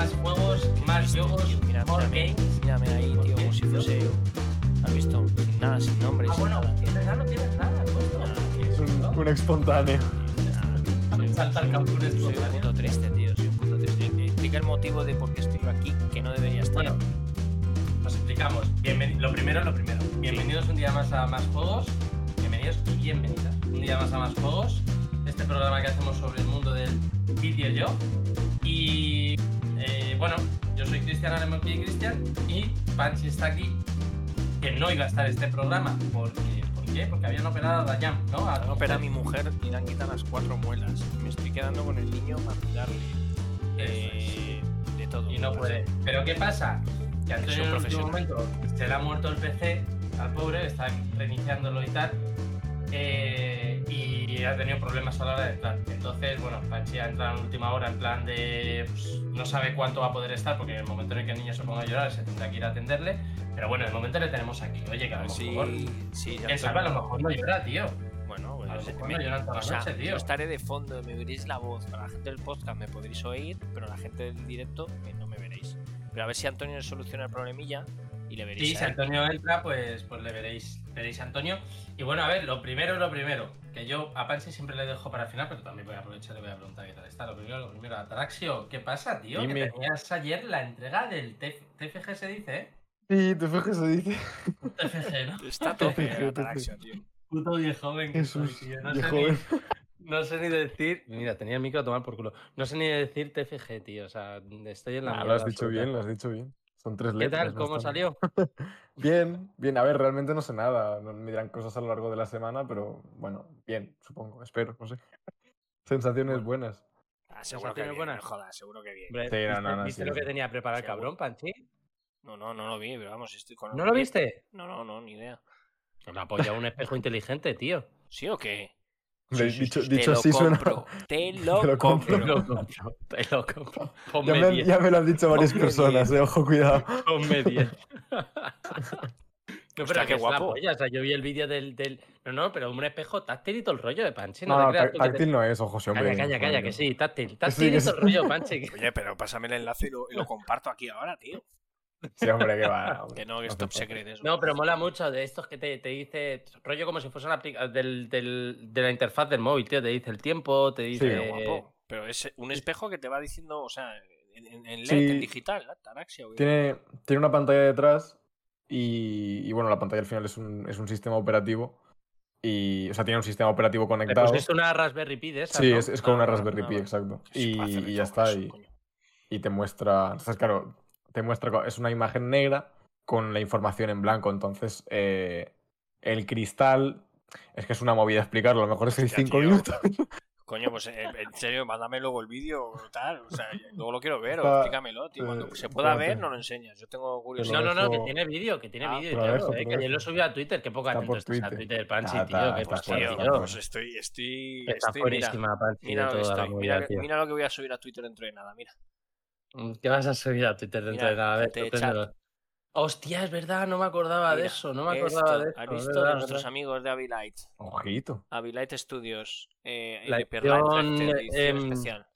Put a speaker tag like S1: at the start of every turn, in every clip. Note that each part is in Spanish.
S1: yogos, más yogos,
S2: Mira,
S1: more
S2: mírame,
S1: games.
S2: mírame ahí, tío, como si fuese. ¿Has visto? Sin nada, sin nombre,
S1: Ah,
S2: sin
S1: bueno,
S2: nada.
S1: en verdad no tienes nada puesto.
S3: Es un,
S1: ¿no?
S3: un espontáneo.
S2: Soy-
S1: Salta al
S2: soy-
S1: campo de
S2: Soy un
S1: espontáneo.
S2: puto triste, tío. Soy un puto triste. Eh, Explica el motivo de por qué estoy yo aquí, que no debería estar.
S1: Bueno, os explicamos. Bienveni- lo primero, lo primero. Bienvenidos un día más a Más Juegos. Bienvenidos y bienvenidas. Un día más a Más Juegos. Este programa que hacemos sobre el mundo del videojuego. Y eh, bueno, yo soy Cristian Alemonti y Cristian. Y Panchi está aquí. Que no iba a estar este programa. Porque, ¿Por qué? Porque habían operado a Dayam, ¿no? A-
S2: Al operar a mi mujer y le han quitado las cuatro muelas. Me estoy quedando con el niño para cuidarle. eh, de todo.
S1: y no puede. Pero ¿qué pasa? Que
S2: Es
S1: Antonio en
S2: un
S1: el último
S2: profesional.
S1: momento se le ha muerto el PC al pobre, está reiniciándolo y tal. eh, y ha tenido problemas a la hora de entrar. Entonces, bueno, Panchi ha entrado en última hora en plan de. pues, no sabe cuánto va a poder estar, porque en el momento en el que el niño se ponga a llorar se tendrá que ir a atenderle. Pero bueno, de momento le tenemos aquí. Oye, que
S2: A
S1: a lo
S2: ver
S1: mejor.
S2: si. Pues Sí, ya
S1: Quién sabe, a lo mejor no llora, tío.
S2: Bueno,
S1: A lo
S2: pues,
S1: mejor
S2: me-
S1: no lloran toda
S2: o
S1: la
S2: sea,
S1: noche, tío.
S2: yo estaré de fondo, me oiréis la voz. Para la gente del podcast me podréis oír, pero la gente del directo eh, no me veréis. Pero a ver si Antonio soluciona el problemilla y le veréis. ¿eh?
S1: Sí,
S2: a
S3: ¿eh?
S1: si
S2: él.
S1: Antonio entra, pues, pues le veréis, veréis a Antonio. Y bueno, a ver, lo primero es lo primero, que yo a Pansi siempre le dejo para el final, pero también voy a aprovechar y voy a preguntar qué tal está. Lo primero, lo primero, Ataraxio, ¿qué pasa, tío? Que
S3: Dime.
S1: tenías ayer la entrega del T- TFG, se dice, ¿eh?
S3: Y te fijas, se dice.
S1: TFG, ¿no?
S2: Está todo
S3: Fíjate,
S2: el
S3: fíjate.
S2: Ataraxio, tío.
S1: Puto viejo joven que soy,
S3: Jesús, eh.
S1: tío. No,
S3: de
S1: sé
S3: joven.
S1: Ni, no sé ni decir... Mira, tenía el micro a tomar por culo. No sé ni decir TFG, tío, o sea, estoy en la
S3: Ah, lo
S1: mierda
S3: has dicho
S1: absoluta.
S3: bien, lo has dicho bien. Son tres
S1: ¿Qué
S3: letras.
S1: tal?
S3: no
S1: ¿Cómo
S3: está mal.
S1: salió?
S3: Bien, bien. A ver, realmente no sé nada. no- Me dirán cosas a lo largo de la semana, pero bueno, bien, supongo. Espero, no sé. Sensaciones buenas.
S2: Ah, seguro que
S1: tiene
S2: bien,
S1: buenas.
S2: no jodas, seguro que bien.
S1: Hombre,
S3: Sí, no,
S1: ¿Viste,
S3: no, no,
S1: viste
S3: sí,
S1: lo
S3: sí.
S1: que tenía preparado el cabrón,
S2: Seguro.
S1: Panchi?
S2: No, no, no lo vi, pero vamos, estoy con...
S1: ¿No lo viste?
S2: No, no, no, ni idea.
S1: Me apoya un espejo inteligente, tío.
S2: ¿Sí o qué?
S3: Le- dicho
S2: te
S3: dicho
S2: lo
S3: así suena.
S2: compro, te lo,
S3: lo
S2: compro.
S3: compro.
S1: Te lo compro, te lo compro.
S3: Ya
S1: Ponme
S3: me, han-
S1: 10,
S3: ya me lo han dicho varias
S2: Hombre,
S3: personas, eh, ojo, cuidado.
S1: ponme 10. no, pero
S2: Hostia, qué
S1: que es la
S2: guapo.
S1: polla, o sea, yo vi el vídeo del, del- No, no, pero un espejo táctil y todo el rollo de Panchi. No, te
S3: No, no,
S1: creas
S3: tá-
S1: tú que te-
S3: táctil no es, ojo, sí, hombre.
S1: Calla, calla, calla,
S3: coño.
S1: que sí, táctil. Táctil
S3: que
S1: y todo el
S3: sí.
S1: rollo, Panchi. que-
S2: Oye, pero pásame el enlace y lo, y lo comparto aquí ahora, tío.
S3: Sí, hombre, que va. hombre,
S2: Que no, que es
S3: hace
S2: top
S3: falta.
S2: secret eso.
S1: No, pero mola mucho de estos que te, te dice. Rollo como si fuese una aplica- del, del- de la interfaz del móvil, tío. Te dice el tiempo, te dice.
S2: Pero guapo. Eh, Pero es un espejo que te va diciendo, o sea, en, en- en LED,
S3: Sí.
S2: en digital, la Ataraxia, güey.
S3: Tiene, tiene una pantalla detrás y, y, bueno, la pantalla al final es un, es un sistema operativo. Y, o sea, tiene un sistema operativo
S1: Te
S3: conectado.
S1: pusiste una Raspberry Pi de esas,
S3: Sí,
S1: ¿no?
S3: es, es con
S2: Ah,
S3: una
S2: bueno,
S3: Raspberry
S2: ah,
S3: Pi,
S2: bueno.
S3: exacto.
S2: Que se
S3: Y,
S2: puede hacer
S3: y
S2: de
S3: ya
S2: todo
S3: está.
S2: eso,
S3: Y,
S2: coño.
S3: y te muestra. Entonces, claro, te muestra. co- Es una imagen negra con la información en blanco. Entonces, eh, el cristal. Es que es una movida explicarlo. A lo mejor es que hay
S2: Hostia,
S3: cinco
S2: tío.
S3: minutos.
S2: Coño, pues eh, en serio, mándame luego el vídeo o tal. O sea, luego lo quiero ver o
S3: Está-
S2: explícamelo, tío. Cuando
S3: eh,
S2: se pueda
S3: espérate.
S2: ver, no lo enseñas. Yo tengo curiosidad.
S1: No, no, no, que
S3: dejo-
S1: tiene vídeo, que tiene
S2: Ah,
S1: vídeo.
S3: te
S1: y
S3: lo
S1: todo,
S3: dejo,
S1: eh,
S3: te lo
S1: que ayer
S3: dejo.
S1: lo subió a Twitter, que poco
S3: Está
S1: atento
S3: por
S1: estás a
S3: Twitter.
S1: Twitter, Panchi,
S3: Ah,
S1: tío,
S3: está-
S1: que
S3: está
S1: estás
S2: Pues, tío,
S3: fuera,
S1: perdido.
S2: pues estoy, estoy,
S1: Está
S2: estoy, mira,
S1: fuerísima, Panchi, de
S2: mira lo que
S1: toda la
S2: estoy,
S1: movida,
S2: mira,
S1: tío.
S2: mira lo que voy a subir a Twitter dentro de nada, mira.
S1: Mm, ¿Qué vas a subir a Twitter dentro
S2: Mira,
S1: de nada? A ver,
S2: gente de
S1: sorpréndelo. Hostia, este es verdad, no me acordaba de
S2: Mira,
S1: eso, no me
S2: Esto,
S1: acordaba de eso.
S2: ¿Has
S1: es
S2: visto
S1: verdad,
S2: de
S1: es
S2: nuestros
S1: verdad.
S2: amigos de Avilite?
S3: Ojito.
S2: Avilite Studios, eh,
S1: La
S2: LP Live
S1: edición,
S2: Drafted, edición
S1: em,
S2: especial.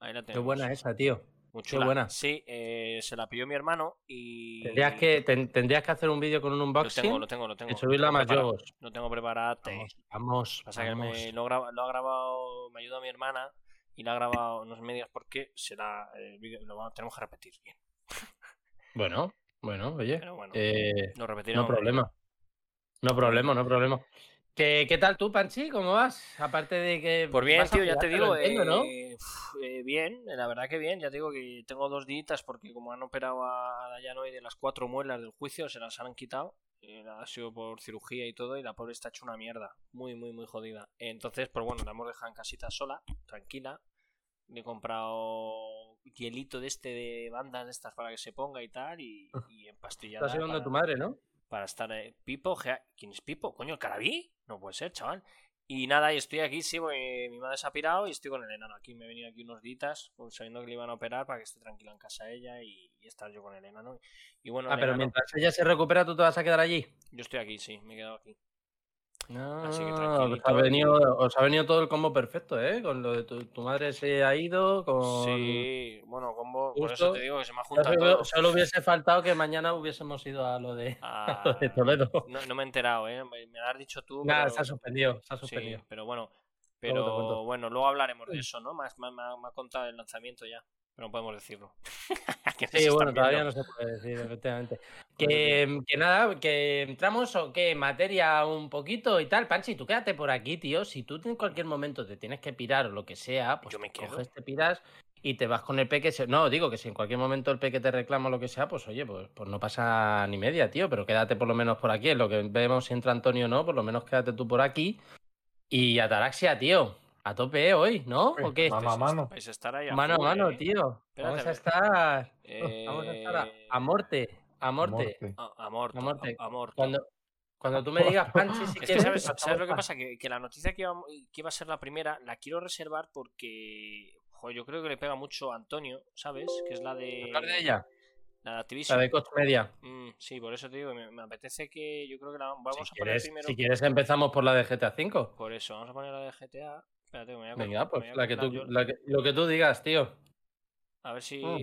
S2: Ahí la
S1: Qué
S2: tenemos.
S1: buena esa, tío.
S2: Muy
S1: qué
S2: chula.
S1: buena.
S2: Sí, eh, se la pidió mi hermano y...
S1: Tendrías que, ten- tendrías que hacer un vídeo con un
S2: Lo
S1: unboxing
S2: tengo, lo tengo, lo tengo.
S1: y subirlo
S2: Lo
S1: a más
S2: preparo.
S1: juegos.
S2: Lo tengo preparado. te-
S1: Vamos, vamos.
S2: Pasa que
S1: vamos.
S2: me, lo, gra- lo ha grabado, me ayuda mi hermana y lo ha grabado, no sé me digas por qué, será eh, el vídeo, lo vamos- tenemos que repetir bien.
S1: Bueno, bueno, oye.
S2: Pero bueno,
S1: eh,
S2: lo repetiremos.
S1: No problema. No problema, no problema. ¿Qué, qué tal tú, Panchi? ¿Cómo vas? Aparte de que.
S2: Pues bien,
S1: Eh, vas a
S2: tío, ya
S1: jugar,
S2: te digo,
S1: lo entiendo, ¿no?
S2: eh, uf, eh, bien, la verdad que bien, ya te digo que tengo dos diitas porque como han operado a Dayanoy de las cuatro muelas del juicio, se las han quitado, eh, ha sido por cirugía y todo, y la pobre está hecha una mierda, muy, muy, muy jodida. Entonces, pues bueno, la hemos dejado en casita sola, tranquila, le he comprado hielito de este de bandas de estas para que se ponga y tal, y, y en
S1: Estás hablando de tu
S2: para,
S1: madre, ¿no?
S2: para estar eh, Pipo, Gea- ¿quién es Pipo? Coño, ¿el Carabí? No puede ser, chaval. Y nada, y estoy aquí, sí, porque mi madre se ha pirado y estoy con el enano. Aquí me he venido aquí unos días, pues, sabiendo que le iban a operar para que esté tranquila en casa ella y, y estar yo con el enano. Y bueno,
S1: Ah,
S2: el
S1: pero
S2: enano-
S1: mientras ella se recupera, tú te vas a quedar allí.
S2: yo estoy aquí, sí, me he quedado aquí.
S1: Así que
S2: tranquilito.
S1: os ha, venido, os ha venido todo el combo perfecto, ¿eh? Con lo de tu, tu madre se ha ido, con...
S2: Sí, bueno, combo, por
S1: Justo.
S2: eso te digo que se me ha
S1: Ya
S2: juntado
S1: solo-
S2: todo.
S1: Solo hubiese faltado que mañana hubiésemos ido a lo de,
S2: Ah,
S1: a lo de Toledo.
S2: no, no me he enterado, ¿eh? Me me lo has dicho tú.
S1: Nada,
S2: pero-
S1: se ha suspendido, se ha
S2: sí,
S1: suspendido.
S2: pero bueno,
S1: Luego te
S2: pero
S1: cuento.
S2: bueno, luego hablaremos de eso, ¿no? Me, has- me- me ha- me ha contado el lanzamiento ya, pero no podemos decirlo. Que
S1: Sí,
S2: nos están
S1: bueno, todavía
S2: viendo.
S1: no se puede decir, efectivamente. Que, que nada, que entramos o qué, en materia un poquito y tal. Panchi, tú quédate por aquí, tío. Si tú en cualquier momento te tienes que pirar o lo que sea, pues
S2: Yo me
S1: te
S2: quedo.
S1: coges, te piras y te vas con el peque. Se- No, digo que si en cualquier momento el peque te reclama o lo que sea, pues oye, pues, pues no pasa ni media, tío. Pero quédate por lo menos por aquí. En lo que vemos si entra Antonio o no, por lo menos quédate tú por aquí. Y Ataraxia, tío. A tope eh, hoy, ¿no? ¿O qué?
S3: Mamá, mano.
S2: Vais a estar ahí a
S1: Mano a
S2: full,
S1: mano,
S2: ¿eh?
S1: tío.
S2: Espérate
S1: Vamos
S2: a
S1: a
S2: ver.
S1: estar. Vamos a estar a,
S2: Eh,
S1: a muerte, a muerte.
S3: Morte.
S2: a- amor,
S1: a muerte.
S2: a- amor.
S1: Cuando, cuando tú me digas, Panchi, si
S2: Es que
S1: quieres,
S2: sabes,
S1: pasamos
S2: ¿sabes lo que
S1: pa-
S2: pasa? Que, que la noticia que iba, que iba a ser la primera la quiero reservar porque jo, yo creo que le pega mucho a Antonio, ¿sabes? Que es la de.
S1: Hablar de ella,
S2: La de Activision.
S1: la de Coach Media.
S2: Mm, sí, por eso te digo, me, me apetece que yo creo que la vamos
S1: Si
S2: a poner
S1: quieres,
S2: primero.
S1: si quieres, empezamos por la de GTA V.
S2: Por eso, vamos a poner la de GTA. Espérate, que me voy a
S1: Venga,
S2: colocar- me
S1: pues
S2: voy a
S1: la que tú,
S2: colocar yo-
S1: la que- lo que tú digas, tío.
S2: A ver si.
S1: Ah.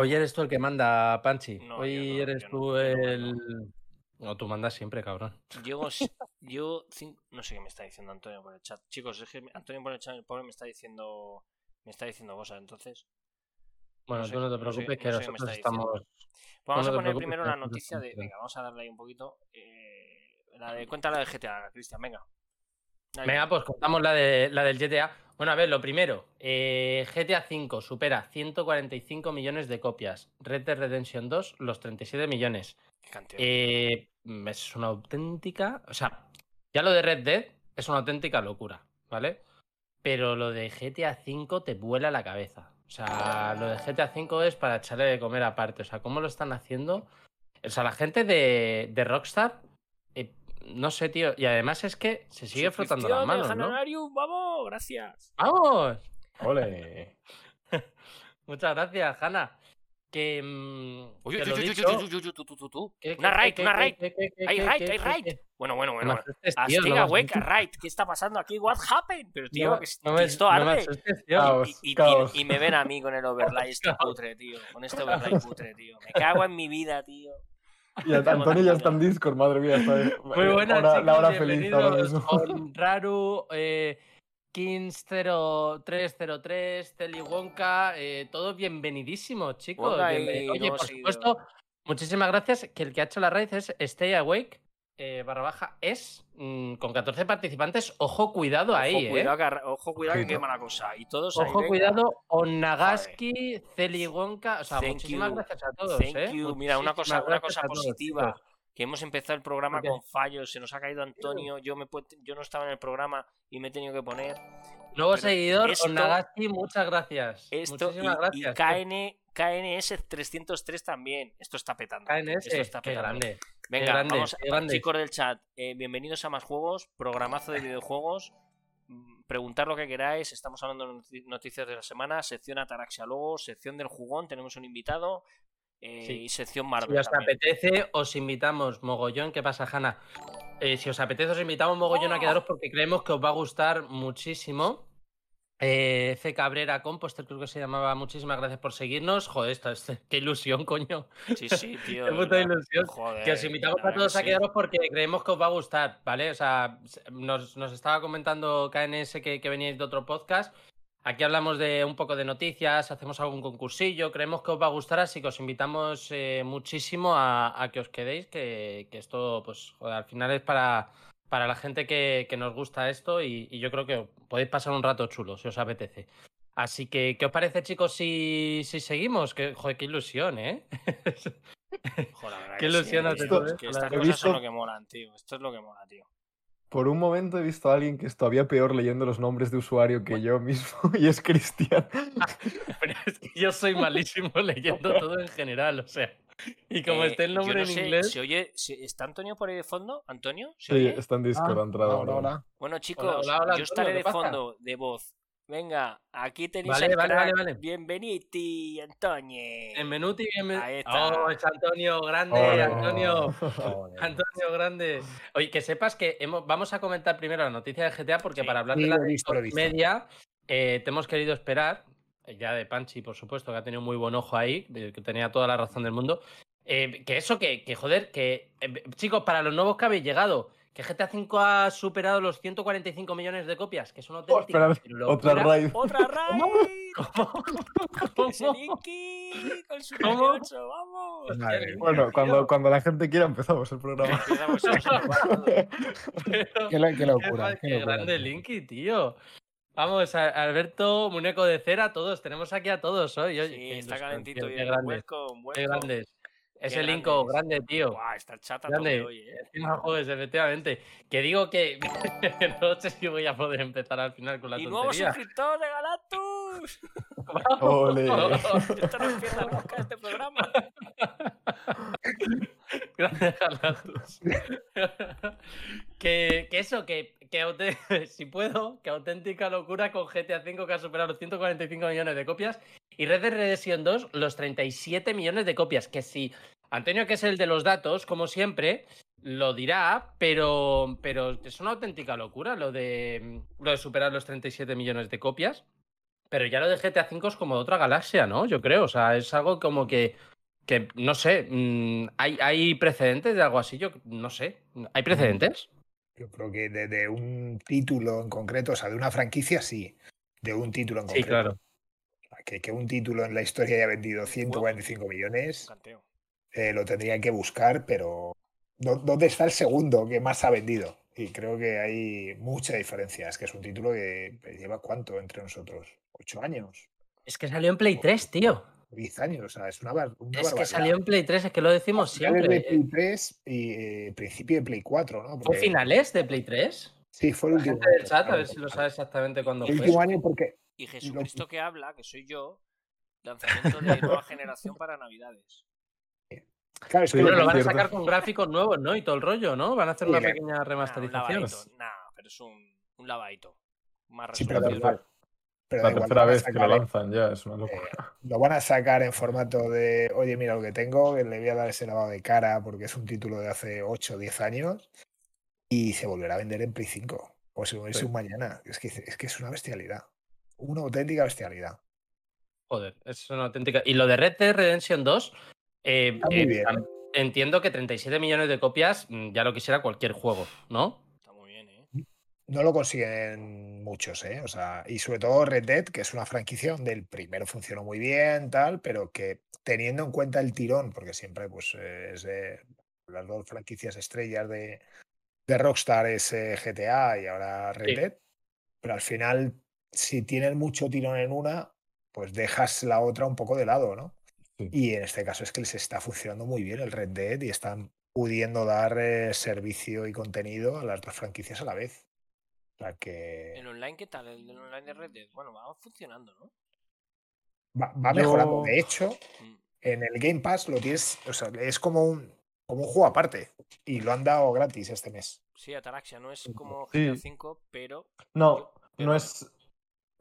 S1: Hoy eres tú el que manda, Panchi.
S2: No, yo
S1: Hoy
S2: no,
S1: eres
S2: yo no,
S1: tú
S2: yo no
S1: el.
S2: mando.
S1: No, tú mandas siempre, cabrón.
S2: Llego. si- Llego. cin- No sé qué me está diciendo Antonio por el chat. Chicos, es que me- Antonio por el chat, el pobre, me está diciendo. Me está diciendo cosas, entonces.
S1: Bueno,
S2: sé,
S1: tú no
S2: no
S1: te
S2: sé-
S1: preocupes,
S2: no
S1: que
S2: sé qué me
S1: nosotros
S2: está
S1: estamos.
S2: diciendo. Vamos
S1: No
S2: a
S1: te
S2: poner
S1: preocupes,
S2: primero
S1: que
S2: la
S1: nosotros
S2: noticia de.
S1: estamos-
S2: Venga, vamos a darle ahí un poquito. eh, la de. Cuéntala de GTA, Cristian, venga. Dale.
S1: Venga, pues contamos la, de, la del GTA. Bueno, a ver, lo primero. eh, GTA V supera 145 millones de copias. Red Dead Redemption 2, los 37 millones.
S2: Qué canteo.
S1: pues, Eh, es una auténtica. O sea, ya lo de Red Dead es una auténtica locura, ¿vale? Pero lo de GTA V te vuela la cabeza. O sea, lo de GTA V es para echarle de comer aparte. O sea, ¿cómo lo están haciendo? O sea, la gente de, de Rockstar. eh, no sé, tío. Y además es que se sigue frotando las
S2: Suscripción
S1: manos,
S2: del
S1: ¿no?
S2: Jananarium, ¡Vamos! ¡Gracias!
S1: ¡Vamos!
S3: Ole.
S1: Muchas gracias, Hanna. Que. mm,
S2: Oye,
S1: que
S2: tú,
S1: lo
S2: tú, tú,
S1: dicho-
S2: tú, tú, tú, tú, tú, tú, tú, tú.
S1: que- que-
S2: Una raid,
S1: que-
S2: una
S1: que-
S2: raid.
S1: que- que-
S2: Hay
S1: que-
S2: raid,
S1: que- que-
S2: hay raid.
S1: que-
S2: Bueno, bueno,
S1: No
S2: bueno.
S1: me
S2: bueno.
S1: asustes, tío, no me
S2: Astiga, hueca,
S1: asustes.
S2: right. ¿Qué está pasando aquí? What happened? Pero tío,
S1: No,
S2: que es-
S1: no me-
S2: esto
S1: no me
S2: arde.
S1: asustes,
S2: Y-
S1: tío.
S3: Caos,
S2: y, y-
S3: caos.
S2: y me ven a mí con el overlay este
S1: Caos.
S2: putre, tío. Con este overlay putre, tío. Me cago en mi vida, tío.
S3: Y a- Antonio ya está en Discord, madre mía. está de-
S1: Muy buenas,
S3: hora- La hora
S1: chicos,
S3: eh, feliz ahora
S1: bienvenidos
S3: mismo.
S1: con Raru, eh, 150303, Teliwonka, eh, todos bienvenidísimos, chicos.
S2: Hola, y
S1: bienvenidos. Oye,
S2: nuevos
S1: por
S2: seguidores.
S1: supuesto, muchísimas gracias, que el que ha hecho la raid es Stay Awake, eh, barra baja, es, mm, con 14 participantes, ojo, cuidado ahí,
S2: ojo,
S1: eh.
S2: cuidado, que, arra- ojo, cuidado, que
S3: Ojito.
S2: quema la cosa. Y todos ahí, ¿eh?
S1: Ojo,
S2: venga.
S1: cuidado, Onnagaski, Celigüenca, o sea,
S2: Thank
S1: muchísimas
S2: you,
S1: gracias a todos,
S2: thank
S1: eh.
S2: you. Mira, una
S1: Muchísimas
S2: cosa- una
S1: gracias
S2: cosa
S1: a todos,
S2: positiva.
S1: chicos.
S2: Que hemos empezado el programa
S1: Ok.
S2: con fallos. Se nos ha caído Antonio. Yo, me, he pu- yo no estaba en el programa y me he tenido que poner.
S1: Nuevo
S2: Pero
S1: seguidor,
S2: esto-
S1: Onagasti, muchas gracias.
S2: Esto y,
S1: Muchísimas
S2: y
S1: gracias.
S2: KN, KNS 303 también. Esto está petando.
S1: KNS,
S2: Esto está
S1: qué
S2: petando.
S1: grande.
S2: Venga,
S1: grande,
S2: vamos,
S1: qué grande.
S2: chicos del chat, eh, bienvenidos a Más Juegos, programazo de videojuegos. Mm, Preguntar lo que queráis, estamos hablando de noti- noticias de la semana, sección Ataraxia luego, sección del jugón, tenemos un invitado eh,
S1: Sí.
S2: y sección
S1: Si
S2: Marvel.
S1: os
S2: también.
S1: apetece, os invitamos, mogollón. ¿Qué pasa, Hanna? Eh, si os apetece, os invitamos, mogollón, a quedaros porque creemos que os va a gustar muchísimo. Eh, C. Cabrera Composter, creo que se llamaba. Muchísimas gracias por seguirnos. Joder, esto es- qué ilusión, coño.
S2: Sí, sí, tío.
S1: Qué
S2: de
S1: puta
S2: verdad.
S1: ilusión.
S2: Joder,
S1: Que os invitamos
S2: la
S1: a
S2: verdad
S1: todos a
S2: sí.
S1: quedaros porque creemos que os va a gustar, ¿vale? O sea, s- nos, nos estaba comentando KNS que, que veníais de otro podcast. Aquí hablamos de un poco de noticias, hacemos algún concursillo, creemos que os va a gustar, así que os invitamos eh, muchísimo a, a que os quedéis, que, que esto, pues, joder, al final es para, para la gente que, que nos gusta esto y, y yo creo que podéis pasar un rato chulo, si os apetece. Así que, ¿qué os parece, chicos, si, si seguimos? Que, joder, qué ilusión, ¿eh?
S2: Joder, la verdad
S1: Qué
S2: que sí,
S1: ilusión
S2: tío,
S1: hace
S2: tío,
S1: todo
S2: es
S1: esto,
S2: que
S1: la
S2: Estas
S1: verdad.
S3: He
S2: cosas son lo
S3: visto-
S2: que molan, tío. Esto es lo que mola, tío.
S3: Por un momento he visto a alguien que es todavía peor leyendo los nombres de usuario que yo mismo y es Cristian.
S1: Pero es que yo soy malísimo leyendo todo en general, o sea. Y como
S2: Eh,
S1: está el
S2: yo
S1: nombre
S2: no
S1: en
S2: sé,
S1: inglés.
S2: ¿se oye, se- ¿Está Antonio por ahí de fondo? ¿Antonio? ¿Se
S3: Sí, Ah,
S2: oye?
S3: está en Discord, ha entrado. ahora.
S2: Bueno, chicos,
S1: hola,
S2: yo
S1: Antonio,
S2: estaré
S1: ¿qué
S2: de
S1: pasa?
S2: fondo de voz Venga, aquí tenéis
S1: Vale,
S2: al
S1: vale,
S2: crack.
S1: vale, vale. Em,
S2: Bienveniti, Antonio.
S1: Bienvenuti, bienvenido.
S2: Ahí está.
S1: Oh, es Antonio, grande,
S3: Ole.
S1: Antonio. Antonio, grande. Oye, que sepas que hemos- vamos a comentar primero la noticia de GTA porque
S2: Sí.
S1: para hablar
S4: Sí,
S1: de la
S4: lo he visto, lo he
S1: Xbox
S4: visto.
S1: media eh, te hemos querido esperar, eh, ya de Panchi, por supuesto, que ha tenido muy buen ojo ahí, de- que tenía toda la razón del mundo. Eh, que eso, que, que joder, que eh, chicos, para los nuevos que habéis llegado, que GTA V ha superado los 145 millones de copias, que son auténticas.
S3: esperad,
S1: pero
S3: Otra
S1: locuras.
S3: raid.
S2: Otra raid. Ese
S1: ¿Cómo?
S2: Linky, con su
S1: ¿Cómo?
S2: 28, vamos.
S4: Madre
S1: Hostia,
S4: mía.
S3: Bueno, cuando, cuando la gente quiera empezamos el programa.
S2: Empezamos, vamos a probar todo.
S1: pero-
S4: Qué, lo- qué locura.
S1: Qué grande Linky, tío. Vamos, a- Alberto, muñeco de cera, todos. Tenemos aquí a todos hoy. oye,
S2: Sí,
S1: qué
S2: está
S1: ilusión,
S2: calentito
S1: tío,
S2: bien.
S1: Qué grandes,
S2: Welcome,
S1: qué
S2: welcome.
S1: grandes. Ese
S2: grande
S1: Linko,
S2: es.
S1: grande, tío.
S2: Guau, está chata
S1: Grande.
S2: todo hoy, eh.
S1: Encima juegues, efectivamente. Que digo que no sé si voy a poder empezar al final con la
S2: Y nuevo
S1: tontería.
S2: suscriptor de Galactus.
S3: Ole.
S2: Esto no empieza nunca este programa.
S1: Grande Galactus. que, que eso, que, que aute- si puedo, que auténtica locura con GTA V que ha superado los 145 millones de copias y Red Dead Redemption 2 los 37 millones de copias. Que si Antonio, que es el de los datos, como siempre, lo dirá, pero, pero es una auténtica locura lo de, lo de superar los 37 millones de copias. Pero ya lo de GTA V es como de otra galaxia, ¿no? Yo creo, o sea, es algo como que que no sé, mm, ¿hay, hay precedentes de algo así, yo no sé. ¿Hay precedentes?
S4: Yo creo que de, de un título en concreto, o sea, de una franquicia, sí. De un título en
S1: Sí,
S4: concreto.
S1: claro.
S4: Que, que un título en la historia haya vendido 145 millones,
S2: Canteo.
S4: eh, lo tendrían que buscar, pero ¿dó- ¿dónde está el segundo que más ha vendido? Y creo que hay mucha diferencia. Es que es un título que lleva cuánto entre nosotros? ¿Ocho años?
S1: Es que salió en Play 3, tío.
S4: ¿Diez años? O sea, es una, bar- una
S1: Es que
S4: barbaridad.
S1: salió en Play 3, es que lo decimos
S4: Finales de
S1: siempre.
S4: Play 3 y eh, principio de Play 4, ¿no?
S1: ¿Fue
S4: Porque-
S1: finales de Play 3?
S4: Sí, fue el
S1: La
S4: último.
S1: gente del
S4: año,
S1: chat, a
S4: claro,
S1: ver si lo
S4: claro.
S1: sabe exactamente cuándo
S4: El último
S1: fue.
S4: año porque
S2: Y Jesucristo que habla, que soy yo, lanzamiento de nueva generación para Navidades.
S4: Claro, es que
S1: Pero
S4: lo
S1: lo
S4: que-
S1: van a
S3: cierto.
S1: sacar con gráficos nuevos, ¿no? Y todo el rollo, ¿no? Van a hacer
S4: Sí,
S1: una
S4: la-
S1: pequeña
S2: Nah, un
S1: remasterización.
S2: lavadito. Nah, pero es un, un lavadito. Más
S4: Sí, pero
S3: la
S2: resumido.
S3: tercera,
S4: igual. pero da
S3: la
S4: igual,
S3: tercera
S4: lo van a
S3: vez que lo
S4: sacar en- eh,
S3: lanzan ya, es una locura.
S4: Lo van a sacar en formato de, oye, mira lo que tengo, que le voy a dar ese lavado de cara porque es un título de hace 8 o 10 años y se volverá a vender en Play Pues 5 o si volviese
S3: Sí.
S4: un mañana. Es que, es que es una bestialidad, una auténtica bestialidad.
S1: Joder, es una auténtica. Y lo de Red Dead Redemption 2, eh,
S4: Está muy
S1: eh,
S4: bien.
S1: entiendo que 37 millones de copias mm, ya lo quisiera cualquier juego, ¿no?
S2: Está muy bien, ¿eh?
S4: No lo consiguen muchos, ¿eh? O sea, y sobre todo Red Dead, que es una franquicia donde el primero funcionó muy bien, tal, pero que teniendo en cuenta el tirón, porque siempre, pues, eh, es de las dos franquicias estrellas de, de Rockstar es eh, GTA y ahora Red
S1: Sí.
S4: Dead, pero al final, si tienes mucho tirón en una, pues dejas la otra un poco de lado, ¿no?
S3: Sí.
S4: Y en este caso es que les está funcionando muy bien el Red Dead y están pudiendo dar eh, servicio y contenido a las dos franquicias a la vez. O sea que
S2: ¿El online qué tal? ¿El, del online de Red Dead? Bueno, va funcionando, ¿no?
S4: va, va
S3: Yo-
S4: mejorando. De hecho,
S2: Mm.
S4: en el Game Pass lo tienes, o sea, es como un, como un juego aparte y lo han dado gratis este mes.
S2: Sí, Ataraxia no es
S4: Sí.
S2: como GTA
S3: Sí.
S2: V, pero
S3: No,
S2: Pero-
S3: no es.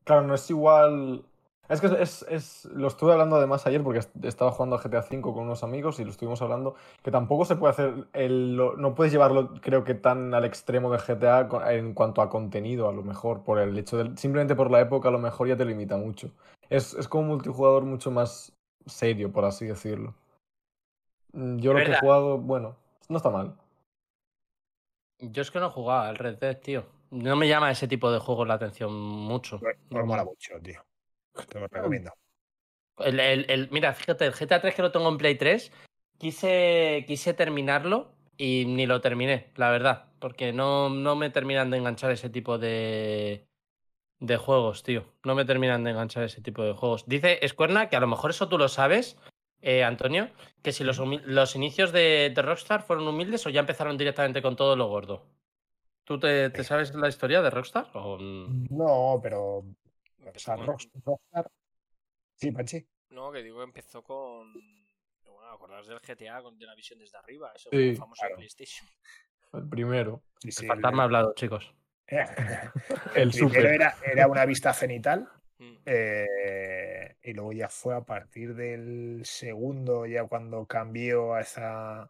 S3: Claro, no es igual. Es que es, es- Lo estuve hablando además ayer porque est- estaba jugando a GTA V con unos amigos y lo estuvimos hablando. Que tampoco se puede hacer. el- lo- no puedes llevarlo, creo que, tan al extremo de GTA co- en cuanto a contenido, a lo mejor. Por el hecho del. Simplemente por la época, a lo mejor ya te limita mucho. Es, es como un multijugador mucho más serio, por así decirlo. Mm, Yo lo que
S1: ¿Verdad?
S3: he jugado, bueno, no está mal.
S1: Yo es que no jugaba al Red Dead, tío. No me llama ese tipo de juegos la atención mucho.
S4: No- No
S1: No,
S4: mola
S1: no.
S4: mucho, tío. Te
S3: Ah.
S4: lo recomiendo.
S1: El- el- el- mira, fíjate, el GTA 3 que lo tengo en Play 3, quise, quise terminarlo y ni lo terminé, la verdad. Porque no, no me terminan de enganchar ese tipo de, de juegos, tío. No me terminan de enganchar ese tipo de juegos. Dice Escuerna, que a lo mejor eso tú lo sabes, eh, Antonio, que si los, humi- los inicios de, de Rockstar fueron humildes o ya empezaron directamente con todo lo gordo. ¿Tú te,
S3: Eh.
S1: te sabes la historia de Rockstar? O, mm,
S4: No, pero o
S2: empezó
S4: sea,
S2: con...
S4: Rock- Rockstar. Sí, Panchi.
S2: No, que digo que empezó con... Bueno, acordaros del GTA, con, de la visión desde arriba, ese
S3: Sí,
S2: juego famoso de
S4: claro.
S2: PlayStation.
S3: El primero.
S4: Sí, sí,
S1: el
S4: el-
S1: fantasma ha hablado, chicos.
S3: El
S4: Primero
S3: super.
S4: era, era una vista cenital
S2: Mm.
S4: eh, y luego ya fue a partir del segundo, ya cuando cambió a esa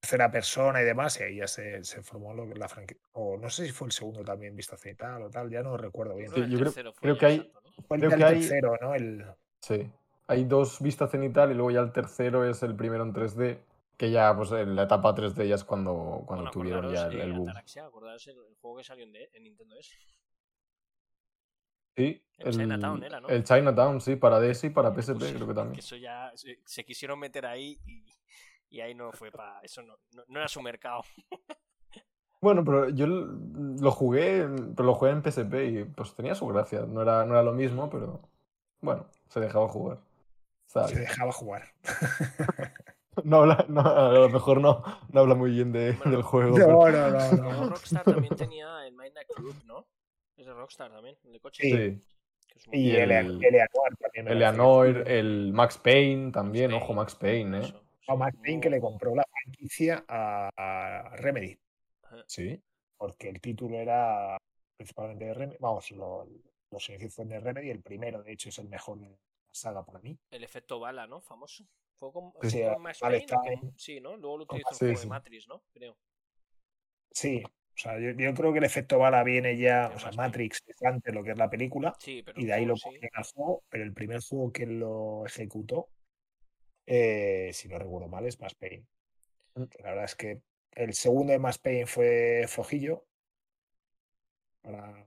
S4: tercera persona y demás, y ahí ya se, se formó lo que es la franquicia. O no sé si fue el segundo también, vista cenital o tal, ya no recuerdo bien.
S3: Sí,
S2: el
S3: yo creo-
S2: tercero fue
S3: creo
S2: ya,
S3: que hay-
S2: exacto, ¿no?
S4: Fue
S3: creo
S4: el
S3: que hay-
S4: tercero, ¿no? El,
S3: Sí. Hay dos vistas cenital y luego ya el tercero es el primero en 3D, que ya pues en la etapa 3D ya es cuando, cuando
S2: Bueno,
S3: tuvieron ya
S2: acordaros,
S3: el,
S2: eh,
S3: el boom.
S2: Ataraxia, acordaros el, el juego que salió en, de- en Nintendo DS.
S3: Sí,
S2: el Chinatown era, ¿no?
S3: El Chinatown, sí, para DS y para
S2: Y le
S3: PSP
S2: puse-
S3: creo que también.
S2: Pues Eso ya se, se quisieron meter ahí y, y ahí no fue para. Eso no, no, no era su mercado.
S3: Bueno, pero yo l- lo jugué, pero lo jugué en PSP y pues tenía su gracia. No era, no era lo mismo, pero bueno, se dejaba jugar. Está
S4: se
S3: bien.
S4: dejaba jugar.
S3: No habla, no, a lo mejor no, no habla muy bien de-
S2: Hombre,
S3: del juego. pero-
S4: No, no, no,
S2: Luego
S4: no.
S2: Rockstar también tenía el Midnight Club, ¿no? Es de Rockstar también, el de coche.
S4: Sí.
S3: Sí.
S2: que es un
S4: Y
S3: Y
S4: el,
S3: el-
S4: Eleanor también. me
S3: El
S4: parece que
S3: Leonor,
S4: fue.
S3: el Max Payne también,
S2: Payne,
S3: ojo, Max Payne, ¿eh?
S2: eso, sí,
S4: O Max Payne que le
S2: luego-
S4: compró la franquicia a, a Remedy.
S3: Sí.
S4: porque el título era principalmente de Remedy. Vamos, lo- los inicios fueron de Remedy. El primero, de hecho, es el mejor de la saga para mí.
S2: El efecto bala, ¿no? Famoso. Fue con,
S4: Sí,
S2: fue con Max
S4: Alex
S2: Payne, que-
S4: Payne.
S2: Sí, ¿no? Luego lo
S4: Con
S2: utilizó en
S3: Max- sí,
S2: juego de
S3: sí.
S2: Matrix, ¿no? Creo.
S4: Sí, o sea, yo, yo creo que el efecto bala viene ya,
S2: De
S4: o
S2: Max
S4: sea,
S2: Payne.
S4: Matrix es antes lo que es la película,
S2: Sí, pero.
S4: y
S2: el
S4: de ahí lo
S2: juego sí.
S4: cogieron al juego, pero el primer juego que lo ejecutó, eh, si no recuerdo mal, es Max Payne.
S3: Mm.
S4: La verdad es que el segundo de Max Payne fue Fojillo. Para,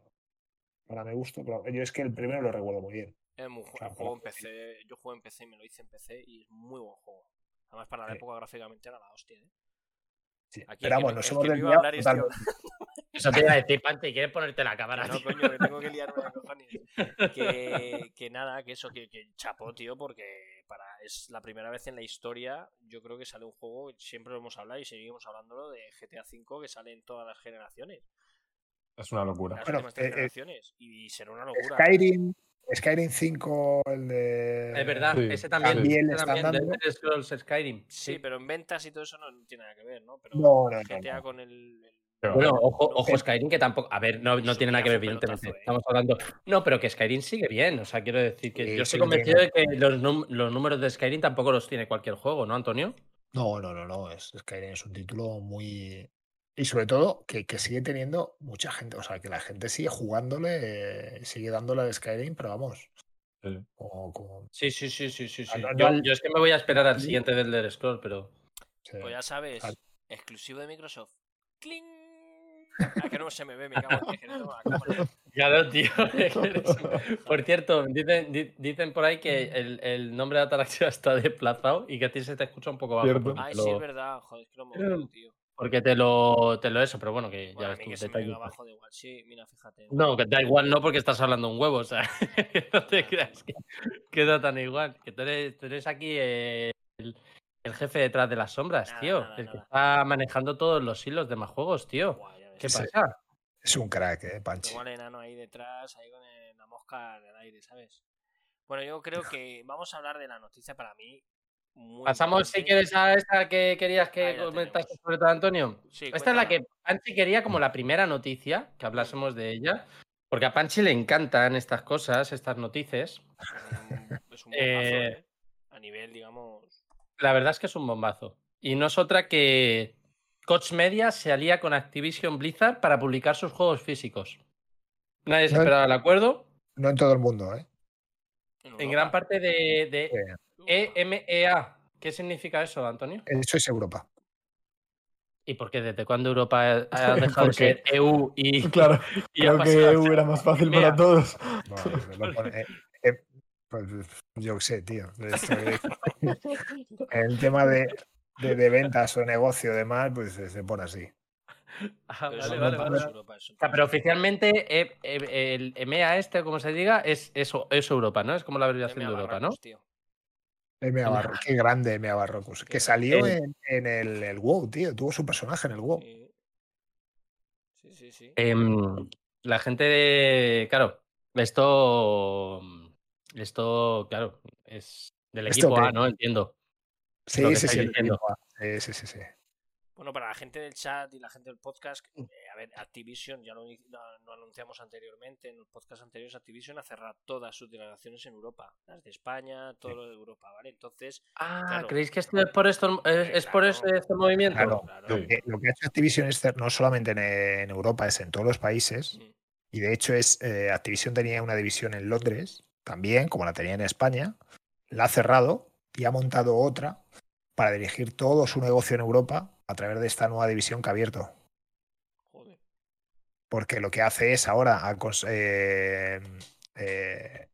S4: para mi gusto, pero yo es que el primero lo recuerdo muy bien.
S2: Es muy ju-
S4: sea,
S2: el juego en
S4: juegazo, sí.
S2: PC, yo juego en PC y me lo hice en PC y es muy buen juego. Además, para la
S4: Sí.
S2: época gráficamente era la hostia, ¿eh?
S4: Sí,
S2: Aquí
S4: pero
S2: el que
S4: vamos,
S2: no-
S4: nos
S2: el
S4: hemos
S2: que no iba a
S4: desviado
S2: hablar es tío.
S4: totalmente.
S1: Eso te iba a decir, Panti, quieres ponerte la cámara.
S2: Que no,
S1: tío?
S2: coño, que tengo que liar una de cojones. Que, que nada, que eso, que, que chapó, tío, porque para, es la primera vez en la historia, yo creo que sale un juego, siempre lo hemos hablado y seguimos hablándolo, de GTA V que sale en todas las generaciones,
S3: Es una
S2: en
S3: locura.
S2: las
S4: Bueno,
S2: últimas tres
S4: eh, eh,
S2: generaciones, y será una locura.
S4: Skyrim, Skyrim 5, el de.
S5: Es verdad,
S3: Sí,
S5: ese también.
S4: también le
S5: ese
S4: están
S5: también,
S4: dando.
S5: de Elder Scrolls Skyrim.
S2: Sí, pero en ventas y todo eso no, tiene nada que ver, ¿no? Pero
S4: No, no, no,
S2: GTA
S4: no.
S2: con el- el
S3: Pero-
S1: Bueno, ojo,
S2: No,
S1: ojo,
S4: pero-
S1: Skyrim, que tampoco. A ver, no, no
S2: Es
S1: tiene
S2: un
S1: nada que ver,
S2: pedazo de
S1: evidentemente.
S2: pelotazo, ¿eh?
S1: Estamos hablando. No, pero que Skyrim sigue bien. O sea, quiero decir que
S4: Sí,
S1: yo estoy
S4: sigue
S1: convencido de
S4: teniendo-
S1: que los, num- los números de Skyrim tampoco los tiene cualquier juego, ¿no, Antonio?
S4: No, no, no, no, Es, Skyrim es un título muy. Y sobre todo que, que sigue teniendo mucha gente, o sea, que la gente sigue jugándole, eh, sigue dándole al Skyrim, pero vamos.
S3: Sí.
S4: Como, como-
S1: Sí, sí, sí, sí, sí. sí.
S4: Ah, no,
S1: Yo,
S4: no,
S1: yo es que me voy a esperar al
S4: sí.
S1: siguiente del Elder Scrolls, pero.
S4: sí.
S2: Pues ya sabes,
S4: Claro.
S2: exclusivo de Microsoft. ¡Cling! Ah, que no se me ve, me cago en que no tengo la cámara.
S1: Claro, tío. es que eres un- Por cierto, dicen, di- dicen por ahí que el, el nombre de Ataraxia está desplazado y que a ti se te escucha un poco bajo.
S3: Cierto.
S1: porque
S2: Ay,
S1: te
S2: sí,
S1: lo-
S2: es verdad, joder, es que lo movido, tío.
S1: Porque te lo, te lo eso, pero bueno, que
S2: Bueno,
S1: ya
S2: a
S1: ves
S2: mí
S1: tú,
S2: que se me
S1: detalle.
S2: venga abajo de igual, sí, mira, fíjate.
S1: No, que da igual, no porque estás hablando un huevo, o sea, no te creas que queda tan igual. Que tú eres, tú eres aquí eh, el, el jefe detrás de las sombras,
S2: Nada,
S1: tío.
S2: nada,
S1: el que
S2: nada.
S1: está manejando todos los hilos de más juegos, tío.
S2: Buah, ya ves.
S1: ¿Qué
S4: Sí.
S1: pasa?
S4: Es un crack, eh, Panchi.
S2: Igual enano ahí detrás, ahí con el- la mosca en el aire, ¿sabes? Bueno, yo creo que vamos a hablar de la noticia para mí. muy
S1: Pasamos, si
S2: importante.
S1: quieres, a esa que querías
S2: Ahí
S1: que
S2: la
S1: comentaste
S2: tenemos.
S1: sobre todo, Antonio.
S2: Sí,
S1: Esta es la que
S2: cuéntala.
S1: Panchi quería como la primera noticia, que hablásemos de ella. Porque a Panchi le encantan estas cosas, estas noticias.
S2: Mm, Es un bombazo,
S1: Eh,
S2: ¿eh? A nivel, digamos.
S1: La verdad es que es un bombazo. Y no es otra que Coach Media se alía con Activision Blizzard para publicar sus juegos físicos. Nadie se
S4: No-
S1: esperaba el acuerdo.
S4: No en todo el mundo, ¿eh?
S1: En gran
S2: Europa.
S1: parte eh, de, de E EMEA. ¿Qué significa eso, Antonio?
S4: Eso es Europa.
S1: ¿Y por qué? ¿Desde cuándo Europa ha- ha dejado de
S3: Porque-
S1: ser EU y,
S3: Claro,
S1: y ha
S3: creo
S1: pasado a
S3: que EU
S1: ser
S3: era más fácil para
S1: EMEA?
S3: todos.
S2: Ah.
S4: No, no, no pone- eh, eh, pues, yo qué sé, tío. Esto de- el tema de, de, de ventas o negocio, demás, pues se se pone así.
S1: Ah,
S2: Pero
S1: vale,
S2: eso
S1: vale,
S2: no
S1: vale.
S2: es Europa, eso
S1: O sea, pero
S2: no es Europa.
S1: oficialmente eh, eh, el EMEA este, como se diga, es, es, es Europa, ¿no? Es como la abreviación
S2: Deme
S1: de
S2: E a
S1: Europa, ¿no?
S2: Barracos, tío.
S4: M.A. Barro- qué grande M.A. Barrocus.
S2: Qué
S4: pues, Que salió
S1: grande.
S4: en, en el, el WoW, tío. Tuvo su personaje en el
S1: Oh.
S4: WoW.
S2: Sí. Sí, sí, sí.
S1: Em, la gente de. Claro, esto. Esto, claro, es del
S4: ¿Esto
S1: equipo
S4: qué?
S1: A, ¿no? Entiendo.
S4: Sí,
S1: lo que
S4: sí,
S1: estáis
S4: sí, el
S1: diciendo.
S4: equipo A. sí, sí, sí, sí.
S2: Bueno, para la gente del chat y la gente del podcast,
S4: Mm.
S2: eh, a ver, Activision, ya lo, di- lo- lo anunciamos anteriormente, en los podcasts anteriores, Activision ha cerrado todas sus delegaciones en Europa, las de España, todo lo de Europa, ¿vale? Entonces,
S1: Ah,
S2: Claro.
S1: ¿creéis que esto es por, esto, es,
S2: Eh,
S1: es por
S2: claro.
S1: este, este movimiento?
S4: Claro. Lo
S3: Sí.
S4: que, lo que ha hecho Activision es cer- no solamente en, en Europa, es en todos los países.
S2: Mm.
S4: Y de hecho, es eh, Activision tenía una división en Londres también, como la tenía en España. La ha cerrado y ha montado otra para dirigir todo su negocio en Europa a través de esta nueva división que ha abierto.
S2: joder,
S4: Porque lo que hace es ahora a cons- eh, eh,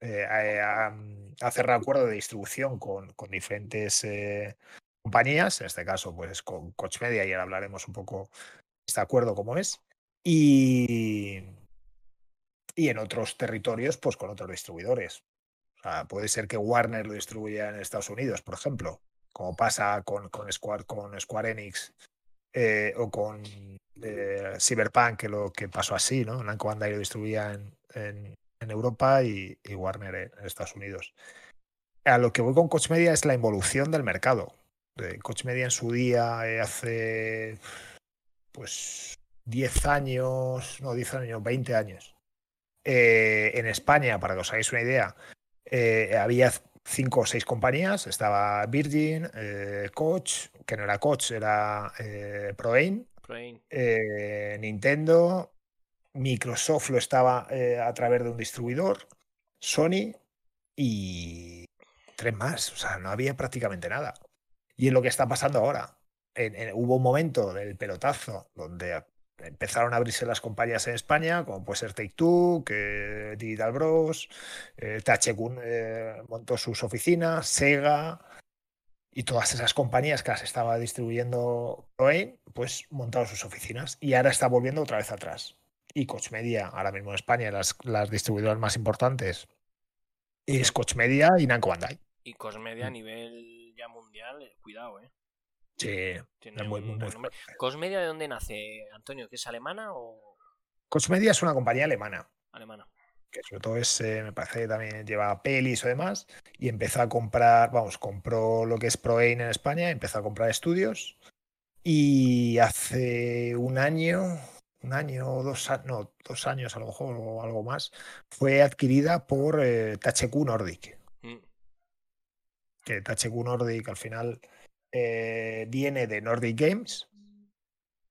S4: eh, a- a- am, hacer acuerdo de distribución con, con diferentes eh, compañías, en este caso pues con Coach Media, y ahora hablaremos un poco de este acuerdo cómo es, y, y en otros territorios pues con otros distribuidores. O sea, puede ser que Warner lo distribuya en Estados Unidos, por ejemplo, como pasa con, con, Square, con Square Enix eh, o con eh, Cyberpunk, que lo que pasó así, ¿no? Namco Bandai lo distribuía en, en- en Europa y, y Warner en, en Estados Unidos. A lo que voy con Coach Media es la involución del mercado. Eh, Coach Media en su día, eh, hace pues 10 años, no, 10 años, 20 años. Eh, en España, para que os hagáis una idea, eh, había cinco o seis compañías. Estaba Virgin, eh, Coach, que no era Coach, era eh, ProAim,
S2: Proin,
S4: eh, Nintendo, Microsoft lo estaba eh, a través de un distribuidor, Sony y tres más. O sea, no había prácticamente nada. Y es lo que está pasando ahora. En- en- hubo un momento del pelotazo donde empezaron a abrirse las compañías en España, como puede ser Take Two, que Digital Bros, eh, THQ eh, montó sus oficinas, Sega, y todas esas compañías que las estaba distribuyendo Proaim, pues montaron sus oficinas y ahora está volviendo otra vez atrás. Y Coach Media, ahora mismo en España, las, las distribuidoras más importantes es Coach Media y Namco Bandai.
S2: y Cosmedia a
S4: Mm.
S2: nivel ya mundial, eh, cuidado, ¿eh?
S4: Sí,
S2: Tiene
S4: muy-
S2: un
S4: muy
S2: renombre. ¿Cosmedia de dónde nace, Antonio? ¿Que es alemana o
S4: Coach Media es una compañía alemana.
S2: alemana?
S4: que sobre todo es, eh, me parece que también lleva pelis o demás, y empezó a comprar, vamos, compró lo que es ProAin en España, empezó a comprar estudios, y hace un año, un año o dos, a- no, dos años a lo mejor o algo más, fue adquirida por eh, THQ Nordic,
S2: Mm,
S4: que THQ Nordic al final eh, viene de Nordic Games,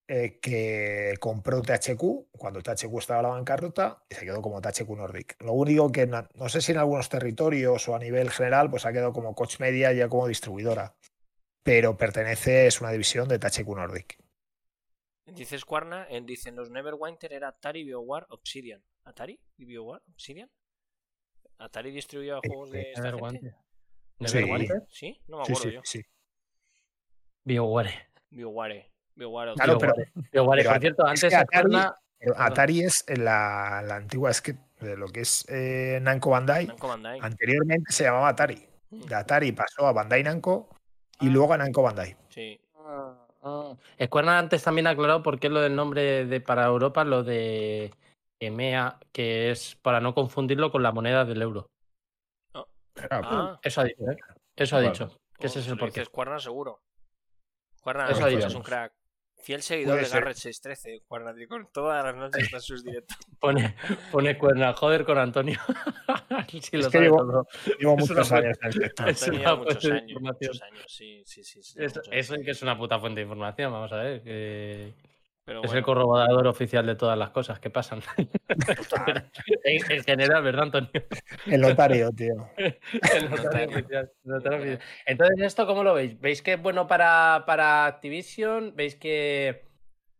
S4: eh, que compró THQ cuando THQ estaba a la bancarrota y se quedó como THQ Nordic. Lo único que na- no sé si en algunos territorios o a nivel general, pues ha quedado como Coach Media ya como distribuidora, pero pertenece, es una división de THQ Nordic.
S2: Dice Squarna, eh, dicen los Neverwinter era Atari, BioWare, Obsidian. ¿Atari? ¿Y BioWare? ¿Obsidian? ¿Atari
S4: Eh,
S2: distribuía juegos de esta gente?
S1: Neverwinter.
S4: Sí.
S1: Neverwinter.
S2: ¿Sí? No me
S4: Sí,
S2: acuerdo
S4: sí,
S2: yo.
S4: sí.
S1: BioWare.
S2: BioWare. BioWare.
S4: Claro,
S2: Obsidian.
S4: pero,
S1: BioWare,
S4: Pero
S1: por
S4: a-
S1: cierto,
S4: es que
S1: antes
S4: Atari-
S1: Squarna-
S4: pero Atari es la, la antigua, es que eh, lo que es eh, Namco Bandai,
S2: Namco Bandai.
S4: anteriormente se llamaba Atari.
S2: Mm,
S4: De Atari pasó a Bandai Namco y luego a Namco Bandai.
S2: Sí.
S1: Ah, ah. Squarna antes también ha aclarado por qué lo del nombre de para Europa, lo de EMEA, que es para no confundirlo con la moneda del euro.
S2: Ah,
S1: Eso ha dicho, ¿eh? Eso ha
S3: Vale.
S1: dicho. Que ese
S2: oh,
S1: es
S2: se
S1: el
S2: lo dice
S1: porqué.
S2: Squarna seguro. Squarna
S1: Eso
S2: Squarna es
S1: digamos.
S2: un crack. Fiel seguidor
S4: Puede
S2: de
S4: ser.
S2: Garrett 613. Squarna, tío, con todas las noches está en sus directos.
S1: Pone, pone cuerna, joder con Antonio. Si lo
S4: que
S1: sabe
S4: llevo-
S1: todo.
S4: Llevo
S1: Es una
S4: muchos
S1: fuente-
S4: años en el sector.
S1: Es
S2: Antonio
S1: una
S2: lleva muchos
S1: fuente de
S2: años.
S1: información.
S2: Muchos años. Sí, sí, sí. sí, lleva
S1: Eso,
S2: muchos
S1: eso
S2: años.
S1: que es una puta fuente de información, vamos a ver. que
S2: Pero
S1: es el
S2: bueno,
S1: corroborador oficial de todas las cosas que pasan.
S4: Total.
S1: en, en general, ¿verdad, Antonio?
S4: El notario, tío.
S1: El notario oficial, el notario oficial. Entonces, ¿esto cómo lo veis? ¿Veis que es bueno para, para Activision? ¿Veis que,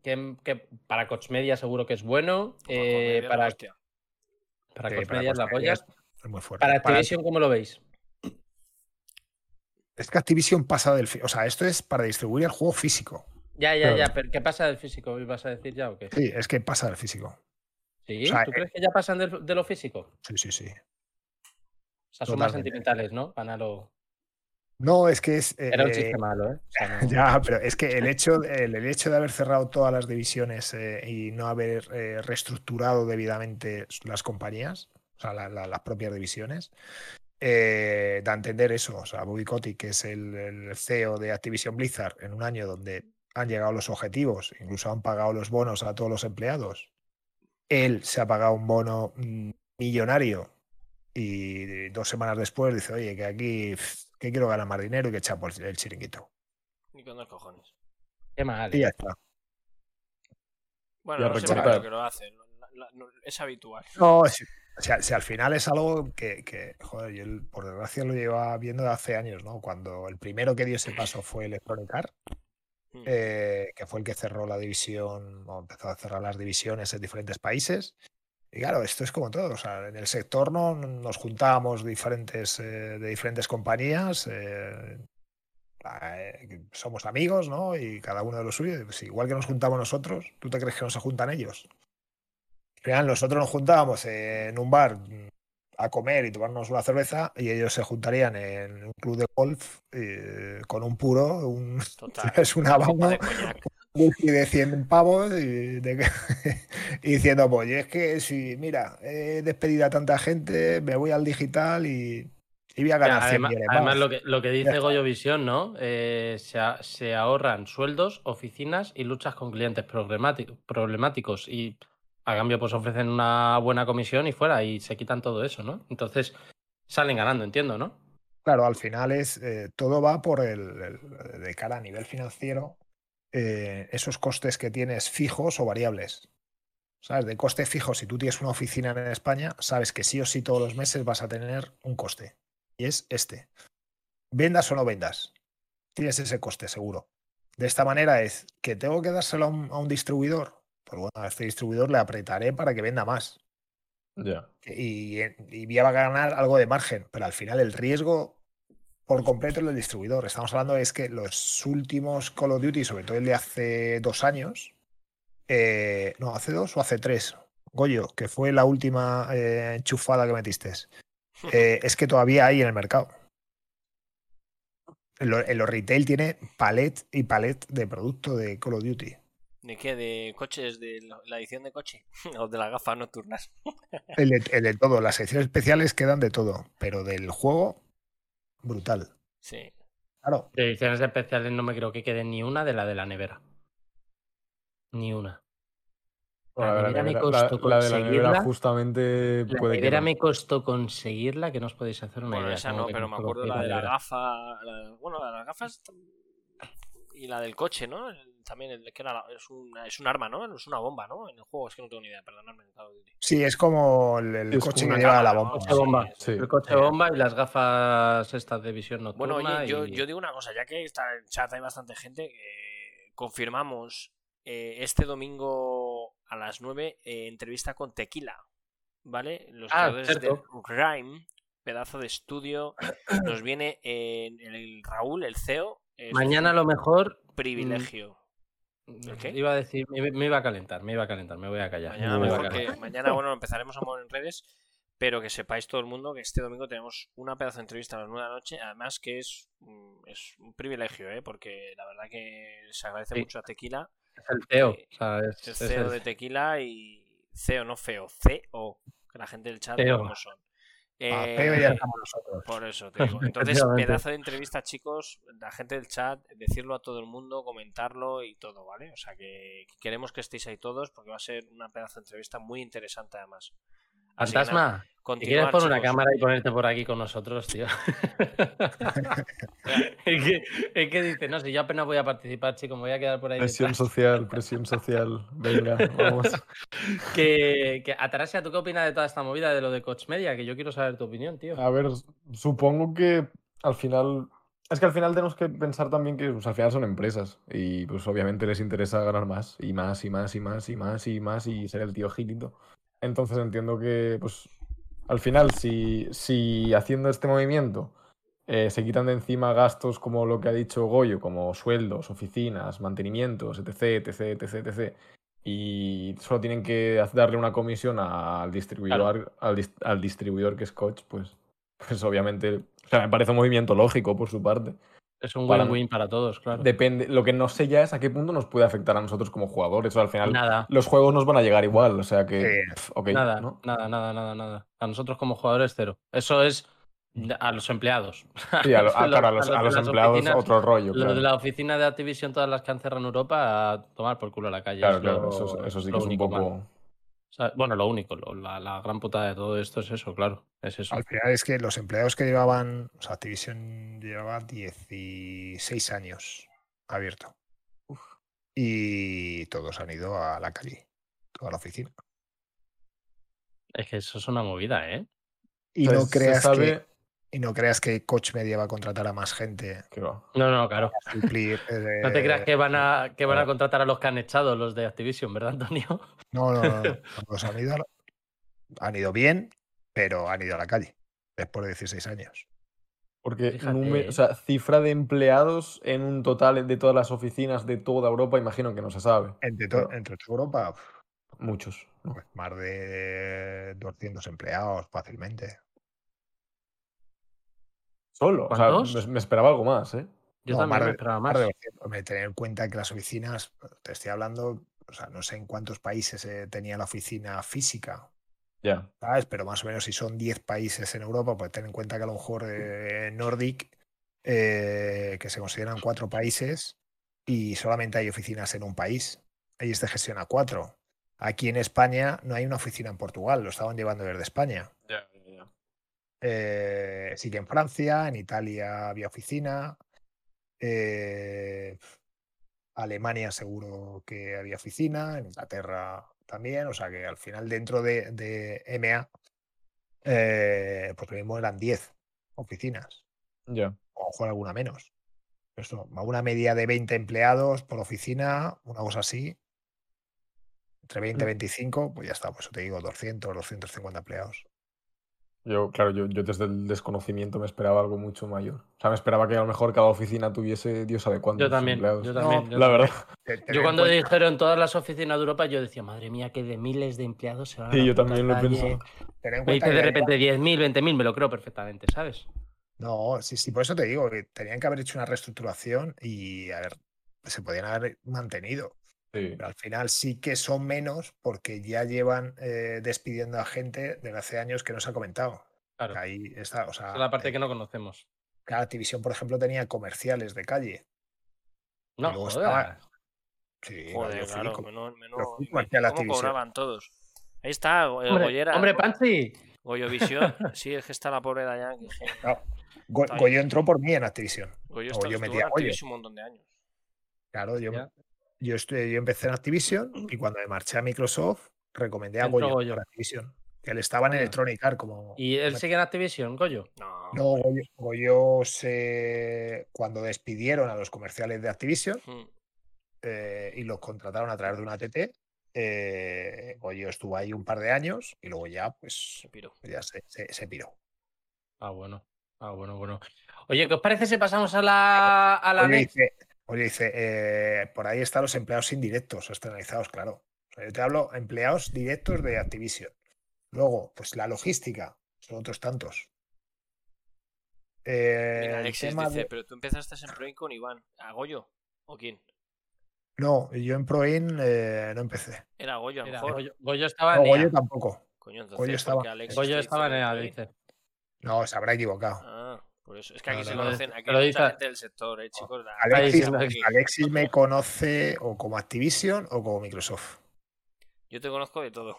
S1: que, que para Coach Media seguro que es bueno?
S2: por
S1: Eh,
S2: comedia, la
S1: para,
S2: hostia.
S1: para
S4: Sí,
S1: Coach
S4: para
S1: Media es la
S4: Coach Media
S1: polla.
S4: es- Es muy fuerte.
S1: Para
S4: Para-
S1: Activision, ¿cómo lo veis?
S4: es que Activision pasa del. fi- O sea, esto es para distribuir el juego físico.
S1: Ya, ya,
S4: Pero-
S1: ya. Pero ¿Qué pasa del físico? ¿Vas a decir ya o qué?
S4: Sí, es que pasa del físico.
S1: ¿Sí?
S4: O sea,
S1: ¿Tú
S4: eh,
S1: crees que ya pasan del- de lo físico? O
S4: Sí, sí, sí.
S1: sea, son más
S4: totalmente.
S1: sentimentales, ¿no? Van a lo...
S4: No, es que es. eh,
S1: Era un
S4: eh,
S1: chiste malo, ¿eh? O sea, no-
S4: Ya, pero es que el hecho, el, el hecho de haber cerrado todas las divisiones eh, y no haber eh, reestructurado debidamente las compañías, o sea, la- la- las propias divisiones, eh, da a entender eso. O sea, Bobby Kotick, que es el, el, CEO de Activision Blizzard, en un año donde han llegado los objetivos, incluso han pagado los bonos a todos los empleados. Él se ha pagado un bono mm, millonario y dos semanas después dice, oye, que aquí que quiero ganar más dinero y que echa por el chiringuito.
S2: Ni con dos cojones.
S1: Qué mal. ¿eh?
S4: Y ya está.
S2: Bueno, no sé por que lo hacen. La- la- no- es habitual.
S4: No, si, o sea, si al final es algo que, que, joder, yo el- por desgracia lo llevaba viendo de hace años, ¿no? Cuando el primero que dio ese paso fue Electronic Arts,
S2: Mm.
S4: eh, que fue el que cerró la división, o empezó a cerrar las divisiones en diferentes países. Y claro, esto es como todo, o sea, en el sector no nos juntábamos diferentes, eh, de diferentes compañías, eh, ah, eh, somos amigos, ¿no? Y cada uno de los suyos, igual que nos juntamos nosotros, ¿tú te crees que nos juntan ellos? Al final, nosotros nos juntábamos en un bar mm, a comer y tomarnos una cerveza y ellos se juntarían en un club de golf eh, con un puro, un,
S2: Total.
S4: es una
S2: Copa
S4: baba
S2: de coñac.
S4: whisky de 100 pavos y, de- y diciendo, pues es que si, mira, he despedido a tanta gente, me voy al digital y, y voy a
S1: Ya,
S4: ganar 100
S1: además,
S4: millones
S1: además
S4: más".
S1: lo, que, lo que
S4: Ya
S1: dice
S4: está.
S1: Goyo Visión, ¿no? Eh, se, a- se ahorran sueldos, oficinas y luchas con clientes problemáti- problemáticos. Y a cambio, pues ofrecen una buena comisión y fuera, y se quitan todo eso, ¿no? Entonces, salen ganando, entiendo, ¿no?
S4: Claro, al final es eh, todo va por el, el- de cara a nivel financiero, eh, esos costes que tienes fijos o variables. ¿Sabes? De coste fijo, si tú tienes una oficina en España, sabes que sí o sí todos los meses vas a tener un coste. Y es este. Vendas o no vendas. Tienes ese coste seguro. De esta manera es que tengo que dárselo a un, a un distribuidor. Pues bueno, a este distribuidor le apretaré para que venda más
S3: Ya.
S4: y, eh, y voy a ganar algo de margen, pero al final el riesgo por completo es del distribuidor. Estamos hablando es que los últimos Call of Duty, sobre todo el de hace dos años, eh, no, hace dos o hace tres, Goyo, que fue la última eh, enchufada que metiste, eh, es que todavía hay en el mercado. En lo- en los retail tiene palet y palet de producto de Call of Duty.
S2: ¿De qué? ¿De coches? ¿De la- la edición de coche? ¿O de las gafas nocturnas?
S4: El de, el de todo, las secciones especiales quedan de todo, pero del juego, brutal.
S2: Sí.
S4: Claro,
S1: De ediciones especiales no me creo que quede ni una de la de la nevera. Ni una. La
S3: Bueno,
S1: nevera me
S3: nevera-
S1: costó
S3: la- la de la nevera
S1: conseguirla.
S3: justamente
S1: La
S3: puede que
S1: nevera
S3: no.
S1: me costó conseguirla, que no os podéis hacer una
S2: Bueno,
S1: idea.
S2: esa
S1: cómo
S2: no, pero me
S1: costó
S2: acuerdo la
S1: conseguir
S2: de la
S1: nevera.
S2: gafa. la de- bueno, la de las gafas tam- y la del coche, ¿no? El- También el que era la- es, una- es un arma, ¿no? Es una bomba, ¿no? En el juego, es que no tengo ni idea, perdonadme. claro, de-
S4: Sí, es como el, el
S3: Sí, es como
S4: coche que
S3: una
S4: lleva
S2: cámara,
S4: la
S2: ¿no?
S4: bomba.
S1: Coche bomba.
S3: Sí.
S1: El coche bomba y las gafas estas de visión nocturna.
S2: Bueno, oye, yo,
S1: y-
S2: yo digo una cosa, ya que está en chat hay bastante gente, eh, confirmamos eh, este domingo a las 9 eh, entrevista con Tequila, ¿vale? Los
S1: Ah,
S2: creadores
S1: cierto.
S2: de Rhyme, pedazo de estudio, nos viene eh, el, el Raúl, el CEO. es
S1: Mañana a
S2: un
S1: lo mejor.
S2: Privilegio. qué?
S1: Iba a decir, me, me iba a calentar, me iba a calentar, me voy a callar.
S2: Mañana,
S1: me voy a
S2: mejor
S1: callar.
S2: que- mañana, bueno, empezaremos a mover en redes, pero que sepáis todo el mundo que este domingo tenemos una pedazo de entrevista a las 9 de la noche, además que es, mm, es un privilegio, ¿eh? porque la verdad que se agradece
S1: Sí.
S2: mucho a Tequila,
S1: Es el CEO. o sea, es,
S2: el
S1: es
S2: CEO
S1: el-
S2: de Tequila y CEO, no feo, CEO, que la gente del chat
S1: CEO.
S2: no son.
S4: Ah,
S2: Eh,
S4: pero ya estamos nosotros.
S2: por eso te digo. Entonces,
S1: Efectivamente.
S2: pedazo de entrevista, chicos, la gente del chat, decirlo a todo el mundo, comentarlo y todo, ¿vale? O sea que queremos que estéis ahí todos porque va a ser una pedazo de entrevista muy interesante además. Así que nada,
S1: Fantasma, si quieres
S2: continuar,
S1: poner una
S2: chicos.
S1: cámara y ponerte por aquí con nosotros, tío. es, que, es que dice, no, si yo apenas voy a participar, chico, me voy a quedar por ahí.
S3: Presión
S1: detrás".
S3: social, presión social. Venga, vamos.
S1: Que, que Ataraxia, ¿tú qué opinas de toda esta movida de lo de Coach Media? Que yo quiero saber tu opinión, tío.
S3: A ver, supongo que al final. Es que al final tenemos que pensar también que pues, al final son empresas y pues obviamente les interesa ganar más y más y más y más y más y más y ser el tío gilito. Entonces entiendo que pues al final si, si haciendo este movimiento eh, se quitan de encima gastos como lo que ha dicho Goyo, como sueldos, oficinas, mantenimientos, etc, etc, etc, etc. Y solo tienen que haz- darle una comisión al distribuidor, al, dis- al distribuidor que es Coach, pues, pues obviamente, o sea, me parece un movimiento lógico por su parte.
S1: Es un
S3: para-
S1: win-win para todos, claro.
S3: Depende, lo que no sé ya es a qué punto nos puede afectar a nosotros como jugadores. O sea, al final
S1: Nada.
S3: los juegos nos van a llegar igual, o sea que,
S4: Sí.
S3: pf, ok,
S1: Nada,
S3: ¿no?
S1: nada, nada, nada, nada. A nosotros como jugadores, cero. Eso es A los empleados.
S3: Sí, a, lo- ah,
S1: Los-
S3: claro, a
S1: a los
S3: los, a
S1: de
S3: los
S1: las
S3: empleados
S1: oficinas,
S3: otro rollo.
S1: Lo
S3: claro.
S1: de la oficina de Activision, todas las que han cerrado en Europa, a tomar por culo a la calle.
S3: Claro,
S1: es
S3: claro,
S1: lo-
S3: eso, eso sí
S1: lo
S3: que es un
S1: único
S3: poco.
S1: malo. O sea, bueno, lo único, lo- la, la gran putada de todo esto es eso, claro. Es eso.
S4: Al final es que los empleados que llevaban, o sea, Activision llevaba 16 años abierto. Y todos han ido a la calle, toda la oficina.
S1: Es que eso es una movida, ¿eh?
S4: Y
S3: Se-
S4: no,
S3: Pues se
S4: creas que,
S3: sabe-
S4: y no creas que Coach Media va a contratar a más gente.
S3: que va.
S1: No, no, claro.
S4: a suplir,
S1: No te creas
S4: eh,
S1: que van a, que van a
S4: claro.
S1: contratar a los que han echado los de Activision, ¿verdad, Antonio?
S4: No, no, no, no. Todos han ido, a la- han ido bien, pero han ido a la calle después de 16 años.
S3: Porque
S1: Fíjate,
S3: nume-
S1: ¿eh?
S3: o sea, cifra de empleados en un total de todas las oficinas de toda Europa, imagino que no se sabe.
S4: Entre, to-
S3: Claro.
S4: entre toda Europa, uf,
S3: Muchos. ¿no?
S4: pues más de 200 empleados fácilmente.
S3: Solo. O sea,
S1: ¿Cuántos?
S3: me, me esperaba algo más, ¿eh?
S1: Yo
S4: No,
S1: también
S4: más
S1: me
S4: de-
S1: esperaba
S4: Más
S1: más.
S4: de 200. Hombre, tener en cuenta que las oficinas, te estoy hablando, o sea, no sé en cuántos países eh, tenía la oficina física,
S3: Ya.
S4: ¿sabes? Pero más o menos si son 10 países en Europa, pues ten en cuenta que a lo mejor eh, Nordic, eh, que se consideran cuatro países y solamente hay oficinas en un país. Ahí se gestiona cuatro. Aquí en España no hay una oficina en Portugal, lo estaban llevando desde España.
S2: Ya,
S4: Eh, sí que en Francia, en Italia había oficina. eh, Alemania seguro que había oficina, en Inglaterra también. O sea que al final dentro de, de MA, eh, pues lo mismo eran 10 oficinas,
S3: Ya.
S4: o a lo mejor alguna menos. Pero Esto, a una media de 20 empleados por oficina, una cosa así. Entre 20 y
S3: Mm.
S4: 25, pues ya está, por eso te digo, 200, 250 empleados.
S3: Yo, claro, yo, yo desde el desconocimiento me esperaba algo mucho mayor. O sea, me esperaba que a lo mejor cada oficina tuviese Dios sabe cuántos
S1: Yo también,
S3: empleados.
S1: yo también. yo
S3: La
S1: también.
S3: verdad.
S4: Te- tener
S1: Yo
S4: en
S1: cuando
S4: cuenta-
S1: dijeron todas las oficinas de Europa, yo decía, madre mía, que de miles de empleados se van a
S3: Sí,
S1: la
S3: yo
S1: puta
S3: también lo he
S1: calle".
S3: pensado.
S4: Tener en
S1: Me
S4: cuenta
S1: dice
S4: Ah,
S1: de
S4: que-
S1: repente 10.000, 20.000, me lo creo perfectamente, ¿sabes?
S4: No, sí, sí, por eso te digo que tenían que haber hecho una reestructuración y a ver, se podían haber mantenido.
S3: Sí.
S4: Pero al final sí que son menos porque ya llevan eh, despidiendo a gente desde hace años que no se ha comentado.
S1: Claro.
S4: Ahí está, o sea,
S1: Esa es la parte
S4: eh,
S1: que no conocemos.
S4: cada Activision, por ejemplo, tenía comerciales de calle.
S1: No,
S4: luego
S1: joder.
S4: Sí,
S2: Joder,
S4: Radio
S2: claro,
S4: Free,
S2: menos, menos.
S4: pero fue
S2: ¿Cómo
S4: comercial la Activision.
S2: cobraban todos? Ahí está, Go- eh,
S1: Hombre,
S2: Goyera.
S1: hombre,
S2: Go-
S1: Panchi.
S2: Goyo Visión. Sí, es que está la pobre Dayan. que es que
S4: Go-
S2: está bien.
S4: Goyo entró por mí en Activision.
S2: Goyo
S4: No,
S2: está
S4: yo
S2: estuvo
S4: metía
S2: en
S4: a Goyo.
S2: Activision un montón de años.
S4: Claro, yo,
S1: Ya.
S4: yo, estoy, yo empecé en Activision y cuando me marché a Microsoft recomendé a
S1: Entró
S4: Goyo,
S1: Goyo.
S4: para Activision, que él estaba en
S1: Anda.
S4: Electronic Arts como...
S1: ¿Y él
S4: como
S1: sigue en Activision, Goyo?
S2: No.
S4: No, Goyo, Goyo se, cuando despidieron a los comerciales de Activision
S2: Mm.
S4: eh, y los contrataron a través de una TT, eh, Goyo estuvo ahí un par de años y luego ya, pues,
S2: Se piró.
S4: ya se, se, se piró.
S1: Ah, bueno. Ah, bueno, bueno. Oye, ¿qué os parece si pasamos a la, a la
S4: Goyo
S1: next?
S4: dice, Goyo dice, eh, por ahí están los empleados indirectos, externalizados, claro. O sea, yo te hablo empleados directos de Activision. Luego, pues la logística, son otros tantos. Eh,
S2: Mira,
S4: el
S2: Alexis
S4: tema
S2: dice,
S4: de-
S2: pero tú empezaste en Proin con Iván. ¿A Goyo? ¿O quién?
S4: No, yo en ProIn eh, no empecé.
S2: Era Goyo, a lo
S1: Mira,
S2: mejor.
S1: Goyo, Goyo estaba
S4: No,
S1: en EA.
S4: Goyo tampoco.
S2: Coño, entonces,
S4: Goyo
S2: ¿por
S4: estaba-
S2: qué Alexis
S1: Goyo
S2: te
S1: estaba en
S2: dice
S1: EA,
S2: Proin?
S1: dice.
S4: No, se habrá equivocado.
S2: Ah, por eso. Es que aquí
S4: No,
S2: se
S4: no, no.
S2: conocen, aquí
S1: Pero
S2: hay
S1: dice-
S2: mucha gente del sector, eh, chicos. La-
S1: Ah, Ahí sí,
S4: Alexis,
S1: no, aquí.
S4: Alexis me conoce o como Activision o como Microsoft.
S2: Yo te conozco de todo.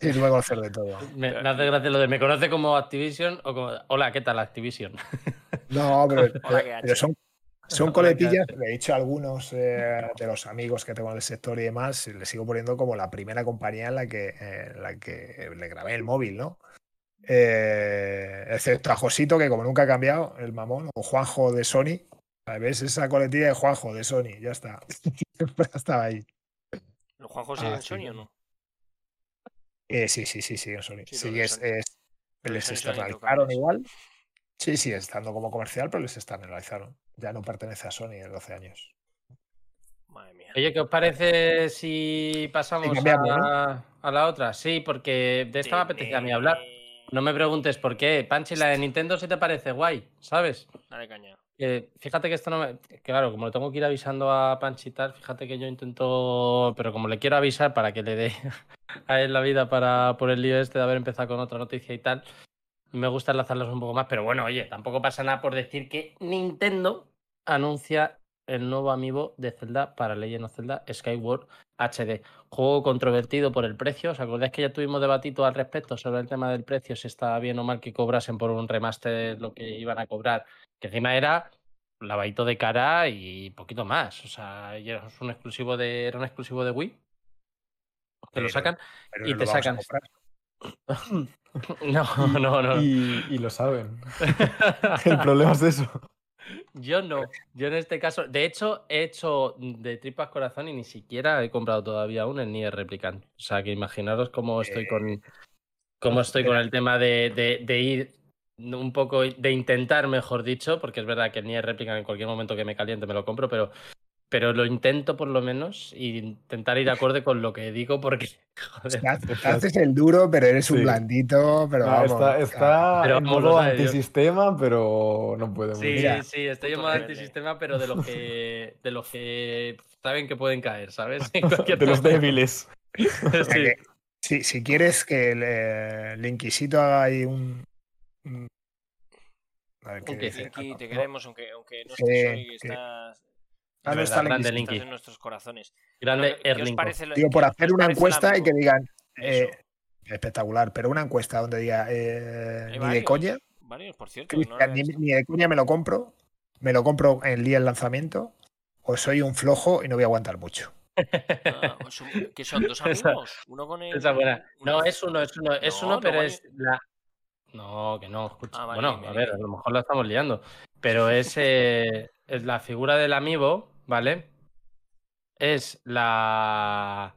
S4: Sí, tú me conoces de todo.
S1: Me, me hace gracia lo de me conoce como Activision o como. Hola, ¿qué tal Activision?
S4: No, pero,
S2: Hola, ¿qué
S4: pero
S2: haces?
S4: son,
S1: Hola,
S4: son
S1: ¿qué
S4: coletillas. De hecho, a algunos eh, de los amigos que tengo en el sector y demás, les sigo poniendo como la primera compañía en la que, eh, en la que le grabé el móvil, ¿no? Eh, excepto a Josito, que como nunca ha cambiado, el mamón, o Juanjo de Sony. ¿Ves? Esa coletilla de Juanjo de Sony, ya está. Siempre estaba ahí.
S2: ¿Los Juan José
S4: Ah,
S2: en
S4: sí,
S2: Sony o
S4: bueno.
S2: no?
S4: Eh, sí, sí, sí, sí, en Sony.
S2: Sí,
S4: Sí,
S2: lo de
S4: es,
S2: Sony.
S4: es-
S2: Lo de
S4: les
S2: Sony lo
S4: externalizaron
S2: intocables.
S4: igual. Sí, sí, estando como comercial, pero les externalizaron. Ya no pertenece a Sony desde 12 años.
S2: Madre mía.
S1: Oye, ¿qué os parece si pasamos
S4: Sí,
S1: a,
S4: cambiamos,
S1: a la otra? Sí, porque de esta me apetece a mí hablar. No me preguntes por qué. Panchi, la de Nintendo sí te parece guay, ¿sabes?
S2: Dale caña.
S1: Eh, fíjate que esto no me. que Claro, como lo tengo que ir avisando a Panchitar, fíjate que yo intento. Pero como le quiero avisar para que le dé a él la vida para por el lío este de haber empezado con otra noticia y tal. Me gusta enlazarlas un poco más, pero bueno, oye, tampoco pasa nada por decir que Nintendo anuncia el nuevo amiibo de Zelda para Legend of Zelda Skyward HD. Juego controvertido por el precio. ¿Os acordáis que ya tuvimos debatito al respecto sobre el tema del precio, si estaba bien o mal que cobrasen por un remaster lo que iban a cobrar? Que encima era lavadito de cara y poquito más. O sea, y era un exclusivo de, era un exclusivo de Wii. Te
S4: Pero-
S1: lo sacan.
S4: pero
S1: Y
S4: no
S1: te
S4: lo vamos a
S1: sacan-
S4: comprar.
S1: No, no, no.
S3: Y, y lo saben. El problema es eso.
S1: Yo no, yo en este caso, de hecho, he hecho de tripas corazón y ni siquiera he comprado todavía aún el Nier Replicant. O sea, que imaginaros cómo estoy con,
S3: Eh,
S1: cómo estoy con el tema de, de- de ir un poco, de intentar, mejor dicho, porque es verdad que el Nier Replicant en cualquier momento que me caliente me lo compro, pero, pero lo intento por lo menos y intentar ir acorde con lo que digo, porque, joder,
S4: Te ha- te haces el duro, pero eres un
S3: Sí.
S4: blandito, pero
S3: Ah,
S4: vamos,
S3: está está
S1: Pero
S3: en
S1: vamos,
S3: modo
S1: lo sabe Dios.
S3: antisistema, pero no puede.
S1: Sí,
S4: Mira,
S1: sí, estoy en
S2: puto
S1: modo
S2: rebelde.
S1: antisistema, pero de los que de los que saben que pueden caer, ¿sabes?
S3: De los débiles.
S4: O sea que, si, si quieres que el, eh, el Inquisito haga ahí un. un- A ver, ¿qué
S1: Un
S4: dice?
S2: Linky, te
S4: No,
S2: queremos, aunque, aunque no
S4: Sí,
S2: estés hoy,
S4: sí.
S2: estás,
S4: Ah, no
S1: Es
S4: está
S1: verdad, grande
S4: el
S1: Linky.
S2: estás en nuestros corazones.
S1: Grande
S2: Pero, ¿qué os
S1: Erling.
S2: parece lo-
S4: Digo, por
S2: qué os
S4: hacer una
S2: parece el
S4: encuesta y
S2: amigo?
S4: que digan.
S2: Eso.
S4: eh, espectacular, pero una encuesta donde diga. eh,
S2: Hay
S4: ni de
S2: varios,
S4: coña,
S2: Varios, por cierto. que no
S4: Cristian,
S2: lo
S4: ni,
S2: he visto.
S4: ni de coña me lo compro. Me lo compro el día del lanzamiento. O soy un flojo y no voy a aguantar mucho.
S2: Ah, es un- ¿Qué son? ¿Dos
S1: Esa-
S2: amigos? Uno con el.
S1: Esa buena. No,
S2: uno-
S1: es uno, es uno, es
S2: No,
S1: uno,
S2: no
S1: pero
S2: vale.
S1: es la. No, que no, escucha.
S2: Ah, vale,
S1: bueno,
S2: dime,
S1: a ver, a
S2: dime.
S1: lo mejor la estamos liando. Pero es, eh, es la figura del amiibo, ¿vale? Es la.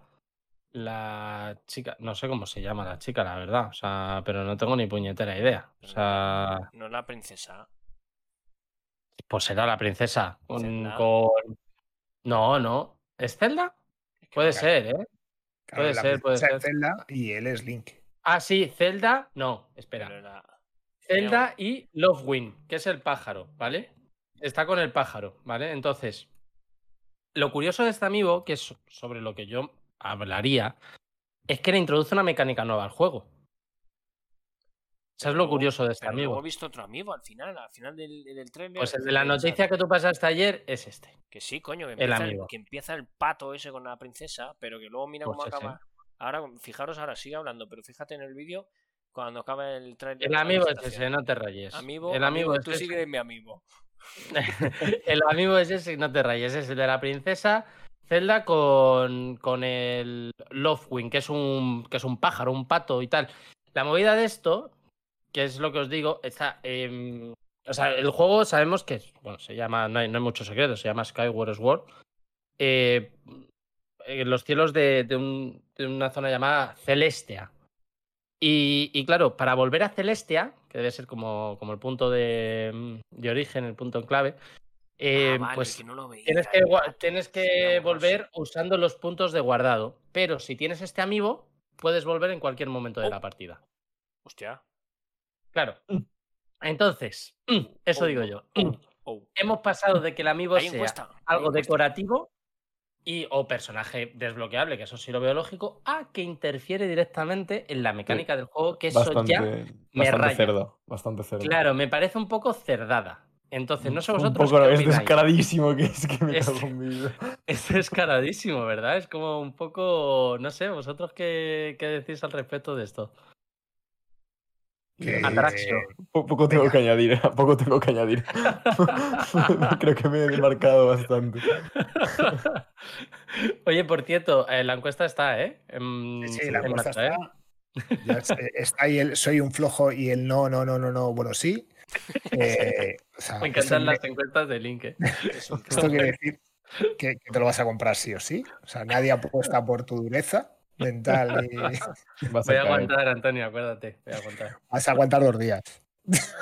S1: La chica, no sé cómo se llama la chica, la verdad. O sea, pero no tengo ni puñetera idea. O sea,
S2: No es la princesa.
S1: pues será la princesa. con-
S2: Zelda.
S1: con... No, no. ¿Es Zelda? Puede ser, ¿eh?
S4: Claro,
S1: Puede
S4: la
S1: ser, puede
S4: princesa
S1: ser.
S4: es Zelda y él es Link.
S1: Ah, sí, Zelda. No, espera.
S2: pero la-
S1: Zelda y Lovewind, que es el pájaro, ¿vale? Está con el pájaro, ¿vale? Entonces, lo curioso de este amiibo, que es sobre lo que yo hablaría, es que le introduce una mecánica nueva al juego. Eso es lo
S2: Luego-
S1: curioso de este
S2: Oh, Pero luego
S1: amigo.
S2: he visto otro amigo al final, al final del, del trailer.
S1: Pues el de la
S2: empieza-
S1: noticia que tú pasaste ayer es este.
S2: Que sí, coño, que empieza, el,
S1: amigo.
S2: que empieza el pato ese con la princesa, pero que luego mira
S1: Pues
S2: cómo
S1: ese.
S2: acaba. Ahora, fijaros, ahora sigue hablando, pero fíjate en el vídeo cuando acaba el trailer.
S1: El amigo es ese, no te rayes.
S2: Amigo,
S1: el amigo, es
S2: tú
S1: ese.
S2: sigues mi amigo.
S1: el amigo es ese, no te rayes, es el de la princesa Zelda con, con el Lovewind, que es, un, que es un pájaro, un pato y tal. La movida de esto, que es lo que os digo, está... em, o sea, el juego sabemos que, es- bueno, se llama, no hay, no hay mucho secreto, se llama Skyward Sword. Eh, en los cielos de, de un- de una zona llamada Celestia. Y, y claro, para volver a Celestia, que debe ser como, como el punto de, de origen, el punto en clave, eh,
S2: Ah, vale,
S1: pues
S2: que no lo veía,
S1: Tienes que,
S2: el
S1: gua-
S2: pato,
S1: tienes que
S2: sería amoroso.
S1: volver usando los puntos de guardado. Pero si tienes este amiibo, puedes volver en cualquier momento de
S2: Oh.
S1: la partida.
S2: Hostia.
S1: Claro. Entonces, mm, eso
S2: Oh,
S1: digo
S2: oh,
S1: yo.
S2: oh, oh.
S1: Hemos pasado de que el amiibo
S2: Hay
S1: sea
S2: encuesta, hay
S1: algo
S2: encuesta.
S1: decorativo y o personaje desbloqueable, que eso sí lo veo lógico, a que interfiere directamente en la mecánica del juego, que eso
S3: Bastante,
S1: ya, me
S3: bastante
S1: raya.
S3: cerdo. Bastante cerdo.
S1: claro, me parece un poco cerdada. Entonces, no sé
S3: Un
S1: vosotros
S3: poco,
S1: qué
S3: es
S1: opináis.
S3: descaradísimo que es que me
S1: Es-
S3: cago en mi vida.
S1: Es descaradísimo, ¿verdad? Es como un poco, no sé, vosotros qué, qué decís al respecto de esto.
S4: Que- eh,
S1: Atraxio.
S3: Po- poco tengo
S4: Venga.
S3: que añadir, poco tengo que añadir. Creo que me he demarcado bastante.
S1: Oye, por cierto, eh, la encuesta está, ¿eh? En-
S4: Sí, sí, la
S1: en
S4: encuesta
S1: marcha, ¿eh?
S4: está. Ya sé, está ahí el soy un flojo y el no, no, no, no, no, bueno, sí. Eh, o sea,
S1: Me
S4: esto,
S1: encantan las encuestas de Link. ¿eh?
S2: Es un
S4: esto quiere decir que, que te lo vas a comprar sí o sí. O sea, nadie apuesta por tu dureza mental y
S3: Vas a
S1: Voy a
S3: caer.
S1: aguantar, Antonio, acuérdate. Voy a aguantar.
S4: vas a aguantar dos días.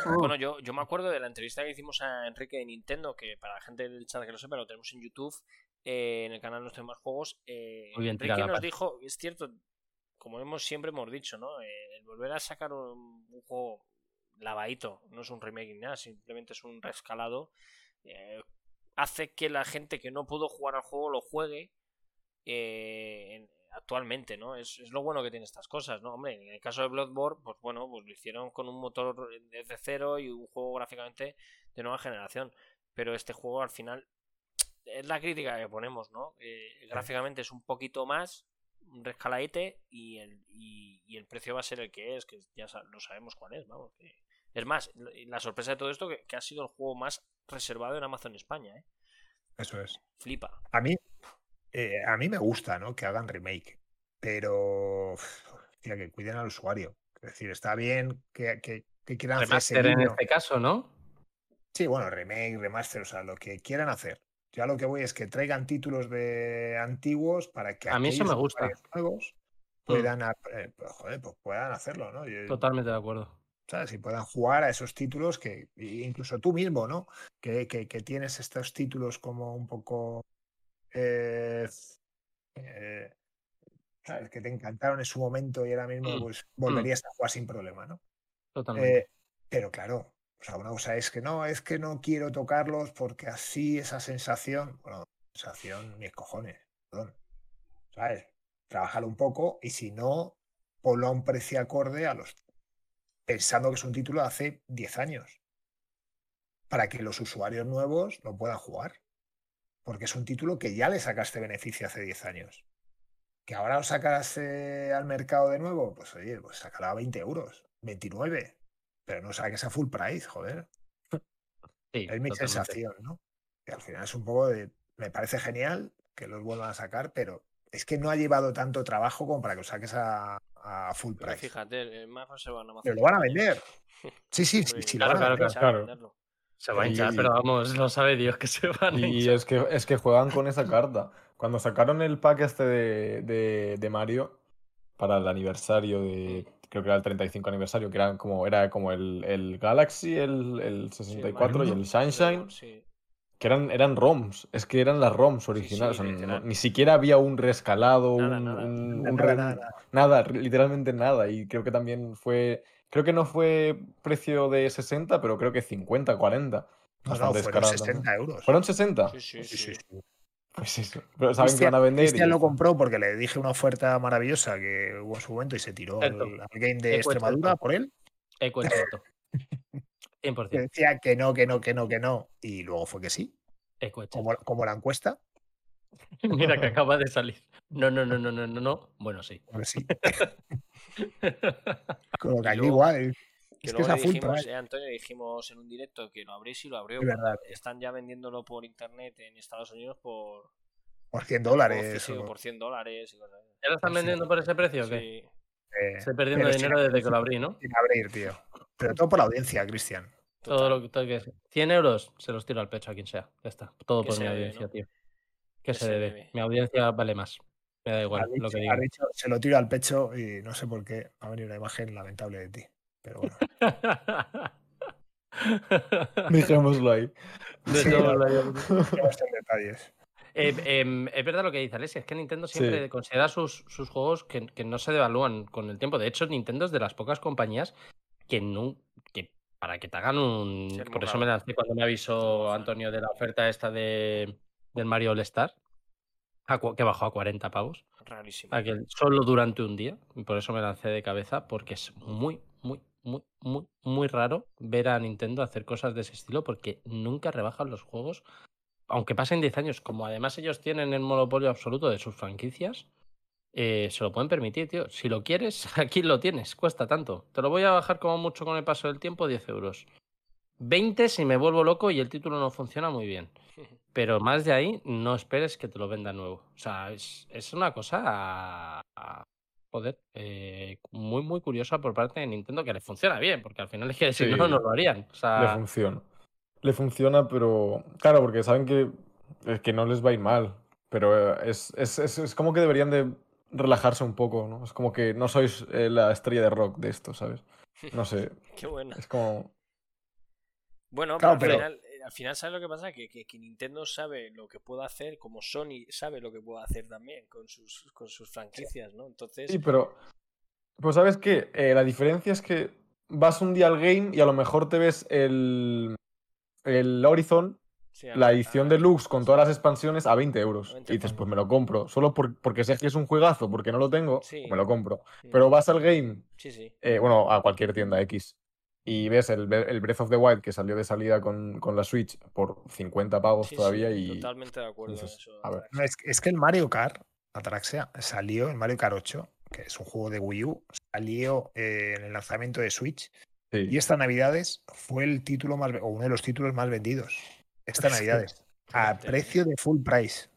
S2: Bueno, yo, yo me acuerdo de la entrevista que hicimos a Enrique de Nintendo, que para la gente del chat que lo sepa, lo tenemos en YouTube, eh, en el canal Nuestros Más Juegos. eh,
S1: Muy bien
S2: Enrique
S1: tirada,
S2: nos
S1: Pachi.
S2: dijo, es cierto, como hemos siempre hemos dicho, ¿no? Eh, el volver a sacar un, un juego lavadito, no es un remake ni nada, simplemente es un reescalado, eh, hace que la gente que no pudo jugar al juego lo juegue eh, en- actualmente, ¿no? Es, es lo bueno que tienen estas cosas, ¿no? Hombre, en el caso de Bloodborne, pues bueno, pues lo hicieron con un motor desde cero y un juego gráficamente de nueva generación. Pero este juego al final es la crítica que ponemos, ¿no? Eh, gráficamente es un poquito más, un rescalaete y el, y, y el precio va a ser el que es, que ya sa- lo sabemos cuál es, vamos. que- Es más, lo- y la sorpresa de todo esto que, que ha sido el juego más reservado en Amazon España, ¿eh?
S4: Eso es.
S2: Flipa.
S4: A mí, eh, a mí me gusta, ¿no? Que hagan remake, pero uf, hostia, que cuiden al usuario. Es decir, está bien que, que- que quieran hacer ese
S1: Remaster en
S4: guiño.
S1: este caso, ¿no?
S4: Sí, bueno, remake, remaster, o sea, lo que quieran hacer. Yo a lo que voy es que traigan títulos de antiguos para que
S1: A mí eso me
S4: aquellos
S1: gusta. Mm.
S4: usuarios nuevos puedan, ap- eh, pues, joder, pues puedan hacerlo, ¿no? Yo-
S1: Totalmente de acuerdo.
S4: ¿sabes? Y puedan jugar a esos títulos que e incluso tú mismo, ¿no? Que, que- que tienes estos títulos como un poco... eh, eh, ¿sabes? Que te encantaron en su momento y ahora mismo
S1: Mm,
S4: pues, volverías a jugar sin problema, ¿no?
S1: Totalmente.
S4: Eh, pero claro, o sea, una cosa es que no, es que no quiero tocarlos porque así esa sensación, bueno, sensación, mis cojones, perdón. ¿Sabes? Trabajar un poco y si no, ponlo a un precio acorde a los. pensando que es un título de hace 10 años. Para que los usuarios nuevos lo puedan jugar. Porque es un título que ya le sacaste beneficio hace 10 años. Que ahora lo sacas eh, al mercado de nuevo, pues oye, pues sacará 20 euros, 29, pero no saques a full price, joder.
S1: sí,
S4: Es mi
S1: totalmente.
S4: sensación, ¿no? Que al final es un poco de. Me parece genial que los vuelvan a sacar, pero es que no ha llevado tanto trabajo como para que lo saques a, a full
S2: Pero
S4: price.
S2: fíjate, el más reservado en Amazon.
S4: Pero lo van a
S2: España.
S4: vender. Sí, sí, sí,
S2: Hombre,
S4: sí, lo
S1: claro,
S4: van a
S1: claro,
S4: vender.
S2: hinchar,
S3: claro.
S2: venderlo.
S1: Se va a
S4: Sí,
S1: hinchar,
S4: sí.
S1: pero vamos, lo sabe Dios que se van a
S3: Y
S1: hinchar.
S3: es que, es que juegan con esa carta. Cuando sacaron el pack este de, de- de Mario para el aniversario de. Creo que era el 35 aniversario, que eran como, era como el, el Galaxy, el, el
S2: Sí,
S3: 64 y
S2: Mario.
S3: el Sunshine,
S2: Sí.
S3: que eran, eran ROMs. Es que eran las ROMs originales.
S2: sí,
S3: o sea, no-
S2: literal.
S3: ni siquiera había un rescalado,
S2: Nada,
S3: un,
S2: nada.
S3: un-
S4: Nada,
S3: un
S4: nada,
S3: re-
S4: nada.
S3: nada, literalmente nada. Y creo que también fue. Creo que no fue precio de 60, pero creo que 50, 40.
S4: No, no,
S3: Bastante
S4: fueron
S3: descarado también.
S4: 60 euros.
S3: ¿Fueron 60?
S2: Sí, sí,
S4: Sí, sí, sí.
S3: Pues eso. Pero saben que
S4: Cristian-
S3: van a vender. y
S4: Cristian este lo
S3: ya está.
S4: compró porque le dije una oferta maravillosa que hubo en su momento y se tiró al,
S1: Cierto.
S4: al game de
S1: Qué cuesta
S4: Extremadura
S1: esto.
S4: por él.
S1: Eco en corto.
S4: que
S1: 100%.
S4: decía que no, que no, que no, que no. Y luego fue que sí,
S1: Eco en
S4: como, como la encuesta.
S1: corto. Mira que acaba de salir. No, no, no, no, no, no, no. Bueno, sí.
S4: fue que sí. Con lo que
S2: Y
S4: allí
S2: luego-
S4: igual.
S2: Que
S4: Es que
S2: luego
S4: es a
S2: le
S4: full
S2: dijimos,
S4: price.
S2: eh, Antonio, le dijimos en un directo que lo abrís y lo abrió.
S4: Es verdad.
S2: Están ya vendiéndolo por internet en Estados Unidos por,
S4: Por 100
S2: por
S4: dólares.
S2: físico,
S4: o-
S2: por 100 dólares. y cosas así.
S1: ¿Ya lo están
S4: Sí.
S1: vendiendo por ese precio o qué?
S2: Sí.
S4: eh,
S1: Estoy perdiendo
S4: pero sí,
S1: dinero desde que lo abrí, ¿no?
S4: sin abrir, tío. Pero todo por la audiencia, Cristian.
S1: Todo lo que todo que 100 euros se los tiro al pecho a quien sea. Ya está. Todo
S2: Que
S1: por
S2: se
S1: mi
S2: debe,
S1: audiencia,
S2: ¿no?
S1: tío. Que se, debe? Mi audiencia vale más. Me da igual
S4: Ha dicho-
S1: lo que
S4: ha
S1: diga.
S4: dicho, se lo tiro al pecho y no sé por qué ha venido una imagen lamentable de ti. Pero bueno.
S3: Dejémoslo ahí.
S1: Dejémoslo ahí.
S4: no vamos en detalles.
S1: Eh, em, es verdad lo que dice Alessia, es que Nintendo
S3: Sí.
S1: siempre considera sus, sus juegos que, que no se devalúan con el tiempo. De hecho, Nintendo es de las pocas compañías que no, que para que te hagan un.
S2: Sí, es muy
S1: Por eso
S2: raro.
S1: me lancé cuando me avisó Antonio de la oferta esta de, del Mario All Star, a cua- que bajó a 40 pavos.
S2: Rarísimo.
S1: Aquel, solo durante un día. y Por eso me lancé de cabeza, porque es muy, muy, muy, muy, muy raro ver a Nintendo hacer cosas de ese estilo, porque nunca rebajan los juegos. Aunque pasen 10 años, como además ellos tienen el monopolio absoluto de sus franquicias, eh, se lo pueden permitir, tío. Si lo quieres, aquí lo tienes, cuesta tanto. Te lo voy a bajar como mucho con el paso del tiempo, 10 euros. 20 si me vuelvo loco y el título no funciona muy bien. Pero más de ahí, no esperes que te lo venda nuevo. O sea, es, es una cosa, a- a- joder, eh, muy, muy curiosa por parte de Nintendo que le funciona bien, porque al final es que si
S3: Sí.
S1: no, no lo harían. O
S3: Le
S4: Ah.
S1: sea,
S3: funciona. Le funciona, pero. Claro, porque saben que, eh, que no les va a ir mal. Pero eh, es, es- es- es como que deberían de relajarse un poco, ¿no? Es como que no sois eh, la estrella de rock de esto, ¿sabes? No sé.
S2: Qué bueno.
S3: Es como.
S2: Bueno,
S4: Claro,
S2: pero, al,
S4: pero-
S2: final, eh, al final, ¿sabes lo que pasa? Que, que, que Nintendo sabe lo que puede hacer, como Sony sabe lo que puede hacer también con sus, con sus franquicias, ¿no? Entonces,
S3: Sí, pero. Pues sabes qué? Eh, la diferencia es que vas un día al game y a lo mejor te ves el. El Horizon
S2: Sí, a-
S3: la edición
S2: a-
S3: deluxe con todas las expansiones a 20 euros.
S2: 20
S3: y dices,
S2: pavos.
S3: pues me lo compro. Solo por- porque sé que es un juegazo, porque no lo tengo,
S2: Sí.
S3: pues me lo compro.
S2: Sí.
S3: Pero vas al game,
S2: Sí, sí.
S3: eh, bueno, a cualquier tienda X, y ves el, Bre- el Breath of the Wild que salió de salida con, con la Switch por 50 pavos
S2: Sí,
S3: todavía
S2: sí,
S3: y...
S2: Totalmente de acuerdo en
S3: dices,
S2: eso.
S3: a ver.
S2: Drax.
S4: No, es, es que el Mario Kart, Atraxia, salió, el Mario Kart 8, que es un juego de Wii U, salió eh, en el lanzamiento de Switch
S3: sí.
S4: y estas navidades fue el título más, ve- o uno de los títulos más vendidos. Estas
S3: Es que-
S4: navidades, a
S2: fíjate.
S4: precio de full price.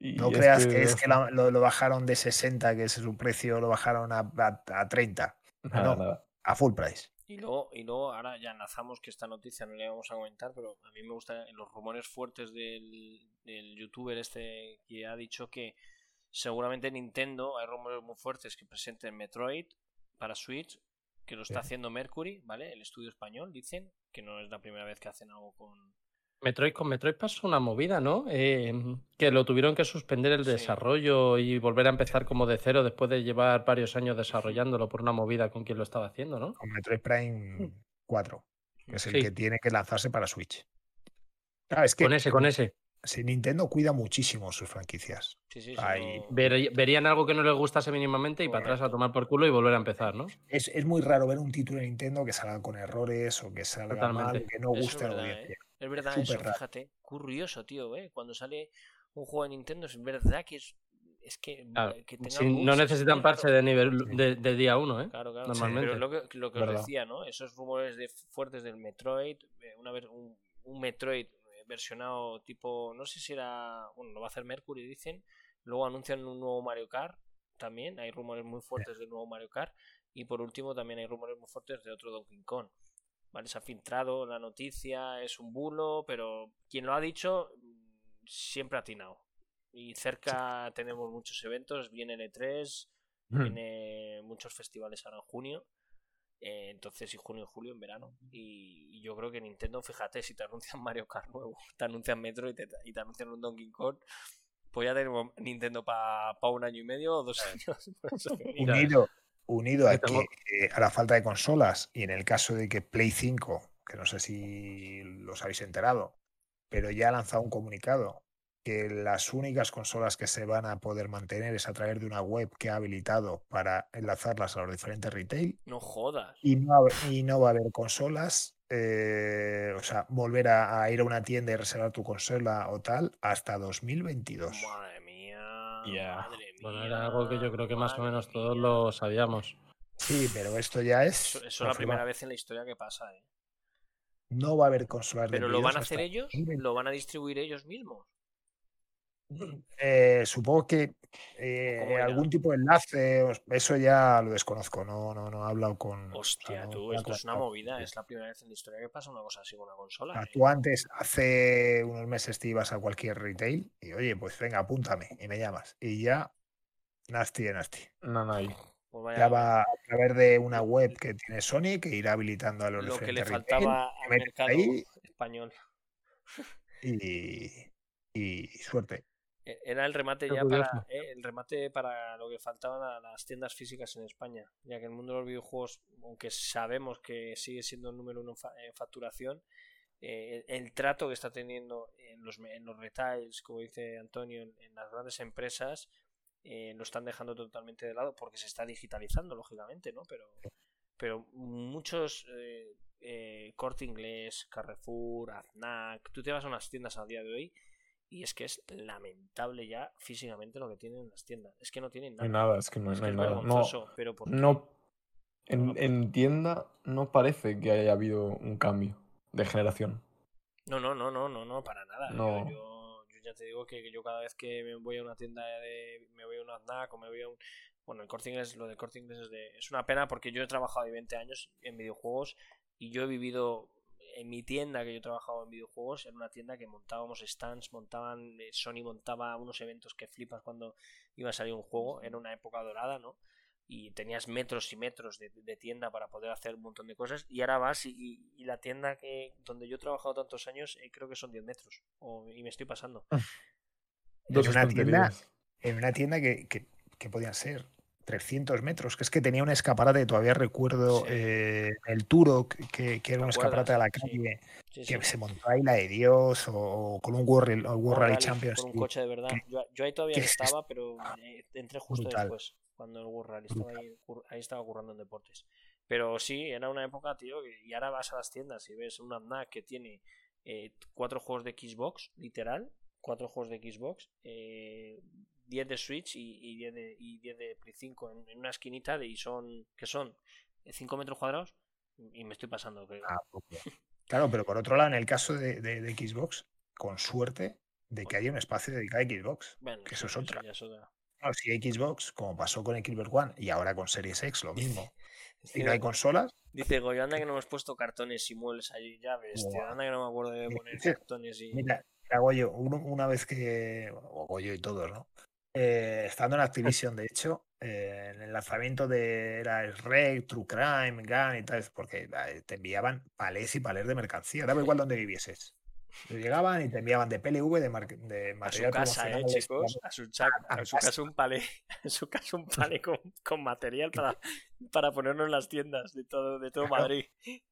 S3: Y
S4: No
S3: es
S4: creas que es que la- lo, lo bajaron de 60, que es su precio, lo bajaron a, a- a 30,
S3: Nada,
S4: no.
S3: nada.
S4: a full price.
S2: Y luego, y luego, ahora ya enlazamos que esta noticia no la vamos a comentar, pero a mí me gustan los rumores fuertes del, del youtuber este que ha dicho que seguramente Nintendo, hay rumores muy fuertes que presenten Metroid para Switch, que lo está
S4: Sí.
S2: haciendo Mercury, ¿vale? El estudio español, dicen, que no es la primera vez que hacen algo con...
S1: Metroid con Metroid pasó una movida, ¿no? Eh, que lo tuvieron que suspender el
S2: Sí.
S1: desarrollo y volver a empezar como de cero después de llevar varios años desarrollándolo por una movida con quien lo estaba haciendo, ¿no?
S4: Con Metroid Prime 4, que es el
S1: Sí.
S4: que tiene que lanzarse para Switch. Claro, es que
S1: Con ese, con ese.
S4: si Nintendo cuida muchísimo sus franquicias.
S2: Sí, sí, sí,
S4: Ay,
S2: no-
S1: Ver- verían algo que no les gustase mínimamente y para atrás a
S2: Correcto.
S1: tomar por culo y volver a empezar, ¿no?
S4: Es, es muy raro ver un título de Nintendo que salga con errores o que salga mal,
S1: Totalmente.
S4: o que no
S2: Eso es
S4: guste a la
S2: verdad,
S4: audiencia.
S2: Es verdad
S4: Súper
S2: eso,
S4: raro.
S2: fíjate. Curioso, tío, ¿eh? Cuando sale un juego de Nintendo, es verdad que es, es que,
S1: Claro,
S2: que tenga
S1: Si
S2: bugs,
S1: no
S2: es
S1: necesitan
S2: muy raro.
S1: parche de nivel
S4: Sí.
S1: de, de día uno, ¿eh?
S2: Claro, claro.
S1: Normalmente.
S2: Pero es lo que, lo que os
S3: Verdad.
S2: decía, ¿no? Esos rumores de fuertes del Metroid, eh, una ver- un, un Metroid eh, versionado tipo, no sé si era, bueno, lo va a hacer Mercury, dicen. Luego anuncian un nuevo Mario Kart, también hay rumores muy fuertes del nuevo Mario Kart. Y por último también hay rumores muy fuertes de otro Donkey Kong. Vale, se ha filtrado la noticia, es un bulo, pero quien lo ha dicho mm, siempre ha atinado. Y cerca tenemos muchos eventos, viene el E3,
S1: Hmm.
S2: tiene muchos festivales ahora en junio. eh, entonces, y junio, julio, en verano. Y, y yo creo que Nintendo, fíjate, si te anuncian Mario Kart nuevo, te anuncian Metro y te, y te anuncian un Donkey Kong, pues ya tenemos Nintendo para un año y medio o dos
S1: Eh.
S2: años. pues,
S1: Mira,
S4: Unido, unido a,
S1: yo tengo-
S4: que, eh, a la falta de consolas y en el caso de que Play 5, que no sé si los habéis enterado, pero ya ha lanzado un comunicado que las únicas consolas que se van a poder mantener es a través de una web que ha habilitado para enlazarlas a los diferentes retail
S2: no jodas.
S4: y no, hab- y no va a haber consolas. eh, o sea, volver a, a ir a una tienda y reservar tu consola o tal hasta 2022.
S2: Madre mía.
S3: Ya.
S2: madre
S1: Bueno,
S2: mía,
S1: era algo que yo creo que más o
S2: madre
S1: menos todos
S2: mía.
S1: lo sabíamos.
S4: Sí, pero esto ya es.
S2: Eso, eso es
S4: confirmado.
S2: la primera vez en la historia que pasa, ¿eh?
S4: No va a haber consolas de
S2: Pero lo van a
S4: Play dos
S2: hacer
S4: hasta-
S2: ellos, lo van a distribuir ellos mismos.
S4: Eh, supongo que eh,
S2: ¿Cómo era?
S4: algún tipo de enlace, os- eso ya lo desconozco, no, no, no he hablado con. o sea,
S2: Hostia,
S4: no-
S2: tú,
S4: no he
S2: esto es una
S4: contactado.
S2: movida. Es la primera vez en la historia que pasa una cosa así con una
S4: O
S2: consola.
S4: sea,
S2: ¿eh?
S4: Tú antes, hace unos meses te ibas a cualquier retail y oye, pues venga, apúntame y me llamas. Y ya, nasty de nasty.
S3: No, no, y-
S2: Pues vaya,
S4: Ya va a través de una web que tiene Sony que irá habilitando a los
S2: lo que le
S4: diferentes retail,
S2: faltaba
S4: te
S2: al
S4: metes
S2: mercado
S4: ahí
S2: español.
S4: y, y suerte.
S2: E- Era el remate
S1: Qué
S2: ya para
S1: curioso.
S2: eh, el remate para lo que faltaban a las tiendas físicas en España, ya que el mundo de los videojuegos, aunque sabemos que sigue siendo el número uno en, fa- en facturación, eh, el, el trato que está teniendo en los, me- en los retails, como dice Antonio, en, en las grandes empresas, eh, lo están dejando totalmente de lado porque se está digitalizando, lógicamente, ¿no? Pero, pero muchos eh, eh, Corte Inglés, Carrefour, Aznac, tú te vas a unas tiendas a día de hoy y es que es lamentable ya físicamente lo que tienen las tiendas. Es que no tienen
S3: no hay
S2: nada.
S3: nada, es que no,
S2: Es
S3: no
S2: que
S3: hay
S2: es
S3: nada. No,
S2: vergonzoso, pero ¿por qué?
S3: no,
S2: No
S3: en,
S2: lo
S3: en tienda no parece que haya habido un cambio de generación.
S2: No, no, no, no, no, no, para nada. Yo-
S3: No.
S2: Yo, yo ya te digo que yo cada vez que me voy a una tienda de. me voy a una Fnac o me voy a un. Bueno, el corte inglés, lo del corte inglés es de. Es una pena porque yo he trabajado ahí 20 años en videojuegos y yo he vivido en mi tienda que yo he trabajado en videojuegos, en una tienda que montábamos stands, montaban. eh, Sony montaba unos eventos que flipas cuando iba a salir un juego, en una época dorada, ¿no? y tenías metros y metros de, de tienda para poder hacer un montón de cosas y ahora vas y, y- y la tienda que donde yo he trabajado tantos años eh, creo que son 10 metros o- y me estoy pasando
S3: Dos
S4: una tienda-
S3: estanterías.
S4: En una tienda que, que, que podían ser 300 metros, que es que tenía un escaparate, todavía recuerdo
S2: Sí.
S4: eh, el Turo, que, que era un
S2: acuerdas?
S4: escaparate a la
S2: Sí.
S4: calle,
S2: Sí, sí.
S4: que se montó ahí la de Dios o con un World, Rally- World Rally Champions.
S2: Con un
S4: League.
S2: coche de verdad.
S4: que-
S2: Yo, yo ahí todavía
S4: que
S2: no
S4: es-
S2: estaba, pero eh, entré justo
S4: brutal.
S2: después, cuando el World Rally estaba ahí, cur- ahí estaba currando en deportes. Pero sí, era una época, tío, que- y ahora vas a las tiendas y ves un AMNAC que tiene eh, cuatro juegos de Xbox, literal, cuatro juegos de Xbox, eh, 10 de Switch y, y 10 de, y 10 de Play 5 en, en una esquinita de, y son, que son 5 metros cuadrados y me estoy pasando, creo.
S4: Ah, ok. Claro, pero por otro lado, en el caso de, de- de Xbox, con suerte de que haya un espacio dedicado a Xbox.
S2: Bueno,
S4: que eso es otra.
S2: ya es otra.
S4: No, si hay Xbox, como pasó con Xbox One y ahora con Series X, lo mismo. Si
S2: Sí,
S4: no hay
S2: no.
S4: consolas,
S2: Dice Goyo, anda que no hemos puesto cartones y muebles allí, ya ves, tío,
S4: Buah.
S2: anda que no me acuerdo de poner
S4: Sí.
S2: cartones y...
S4: Mira, mira, Goyo, uno- una vez que. O Goyo y todos, ¿no? Eh, estando en Activision, de hecho, eh, en el lanzamiento de era el Reg, True Crime, Gun y tal, porque eh, te enviaban palés y palés de mercancía, daba igual donde vivieses. Te llegaban y te enviaban de PLV, de, mar- de
S2: A su
S4: material
S2: casa, eh,
S4: promocional, de-
S2: chicos, a su, chac-
S4: a
S2: a su
S4: casa.
S2: casa un palé, a su casa un palé con, con material para, para ponernos en las tiendas de todo, de todo
S4: Claro.
S2: Madrid.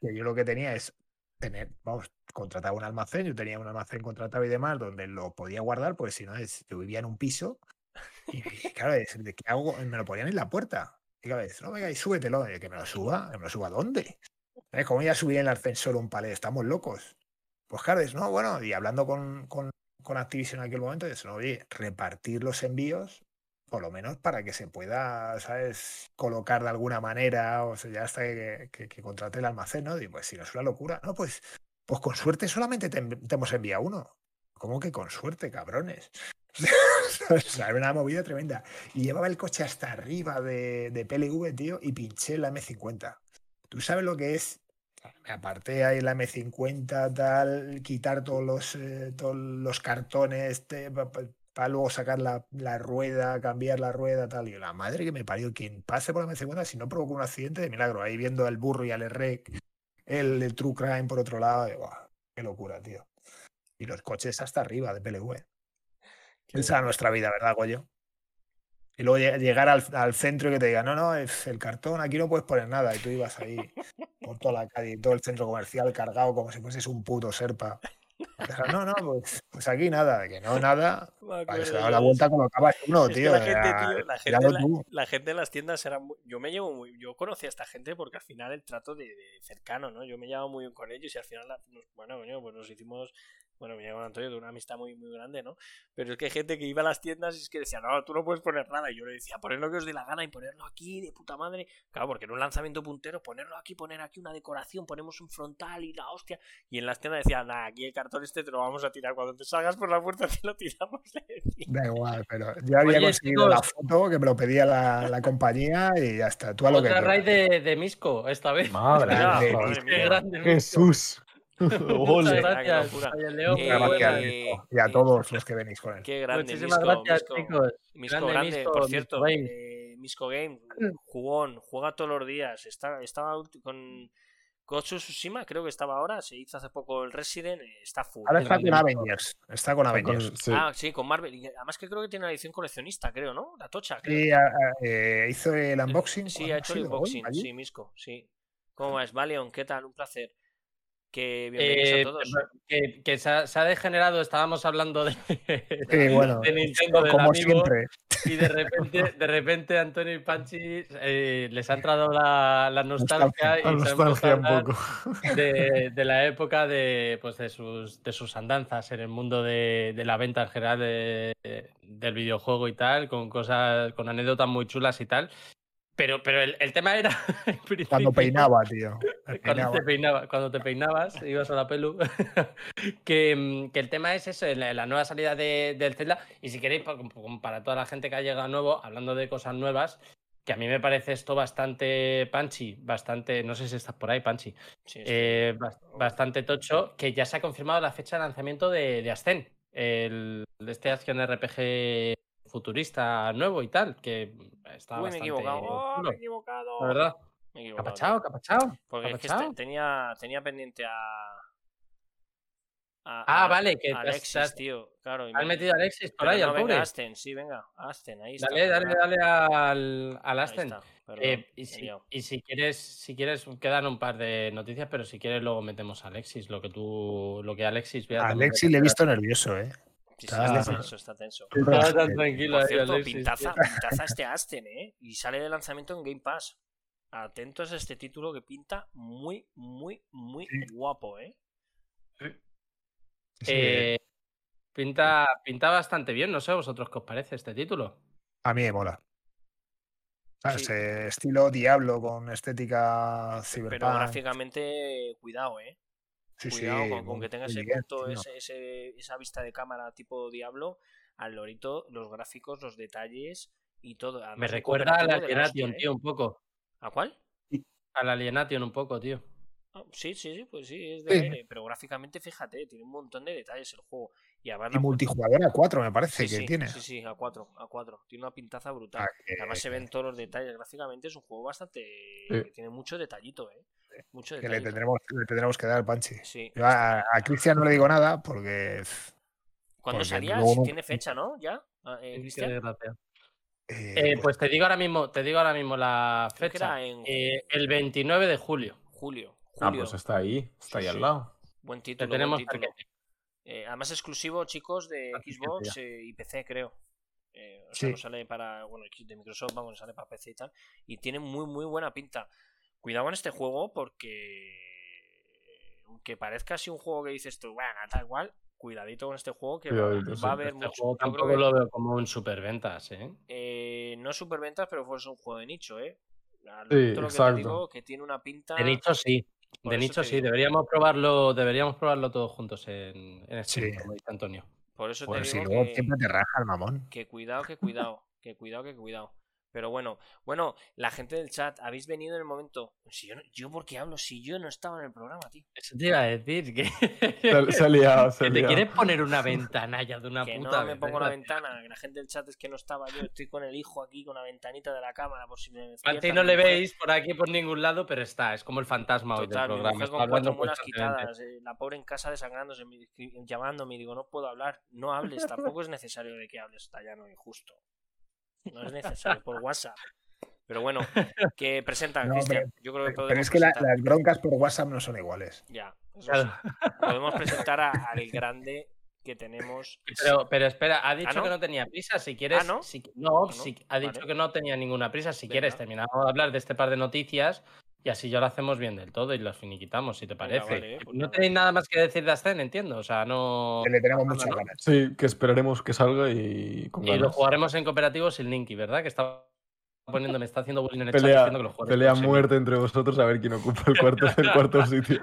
S4: que yo lo que tenía es tener, vamos, contrataba un almacén, yo tenía un almacén contratado y demás, donde lo podía guardar, porque si no, es- yo vivía en un piso y claro, es, ¿de qué hago? Y Me lo ponían en la puerta. Y claro, es, no, venga, y súbetelo, Y yo, que me lo suba, que me lo suba, ¿dónde? ¿Sabes? ¿Cómo voy a subir en el ascensor un palé? Estamos locos. Pues claro, es, no, bueno, y hablando con, con, con Activision en aquel momento, es, no, oye, repartir los envíos, por lo menos para que se pueda, ¿sabes?, colocar de alguna manera, o sea, ya hasta que, que, que contrate el almacén, ¿no? Digo, pues si no es una locura, no, pues, pues con suerte solamente te, env- te hemos enviado uno. ¿Cómo que con suerte, cabrones? o sea, era una movida tremenda. Y llevaba el coche hasta arriba de, de PLV, tío, y pinché la M50. ¿Tú sabes lo que es? Me aparté ahí la M50, tal, quitar todos los, eh, todos los cartones, este, para luego sacar la, la rueda, cambiar la rueda, tal. Y yo, la madre que me parió, quien pase por la M50, si no provoca un accidente de milagro, ahí viendo al burro y al rec, el, el True Crime por otro lado, y, ¡buah! qué locura, tío. Y los coches hasta arriba de PLV. Esa era nuestra vida, ¿verdad, Goyo? Y luego lle- llegar al, al centro y que te digan, no, no, es el cartón, aquí no puedes poner nada. Y tú ibas ahí por toda la calle, todo el centro comercial cargado como si fueses un puto serpa. O sea, No, no, pues, pues aquí nada, que no, nada.
S2: Me acuerdo
S4: Vale, se
S2: yo
S4: da
S2: de
S4: la
S2: eso.
S4: vuelta como acabas uno,
S2: Es que
S4: tío.
S2: la gente,
S4: era-
S2: tío, la gente,
S4: tirando
S2: la-
S4: tú.
S2: la gente en las tiendas era muy- Yo me llevo muy... Yo conocí a esta gente porque al final el trato de, de cercano, ¿no? Yo me llevaba muy bien con ellos y al final, la- nos- bueno, coño, pues nos hicimos... Bueno, me llevo con Antonio de una amistad muy, muy grande, ¿no? Pero es que hay gente que iba a las tiendas y es que decía, no, tú no puedes poner nada. Y yo le decía, poner lo que os dé la gana y ponerlo aquí, de puta madre. Claro, porque en un lanzamiento puntero, ponerlo aquí, poner aquí una decoración, ponemos un frontal y la hostia. Y en las tiendas decía, nada, aquí el cartón este te lo vamos a tirar. Cuando te salgas por la puerta te lo tiramos. le decía.
S4: Da igual, pero yo había
S1: Oye,
S4: conseguido la
S1: chicos.
S4: foto que me lo pedía la, la compañía y ya está. Tú a lo que
S1: Otra raid
S4: quieras.
S1: de, de Misco esta vez.
S3: Madre
S2: Ya,
S4: Grande,
S3: mía.
S2: madre
S1: Qué
S2: mía.
S1: grande, Misco.
S3: Jesús.
S1: Muchas
S3: Ole.
S1: gracias.
S2: Qué locura.
S1: Oye, Leo,
S2: Eh,
S1: muy
S4: Muchas
S1: buena.
S4: gracias, Nico, y a
S2: eh,
S4: todos los que venís con él.
S2: Qué grande,
S1: Muchísimas
S2: Misco,
S1: gracias,
S2: Misco.
S1: chicos.
S2: Misco
S1: Grande,
S2: grande,
S1: Misco,
S2: por
S1: Misco
S2: cierto.
S1: Game.
S2: eh, Misco Game,
S1: Ah.
S2: jugón, juega todos los días. Está, estaba ulti- con Ghost of Tsushima, creo que estaba ahora. Se hizo hace poco el Resident, eh, está full.
S4: Ahora está
S1: grande,
S4: con
S1: Nico.
S4: Avengers. Está con Avengers.
S3: Con- sí.
S2: Ah, sí, con Marvel. Y además que creo que tiene la edición coleccionista, creo, ¿no? La tocha, creo.
S4: Sí, a- a- eh, hizo el unboxing.
S2: Sí,
S4: ¿cuándo
S1: Ah,
S2: ha
S4: ha
S2: hecho el
S4: sido? ¿Hoy?
S2: unboxing,
S4: ¿Ayer?
S2: sí, Misco, sí. ¿Cómo vas, Valion? ¿Qué tal? Un placer. Que bienvenidos
S1: Eh,
S2: a todos.
S1: que que se, ha, se ha degenerado, estábamos hablando de,
S4: Sí, bueno,
S1: de Nintendo, del
S4: como
S1: amigo,
S4: siempre.
S1: y de repente, de repente Antonio y Panchi eh, les ha entrado la, la nostalgia y
S3: La
S1: se han puesto a
S3: nostalgia un
S1: hablar
S3: poco.
S1: de, de la época de, pues de, sus, de sus andanzas en el mundo de, de la venta en general de- de- del videojuego y tal, con cosas, con anécdotas muy chulas y tal. Pero, pero el, el tema era en
S4: Cuando
S1: principio,
S4: peinaba, tío. Me
S1: cuando
S4: peinaba.
S1: te, peinaba- cuando te peinabas, ibas a la pelu, que, mm, que el tema es eso, la, la nueva salida de, del Zelda. Y si queréis, pa- como para toda la gente que ha llegado nuevo, hablando de cosas nuevas, que a mí me parece esto bastante panchi, bastante, no sé si estás por ahí, panchi,
S2: Sí, sí.
S1: eh, bas- bastante tocho, que ya se ha confirmado la fecha de lanzamiento de, de Ascen, el, de este acción RPG futurista nuevo y tal, que mm, está
S2: Uy, me
S1: bastante
S2: he equivocado. ¡Oh,
S1: chulo,
S2: me he equivocado.
S1: la verdad.
S2: Me he equivocado.
S1: Capachao, capachao.
S2: Porque es que
S1: capachao.
S2: este- tenía, tenía pendiente a. a-
S1: Ah,
S2: a-
S1: vale, que te has-
S2: Alexis,
S1: te has-
S2: tío. Claro, y
S1: Han
S2: me-
S1: metido a Alexis por
S2: pero
S1: ahí,
S2: no,
S1: al
S2: venga,
S1: pobre.
S2: Asten, sí, venga, Asten, ahí está.
S1: Dale, dale,
S2: perdona.
S1: dale al, al
S2: Ahí
S1: Aston.
S2: está, Perdón,
S1: Eh,
S2: me
S1: y,
S2: he
S1: si,
S2: liado.
S1: y si quieres, si quieres, quedan un par de noticias, pero si quieres luego metemos a Alexis, lo que tú, lo que Alexis vea.
S4: A
S1: también
S4: Alexis
S1: que
S4: le he
S1: te-
S4: visto nervioso, ¿eh?
S2: Sí, sí, está
S4: está-
S2: tenso, está tenso.
S1: Estaba tan tranquilo
S2: Por
S1: ahí,
S2: cierto,
S1: Alexis,
S2: pintaza,
S1: tío.
S2: pintaza este Asten, ¿eh? Y sale de lanzamiento en Game Pass. Atentos a este título que pinta muy, muy, muy guapo, ¿eh?
S4: Sí,
S1: Eh, pinta, pinta bastante bien, no sé a vosotros qué os parece este título.
S4: A mí me mola. ¿Sabes?
S2: sí.
S4: Eh, Estilo Diablo con estética
S2: Pero
S4: ciberpunk.
S2: gráficamente, cuidado, ¿eh?
S4: Sí, sí,
S2: cuidado con, con
S4: muy-
S2: que tenga
S4: muy
S2: ese
S4: bien,
S2: punto,
S4: sí, no.
S2: ese- ese- esa vista de cámara tipo Diablo, al lorito, los gráficos, los detalles y todo. Además,
S1: Me
S2: un
S1: recuerda a la
S2: cooperativo de la
S1: Alienation,
S2: hostia, ¿eh?
S1: tío, un poco.
S2: ¿A cuál?
S1: A la Alienation un poco, tío.
S2: Ah, sí, sí, sí, pues sí, es de
S4: Sí.
S2: aire, Pero gráficamente, fíjate, tiene un montón de detalles el juego. Y además
S4: Y
S2: la-
S4: multijugador a 4, me parece
S2: Sí,
S4: que
S2: sí,
S4: tiene.
S2: sí, sí, a 4, a 4. Tiene una pintaza brutal.
S4: Ah, que-
S2: Además se ven todos los detalles. Gráficamente es un juego bastante... que tiene mucho detallito, ¿eh? Mucho
S4: que le
S2: detallito.
S4: tendremos, le tendremos que dar al Panchi.
S2: Sí.
S4: Yo a, a Cristian no le digo nada porque eh, pff,
S2: Cuando
S4: porque
S2: salía,
S4: luego no-
S2: tiene fecha, ¿no? ¿Ya? Ah, eh,
S1: Qué
S2: Cristian?
S1: desgracia.
S4: eh,
S1: Eh,
S4: pues,
S1: pues te digo ahora mismo, te digo ahora mismo la
S2: Creo que
S1: fecha.
S2: era en
S1: Eh, el 29 de julio.
S2: julio.
S3: Ah,
S2: Julio.
S3: pues está ahí, está ahí
S2: Sí, sí.
S3: al lado.
S2: Buen
S1: Te
S2: título, buen
S1: tenemos
S2: título.
S1: target.
S2: Eh, además exclusivo, chicos, de
S1: Bastante
S2: Xbox
S1: ya.
S2: eh, y PC, creo. Eh, o sea,
S4: Sí.
S2: no sale para, bueno, de Microsoft, vamos, sale para PC y tal. Y tiene muy, muy buena pinta. Cuidado con este juego porque, aunque parezca así un juego que dices tú, bueno, tal cual, cuidadito con este juego que va,
S3: Cuidadito, sí.
S2: va a haber
S1: Este
S2: mucho.
S1: juego
S2: yo creo
S1: tampoco
S2: que,
S1: lo veo como un superventas, ¿eh?
S2: eh, no superventas, pero fue un juego de nicho, ¿eh? Al
S3: Sí,
S2: momento lo que te
S3: exacto.
S2: digo, que tiene una pinta...
S1: De nicho sí.
S2: Ah. Por
S1: De
S2: eso
S1: nicho
S2: te
S1: sí.
S2: digo.
S1: Deberíamos probarlo, deberíamos probarlo todos juntos en, en stream,
S4: Sí.
S1: como dice Antonio.
S2: Por eso
S4: pues
S2: te
S4: si
S2: digo
S4: luego
S2: que-
S4: siempre te raja el mamón.
S2: Que cuidado, que cuidado, que cuidado, que cuidado. Pero bueno, bueno, la gente del chat, habéis venido en el momento. Si yo, no- yo por qué hablo si yo no estaba en el programa, tío.
S1: Eso te iba a decir que.
S3: Se, se ha liado, se ha
S1: que te
S3: liado.
S1: quieres poner una ventanalla de una
S2: que
S1: puta.
S2: no me
S1: vez, ¿eh?
S2: pongo la
S1: ¿verdad?
S2: ventana, que la gente del chat es que no estaba yo, estoy con el hijo aquí con la ventanita de la cámara por si me
S1: Martín
S2: despierta
S1: no
S2: mi
S1: le
S2: mujer.
S1: veis por aquí por ningún lado, pero está, es como el fantasma hoy
S2: Total,
S1: del
S2: mi
S1: programa.
S2: mujer
S1: está
S2: con cuatro
S1: hablando
S2: muelas
S1: constantemente.
S2: quitadas, eh, la pobre en casa desangrándose, me- escri- llamándome y digo, no puedo hablar, no hables, tampoco es necesario de que hables, está ya no injusto. No es necesario, por WhatsApp. Pero bueno, que presentan,
S4: No,
S2: Cristian. Yo creo que
S4: Pero
S2: podemos
S4: es que la-
S2: presentar.
S4: las broncas por WhatsApp no son iguales.
S2: Ya, eso
S1: Claro.
S2: sí. Podemos presentar a- al grande que tenemos.
S1: Pero, pero espera, ha dicho
S2: ¿Ah, no?
S1: que no tenía prisa. Si quieres.
S2: ¿Ah, no?
S1: si- no,
S2: Ah, no.
S1: si- ha dicho
S2: Vale.
S1: que no tenía ninguna prisa. Si quieres,
S2: Venga.
S1: terminamos de hablar de este par de noticias y así ya lo hacemos bien del todo y los finiquitamos, si te
S2: Venga,
S1: parece.
S2: vale, pues
S1: no
S2: nada.
S1: tenéis nada más que decir de Ascen, entiendo. O sea, no.
S2: Oh,
S4: Que Le tenemos
S1: no,
S4: muchas
S1: no.
S4: ganas.
S3: Sí, que esperaremos que salga y con
S1: Y lo
S3: ganas.
S1: jugaremos en cooperativo sin Linky, ¿verdad? Que está poniendo, me está haciendo bullying en el chat
S3: Pelea,
S1: diciendo que lo jugaremos.
S3: pelea muerte entre vosotros a ver quién ocupa el cuarto, el cuarto sitio.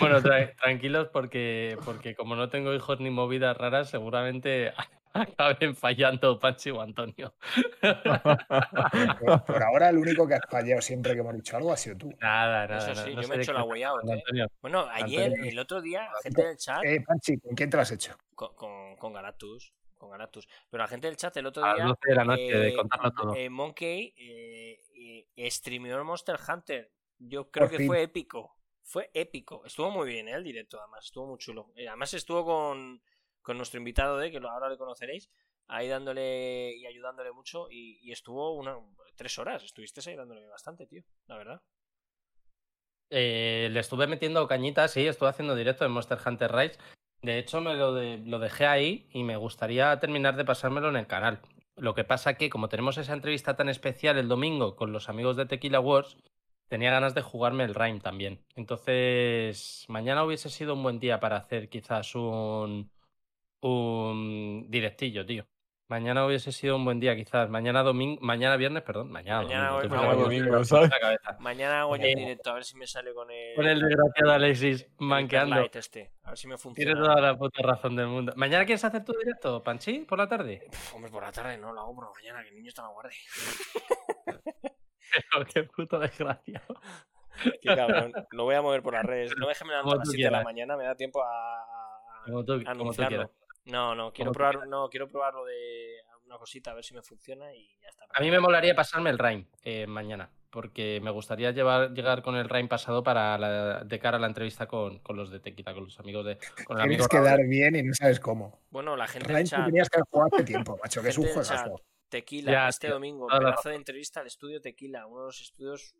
S1: Bueno, tra- tranquilos porque, porque como no tengo hijos ni movidas raras, seguramente acaben fallando Panchi o Antonio.
S4: Por, por ahora, el único que has fallado siempre que hemos dicho algo ha sido tú.
S1: Nada, nada.
S2: Eso
S1: no-
S2: sí,
S1: no
S2: yo
S1: sé
S2: me he
S1: de
S2: hecho
S1: qué
S2: la
S1: estás
S2: way out,
S1: hablando,
S2: ¿eh.
S1: Antonio. eh.
S2: Bueno, ayer,
S4: Antonio.
S2: el otro día, gente del chat,
S4: Eh, Panchi, ¿con quién te lo has hecho?
S2: con, con, con Galactus, con Galactus. Pero la gente del chat el otro
S1: A las
S2: día,
S1: 12 de la noche, de
S2: eh,
S1: contarlo todo.
S2: eh, Monkey eh, eh, streameó el Monster Hunter. Yo creo
S4: Por
S2: que
S4: fin.
S2: fue épico. Fue épico. Estuvo muy bien, ¿eh? El directo, además. Estuvo muy chulo. Eh, Además estuvo con, con nuestro invitado de, que lo- ahora le conoceréis, ahí dándole y ayudándole mucho. Y, y estuvo una, tres horas. Estuviste ahí dándole bastante, tío. La verdad.
S1: Eh, le estuve metiendo cañitas, sí, estuve haciendo directo en Monster Hunter Rise. De hecho, me lo, de- lo dejé ahí y me gustaría terminar de pasármelo en el canal. Lo que pasa que, como tenemos esa entrevista tan especial el domingo con los amigos de Tequila Wars, tenía ganas de jugarme el Rime también. Entonces, mañana hubiese sido un buen día para hacer quizás un, un directillo, tío. Mañana hubiese sido un buen día, quizás. Mañana domingo, mañana viernes, perdón. Mañana,
S2: Mañana
S1: domingo,
S2: hoy-
S1: estoy
S2: mañana
S1: perdiendo
S3: domingo,
S1: la
S3: ¿sabes?
S1: cabeza.
S2: Mañana hago yo el
S1: Eh,
S2: directo, a ver si me sale con el.
S1: Con el desgraciado Alexis
S2: el
S1: manqueando.
S2: Carlight este. A ver si me
S1: Tienes
S2: funciona.
S1: toda la puta razón del mundo. ¿Mañana quieres hacer tu directo, Panchi? ¿Por la tarde?
S2: Pff, hombre, por la tarde no, la hago por la mañana, que el niño está en la guardia.
S1: Pero qué puta desgracia.
S2: Qué cabrón. Lo voy a mover por las redes. No me dejes me levanto a
S1: Como
S2: las
S1: tú
S2: 7 de la
S1: quieras.
S2: mañana, me da tiempo a. a-
S1: Como tú, como tú
S2: Anunciarlo.
S1: quieras.
S2: No, no,
S1: Como
S2: quiero
S1: tú
S2: probar, no, quiero probar lo de una cosita, a ver si me funciona y ya está.
S1: A mí me molaría pasarme el Rhyme eh, mañana. Porque me gustaría llevar, llegar con el Rhyme pasado para la- de cara a la entrevista con, con los de Tequita, con los amigos de. Con el amigo
S4: Tienes que
S1: Raúl.
S4: dar bien y no sabes cómo.
S2: Bueno, la gente del
S4: Ryan, tú
S2: chat.
S4: tenías que haber jugado hace tiempo, macho, que es un
S2: Gente del chat,
S4: juegazo.
S2: Tequila,
S1: Ya,
S2: este
S1: tío,
S2: domingo,
S1: toda la
S2: pedazo de entrevista al estudio Tequila, uno de los estudios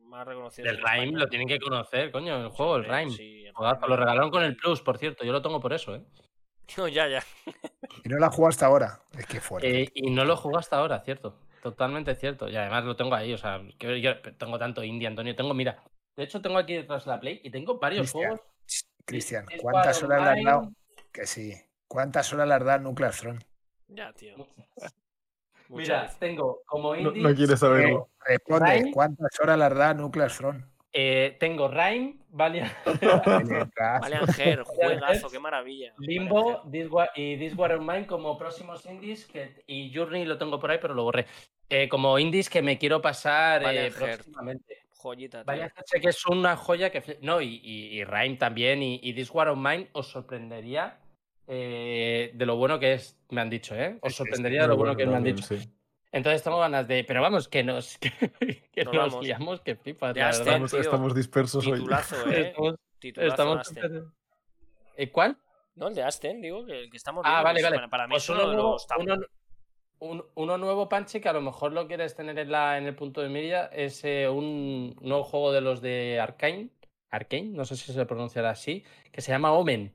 S2: más reconocidos.
S1: El
S2: en
S1: Rime
S2: España.
S1: lo tienen que conocer, coño, el juego, el
S2: Hombre,
S1: Rime.
S2: sí, el
S1: Jodazo,
S2: Rime.
S1: lo regalaron con el Plus, por cierto, yo lo tengo por eso, ¿eh?
S2: Tío, ya, ya.
S4: Y no la juego hasta ahora. Es que fuerte.
S1: Eh, y no lo he jugado hasta ahora, cierto. Totalmente cierto. Y además lo tengo ahí, o sea, que yo tengo tanto indie, Antonio. Tengo, mira, de hecho tengo aquí detrás la Play y tengo varios
S4: Cristian,
S1: juegos.
S4: Cristian,
S1: Street
S4: ¿cuántas
S1: Fighter
S4: horas le has
S1: Online.
S4: dado? Que sí. ¿Cuántas horas le has dado al Nuclear Throne?
S2: Ya, tío. Muchas
S1: Mira,
S2: gracias.
S1: tengo como
S3: No,
S1: indie,
S3: no quieres
S4: Eh,
S3: saberlo.
S4: responde,
S1: Rhyme.
S4: ¿cuántas horas le has dado al Nuclear Throne?
S1: eh, tengo Rime, Valiant,
S2: Vale, Anger, juegazo, qué maravilla.
S1: Limbo
S2: Valiant
S1: This War- y This War of Mine como próximos indies que, y Journey lo tengo por ahí, pero lo borré. Eh, como indies que me quiero pasar eh,
S2: Valiant Heart.
S1: próximamente.
S2: Heart, Joyita, tío.
S1: Vaya sé que es una joya que. fli- No, y, y, y Rhyme también, y, y This War of Mine os sorprendería eh, de lo bueno que es, me han dicho, ¿eh? Os
S4: Sí, sí, sí,
S1: sorprendería de lo bueno que me han
S3: también,
S1: dicho.
S3: sí.
S1: Entonces tengo ganas de. Pero vamos, que nos. Que, que
S2: Nos
S1: nos,
S2: vamos.
S1: liamos, que flipas,
S2: De
S1: la
S2: Aztec,
S1: verdad.
S3: Estamos,
S2: tío.
S3: estamos dispersos hoy.
S2: Titulazo, eh.
S1: Estamos-
S2: Titulazo
S1: estamos-
S2: Aster.
S1: ¿Eh, ¿Cuál?
S2: No, el de Asten, digo, que el que estamos
S1: Ah,
S2: viendo,
S1: vale,
S2: que
S1: vale.
S2: Para, para mí
S1: Pues
S2: es uno de los top.
S1: uno- un- uno nuevo, Panche, que a lo mejor lo quieres tener en, la, en el punto de mira, es eh, un nuevo juego de los de Arkane, Arkane, no sé si se pronunciará así, que se llama Omen.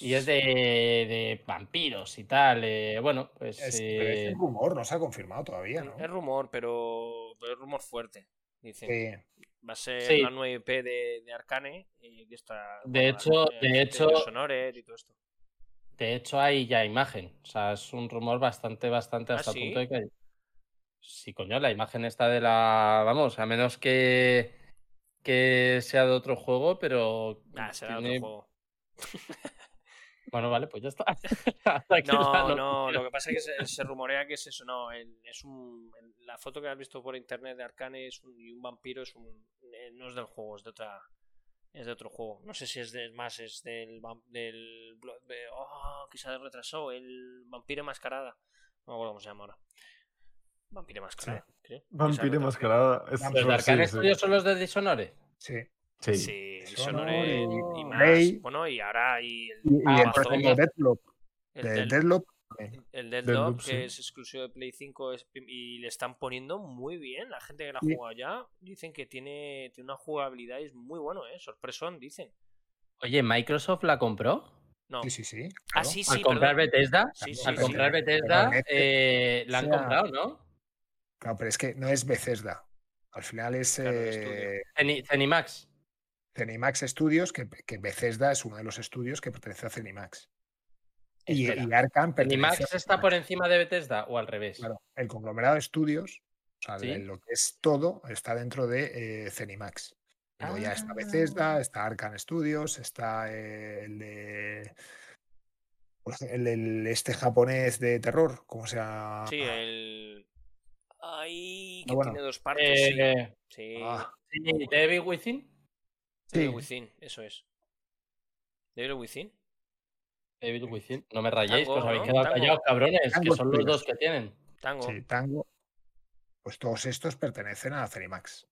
S1: Y es de, de vampiros y tal. eh, bueno, pues.
S4: Es, pero es
S1: eh,
S4: un rumor, no se ha confirmado todavía, ¿no?
S2: Es rumor, pero, pero es rumor fuerte. Dicen.
S4: Sí.
S2: Va a ser
S1: Sí.
S2: la nueva IP de, de Arcane. Y que está,
S1: De hecho-
S2: la-
S1: de
S2: eh,
S1: hecho-
S2: los honores y todo esto.
S1: de hecho, hay ya imagen. O sea, es un rumor bastante, bastante
S2: ¿Ah,
S1: hasta
S2: sí?
S1: el punto de que. hay- Sí, coño, la imagen está de la. Vamos, a menos que. Que sea de otro juego, pero.
S2: Ah, será
S1: tiene-
S2: otro juego.
S1: Bueno, vale, pues ya está. Hasta aquí la
S2: No,
S1: noticia.
S2: no, lo que pasa es que se, se rumorea que es eso, no. el- es un, el- la foto que has visto por internet de Arcane es un, y un vampiro es un, eh, no es del juego, es de otra. Es de otro juego. No sé si es de, más, es del. vam- del blo- de- oh, que se ha retrasado. El vampiro enmascarada. No me acuerdo cómo se llama ahora. Vampiro enmascarada, creo. Que se ha
S3: Vampiro
S2: retrasado.
S3: enmascarada. Es
S4: Los
S1: ¿Los de
S3: Pues sí,
S1: Arcane
S3: sí.
S1: Studios son los de Dishonored?
S4: Sí.
S3: Sí.
S2: Sí, el
S4: Dishonored,
S2: Dishonored
S4: el
S2: y más.
S4: Prey.
S2: Bueno, y ahora y el,
S4: Y, y
S1: Ah,
S4: el
S1: Amazon.
S4: próximo Deadloop,
S2: el
S4: de
S2: del-
S4: Deadloop,
S2: El Dead
S3: Deadloop,
S2: Loop, que
S3: sí.
S2: es exclusivo de Play 5 es- y le están poniendo muy bien. La gente que la ha
S4: Sí.
S2: jugado ya dicen que tiene, tiene una jugabilidad y es muy bueno, ¿eh? Sorpresón, dicen.
S1: Oye, ¿Microsoft la compró?
S2: No.
S4: Sí, sí, sí.
S2: Ah,
S4: claro.
S2: sí,
S1: Al
S2: sí,
S1: comprar
S2: perdón.
S1: Bethesda.
S2: Sí, sí,
S1: Al
S2: sí.
S1: comprar Bethesda,
S4: Pero Netflix,
S1: eh, la han
S4: o sea,
S1: comprado, ¿no?
S4: Claro, pero es que no es Bethesda. Al final es
S2: Claro, el
S4: eh,
S1: Ceni- Cenimax.
S4: Cenimax Studios, que, que Bethesda es uno de los estudios que pertenece a Cenimax. Y,
S1: Espera.
S4: y Arkham pertenece
S1: ¿Cenimax
S4: a
S1: está por
S4: Cenimax.
S1: encima de Bethesda o al revés?
S4: Claro, el conglomerado de estudios, o sea,
S1: Sí.
S4: el- lo que es todo, está dentro de eh, Cenimax. Luego ya está
S1: Ah.
S4: Bethesda, está Arkham Studios, está eh, el de. pues, el, el- este japonés de terror, ¿cómo se llama?
S2: Sí, el. Ay, que
S4: Ah, bueno.
S2: tiene dos partes. sí.
S1: Eh,
S2: sí.
S4: Ah,
S1: sí, Devil Within.
S2: Devil
S4: sí.
S2: Within, eso es. Devil Within.
S1: Devil Within. No me rayéis, que
S2: Tango,
S1: os habéis
S2: ¿no?
S1: quedado
S2: Tango.
S1: callados, cabrones, que
S4: Tango
S1: son los
S4: Studios.
S1: dos que tienen.
S2: Tango.
S4: Sí, Tango. Pues todos estos pertenecen a Cenimax.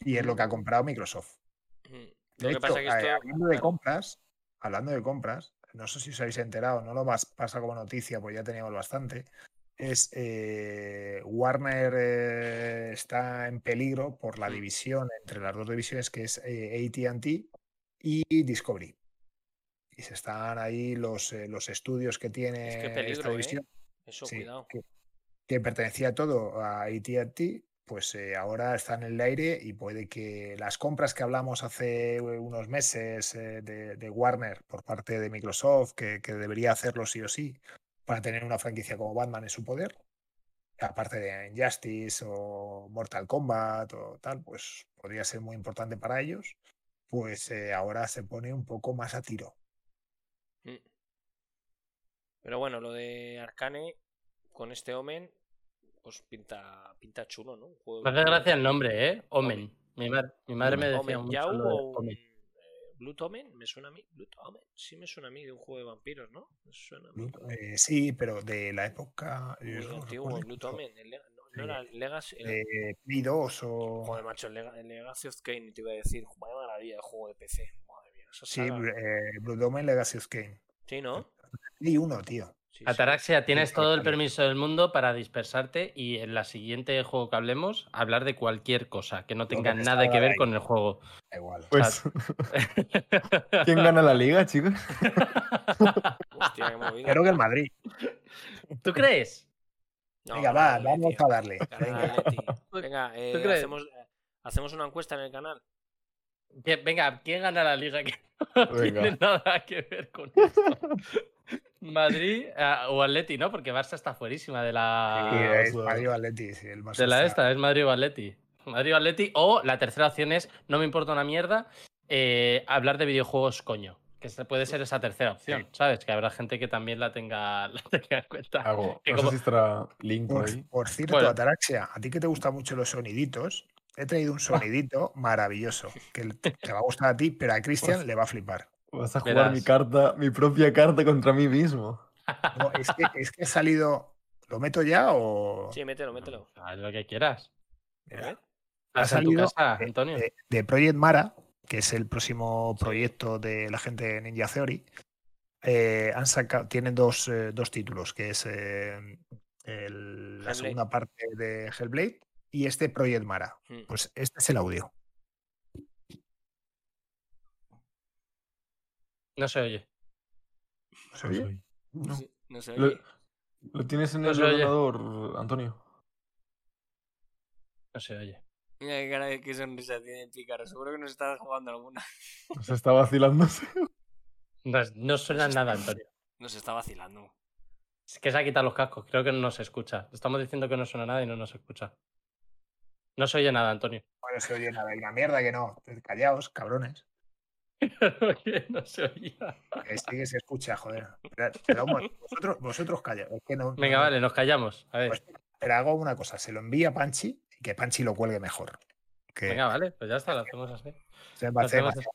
S4: Y es lo
S1: Mm.
S4: que ha comprado Microsoft.
S2: Ujú.
S4: De
S2: Mm. Lo que
S4: hecho,
S2: pasa es que
S4: eh,
S2: esto.
S4: hablando de compras, hablando de compras, no sé si os habéis enterado, no lo más pasa como noticia, pues ya teníamos bastante. Es eh, Warner eh, está en peligro por la
S2: Mm.
S4: división entre las dos divisiones que es eh, AT&T y Discovery. Y se están ahí los, eh, los estudios que tiene
S2: peligro,
S4: esta
S2: ¿eh?
S4: división
S2: Eso,
S4: sí,
S2: cuidado.
S4: Que, que pertenecía todo a ATT, pues eh, ahora está en el aire y puede que las compras que hablamos hace eh, unos meses eh, de, de Warner por parte de Microsoft, que, que debería hacerlo sí o sí para tener una franquicia como Batman en su poder, aparte de Injustice o Mortal Kombat o tal, pues podría ser muy importante para ellos, pues eh, ahora se pone un poco más a tiro.
S2: Mm. Pero bueno, lo de Arcane con este Omen, pues pinta, pinta chulo, ¿no? Un juego
S1: Me hace
S2: chulo.
S1: gracia el nombre, ¿eh? Omen. Mi, mar- mi madre me decía
S2: Omen,
S1: mucho
S2: ya
S1: lo de
S2: hubo un,
S1: Omen.
S2: eh, Blood Omen, me suena a mí. Blood Omen, sí me suena a mí de un juego de vampiros, ¿no? Me suena a mí.
S4: Eh, sí, pero de la época...
S2: Muy
S4: yo no
S2: antiguo,
S4: recuerdo
S2: Blood
S4: incluso-
S2: Omen. el Lega- no, no
S4: Sí.
S2: era el Legacy. el-
S4: de Play 2 o.
S2: Joder, macho, el, Lega- el Legacy of Kane, te iba a decir. Vaya maravilla de juego de PC. Madre mía, esa
S4: Sí,
S2: saga.
S4: Br- eh, Blood Omen Legacy of Kane.
S2: Sí, ¿no?
S4: Y uno, tío.
S2: Sí, sí.
S1: Ataraxia, tienes
S4: Sí,
S1: todo el
S4: totalmente.
S1: permiso del mundo para dispersarte y en la siguiente juego que hablemos, hablar de cualquier cosa que no
S4: que
S1: tenga
S4: te
S1: nada que
S4: salga de
S1: ver
S4: ahí.
S1: con el juego.
S4: Da igual.
S3: Pues, ¿quién gana la liga, chicos?
S2: Hostia, qué movida.
S4: Creo que el Madrid.
S1: ¿Tú crees?
S2: No,
S4: Venga,
S2: gana
S4: va,
S2: el
S4: vamos
S2: Atleti,
S4: a darle.
S2: gana el
S4: Venga.
S2: Atleti. Venga, eh,
S1: crees?
S2: hacemos, hacemos una encuesta en el canal.
S1: Que- Venga, ¿quién gana la liga? Que no
S3: Venga.
S1: tiene nada que ver con esto. Madrid ah, o Atleti, ¿no? Porque Barça está fuerísima de la,
S4: Y
S3: Ah,
S4: es
S3: sí.
S4: Madrid o Atleti, sí, el Barça
S1: de la
S4: Pues está-
S1: esta, ¿eh? es Madrid o Atleti. Madrid o Atleti. O la tercera opción es, no me importa una mierda, eh, hablar de videojuegos, coño. Que se- puede ser esa tercera opción, ¿sabes? Que habrá gente que también la tenga, la tenga en cuenta.
S3: Hago.
S1: Que
S3: No
S1: como-
S3: sé si estará Link por ahí.
S4: Por, por cierto,
S1: Bueno.
S4: Ataraxia, a ti que te gustan mucho los soniditos, he traído un sonidito maravilloso que el- te va a gustar a ti, pero a Cristian le va a flipar.
S3: Vas a
S1: Verás.
S3: jugar mi carta, mi propia carta contra mí mismo.
S4: No, es, que, es que ha salido. ¿Lo meto ya o.?
S2: Sí, mételo, mételo.
S1: Haz lo que quieras.
S4: Mira, Ha
S1: Haz en tu
S4: salido,
S1: casa,
S4: eh,
S1: Antonio.
S4: de, de Project Mara, que es el próximo proyecto de la gente de Ninja Theory, eh, han sacado, tienen dos, eh, dos títulos, que es eh, el- la
S2: Hellblade.
S4: segunda parte de Hellblade y este Project Mara.
S2: Mm.
S4: Pues este es el audio.
S1: No se oye.
S4: ¿Se oye?
S1: Pues
S3: Sí. No.
S2: Sí, No sé.
S3: Lo-
S2: oye.
S3: ¿Lo tienes en
S1: No
S3: el
S1: se oye.
S3: ordenador, Antonio?
S1: No se oye.
S2: Mira qué cara de qué sonrisa tiene el pícaro. Seguro que nos está jugando alguna.
S3: Se está vacilándose.
S1: No, no suena nada, Antonio.
S2: Nos está vacilando.
S1: Es que se ha quitado los cascos, creo que no se escucha. Estamos diciendo que no suena nada y no nos escucha. No se oye nada, Antonio.
S4: Bueno, Pues se oye nada, hay una mierda que no. Callaos, cabrones.
S1: Que no se oía.
S4: Que sí que se escucha, joder. Pero- pero vamos, vosotros, vosotros callaos. es que no-
S1: Venga,
S4: no-
S1: vale, nos callamos. A ver.
S4: Pues, Pero hago una cosa, se lo envía a Panchi y que Panchi lo cuelgue mejor. Que
S1: Venga, vale, pues ya está, lo hacemos así.
S4: se va a
S1: lo
S4: hacer-
S1: hacemos-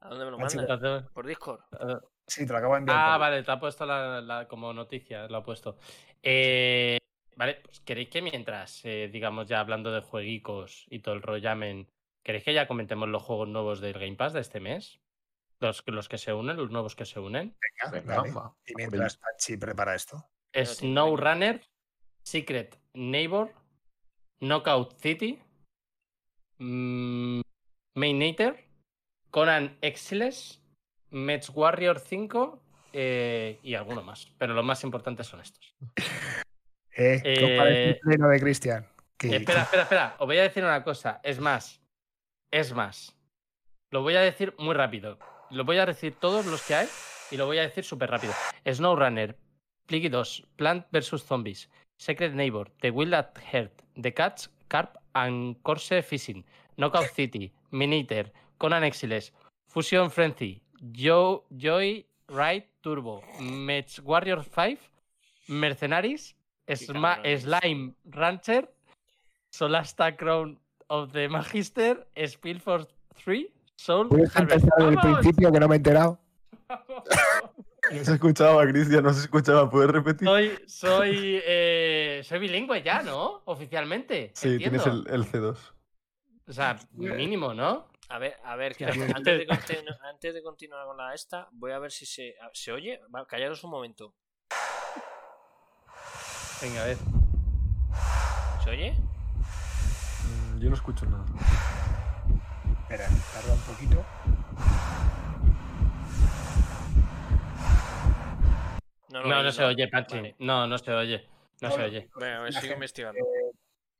S2: ¿A dónde me lo
S4: Ah, sí,
S2: mandas?
S1: Lo hacemos-
S2: Por Discord.
S4: Sí, te lo acabo de enviar.
S1: Ah,
S4: por-
S1: vale, te ha puesto la, la- como noticia, lo ha puesto. Eh, vale, pues queréis que mientras, eh, digamos, ya hablando de jueguicos y todo el rollo, llamen, ¿queréis que ya comentemos los juegos nuevos del Game Pass de este mes? Los, los que se unen, los nuevos que se unen.
S4: Venga, vale.
S3: va.
S4: Y mientras Pachi prepara esto.
S2: Pero tiene
S1: Snow
S2: sueño.
S1: Runner, Secret Neighbor, Knockout City, mm, Mainator, Conan Exiles, Mets Warrior 5 eh, y alguno más. Pero los más importantes son estos.
S4: Eh, ¿Qué os parece el
S1: Eh,
S4: pleno de Cristian? Que-
S1: Espera, espera, espera. Os voy a decir una cosa. Es más. Es más. Lo voy a decir muy rápido. Lo voy a decir todos los que hay y lo voy a decir súper rápido. SnowRunner, Plague 2, Plant vs. Zombies, Secret Neighbor, The Wild at Heart, The Cats, Carp and Corse Fishing, Knockout City, Miniter, Conan Exiles, Fusion Frenzy, Joe, Joy Ride Turbo, Mech Warrior 5, Mercenaries, Sma-
S2: cabrones.
S1: Slime Rancher, Solasta Crown of the Magister, Spillforce 3, Soul
S4: ¿Puedes
S1: Harvest.
S4: empezar desde el
S1: ¡Vamos!
S4: principio que no me he enterado?
S3: No se escuchaba, Cristian, no se escuchaba. ¿Puedes repetir?
S1: Soy, soy, eh, soy bilingüe ya, ¿no? Oficialmente.
S3: sí,
S1: entiendo.
S3: tienes el, el C2.
S1: O sea, mínimo, ¿no?
S2: A ver, a ver, que
S1: Sí,
S2: antes,
S1: sí.
S2: antes de continu- antes de continuar con la esta, voy a ver si se, a- ¿se oye. Va, callaros un momento.
S1: Venga, a ver.
S2: ¿Se oye?
S3: Mm, Yo no escucho nada.
S4: Espera, tarda un poquito.
S2: lo
S1: No,
S2: oís,
S1: no se oye, Pachi.
S2: Vale.
S1: No, no se oye. No se
S4: Hola.
S1: oye.
S2: Venga, a ver, sigo
S4: La gente-
S2: investigando.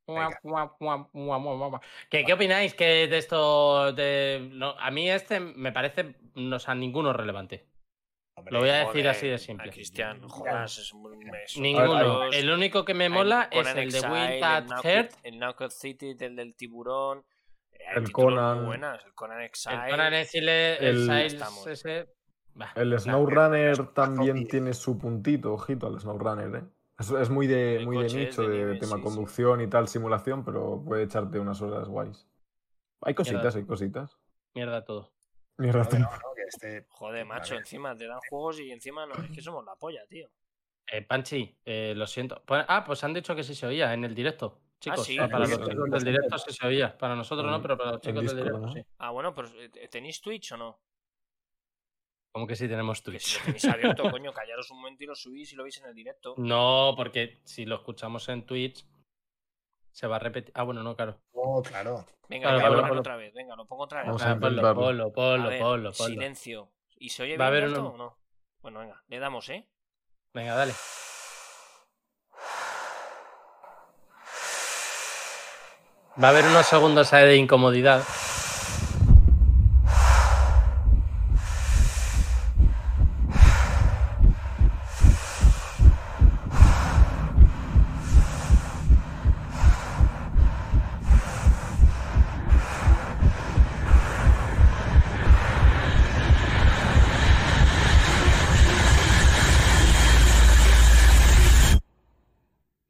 S1: Guau,
S4: Venga.
S1: guau, guau, guau, guau, guau. ¿Qué, ¿Qué opináis que de esto? De... no, a mí este me parece, no, o sea, ninguno relevante.
S4: Hombre,
S1: Lo voy a decir
S2: Joder,
S1: así de simple.
S2: A Cristian, jodas, es un mes.
S1: Ninguno. El único que me mola es
S2: Conan
S1: el de
S2: Exile,
S1: Will at
S2: el Knockout-
S1: Heart,
S2: El Knockout City, el del tiburón. eh, hay
S3: El
S2: títulos muy
S3: Conan.
S2: Buenas, el Conan Exile.
S1: el Conan Exile, el,
S3: El-
S1: Siles,
S2: Estamos.
S1: ese. Bah.
S3: El SnowRunner también
S4: zombies.
S3: tiene su puntito, ojito al SnowRunner, ¿eh? Es, es muy de,
S2: De
S3: muy de
S2: coches,
S3: nicho,
S2: de
S3: de,
S2: nieve,
S3: tema
S2: sí, sí.
S3: conducción y tal, simulación, pero puede echarte unas horas guays. Hay cositas, hay cositas.
S1: Mierda todo.
S3: Mierda,
S4: no, no, no, que este-
S2: Joder, macho,
S4: Vale.
S2: encima te dan juegos y encima no, es que somos la polla, tío.
S1: Eh, Panchi, eh, lo siento. Pues- ah, pues han dicho que sí se oía en el directo. Chicos,
S2: sí,
S1: Ah, para los
S3: en el
S1: chicos
S3: directo.
S1: del directo sí se oía. Para nosotros no,
S3: En-
S1: pero para los
S3: en
S1: chicos del
S3: Discord,
S2: eh,
S1: directo
S3: ¿no?
S1: sí.
S2: Ah, bueno, pero eh, ¿tenéis Twitch o no?
S1: Como que si tenemos
S2: Que
S1: Twitch.
S2: si lo tenéis abierto, coño, callaros un momento y lo subís y lo veis en el directo.
S1: No, porque si lo escuchamos en Twitch, se va a repetir. Ah, bueno, no, claro.
S4: Oh, claro.
S2: Venga,
S1: Vale,
S2: voy
S1: vale,
S2: a ponerlo
S1: vale.
S2: otra vez. Venga, lo pongo otra vez.
S3: Vamos
S1: Ah,
S3: a
S1: ponlo,
S3: intentarlo.
S1: ponlo,
S2: A
S1: ponlo,
S2: ver,
S1: ponlo, ponlo.
S2: Silencio. ¿Y se oye
S1: Va a
S2: bien
S1: haber
S2: esto
S1: uno-
S2: o no? Bueno, venga, le damos, ¿eh?
S1: Venga, dale. Va a haber unos segundos ahí de incomodidad.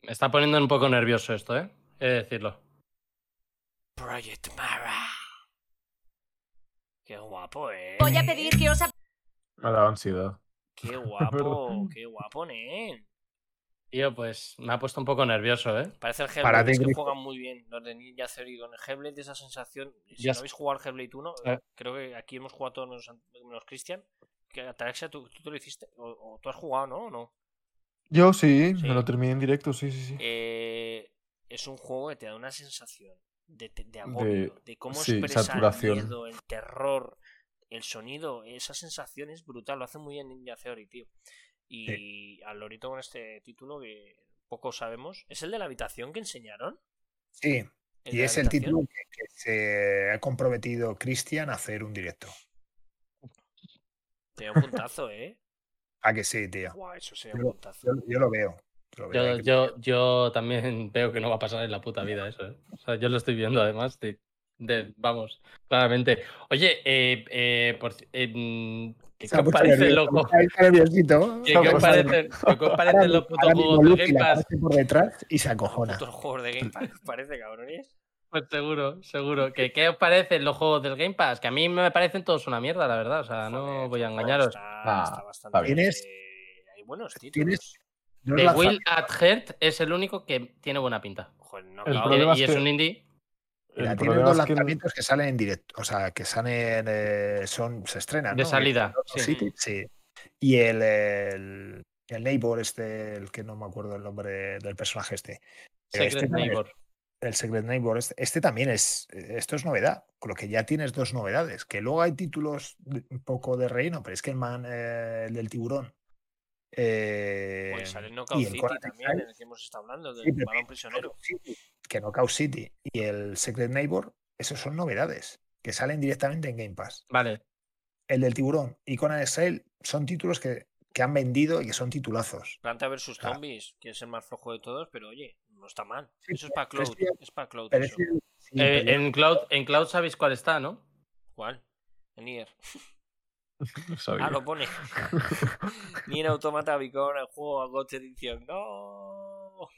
S1: Me está poniendo un poco nervioso esto, ¿eh? He de decirlo.
S2: Project Mara. Qué guapo, ¿eh?
S6: Voy a pedir que os
S3: Me da ansiedad.
S2: Qué guapo, qué guapo, nen.
S1: Tío, pues me ha puesto un poco nervioso, ¿eh?
S2: Parece el
S4: Para
S2: Hellblade,
S4: ti,
S2: es que
S4: Grifo.
S2: juegan muy bien los de Ninja Theory con el Hellblade, esa sensación, si
S1: Ya
S2: no
S1: sé.
S2: habéis jugado al Hellblade 1,
S1: Eh.
S2: creo que aquí hemos jugado todos menos, menos Cristian, que Ataraxia tú, tú te lo hiciste, o, o tú has jugado, ¿no? ¿O no?
S3: Yo sí,
S2: Sí.
S3: me lo terminé en directo, sí, sí, sí.
S2: Eh, es un juego que te da una sensación de, te- de agobio, de,
S3: De-
S2: cómo
S3: sí,
S2: expresa
S3: saturación.
S2: el miedo, el terror, el sonido, esa sensación es brutal, lo hace muy bien Ninja Theory, tío. Y al lorito con este título que poco sabemos, ¿es el de la habitación que enseñaron?
S4: Sí,
S2: de
S4: y
S2: la
S4: es el
S2: habitación?
S4: título que, que se ha comprometido Cristian a hacer un directo.
S2: Sería un puntazo, ¿eh?
S4: Ah, que sí, tío.
S2: Buah, eso sería un
S4: Pero-
S2: puntazo.
S4: Yo, yo lo veo. lo veo
S1: Yo,
S4: ahí.
S1: yo, yo también veo que no va a pasar en la puta vida eso, ¿eh? O sea, yo lo estoy viendo además de, de- vamos, claramente. Oye, eh, eh, por ci- eh, mm, ¿qué
S4: Se ha
S1: os
S4: puesto
S1: parece,
S4: nervioso,
S1: loco?
S4: se ha puesto nerviosito.
S1: ¿Qué,
S3: Se ha
S1: qué os
S3: puesto
S1: parecen, qué os parecen los putos
S4: Ahora mismo
S1: juegos de
S4: Luke
S1: Game
S4: le
S1: Pass?
S4: aparece por detrás y se acojona.
S2: Otros juegos de Game Pass, parece, cabrones.
S1: Pues seguro, seguro. ¿Qué, qué os parecen los juegos del Game Pass? Que a mí me parecen todos una mierda, la verdad. O sea, Ah, no
S2: Joder,
S1: voy a
S2: este juego
S1: engañaros.
S2: Está, está
S3: Ah,
S2: bastante.
S3: bien.
S4: Tienes-
S2: eh, hay buenos títulos.
S4: Tienes- No es
S1: The
S4: la
S1: Will at Heart es el único que tiene buena pinta.
S2: Joder, no,
S1: Y
S2: claro,
S3: El
S1: tiene-
S3: problema
S1: y
S3: es
S1: es
S3: que-
S1: un indie.
S4: Mira,
S3: El
S4: tienen
S3: problema
S4: dos
S3: es que el-
S4: lanzamientos que salen en directo, o sea, que salen, eh, son, se estrenan.
S1: De
S4: ¿no?
S1: salida,
S4: El-
S1: sí.
S4: sí. Y el, el, el Neighbor, este, el que no me acuerdo el nombre del personaje este. Pero
S1: Secret
S4: este también-
S1: Neighbor.
S4: El Secret Neighbor, este, este también es, esto es novedad, con lo que ya tienes dos novedades, que luego hay títulos de- un poco de reino, pero es que el man, eh, el del tiburón. eh,
S2: Pues sale el Knockout
S4: y el
S2: City
S4: Conan
S2: también,
S4: Exile.
S2: el que hemos estado hablando, del
S4: Sí, pero-
S2: balón prisionero.
S4: City, que Knockout City y el Secret Neighbor, esos son novedades que salen directamente en Game Pass.
S1: Vale.
S4: El del tiburón y Conan Exile son títulos que, que han vendido y que son titulazos.
S2: Planta versus
S4: Ah.
S2: Zombies, que es el más flojo de todos, pero oye, no está mal.
S4: Sí,
S2: Eso es para
S4: pero
S2: Cloud.
S4: es que-
S2: Es para Cloud.
S4: Pero
S2: eso.
S4: es el- sí,
S1: Eh,
S4: pero-
S1: en, cloud, en Cloud sabéis cuál está, ¿no?
S2: ¿Cuál? El Nier.
S3: Lo sabía.
S2: Ah, lo pone. Nier Automata Vicon, el juego a Goche Edition. ¡No!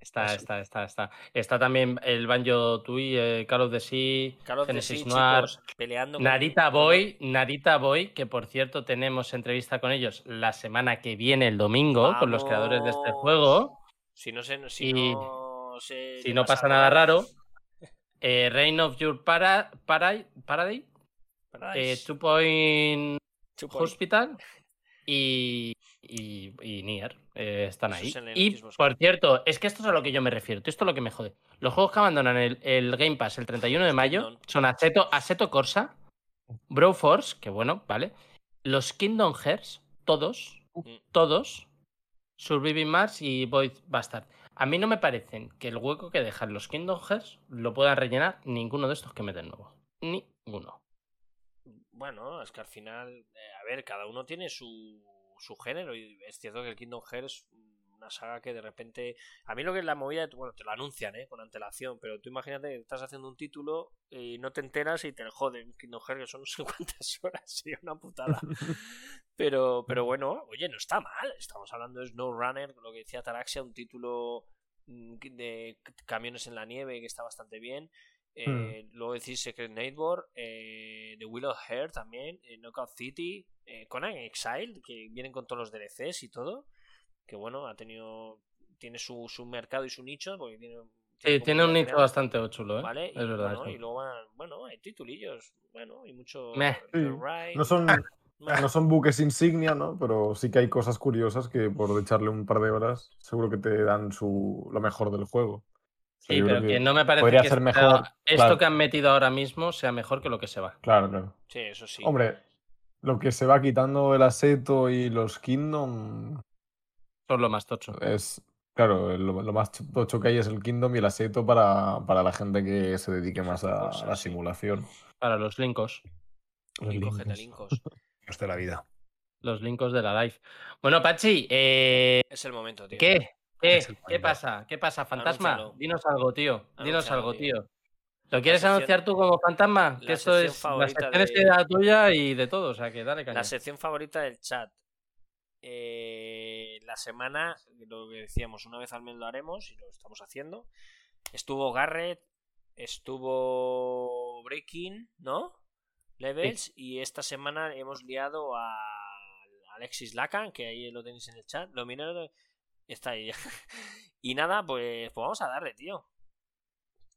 S1: Está,
S2: Eso.
S1: está, está, está. Está también el Banjo Tui, eh, Call of the Sea,
S2: Carlos de
S1: Genesis
S2: sí,
S1: Noir,
S2: chicos, peleando con-
S1: Narita Boy, Narita Boy, que por cierto tenemos entrevista con ellos la semana que viene, el domingo, con los creadores de este
S2: Vamos.
S1: juego.
S2: Si no se, si
S1: Y-
S2: no se
S1: Si
S2: le
S1: no pasa nada raro. Eh, Reign of Your para, Para- Paradise, eh,
S2: Paradise,
S1: Two Point
S2: chupo ahí.
S1: Hospital y, y, y Nier eh, están
S2: Eso
S1: ahí.
S2: es en el
S1: y
S2: Xbox.
S1: por cierto, es que esto es a lo que yo me refiero, esto es lo que me jode. Los juegos que abandonan el, el Game Pass el 31 de mayo
S2: Kingdom.
S1: son Aseto, Aseto Corsa, Broforce, que bueno, vale, los Kingdom Hearts, todos,
S2: Mm.
S1: todos, Surviving Mars y Void Bastard. A mí no me parecen que el hueco que dejan los Kingdom Hearts lo puedan rellenar ninguno de estos que meten nuevo. Ninguno.
S2: Bueno, es que al final, eh, a ver, cada uno tiene su, su género y es cierto que el Kingdom Hearts es una saga que de repente... A mí lo que es la movida, bueno, te lo anuncian, ¿eh? Con antelación, pero tú imagínate que estás haciendo un título y no te enteras y te joden Kingdom Hearts, que son no sé cuántas horas, sería una putada. Pero, pero bueno, oye, no está mal. Estamos hablando de SnowRunner, lo que decía Taraxia, un título mm, que- de c- camiones en la nieve que está bastante bien. Eh, Luego decís Secret Neighbor, eh, The Will of Hair también, eh, Knockout City, eh, Conan Exile, que vienen con todos los DLCs y todo. Que bueno, ha tenido. Tiene su, su mercado y su nicho, porque tiene.
S1: Sí, tiene un
S2: comunidad
S1: nicho
S2: creada,
S1: bastante chulo, ¿eh?
S2: ¿Vale?
S1: Es
S2: y,
S1: verdad.
S2: bueno,
S1: eso.
S2: y luego van- bueno, hay titulillos, bueno, y mucho.
S1: Meh.
S2: Joyride.
S3: No son, No son buques insignia, ¿no? Pero sí que hay cosas curiosas que por echarle un par de horas seguro que te dan su, lo mejor del juego. O sea,
S1: Sí,
S3: yo creo
S1: pero que no me parece
S3: podría
S1: que
S3: ser
S1: sea-
S3: mejor,
S1: esto
S3: claro.
S1: que han metido ahora mismo sea mejor que lo que se va.
S3: Claro, claro.
S2: Sí, eso sí.
S3: Hombre, lo que se va quitando el aseto y los Kingdom
S1: Eso es lo más tocho.
S3: es. Claro, lo, lo más tocho que hay es el Kingdom y el aseto para, para la gente que se dedique más a,
S2: Cosas,
S3: la
S2: sí.
S3: simulación.
S1: Para los lincos.
S3: Los
S2: Lincos,
S3: lincos.
S2: getalincos.
S4: Dios de la vida.
S1: Los lincos de la live. Bueno, Pachi, eh,
S2: Es el momento, tío.
S1: ¿qué? ¿Qué?
S4: Es el
S1: ¿Qué
S4: momento.
S1: pasa? ¿Qué pasa, fantasma?
S2: Anúncialo.
S1: Dinos algo, tío. Dinos
S2: Anúncialo,
S1: algo,
S2: tío.
S1: tío. ¿Lo quieres
S2: sección-
S1: anunciar tú como fantasma?
S2: la
S1: Que esto
S2: sección
S1: es la
S2: favorita
S1: sección es
S2: de-
S1: que era tuya y de todo, o sea que dale caña.
S2: La sección favorita del chat. Eh, la semana, lo que decíamos, una vez al mes lo haremos y lo estamos haciendo. Estuvo Garrett, estuvo Breaking, ¿no? Levels, y esta semana hemos liado a Alexis Lacan, que ahí lo tenéis en el chat. Lo miré, lo- está ahí. y nada, pues, pues vamos a darle, tío.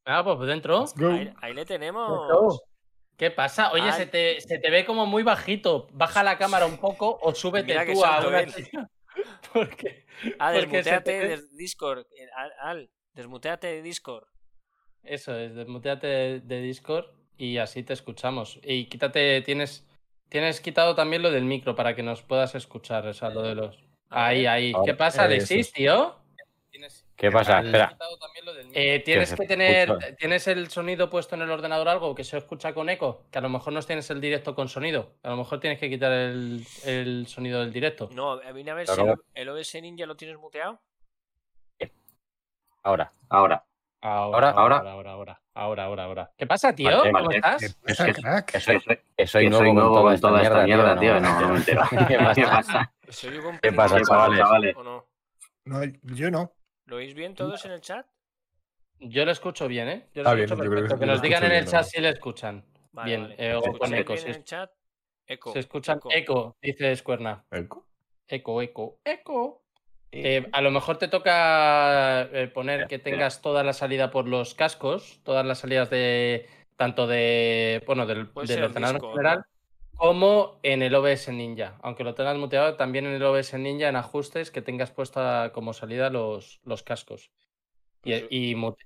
S1: Ah, pues dentro.
S3: Let's go.
S2: Ahí, ahí le tenemos.
S1: Dentro. ¿Qué pasa? Oye,
S2: Ay.
S1: se, te, se te ve como muy bajito. Baja la cámara un poco o súbete
S2: Mira que
S1: tú a
S2: santo
S1: una
S2: él.
S1: sesión. Porque
S2: Ah,
S1: Porque se
S2: desmuteate
S1: te-
S2: de Discord. eh, Al, al, desmuteate de Discord.
S1: eso es, desmuteate de, de Discord y así te escuchamos. Y quítate, tienes, tienes quitado también lo del micro para que nos puedas escuchar. O sea, lo de los. Ahí, ahí. ¿Qué
S6: Ahora,
S1: pasa,
S3: eso
S1: Alexis,
S3: es.
S1: tío?
S6: ¿Qué pasa?
S4: tal?
S6: Espera.
S1: Eh, tienes
S6: se
S1: que
S6: te
S1: tener.
S6: escucha.
S1: ¿Tienes el sonido puesto en el ordenador algo que se escucha con eco? Que a lo mejor no tienes el directo con sonido. A lo mejor tienes que quitar el, el sonido del directo.
S2: No, a mí a ver
S6: Pero
S2: si
S6: ¿cómo?
S2: el OBS Ninja lo tienes muteado.
S6: Ahora, ahora.
S1: Ahora, ahora,
S6: Ahora,
S1: ahora, ahora, ahora, ahora, ahora. ¿Qué pasa, tío?
S6: Vale,
S1: ¿Cómo
S6: vale.
S4: ¿Qué
S1: estás?
S4: pasa,
S6: es-
S4: crack?
S6: Que soy, que soy
S7: Que
S6: nuevo,
S7: soy nuevo
S6: con toda esta mierda, tío. No,
S7: me entero.
S6: ¿Qué pasa?
S2: ¿Soy un
S6: ¿Qué pasa, chavales?
S2: ¿O no?
S4: No, yo no.
S2: ¿Lo oís bien todos en el chat?
S1: Yo lo escucho bien, ¿eh? Yo lo
S3: Está bien,
S1: escucho
S3: yo creo que
S1: perfecto.
S3: sí
S1: Que
S3: lo
S1: nos digan en
S3: escucho
S1: el
S3: bien,
S1: chat
S3: ¿no?
S1: si le escuchan.
S2: Vale,
S1: Bien,
S2: vale.
S1: eh, o
S2: ¿Se
S1: con
S2: escucha
S1: eco,
S2: bien
S1: sí.
S2: en el chat? Eco.
S1: Se escuchan
S2: eco.
S1: eco, dice Escuerna.
S3: Eco.
S1: Eco, eco, eco. Eh, a lo mejor te toca eh, poner que tengas toda la salida por los cascos, todas las salidas de tanto de bueno del,
S2: Puede
S1: del
S2: ser el
S1: ordenador en
S2: Discord,
S1: general como en el OBS Ninja. Aunque lo tengas muteado, también en el OBS Ninja en ajustes que tengas puesta como salida los, los cascos. Y,
S2: eh
S5: Pues-
S1: y mute-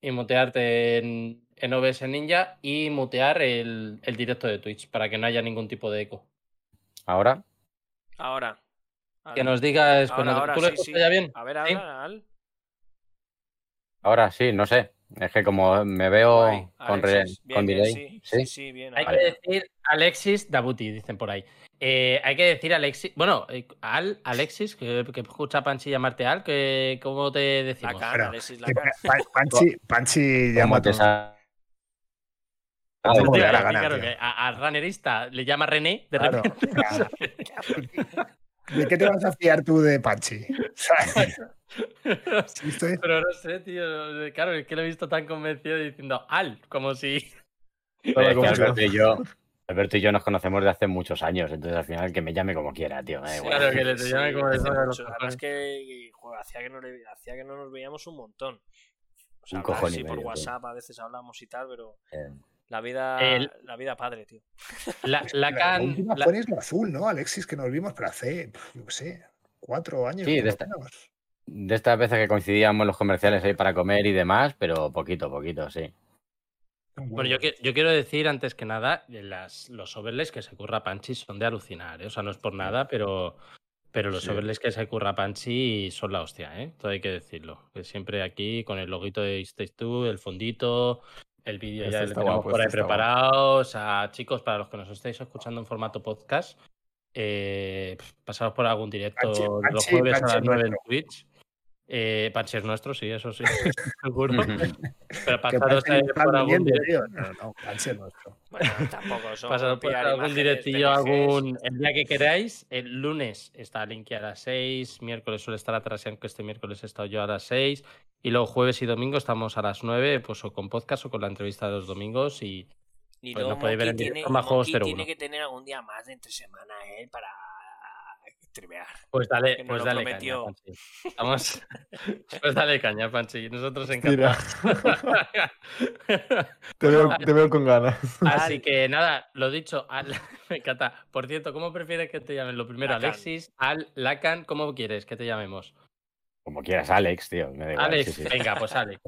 S1: y mutearte en, en OBS Ninja y mutear el, el directo de Twitch para que no haya ningún tipo de eco.
S6: Ahora,
S2: Ahora. Ahora.
S1: Que nos digas,
S2: Ahora, ahora,
S1: ¿tú lo
S2: sí, sí.
S1: escuchas ya bien?
S2: A ver, ahora,
S1: Sí.
S2: al.
S6: ahora sí, no sé. Es que como me veo
S2: Guay.
S6: Oh, con, re-
S2: Alexis, bien,
S6: con
S2: bien,
S6: delay.
S2: Sí,
S6: ¿sí?
S2: sí, sí, bien.
S1: Hay
S2: ahora.
S1: que decir Alexis Dabuti, dicen por ahí. Eh, hay que decir Alexis. Bueno, eh, Al, Alexis, que, que escucha a Panchi llamarte Al, que, ¿cómo te decimos?
S2: La cara,
S4: Bueno,
S2: Alexis, la
S4: Que
S2: cara.
S4: Pa- Panchi, Panchi
S6: Como
S4: llama a
S6: te
S4: todo.
S6: sa-
S4: Ah,
S1: Tío,
S4: como le da la
S1: eh,
S4: gana,
S1: claro,
S4: tío.
S1: que a, al runnerista le llama René de
S4: Claro,
S1: repente.
S4: claro. ¿De qué te vas a fiar tú de Panchi? O sea, si esto es-
S1: Pero no sé, tío. Claro, es que lo he visto tan convencido diciendo Al, como si.
S3: Toda
S6: Es que
S3: confusión.
S6: Alberto y yo. Alberto y yo nos conocemos de hace muchos años, entonces al final que me llame como quiera, tío. me da
S2: Sí,
S6: igual.
S1: Claro que le- te llame como le
S2: hace
S1: salga de los
S2: mucho.
S1: cojones.
S2: Además que joder, hacía que, no le- hacía que no nos veíamos un montón. O sea,
S6: Un
S2: hablar
S6: cojón y
S2: así por
S6: medio, tío.
S2: WhatsApp a veces hablamos y tal, pero
S6: Eh,
S2: la vida,
S1: El-
S2: la vida padre, tío.
S1: La, la
S4: La
S1: can.
S4: última
S1: la-
S4: fue en Isla Azul, ¿no, Alexis? Que nos vimos, pero hace, pf, yo qué sé, cuatro años. por
S6: Sí, de
S4: lo
S6: esta-
S4: menos.
S6: De estas veces que coincidíamos los comerciales ahí para comer y demás, pero poquito, poquito, sí.
S1: Bueno, yo, que- yo quiero decir antes que nada, de las, los overlays que se curra Panchi son de alucinar, ¿eh? o sea, no es por nada, pero, pero los
S3: Sí.
S1: overlays que se curra Panchi son la hostia, ¿eh? Todo hay que decirlo. Que siempre aquí con el loguito de Stage 2, el fondito, el vídeo
S3: Este
S1: ya lo
S3: está
S1: tenemos
S3: guapo,
S1: por ahí
S3: este está guapo.
S1: preparado. O sea, chicos, para los que nos estáis escuchando en formato podcast, eh, pf, pasaos por algún directo
S4: Panchi-
S1: de los
S4: Panchi-
S1: jueves
S4: Panchi
S1: a las
S4: es
S1: 9 en
S4: nuestro.
S1: Twitch. Eh, Panchi es nuestro, sí, eso sí, seguro. Pero
S4: Que
S1: pasaros
S4: Panchi
S1: ahí
S4: está
S1: por algún
S4: viniendo,
S1: directo.
S4: tío. No, no, Panchi es nuestro.
S2: Bueno, tampoco son
S1: Pasar por
S2: pillar
S1: algún
S2: imágenes,
S1: directillo,
S2: PNGs.
S1: algún. El día que queráis. El lunes está Linky a las 6. Miércoles suele estar atrás, aunque este miércoles he estado yo a las 6. Y luego jueves y domingo estamos a las 9, pues o con podcast o con la entrevista de los domingos. Y
S2: Y
S1: pues
S2: luego
S1: nos podéis ver
S2: Monkey
S1: en directo
S2: tiene-
S1: más Juegos
S2: Monkey
S1: 01.
S2: tiene que tener algún día más de entre semana él para eh, streamear.
S1: Pues dale,
S2: Que nos
S1: pues
S2: lo
S1: dale caña,
S2: prometió.
S1: Panchi. Estamos- pues dale caña, Panchi. Nosotros
S3: Tira.
S1: encantados.
S3: Te veo, te veo con ganas.
S1: Así que nada, lo dicho, Al- me encanta. Por cierto, ¿cómo prefieres que te llamen? Lo primero,
S2: Lacan.
S1: Alexis, Al, Lacan, ¿cómo quieres que te llamemos?
S6: Como quieras, Alex, tío. Me da igual,
S1: Alex,
S6: sí, sí.
S1: venga, pues Alex.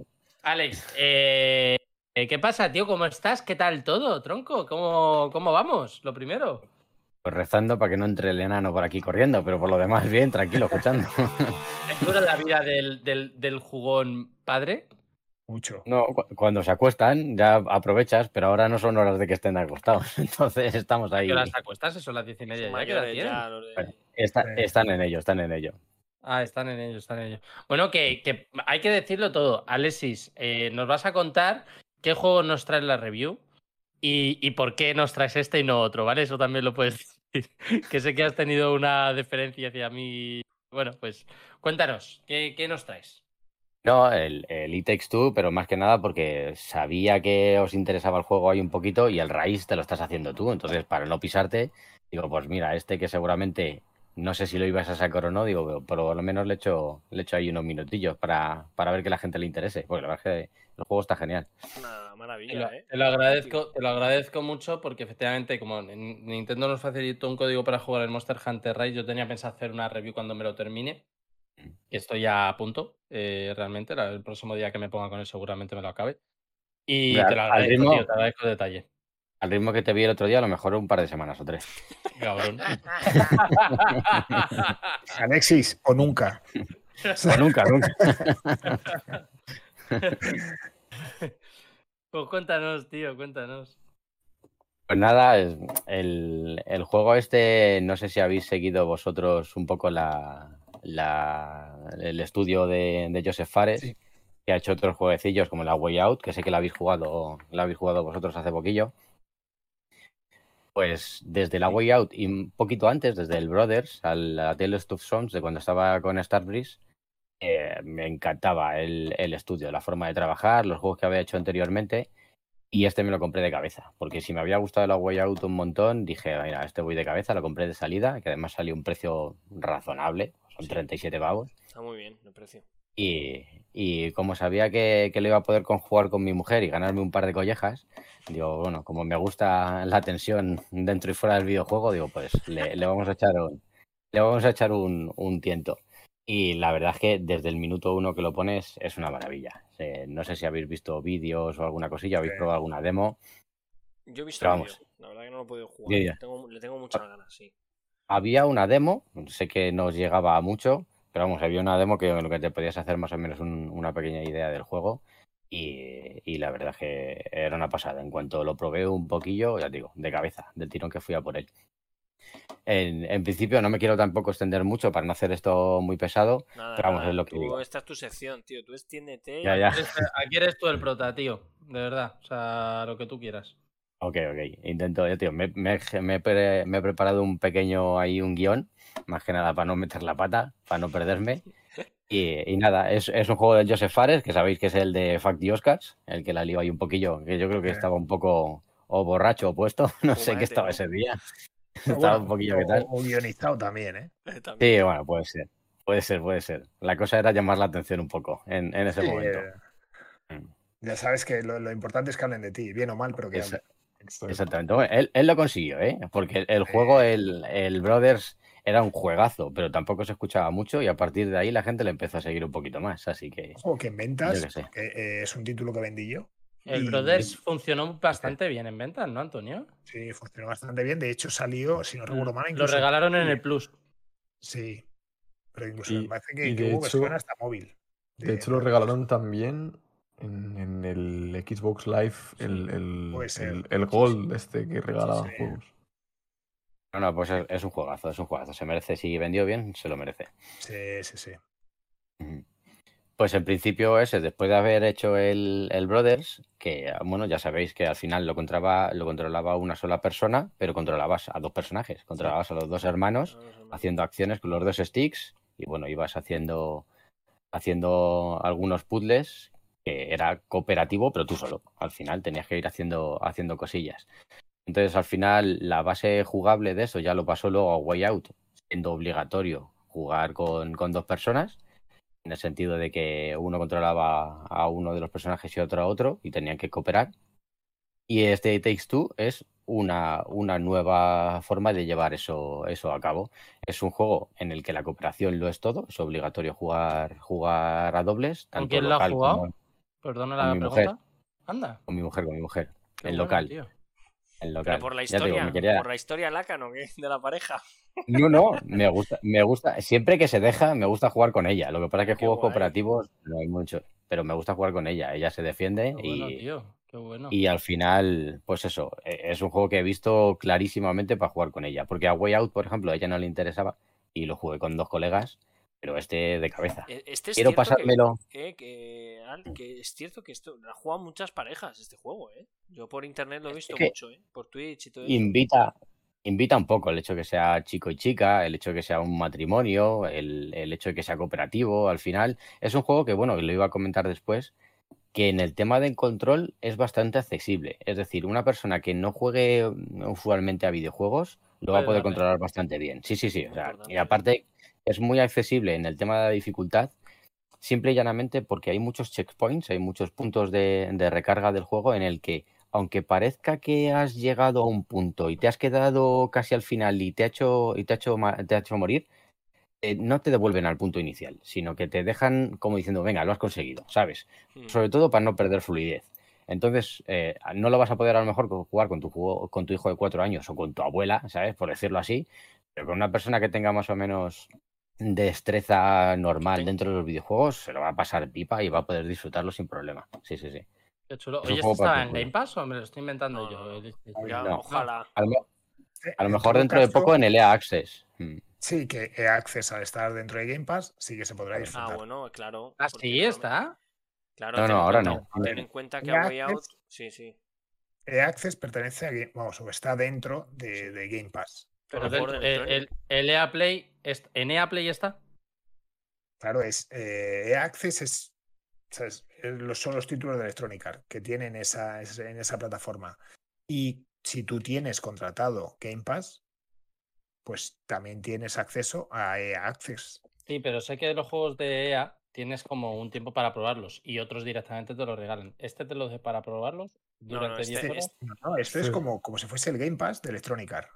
S1: Alex, eh, eh, ¿qué pasa, tío? ¿Cómo estás? ¿Qué tal todo, tronco? ¿Cómo, cómo vamos? Lo primero.
S6: Pues rezando para que no entre el enano por aquí corriendo, pero por lo demás, bien, tranquilo, escuchando.
S1: ¿Es dura la vida del, del- del jugón padre?
S4: Mucho.
S6: No, cu- cuando se acuestan ya aprovechas, pero ahora no son horas de que estén acostados. Entonces estamos ahí.
S1: ¿Qué horas te acuestas? Eso, las diez y media.
S2: Son
S1: ¿Ya qué edad
S2: mayores
S1: tienes?
S2: ya los de-
S6: Bueno. Está- están en ello, están en ello.
S1: Ah, están en ello, están en ello. Bueno, que, que hay que decirlo todo. Alexis, eh, nos vas a contar qué juego nos traes la review y, y por qué nos traes este y no otro, ¿vale? Eso también lo puedes decir. que sé que has tenido una deferencia hacia mí. Bueno, pues cuéntanos, ¿qué, qué nos traes?
S6: No, el, el It Takes Two, pero más que nada porque sabía que os interesaba el juego ahí un poquito y el raíz te lo estás haciendo tú. Entonces, para no pisarte, digo, pues mira, este que seguramente no sé si lo ibas a sacar o no, digo, pero por lo menos le echo, le echo ahí unos minutillos para, para ver que la gente le interese. Porque la verdad es que el juego está genial.
S2: Una
S1: Te lo,
S2: maravilla, ¿eh?
S1: te lo agradezco, te lo agradezco mucho porque efectivamente, como Nin- Nintendo nos facilitó un código para jugar el Monster Hunter Rise, yo tenía pensado hacer una review cuando me lo termine.
S6: Mm.
S1: Que estoy ya a punto, eh, realmente. la- el próximo día que me ponga con él seguramente me lo acabe. Y
S6: Hombre,
S1: te lo
S6: al- al
S1: agradezco,
S6: ritmo-
S1: tío, te agradezco el detalle.
S6: Al ritmo que te vi el otro día, a lo mejor un par de semanas o tres.
S1: Cabrón.
S4: Alexis, o nunca.
S6: O nunca, nunca.
S1: pues cuéntanos, tío, cuéntanos.
S6: Pues nada, es- el, el juego este, no sé si habéis seguido vosotros un poco la, la- el estudio de, de Joseph Fares,
S4: Sí.
S6: que ha hecho otros jueguecillos como la Way Out, que sé que la habéis jugado, la habéis jugado vosotros hace poquillo. Pues desde la Way Out y un poquito antes, desde el Brothers, al a Tale of Two Sons, de cuando estaba con Starbreeze, eh, me encantaba el, el estudio, la forma de trabajar, los juegos que había hecho anteriormente. Y este me lo compré de cabeza, porque si me había gustado la Way Out un montón, dije, mira, este voy de cabeza, lo compré de salida, que además salió un precio razonable, son 37 pavos.
S2: Está muy bien el precio.
S6: Y, y como sabía que, que lo iba a poder conjugar con mi mujer y ganarme un par de collejas, digo, bueno, como me gusta la tensión dentro y fuera del videojuego, digo, pues le, le vamos a echar un, le vamos a echar un, un tiento. Y la verdad es que desde el minuto uno que lo pones es una maravilla. Eh, no sé si habéis visto vídeos o alguna cosilla, habéis
S4: Sí.
S6: probado alguna demo.
S2: Yo he visto
S6: Pero
S2: el
S6: vamos.
S2: vídeo, La verdad que no lo he podido jugar.
S6: Ya, Ah. ya.
S2: Tengo- le tengo muchas ganas, sí.
S6: Había una demo, sé que no os llegaba a mucho, pero vamos, había una demo que en lo que te podías hacer más o menos un- una pequeña idea del juego. Y, y la verdad es que era una pasada. En cuanto lo probé un poquillo, ya te digo, de cabeza, del tirón que fui a por él. En, en principio no me quiero tampoco extender mucho para no hacer esto muy pesado.
S2: Nada,
S6: Pero vamos,
S2: nada,
S6: es lo que
S2: tú-
S6: digo.
S2: Esta es tu sección, tío. Tú extiéndete.
S6: Ya, ya.
S1: Eres- Aquí eres tú el prota, tío. De verdad. O sea, lo que tú quieras.
S6: Ok, ok. Intento, ya tío, me, me he ge- me he pre- me he preparado un pequeño ahí, un guión, más que nada para no meter la pata, para no perderme. Y, y nada, es, es un juego de Joseph Fares, que sabéis que es el de Fact y Oscars, el que la lió ahí un poquillo, que yo creo que
S4: Sí.
S6: estaba un poco o borracho o puesto, no sé
S2: Fumante,
S6: qué estaba
S2: ¿no?
S6: ese día.
S4: Pero
S6: Estaba
S4: bueno,
S6: un poquillo,
S4: o-
S6: ¿qué tal?
S4: O, o guionizado también, ¿eh?
S2: También.
S6: Sí, bueno, puede ser, puede ser, puede ser. La cosa era llamar la atención un poco en, en ese
S4: Sí,
S6: momento. Mm.
S4: eh, Ya sabes que lo, lo importante es que hablen de ti, bien o mal, pero que
S6: Esa-
S4: hablen.
S6: Exactamente. Bueno, Eh. él, él lo consiguió, ¿eh? Porque el, el juego, el, el Brothers, era un juegazo, pero tampoco se escuchaba mucho y a partir de ahí la gente le empezó a seguir un poquito más. Así que,
S4: Ojo, que en ventas,
S6: Yo qué sé.
S4: porque, eh, es un título que vendí yo.
S1: El
S4: Y-
S1: Brothers funcionó bastante bien en ventas, ¿no, Antonio?
S4: Sí, funcionó bastante bien. De hecho, salió, si no recuerdo mal,
S1: Mm, Lo
S4: incluso.
S1: regalaron en el Plus.
S4: Sí, pero incluso
S3: Y-
S4: me parece que,
S3: y
S4: que
S3: de
S4: hubo que
S3: hecho-
S4: suena hasta móvil.
S3: De hecho, lo regalaron también en, en el Xbox Live, el, el,
S4: puede ser.
S3: el- el Gold este que regalaban
S4: sí.
S3: juegos.
S6: no, no, pues es, es un juegazo, es un juegazo. Se merece, si vendió bien, se lo merece.
S4: Sí, sí, sí.
S6: Ujú. Pues en principio ese, después de haber hecho el, el Brothers, que bueno, ya sabéis que al final lo, controlaba, lo controlaba una sola persona, pero controlabas a dos personajes, controlabas a los dos hermanos
S2: No, no, no.
S6: haciendo acciones con los dos sticks y bueno, ibas haciendo haciendo algunos puzzles que era cooperativo, pero tú solo. Al final tenías que ir haciendo haciendo cosillas. Entonces, al final la base jugable de eso ya lo pasó luego a Way Out, siendo obligatorio jugar con, con dos personas, en el sentido de que uno controlaba a uno de los personajes y otro a otro y tenían que cooperar. Y este Takes Two es una, una nueva forma de llevar eso, eso a cabo. Es un juego en el que la cooperación lo es todo, es obligatorio jugar, jugar a dobles.
S1: ¿Con
S6: tanto
S1: quién lo ha
S6: local
S1: jugado?
S6: como
S1: Perdona
S6: Con
S1: la
S6: mi
S1: pregunta. Anda.
S6: Con mi mujer, con mi mujer.
S1: qué
S6: en
S1: bueno,
S6: local.
S1: tío.
S6: En local.
S2: Pero por la
S6: Ya te digo,
S2: historia,
S6: me quería-
S2: por la historia Lácano, que de la pareja.
S6: No, no, me gusta, me gusta, siempre que se deja, me gusta jugar con ella. Lo que pasa es que
S2: Qué
S6: juegos
S2: guay.
S6: cooperativos no hay mucho, pero me gusta jugar con ella. Ella se defiende
S1: Qué
S6: y,
S1: bueno, tío. Qué bueno.
S6: y al final, pues eso, e- es un juego que he visto clarísimamente para jugar con ella. Porque a Way Out, por ejemplo, a ella no le interesaba y lo jugué con dos colegas, pero este de cabeza.
S2: E- Este es
S6: Quiero
S2: cierto que-
S6: pasármelo.
S2: eh, que, Al, que es cierto que esto lo han jugado muchas parejas este juego, ¿eh? Yo por internet lo he visto
S6: que-
S2: mucho, ¿eh? Por Twitch y todo eso.
S6: Invita, invita un poco el hecho que sea chico y chica, el hecho que sea un matrimonio, el, el hecho de que sea cooperativo. Al final, es un juego que, bueno, que lo iba a comentar después, que en el tema del control es bastante accesible. Es decir, una persona que no juegue usualmente a videojuegos lo va a
S1: Puede darle.
S6: poder controlar bastante bien. Sí, sí, sí. o sea,
S2: importante,
S6: y
S2: sí.
S6: aparte, es muy accesible en el tema de la dificultad. Simple y llanamente porque hay muchos checkpoints, hay muchos puntos de- de recarga del juego en el que aunque parezca que has llegado a un punto y te has quedado casi al final y te ha hecho, y te ha hecho, ma- te ha hecho morir, eh, no te devuelven al punto inicial, sino que te dejan como diciendo, venga, lo has conseguido, ¿sabes?
S2: Mm.
S6: Sobre todo para no perder fluidez. Entonces, eh, no lo vas a poder a lo mejor co- jugar con tu, jugo- con tu hijo de cuatro años o con tu abuela, ¿sabes? Por decirlo así, pero con una persona que tenga más o menos destreza normal
S2: Ten-
S6: dentro de los videojuegos, se lo va a pasar pipa y va a poder disfrutarlo sin problema. Sí, sí, sí.
S1: Qué chulo.
S6: es un
S1: Oye, ¿esto
S6: juego para
S1: está
S6: tu
S1: en
S6: culo.
S1: Game Pass o me lo estoy inventando
S2: No,
S1: yo?
S2: no, no.
S1: El- el-
S2: Ya,
S6: No.
S2: Ojalá.
S6: A lo me- A lo
S4: Eh, En
S6: mejor
S4: todo
S6: dentro de
S4: caso,
S6: poco en el EA Access. Mm.
S4: Sí, que EA Access al estar dentro de Game Pass sí que se podrá disfrutar.
S2: Ah, bueno, claro.
S1: Ah,
S2: porque
S1: sí,
S2: no-
S1: está.
S2: Claro,
S6: No,
S2: ten
S6: no,
S2: en
S6: ahora
S2: cuenta-
S6: no.
S2: Ten en cuenta que
S4: Ya,
S2: a Way Out.
S4: es-
S2: Sí, sí.
S4: EA Access pertenece a Game Vamos, o está dentro de, de Game Pass.
S1: Pero
S2: Pero por
S1: dentro-
S2: dentro, eh,
S1: el, el- el EA Play. est- ¿En EA Play está?
S4: Claro, es eh, EA Access es, ¿sabes? Eh, los- son los títulos de Electronic Arts que tienen esa, es- en esa plataforma. Y si tú tienes contratado Game Pass, pues también tienes acceso a EA Access.
S1: Sí, pero sé que los juegos de EA tienes como un tiempo para probarlos y otros directamente te los regalan. Este te lo de para probarlos
S2: No, no,
S1: durante 10
S2: este-
S1: horas.
S2: este-
S4: No, no, esto es
S3: Sí.
S4: como, como si fuese el Game Pass de Electronic Arts.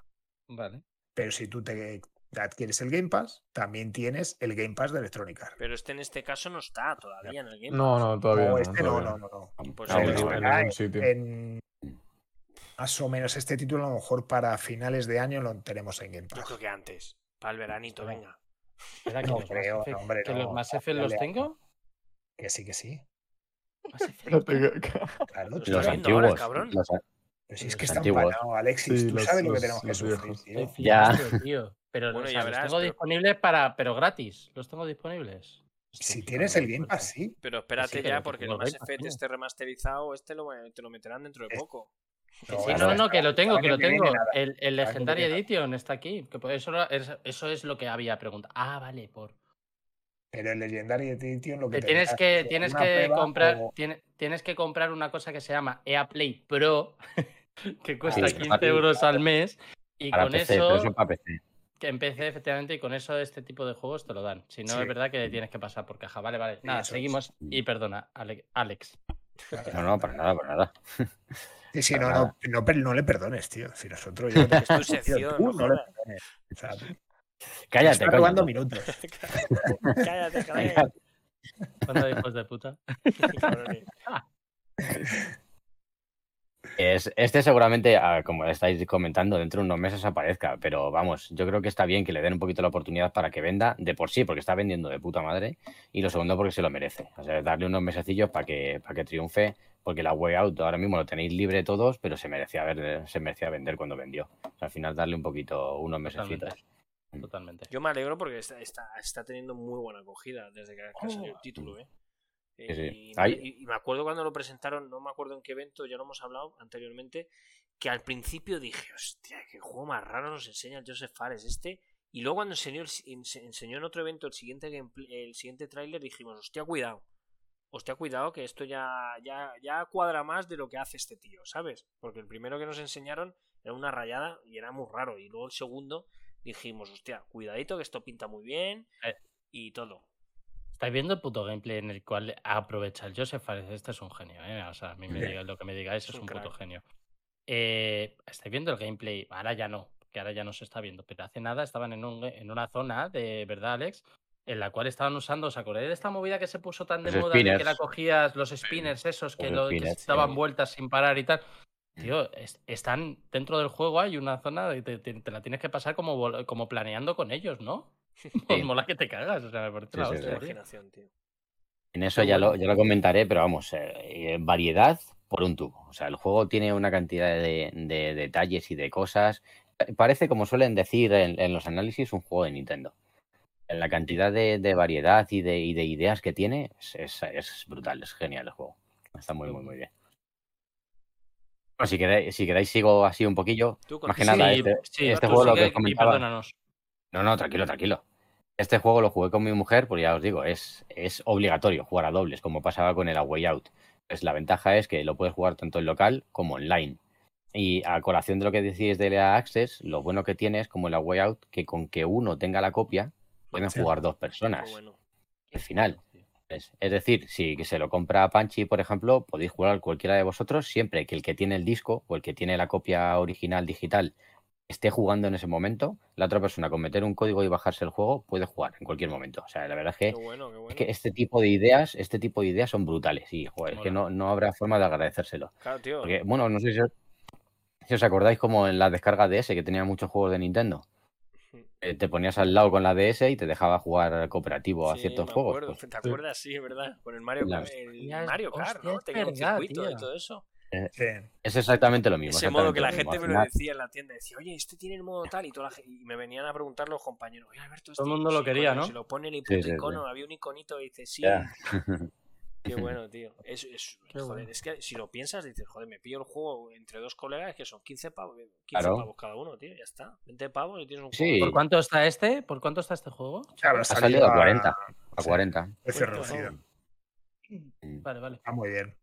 S1: Vale.
S4: Pero si tú te adquieres el Game Pass, también tienes el Game Pass de Electronic Arts.
S2: Pero este en este caso no está todavía en el Game
S3: No,
S2: Pass.
S3: no, todavía
S4: no,
S3: no.
S4: este no,
S3: todavía
S4: no,
S3: no.
S4: no, no.
S2: Pues
S6: No,
S2: ahí
S6: no,
S2: está.
S6: no,
S3: en
S4: no.
S3: ningún sitio.
S4: En- más o menos este título, a lo mejor para finales de año lo tenemos en Game
S2: Yo
S4: Pass.
S2: creo que antes. Para el veranito, venga.
S1: Espera, que
S4: No
S1: los
S4: creo,
S1: Mass Effect-
S4: no, hombre,
S1: que
S4: no,
S1: los Mass
S4: no,
S1: Effect los
S4: dale a-
S1: tengo.
S4: Que sí, que sí.
S1: Mass Effect.
S4: Claro,
S2: Los
S4: tú
S6: Los
S2: está
S4: sabes.
S2: viendo ahora el
S6: antiguos.
S2: cabrón.
S6: los a-
S4: Pero si es
S6: los
S4: que está
S6: antiguos.
S4: empanado, Alexis.
S3: Sí,
S4: tú
S3: los-
S4: sabes lo que
S3: los-
S4: tenemos que
S3: los
S4: sufrir,
S3: viejos.
S4: tío.
S1: Estoy
S6: Ya.
S1: flipando, tío. Pero
S2: Bueno,
S1: o
S2: ya
S1: sea,
S2: verás,
S1: los tengo
S2: pero-
S1: disponibles para, pero gratis. Los tengo disponibles. pues Estoy
S4: Si
S1: flipando,
S4: tienes el
S1: qué
S4: Game
S1: fuerte.
S4: Pass, sí.
S2: Pero espérate
S1: pero
S2: ya,
S1: que
S2: porque el
S1: tengo
S2: Mass
S1: Game Pass,
S2: Effect
S1: tío.
S2: este remasterizado, este lo, te lo meterán dentro de
S4: Es-
S2: poco.
S1: Que sí,
S4: ahora
S1: no, no, que
S4: para-
S1: lo tengo,
S4: para
S1: que lo
S4: viene
S1: tengo.
S4: nada.
S1: El, el
S4: Para que
S1: Legendary
S4: viene nada.
S1: Edition está aquí. que por eso, era- es- eso es lo que había preguntado. Ah, vale, por.
S4: Pero el Legendary Edition lo que
S1: Te tienes
S4: tendrás
S1: que,
S4: es
S1: tienes
S4: una
S1: que
S4: prueba
S1: comprar,
S4: o-
S1: tiene- tienes que comprar una cosa que se llama EA Play Pro,
S4: Ah,
S1: que cuesta
S6: Sí,
S1: 15
S6: para-
S1: euros al mes. Y
S6: para
S1: con
S6: PC, pero
S1: eso,
S6: eso para PC.
S1: que empecé efectivamente, y con eso este tipo de juegos te lo dan. Si no,
S4: Sí. Mm.
S1: es verdad que tienes que pasar por caja. Vale, vale. Nada,
S4: eso es. Mm.
S1: seguimos. Y perdona, Ale- Alex.
S6: No, no, para nada, para nada.
S4: Sí, sí, no,
S6: para
S4: no,
S6: nada.
S4: no, pero no le perdones, tío. Si nosotros yo creo que
S2: tu
S4: sí, tío,
S2: sección,
S4: tú
S2: no
S4: no le
S2: jodas.
S4: perdones. O sea, te
S6: Cállate,
S4: está
S6: coño.
S4: robando minutos.
S2: Cállate, cállate.
S1: Banda de hijos de puta.
S2: cabrones.
S6: Es- este seguramente, ah, como estáis comentando, dentro de unos meses aparezca, pero vamos, yo creo que está bien que le den un poquito la oportunidad para que venda de por sí, porque está vendiendo de puta madre, y lo segundo porque se lo merece. O sea, darle unos mesecillos para que, para que triunfe, porque la Way Out ahora mismo lo tenéis libre todos, pero se merecía, ver, se merecía vender cuando vendió. O sea, al final darle un poquito, unos mesecitos.
S1: Totalmente. Totalmente.
S2: Yo me alegro porque está, está, está tenido muy buena acogida desde que ha salido el título, ¿eh?
S6: Sí, sí.
S2: Y,
S6: Ahí-
S2: y- y me acuerdo cuando lo presentaron, no me acuerdo en qué evento, ya lo hemos hablado anteriormente, que al principio dije, hostia, qué juego más raro nos enseña el Joseph Fares este. Y luego cuando enseñó, el si- ense- enseñó en otro evento el siguiente gameplay- el siguiente tráiler dijimos, hostia, cuidado. Hostia, cuidado que esto ya, ya, ya cuadra más de lo que hace este tío, ¿sabes? Porque el primero que nos enseñaron era una rayada y era muy raro. Y luego el segundo dijimos, hostia, cuidadito que esto pinta muy bien
S1: Eh.
S2: y todo.
S1: Estáis viendo el puto gameplay en el cual aprovecha el Joseph Fares. Este es un genio, ¿eh? O sea, a mí me diga lo que me digáis
S2: Es
S1: es
S2: un
S1: un, puto
S2: crack.
S1: genio. Eh, Estáis viendo el gameplay. Ahora ya no, que ahora ya no se está viendo. Pero hace nada estaban en, un, en una zona de, ¿verdad, Alex? En la cual estaban usando, ¿os acordáis de esta movida que se puso tan de
S6: Los
S1: moda de que la
S6: spinners.
S1: cogías, los spinners esos que,
S6: Los
S1: lo- que
S6: spinners,
S1: se daban
S6: sí. Mm.
S1: vueltas sin parar y tal? Tío, es- están dentro del juego, hay una zona y te, te- te la tienes que pasar como, vol- como planeando con ellos, ¿no? Pues mola que te cagas, o sea, me parece
S6: Sí,
S1: la
S6: sí,
S1: hostia,
S6: sí.
S1: tío.
S2: Imaginación, tío.
S6: En eso ya lo, ya lo comentaré, pero vamos, eh, eh, variedad por un tubo. O sea, el juego tiene una cantidad de, de detalles y de cosas. Eh, Parece, como suelen decir en, en los análisis, un juego de Nintendo. En la cantidad de, de variedad y de, y de ideas que tiene, es, es- es brutal, es genial el juego. Está muy, muy, muy bien. Bueno, si queréis, si queréis sigo así un poquillo.
S2: Tú
S6: Más que nada,
S1: Sí,
S6: este-
S1: sí,
S6: este
S1: tú
S6: juego lo
S1: sigue
S6: que os
S1: y
S6: comentaba.
S1: perdónanos.
S6: No, no, tranquilo, tranquilo. Este juego lo jugué con mi mujer, pues ya os digo, es, es obligatorio jugar a dobles, como pasaba con el Away Out. Pues la ventaja es que lo puedes jugar tanto en local como online. Y a colación de lo que decís de la Access, lo bueno que tiene es como el Away Out, que con que uno tenga la copia, pueden
S4: Sí.
S6: jugar dos
S2: Muy
S6: personas
S2: bueno.
S6: al final. Es, es decir, si se lo compra a Panchi, por ejemplo, podéis jugar cualquiera de vosotros siempre que el que tiene el disco o el que tiene la copia original digital esté jugando en ese momento, la otra persona con meter un código y bajarse el juego puede jugar en cualquier momento. O sea, la verdad es que,
S2: Qué bueno, qué bueno.
S6: es que este tipo de ideas, este tipo de ideas son brutales y joder, es que
S1: Mola.
S6: no, no habrá forma de agradecérselo.
S2: Claro, tío.
S6: Porque, bueno, no sé si os, si os acordáis como en la descarga DS que tenía muchos juegos de Nintendo. Eh, Te ponías al lado con la DS y te dejaba jugar cooperativo a
S2: Sí,
S6: ciertos
S2: me
S6: juegos.
S2: acuerdo.
S6: pues,
S2: ¿Te acuerdas? Sí, es verdad. Con el Mario
S6: La-
S2: Kart. el
S1: Hostias,
S2: Mario Kart, ¿no?
S1: hostia, es
S2: Tenía un
S1: verdad,
S2: circuito y
S1: tío.
S2: todo eso.
S4: Sí.
S6: Es exactamente lo mismo.
S2: Ese modo que la
S6: exactamente
S2: gente me
S6: lo
S2: lo
S6: mismo. Al
S2: decía en la tienda. Decía, oye, este tiene el modo tal y toda la gente... Y me venían a preguntar los compañeros. Oye, Alberto,
S1: Todo el
S2: este-
S1: mundo lo
S2: sí,
S1: quería,
S2: coño,
S1: ¿no?
S2: Si lo ponen y
S6: Sí,
S2: puto
S6: sí, sí.
S2: icono, había un iconito y dice, sí.
S6: Ya.
S2: Qué bueno, tío. Es, es-
S1: Qué
S2: joder,
S1: bueno.
S2: es que si lo piensas, dices, joder, me pillo el juego entre dos colegas que son 15 pavos, 15
S6: Claro.
S2: pavos cada uno, tío. Ya está. 20 pavos y tienes un
S6: Sí.
S2: juego.
S1: ¿Por cuánto está este? ¿Por cuánto está este juego?
S4: Claro,
S6: final Ha salido a 40. A
S4: sí.
S6: 40.
S4: precio
S1: Cuento,
S4: reducido.
S1: Vale, vale.
S4: Está muy bien.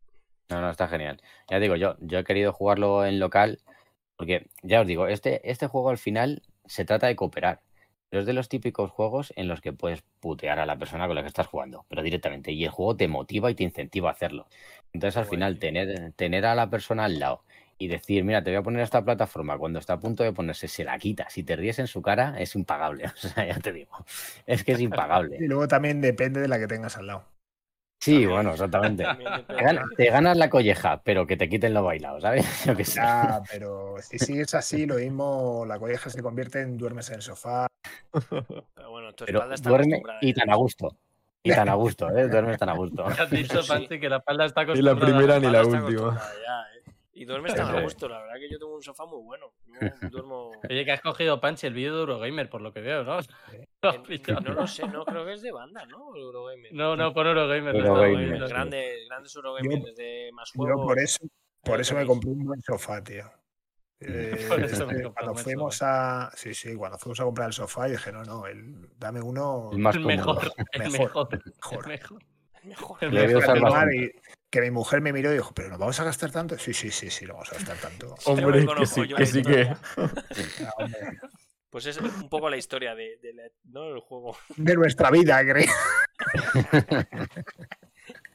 S6: No, no, está genial. Ya digo, yo, yo he querido jugarlo en local porque, ya os digo, este, este juego al final se trata de cooperar. Pero es de los típicos juegos en los que puedes putear a la persona con la que estás jugando, pero directamente. Y el juego te motiva y te incentiva a hacerlo. Entonces, al
S2: Guay.
S6: final, tener, tener a la persona al lado y decir, mira, te voy a poner esta plataforma, cuando está a punto de ponerse, se la quita. Si te ríes en su cara, es impagable. O sea, ya te digo, es que es
S4: Y
S6: impagable.
S4: luego también depende de la que tengas al lado.
S6: Sí, bueno, exactamente.
S2: También depende.
S6: Te ganas, te ganas la colleja, pero que te quiten lo bailado, ¿sabes? Yo qué sé.
S4: Ya, pero si sigues así, lo mismo, la colleja se convierte en duermes en el sofá.
S2: Pero bueno, tu
S6: Pero
S2: espalda está
S6: duerme
S2: acostumbrada ya.
S6: y tan a gusto. Y tan a gusto, ¿eh? Duermes tan a gusto.
S1: Has dicho,
S2: Sí.
S1: Panchi, que la espalda está
S3: Ni la
S1: acostumbrada.
S3: primera ni la
S2: espalda está
S3: última.
S2: acostumbrada ya, ¿eh? Y duermes tan a
S6: Sí.
S2: gusto, la verdad que yo tengo un sofá muy bueno. Yo duermo.
S1: Oye, que has cogido, Panchi, el vídeo de Eurogamer, por lo que veo, ¿no? Lo has pillado.
S2: No lo sé, no creo que es de banda, ¿no? Eurogamer.
S1: No, no, pon Eurogamer. lo estaba
S6: Eurogamer,
S1: viendo.
S6: sí.
S2: Grandes, grandes Eurogamer
S4: Yo-
S2: desde más
S4: Yo
S2: juegos.
S4: por eso, por
S2: lo
S4: eso me
S2: tenéis.
S4: compré un buen sofá, tío. Eh,
S1: Por eso me
S4: este,
S1: compré un
S4: cuando
S1: buen
S4: fuimos a. Sí, sí, cuando fuimos a comprar el sofá, yo dije, no, no, el, dame uno
S6: Es más
S1: El
S6: cómodo.
S1: mejor, el
S4: Mejor,
S1: mejor,
S4: mejor.
S1: el mejor.
S2: Mejor.
S1: el
S6: Le voy a
S1: mejor.
S6: usar
S4: Fíjate,
S6: bastante.
S4: Omar, y que mi mujer me miró y dijo, pero ¿nos vamos a gastar tanto? Sí, sí, sí, sí, lo vamos a gastar tanto.
S3: Hombre,
S2: Pero
S3: que sí,
S2: conozco
S3: que
S2: yo
S3: sí
S2: esto.
S3: que.
S4: Ah, hombre,
S2: Pues es un poco la historia de, de la- ¿no? el juego.
S4: De nuestra vida, creo.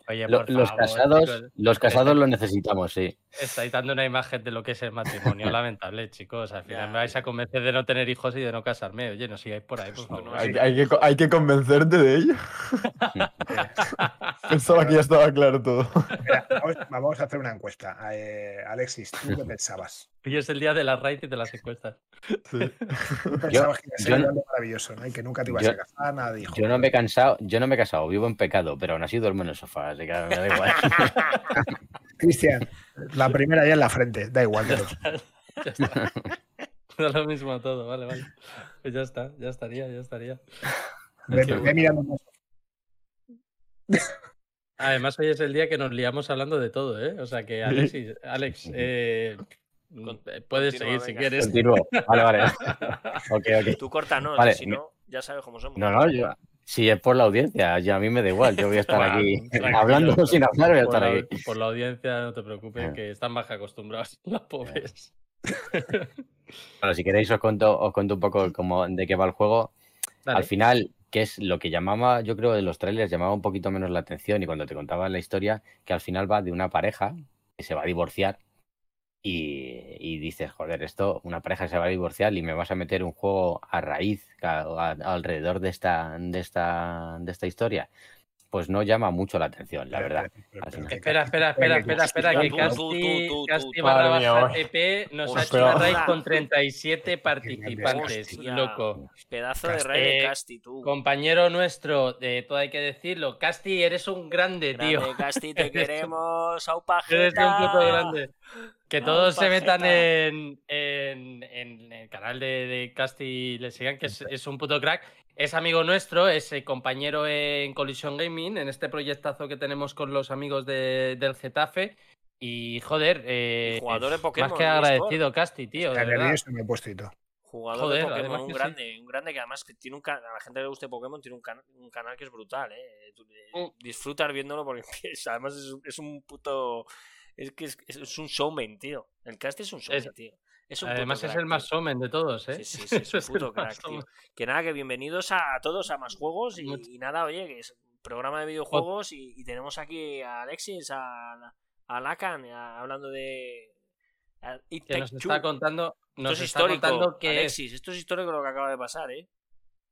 S1: Oye,
S6: Lo-
S1: por
S6: los
S1: favor,
S6: casados,
S1: chicos,
S6: los casados lo necesitamos, sí.
S1: estáis dando una imagen de lo que es el matrimonio lamentable, chicos. Al final
S2: Ya.
S1: me vais a convencer de no tener hijos y de no casarme. Oye, no sigáis por ahí, por
S2: Pues
S1: favor.
S2: no,
S3: Hay,
S2: sí.
S3: hay que, co- hay que convencerte de ello. Pensaba que ya estaba claro todo.
S4: Mira, vamos, vamos a hacer una encuesta. Eh, Alexis, ¿tú qué pensabas?
S1: Hoy es el día de las raids y de las encuestas.
S3: Sí.
S4: Tú pensabas que iba a ser
S6: yo no-
S4: algo maravilloso, ¿no? Y que nunca te ibas
S6: yo-
S4: a casar, nada, dijo.
S6: Yo no me he cansado, yo no me he casado, vivo en pecado, pero aún así duermo en el sofá, así que me da igual.
S4: Cristian, la primera ya en la frente, da igual. pero-
S1: Ya está. Da lo mismo a todo, vale, vale. Pues ya está, ya estaría, ya estaría.
S4: Ve,
S1: Qué
S4: ve
S1: bueno.
S4: mirando más.
S1: Además, hoy es el día que nos liamos hablando de todo, ¿eh? O sea que, Alexis, Alex, eh,
S2: Con-
S1: eh, puedes
S2: continúa,
S1: seguir si
S2: venga.
S1: quieres.
S6: Continúo. Vale, vale. Ok, ok.
S2: Tú corta no,
S6: Eh, Vale,
S2: si
S6: me-
S2: no, ya sabes cómo somos.
S6: No, no, yo, si es por la audiencia, yo a mí me da igual, yo voy a estar
S1: Bueno,
S6: aquí
S1: tranquilo,
S6: hablando sin hablar, voy a
S1: Por
S6: estar
S1: la,
S6: aquí.
S1: por la audiencia, no te preocupes,
S6: Ah.
S1: que están más que acostumbrados los pobres.
S6: Bueno, si queréis os cuento, os cuento un poco cómo, de qué va el juego.
S1: Dale.
S6: Al final, que es lo que llamaba, yo creo, de los trailers, llamaba un poquito menos la atención y cuando te contaban la historia, que al final va de una pareja que se va a divorciar y, y dices, joder, esto, una pareja que se va a divorciar y me vas a meter un juego a raíz, a- a- alrededor de esta, de, esta, de esta historia. Pues no llama mucho la atención,
S4: Eh,
S6: la verdad.
S1: Espera, espera, espera, espera, espera, que
S2: Tú, tú,
S1: Casti,
S2: tú, tú,
S1: Casti
S2: tú.
S1: barra
S3: Madre mía,
S1: baja
S3: oye.
S1: TP nos ha hecho
S3: Hostia.
S1: una raid con 37 participantes,
S2: Hostia.
S1: loco.
S2: Pedazo de
S4: Casti-
S2: rey de
S1: eh,
S2: Casti, tú.
S1: Compañero nuestro, de todo hay que decirlo, Casti, eres un grande,
S2: Grande,
S1: tío.
S2: Casti, te queremos. ¡Au
S1: Eres un puto
S2: pajeta!
S1: grande. Que
S2: No,
S1: todos se metan
S2: pajeta.
S1: en, en- en el canal de, de Casti y le sigan, que es, es un puto crack. Es amigo nuestro, es eh, compañero en Collision Gaming, en este proyectazo que tenemos con los amigos de- del Getafe. Y joder, eh,
S2: jugador de Pokémon,
S1: más que
S2: de eSport.
S1: agradecido, Casti, tío. de verdad.
S4: nervioso me he puesto y todo.
S2: Jugador
S1: Joder,
S2: de Pokémon,
S1: además
S2: un
S1: que sí.
S2: grande, un grande que además que tiene un can- a la gente que le guste Pokémon tiene un, can- un canal que es brutal, eh. Tú- eh,
S1: Mm.
S2: Disfrutar viéndolo porque es- además es, un- es un puto es que es, es un showman, tío. El cast es un showman,
S1: Es-
S2: tío. Es un puto
S1: Además es
S2: crack,
S1: el más
S2: tío.
S1: somen de todos, ¿eh?
S2: Sí, sí, sí, es un
S1: el más
S2: puto crack, tío.
S1: somen.
S2: Que nada, que bienvenidos a, a todos a más juegos y,
S1: Mucho-
S2: y nada, oye, que es un programa de videojuegos y, y tenemos aquí a Alexis, a, a Lacan, a- hablando de a It
S1: Que
S2: Take
S1: nos
S2: Two.
S1: está contando, nos
S2: esto es
S1: está
S2: histórico,
S1: contando que es-
S2: Alexis, esto es histórico lo que acaba de pasar, ¿eh?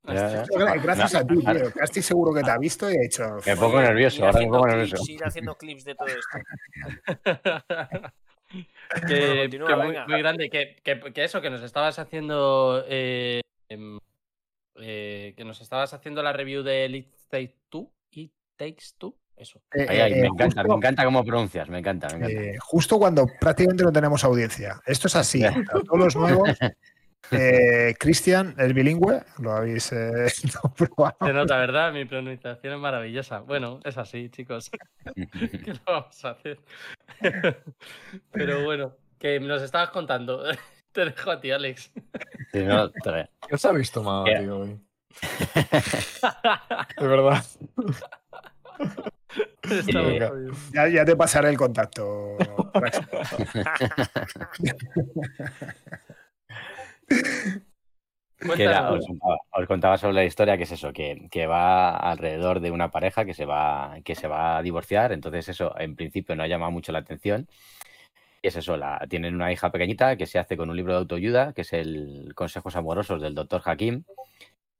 S6: Ya, ya.
S4: Gracias a ti,
S6: Claro.
S4: tío. Casti seguro que te ha visto y ha dicho.
S6: Me pongo nervioso,
S2: Ir
S6: ahora me
S2: haciendo clips,
S6: pongo nervioso.
S2: ir haciendo clips de todo esto.
S1: que,
S2: Bueno, continúa,
S1: que muy,
S2: venga.
S1: muy grande, que, que- que eso, que nos estabas haciendo. eh, em, eh, que nos estabas haciendo la review de It Takes Two. It Takes Two. Eso.
S4: eh,
S6: Ay, ay,
S4: eh,
S6: me encanta, me
S4: justo-
S6: encanta cómo pronuncias, me encanta, me encanta.
S4: Eh, justo cuando prácticamente no tenemos audiencia. Esto es así. para Todos los nuevos. Eh, Cristian es bilingüe, lo habéis eh, no probado.
S6: Ah.
S1: Se nota, ¿verdad? Mi pronunciación es maravillosa. Bueno, es así, chicos. ¿Qué lo vamos a hacer? Pero bueno, que nos estabas contando. Te dejo a ti, Alex.
S6: Si no, te-
S3: ¿Qué os habéis tomado,
S6: Ya.
S3: tío, hoy? De verdad.
S1: Está muy
S4: Eh,
S1: jodido.
S4: Ya, ya te pasaré el contacto. Praxis.
S6: que era-
S1: Cuéntanos.
S6: os, contaba, os contaba sobre la historia, que es eso, que, que va alrededor de una pareja que se va, que se va a divorciar, entonces eso en principio no ha llamado mucho la atención. Y es eso, la, tienen una hija pequeñita que se hace con un libro de autoayuda, que es el Consejos Amorosos del doctor Hakim.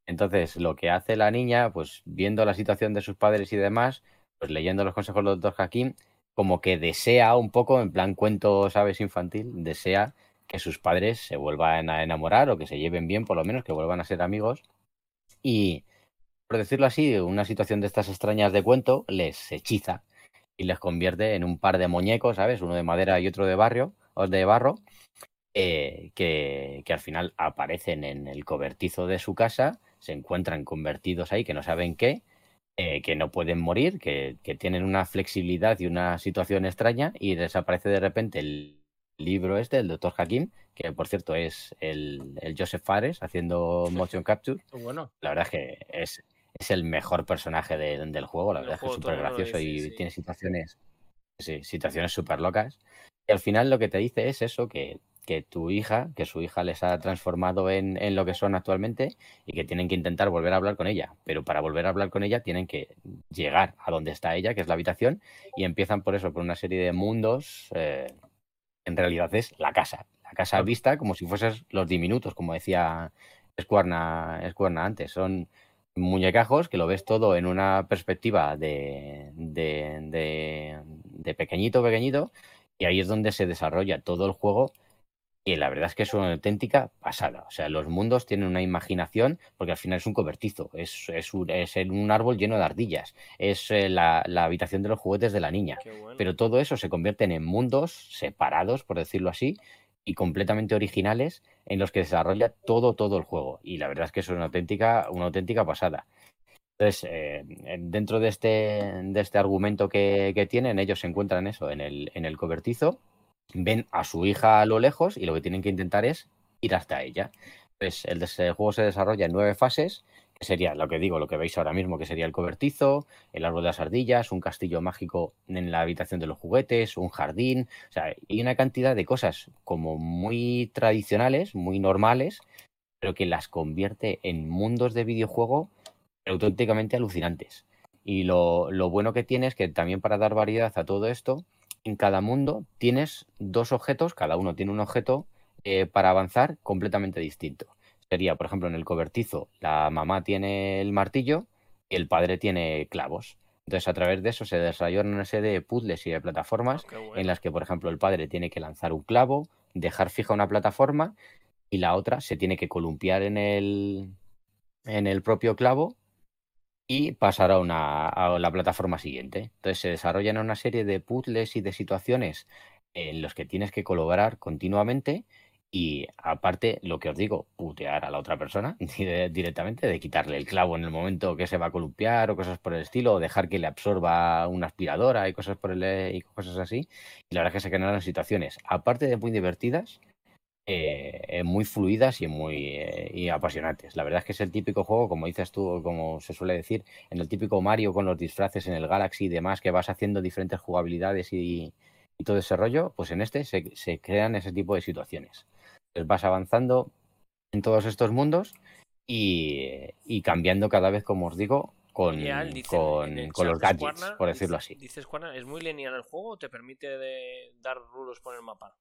S6: Entonces, lo que hace la niña, pues viendo la situación de sus padres y demás, pues leyendo los consejos del doctor Hakim, como que desea un poco, en plan cuento, ¿sabes? Infantil, desea que sus padres se vuelvan a enamorar o que se lleven bien, por lo menos, que vuelvan a ser amigos. Y, por decirlo así, una situación de estas extrañas de cuento les hechiza y les convierte en un par de muñecos, ¿sabes? Uno de madera y otro de barrio, o de barro, eh, que, que al final aparecen en el cobertizo de su casa, se encuentran convertidos ahí, que no saben qué, eh, que no pueden morir, que, que tienen una flexibilidad y una situación extraña, y desaparece de repente el libro este, el doctor Hakim, que por cierto es el, el Joseph Fares haciendo motion capture.
S1: Bueno,
S6: La verdad es que es, es el mejor personaje de- del juego, la
S2: Del
S6: verdad es que es
S2: juego, todo
S6: súper
S2: el mundo lo
S6: gracioso y
S2: dice, sí.
S6: tiene situaciones sí, situaciones súper locas. Y al final lo que te dice es eso, que, que tu hija, que su hija les ha transformado en, en lo que son actualmente y que tienen que intentar volver a hablar con ella. Pero para volver a hablar con ella tienen que llegar a donde está ella, que es la habitación, y empiezan por eso, por una serie de mundos. eh, en realidad es la casa. La casa vista como si fueses los diminutos, como decía Escuerna, Escuerna antes. Son muñecajos que lo ves todo en una perspectiva de, de, de- de pequeñito, pequeñito, y ahí es donde se desarrolla todo el juego. Y la verdad es que es una auténtica pasada. O sea, los mundos tienen una imaginación, porque al final es un cobertizo, es, es, un, es en un árbol lleno de ardillas, es eh, la- la habitación de los juguetes de la niña.
S2: Qué bueno.
S6: Pero todo eso se convierten en mundos separados, por decirlo así, y completamente originales en los que desarrolla todo, todo el juego. Y la verdad es que eso es una auténtica, una auténtica pasada. Entonces, eh, dentro de este, de este argumento que, que tienen, ellos se encuentran eso en el, en el cobertizo, ven a su hija a lo lejos Pues, y lo que tienen que intentar es ir hasta ella. Entonces, el des- el juego se desarrolla en nueve fases que sería lo que digo, lo que veis ahora mismo, que sería el cobertizo, el árbol de las ardillas, un castillo mágico en la habitación de los juguetes, un jardín, o sea, y una cantidad de cosas como muy tradicionales, muy normales, pero que las convierte en mundos de videojuego auténticamente alucinantes. Y lo, lo bueno que tiene es que también para dar variedad a todo esto, en cada mundo tienes dos objetos, cada uno tiene un objeto eh, para avanzar completamente distinto sería, por ejemplo, en el cobertizo, la mamá tiene el martillo y el padre tiene clavos. Entonces, a través de eso se desarrollan una serie de puzzles y de plataformas
S2: Qué bueno.
S6: en las que, por ejemplo, el padre tiene que lanzar un clavo, dejar fija una plataforma y la otra se tiene que columpiar en el, en el propio clavo y pasar a, una, a la plataforma siguiente. Entonces se desarrollan una serie de puzzles y de situaciones en los que tienes que colaborar continuamente y aparte lo que os digo, putear a la otra persona dire- directamente, de quitarle el clavo en el momento que se va a columpiar o cosas por el estilo, o dejar que le absorba una aspiradora y cosas por el, y cosas así. Y la verdad es que se generan situaciones, aparte de muy divertidas, eh, eh, muy fluidas y muy eh, y apasionantes. La verdad es que es el típico juego, como dices tú, o como se suele decir, en el típico Mario con los disfraces en el Galaxy y demás, que vas haciendo diferentes jugabilidades y, y todo ese rollo, pues en este se, se crean ese tipo de situaciones. Entonces vas avanzando en todos estos mundos y, y cambiando cada vez, como os digo, con,
S2: Lineal, dice en
S6: con,
S2: el
S6: con
S2: chat
S6: los
S2: de
S6: gadgets,
S2: Squarna,
S6: por
S2: dice-
S6: decirlo así.
S2: Dice Squarna, ¿es muy lineal el juego o te permite de dar rulos por el mapa?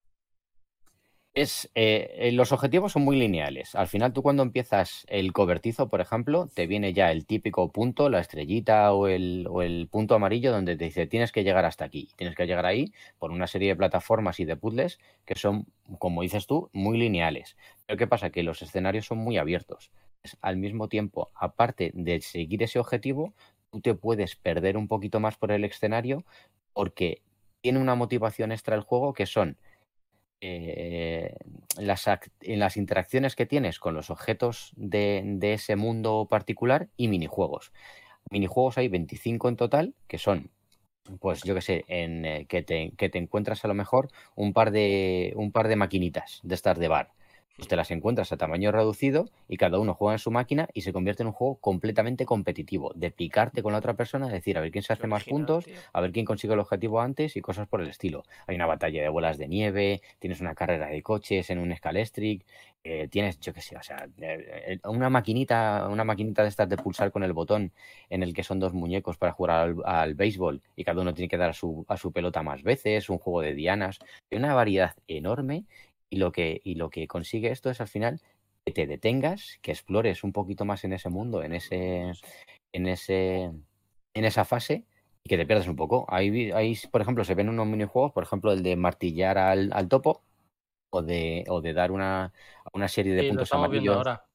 S6: Es, eh, eh, los objetivos son muy lineales. Al final, tú cuando empiezas el cobertizo, por ejemplo, te viene ya el típico punto, la estrellita o el, o el punto amarillo donde te dice tienes que llegar hasta aquí. Tienes que llegar ahí por una serie de plataformas y de puzzles que son, como dices tú, muy lineales. Pero ¿qué pasa? Que los escenarios son muy abiertos. Es, Al mismo tiempo, aparte de seguir ese objetivo, tú te puedes perder un poquito más por el escenario porque tiene una motivación extra el juego que son eh, las, ac- en las interacciones que tienes con los objetos de, de ese mundo particular y minijuegos. Minijuegos hay 25 en total, que son, pues yo que sé, en, eh, que, te, que te encuentras a lo mejor un par de, un par de maquinitas de estas de bar. Pues te las encuentras a tamaño reducido y cada uno juega en su máquina y se convierte en un juego completamente competitivo, de picarte con la otra persona, decir, a ver quién se hace más puntos, a ver quién consigue el objetivo antes y cosas por el estilo. Hay una batalla de bolas de nieve, tienes una carrera de coches en un escalestric, eh, tienes, yo qué sé, o sea, eh, eh, una maquinita, una maquinita de estas de pulsar con el botón en el que son dos muñecos para jugar al, al béisbol y cada uno tiene que dar a su, a su pelota más veces, un juego de dianas, hay una variedad enorme y lo que, y lo que consigue esto es al final que te detengas, que explores un poquito más en ese mundo, en ese, en ese, en esa fase y que te pierdas un poco. Ahí, vi- ahí, por ejemplo, se ven unos minijuegos, por ejemplo, el de martillar al, al topo o de, o de dar una, una serie de
S1: Sí, lo
S6: puntos
S1: estamos viendo
S6: amarillos.
S1: ahora.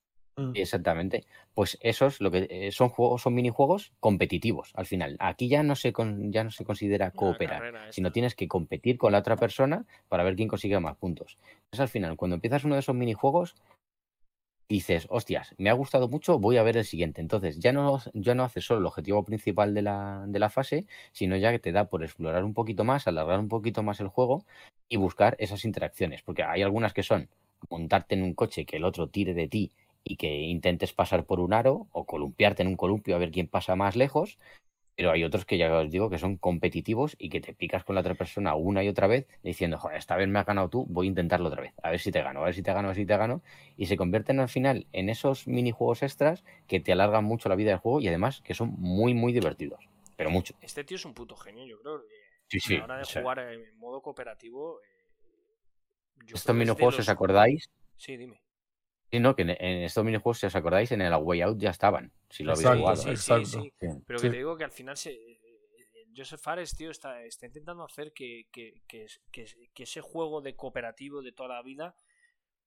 S6: Sí, Exactamente. Pues esos lo que eh, son juegos, son minijuegos competitivos al final. Aquí ya no se con- ya no se considera cooperar, sino tienes que competir con la otra persona para ver quién consigue más puntos. Entonces al final, cuando empiezas uno de esos minijuegos, dices, hostias, me ha gustado mucho, voy a ver el siguiente. Entonces ya no, ya no haces solo el objetivo principal de la, de la fase, sino ya que te da por explorar un poquito más, alargar un poquito más el juego y buscar esas interacciones. Porque hay algunas que son montarte en un coche que el otro tire de ti y que intentes pasar por un aro o columpiarte en un columpio a ver quién pasa más lejos. Pero hay otros que ya os digo que son competitivos y que te picas con la otra persona una y otra vez diciendo, joder, esta vez me has ganado tú, voy a intentarlo otra vez, a ver si te gano, a ver si te gano, a ver si te gano. Y se convierten al final en esos minijuegos extras que te alargan mucho la vida del juego y además que son muy, muy divertidos. Pero mucho.
S2: Este tío es un puto genio, yo creo. que
S6: Sí,
S2: a la hora de jugar en modo cooperativo. eh, yo creo
S6: Estos
S2: que es de
S6: minijuegos,
S2: los-
S6: ¿os acordáis?
S2: Sí, dime.
S6: Sí, no, que en, en estos minijuegos, si os acordáis, en el A Way Out ya estaban. Si lo habéis
S3: Exacto,
S6: jugado.
S2: sí, sí,
S3: exacto.
S2: sí, sí.
S6: Bien.
S2: Pero que
S3: Sí.
S2: te digo que al final se, el Joseph Fares, tío, está, está intentando hacer que, que- que es- que es- que ese juego de cooperativo de toda la vida,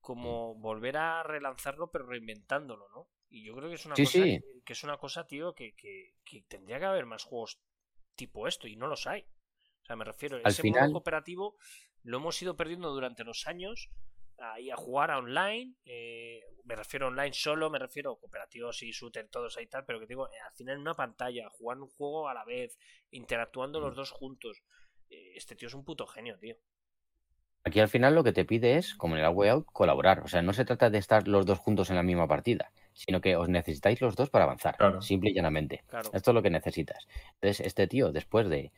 S2: como volver a relanzarlo, pero reinventándolo, ¿no? Y yo creo que es una
S6: Sí,
S2: cosa,
S6: sí.
S2: que es una cosa, tío, que, que- que tendría que haber más juegos tipo esto, y no los hay. O sea, me refiero,
S6: Al
S2: ese
S6: final-
S2: modo cooperativo lo hemos ido perdiendo durante los años ahí a jugar a online. eh, me refiero a online solo, me refiero a cooperativos y shooter, todos ahí y tal, pero que digo, eh, al final en una pantalla, jugar un juego a la
S6: Mm.
S2: vez, interactuando los dos juntos. Eh, Este tío es un puto genio, tío.
S6: Aquí al final lo que te pide es, como en el A Way Out, colaborar. O sea, no se trata de estar los dos juntos en la misma partida, sino que os necesitáis los dos para avanzar,
S3: Claro.
S6: simple y llanamente.
S2: Claro.
S6: Esto es lo que necesitas. Entonces, este tío, después de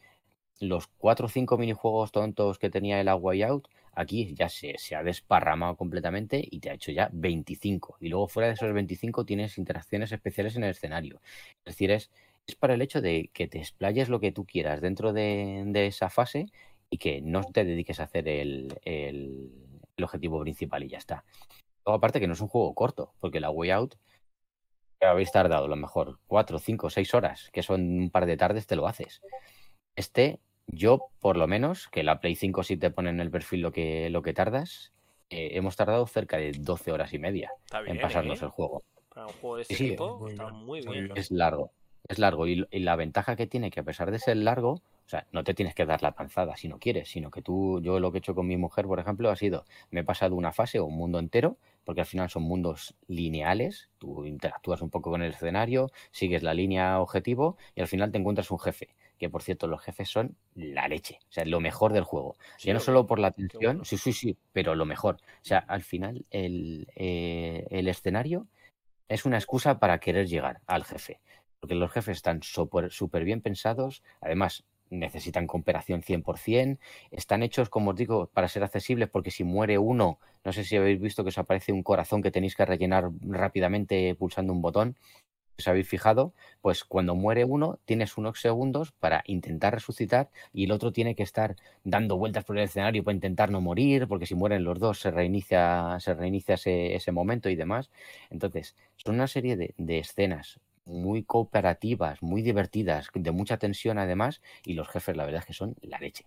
S6: los cuatro o cinco minijuegos tontos que tenía el A Way Out, aquí ya se, se ha desparramado completamente y te ha hecho ya 25. Y luego fuera de esos 25 tienes interacciones especiales en el escenario. Es decir, es, es para el hecho de que te explayes lo que tú quieras dentro de, de esa fase y que no te dediques a hacer el, el- el objetivo principal y ya está. Luego, aparte que no es un juego corto, porque la Way Out que habéis tardado a lo mejor 4, 5, 6 horas, que son un par de tardes, te lo haces. Este, yo por lo menos, que la Play 5 sí te pone en el perfil lo que, lo que tardas, eh, hemos tardado cerca de 12 horas y media
S2: Está bien.
S6: en pasarnos
S2: ¿eh?
S6: el juego.
S2: Para un juego de este
S6: Sí,
S2: tipo
S3: muy
S2: está
S3: bien,
S2: muy
S3: muy
S2: bien.
S3: bien.
S6: Es largo, es largo. Y, y la ventaja que tiene que a pesar de ser largo, o sea, no te tienes que dar la panzada si no quieres, sino que tú, yo lo que he hecho con mi mujer, por ejemplo, ha sido, me he pasado una fase o un mundo entero, porque al final son mundos lineales, tú interactúas un poco con el escenario, sigues la línea objetivo y al final te encuentras un jefe, que por cierto los jefes son la leche, o sea, lo mejor del juego.
S2: Sí,
S6: Ya no
S2: hombre.
S6: solo por la tensión,
S2: bueno.
S6: sí, sí, sí, pero lo mejor. O sea, al final el, eh, el escenario es una excusa para querer llegar al jefe. Porque los jefes están súper súper bien pensados, además necesitan cooperación 100%, están hechos, como os digo, para ser accesibles, porque si muere uno, no sé si habéis visto que os aparece un corazón que tenéis que rellenar rápidamente pulsando un botón. Si os habéis fijado, pues cuando muere uno, tienes unos segundos para intentar resucitar y el otro tiene que estar dando vueltas por el escenario para intentar no morir, porque si mueren los dos se reinicia, se reinicia ese, ese momento y demás. Entonces, son una serie de, de escenas muy cooperativas, muy divertidas, de mucha tensión además, y los jefes la verdad es que son la leche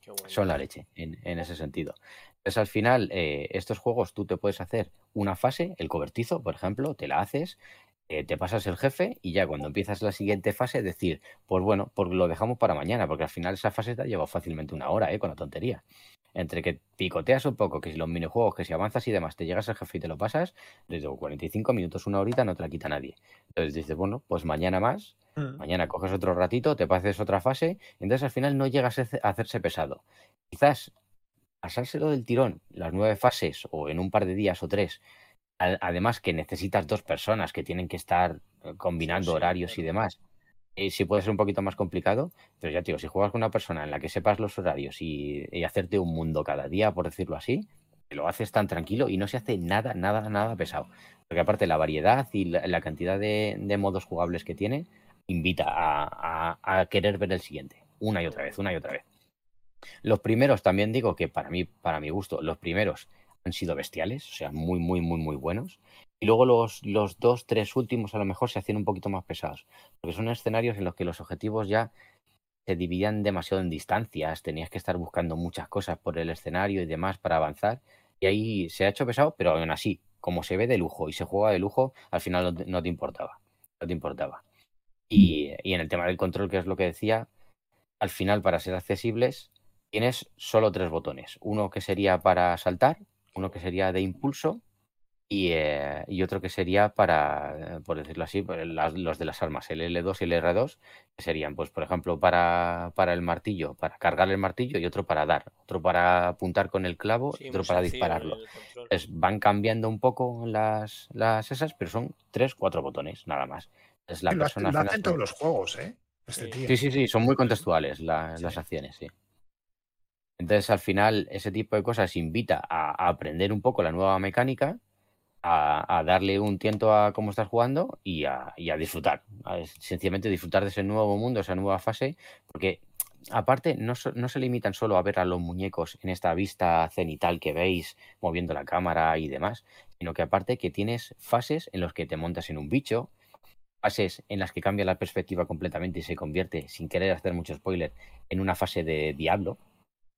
S2: Qué bueno.
S6: son la leche en, en ese sentido. Entonces, al final, eh, estos juegos tú te puedes hacer una fase, el cobertizo, por ejemplo, te la haces, eh, te pasas el jefe y ya cuando empiezas la siguiente fase, decir, pues bueno, pues lo dejamos para mañana, porque al final esa fase te ha llevado fácilmente una hora, ¿eh? Con la tontería. Entre que picoteas un poco, que si los minijuegos, que si avanzas y demás, te llegas al jefe y te lo pasas, desde 45 minutos, una horita, no te la quita nadie. Entonces dices, bueno, pues mañana más, Mañana coges otro ratito, te pases otra fase, entonces al final no llegas a hace- a hacerse pesado. Quizás pasárselo del tirón, las nueve fases, o en un par de días o tres, a- además que necesitas dos personas que tienen que estar eh, combinando
S2: Sí,
S6: horarios y
S2: claro.
S6: demás, eh, sí puede ser un poquito más complicado, pero ya te digo, si juegas con una persona en la que sepas los horarios y, y hacerte un mundo cada día, por decirlo así, te lo haces tan tranquilo y no se hace nada, nada, nada pesado. Porque aparte la variedad y la, la cantidad de, de modos jugables que tiene, invita a, a- a querer ver el siguiente, una y otra vez, una y otra vez. Los primeros, también digo que para mí, para mi gusto, los primeros han sido bestiales, o sea, muy, muy, muy, muy buenos. Y luego los, los dos, tres últimos a lo mejor se hacían un poquito más pesados, porque son escenarios en los que los objetivos ya se dividían demasiado en distancias, tenías que estar buscando muchas cosas por el escenario y demás para avanzar. Y ahí se ha hecho pesado, pero aún así, como se ve de lujo y se juega de lujo, al final no te- no te importaba. No te importaba. Y, y en el tema del control, que es lo que decía, al final para ser accesibles tienes solo tres botones. Uno que sería para saltar, uno que sería de impulso y, eh, y otro que sería para, eh, por decirlo así, pues, las- los de las armas, el L2 y el R2, que serían, pues, por ejemplo, para, para el martillo, para cargar el martillo y otro para dar, otro para apuntar con el clavo
S2: Sí,
S6: y otro
S2: muy
S6: para
S2: sencillo
S6: dispararlo.
S2: el control.
S6: Entonces, van cambiando un poco las, las esas, pero son tres, cuatro botones, nada más. Es la
S4: lo, hace-
S6: persona
S4: lo
S6: hace
S4: hacen
S6: las-
S4: todos los juegos, ¿eh? Este
S2: Sí.
S4: tío.
S6: Sí, sí, sí, son muy contextuales la- las acciones, sí. Entonces, al final, ese tipo de cosas invita a, a aprender un poco la nueva mecánica, a, a darle un tiento a cómo estás jugando y a, y a disfrutar. A- sencillamente disfrutar de ese nuevo mundo, esa nueva fase, porque aparte no, so- no se limitan solo a ver a los muñecos en esta vista cenital que veis, moviendo la cámara y demás, sino que aparte que tienes fases en las que te montas en un bicho, fases en las que cambia la perspectiva completamente y se convierte, sin querer hacer mucho spoiler, en una fase de diablo,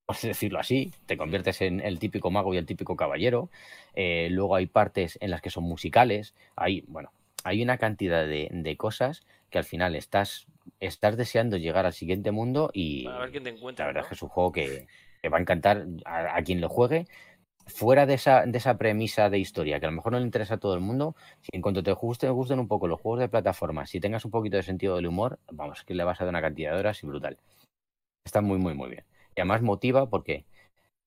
S6: por decirlo así, te conviertes en el típico mago y el típico caballero, eh, luego hay partes en las que son musicales, hay, bueno, hay una cantidad de, de cosas que al final estás, estás deseando llegar al siguiente mundo y,
S2: A ver quién te
S6: la
S2: encuentra.
S6: verdad
S2: ¿no?
S6: es que es un juego que, que va a encantar a, a quien lo juegue. Fuera de esa, de esa premisa de historia, que a lo mejor no le interesa a todo el mundo, si en cuanto te guste, gusten un poco los juegos de plataforma, si tengas un poquito de sentido del humor, vamos, que le vas a dar una cantidad de horas y brutal. Está muy, muy, muy bien. Y además motiva porque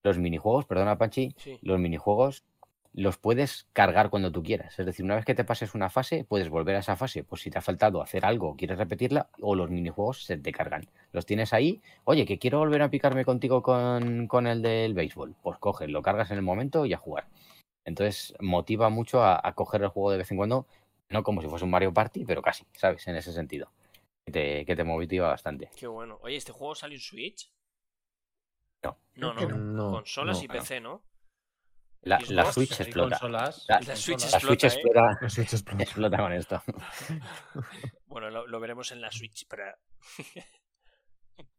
S6: los minijuegos, perdona Panchi,
S2: Sí.
S6: los minijuegos los puedes cargar cuando tú quieras. Es decir, una vez que te pases una fase, puedes volver a esa fase. Pues si te ha faltado hacer algo o quieres repetirla, o los minijuegos se te cargan. Los tienes ahí. Oye, que quiero volver a picarme contigo con, con el del béisbol. Pues coges, lo cargas en el momento y a jugar. Entonces motiva mucho a, a coger el juego de vez en cuando, no como si fuese un Mario Party, pero casi, ¿sabes? En ese sentido. Que te, que te motiva bastante.
S2: Qué bueno. Oye, ¿este juego salió en Switch?
S6: No.
S2: No,
S4: Creo que
S2: no.
S3: No,
S2: Consolas y
S6: no, no.
S2: PC, ¿no?
S6: La,
S2: Xbox,
S6: la Switch
S1: Hay
S6: explota.
S1: consolas.
S6: La-
S2: La Switch
S6: La Switch
S2: explota, ¿eh?
S6: explota,
S4: Los hechos pronto.
S6: explota con esto.
S2: Bueno, lo, lo veremos en la Switch, pero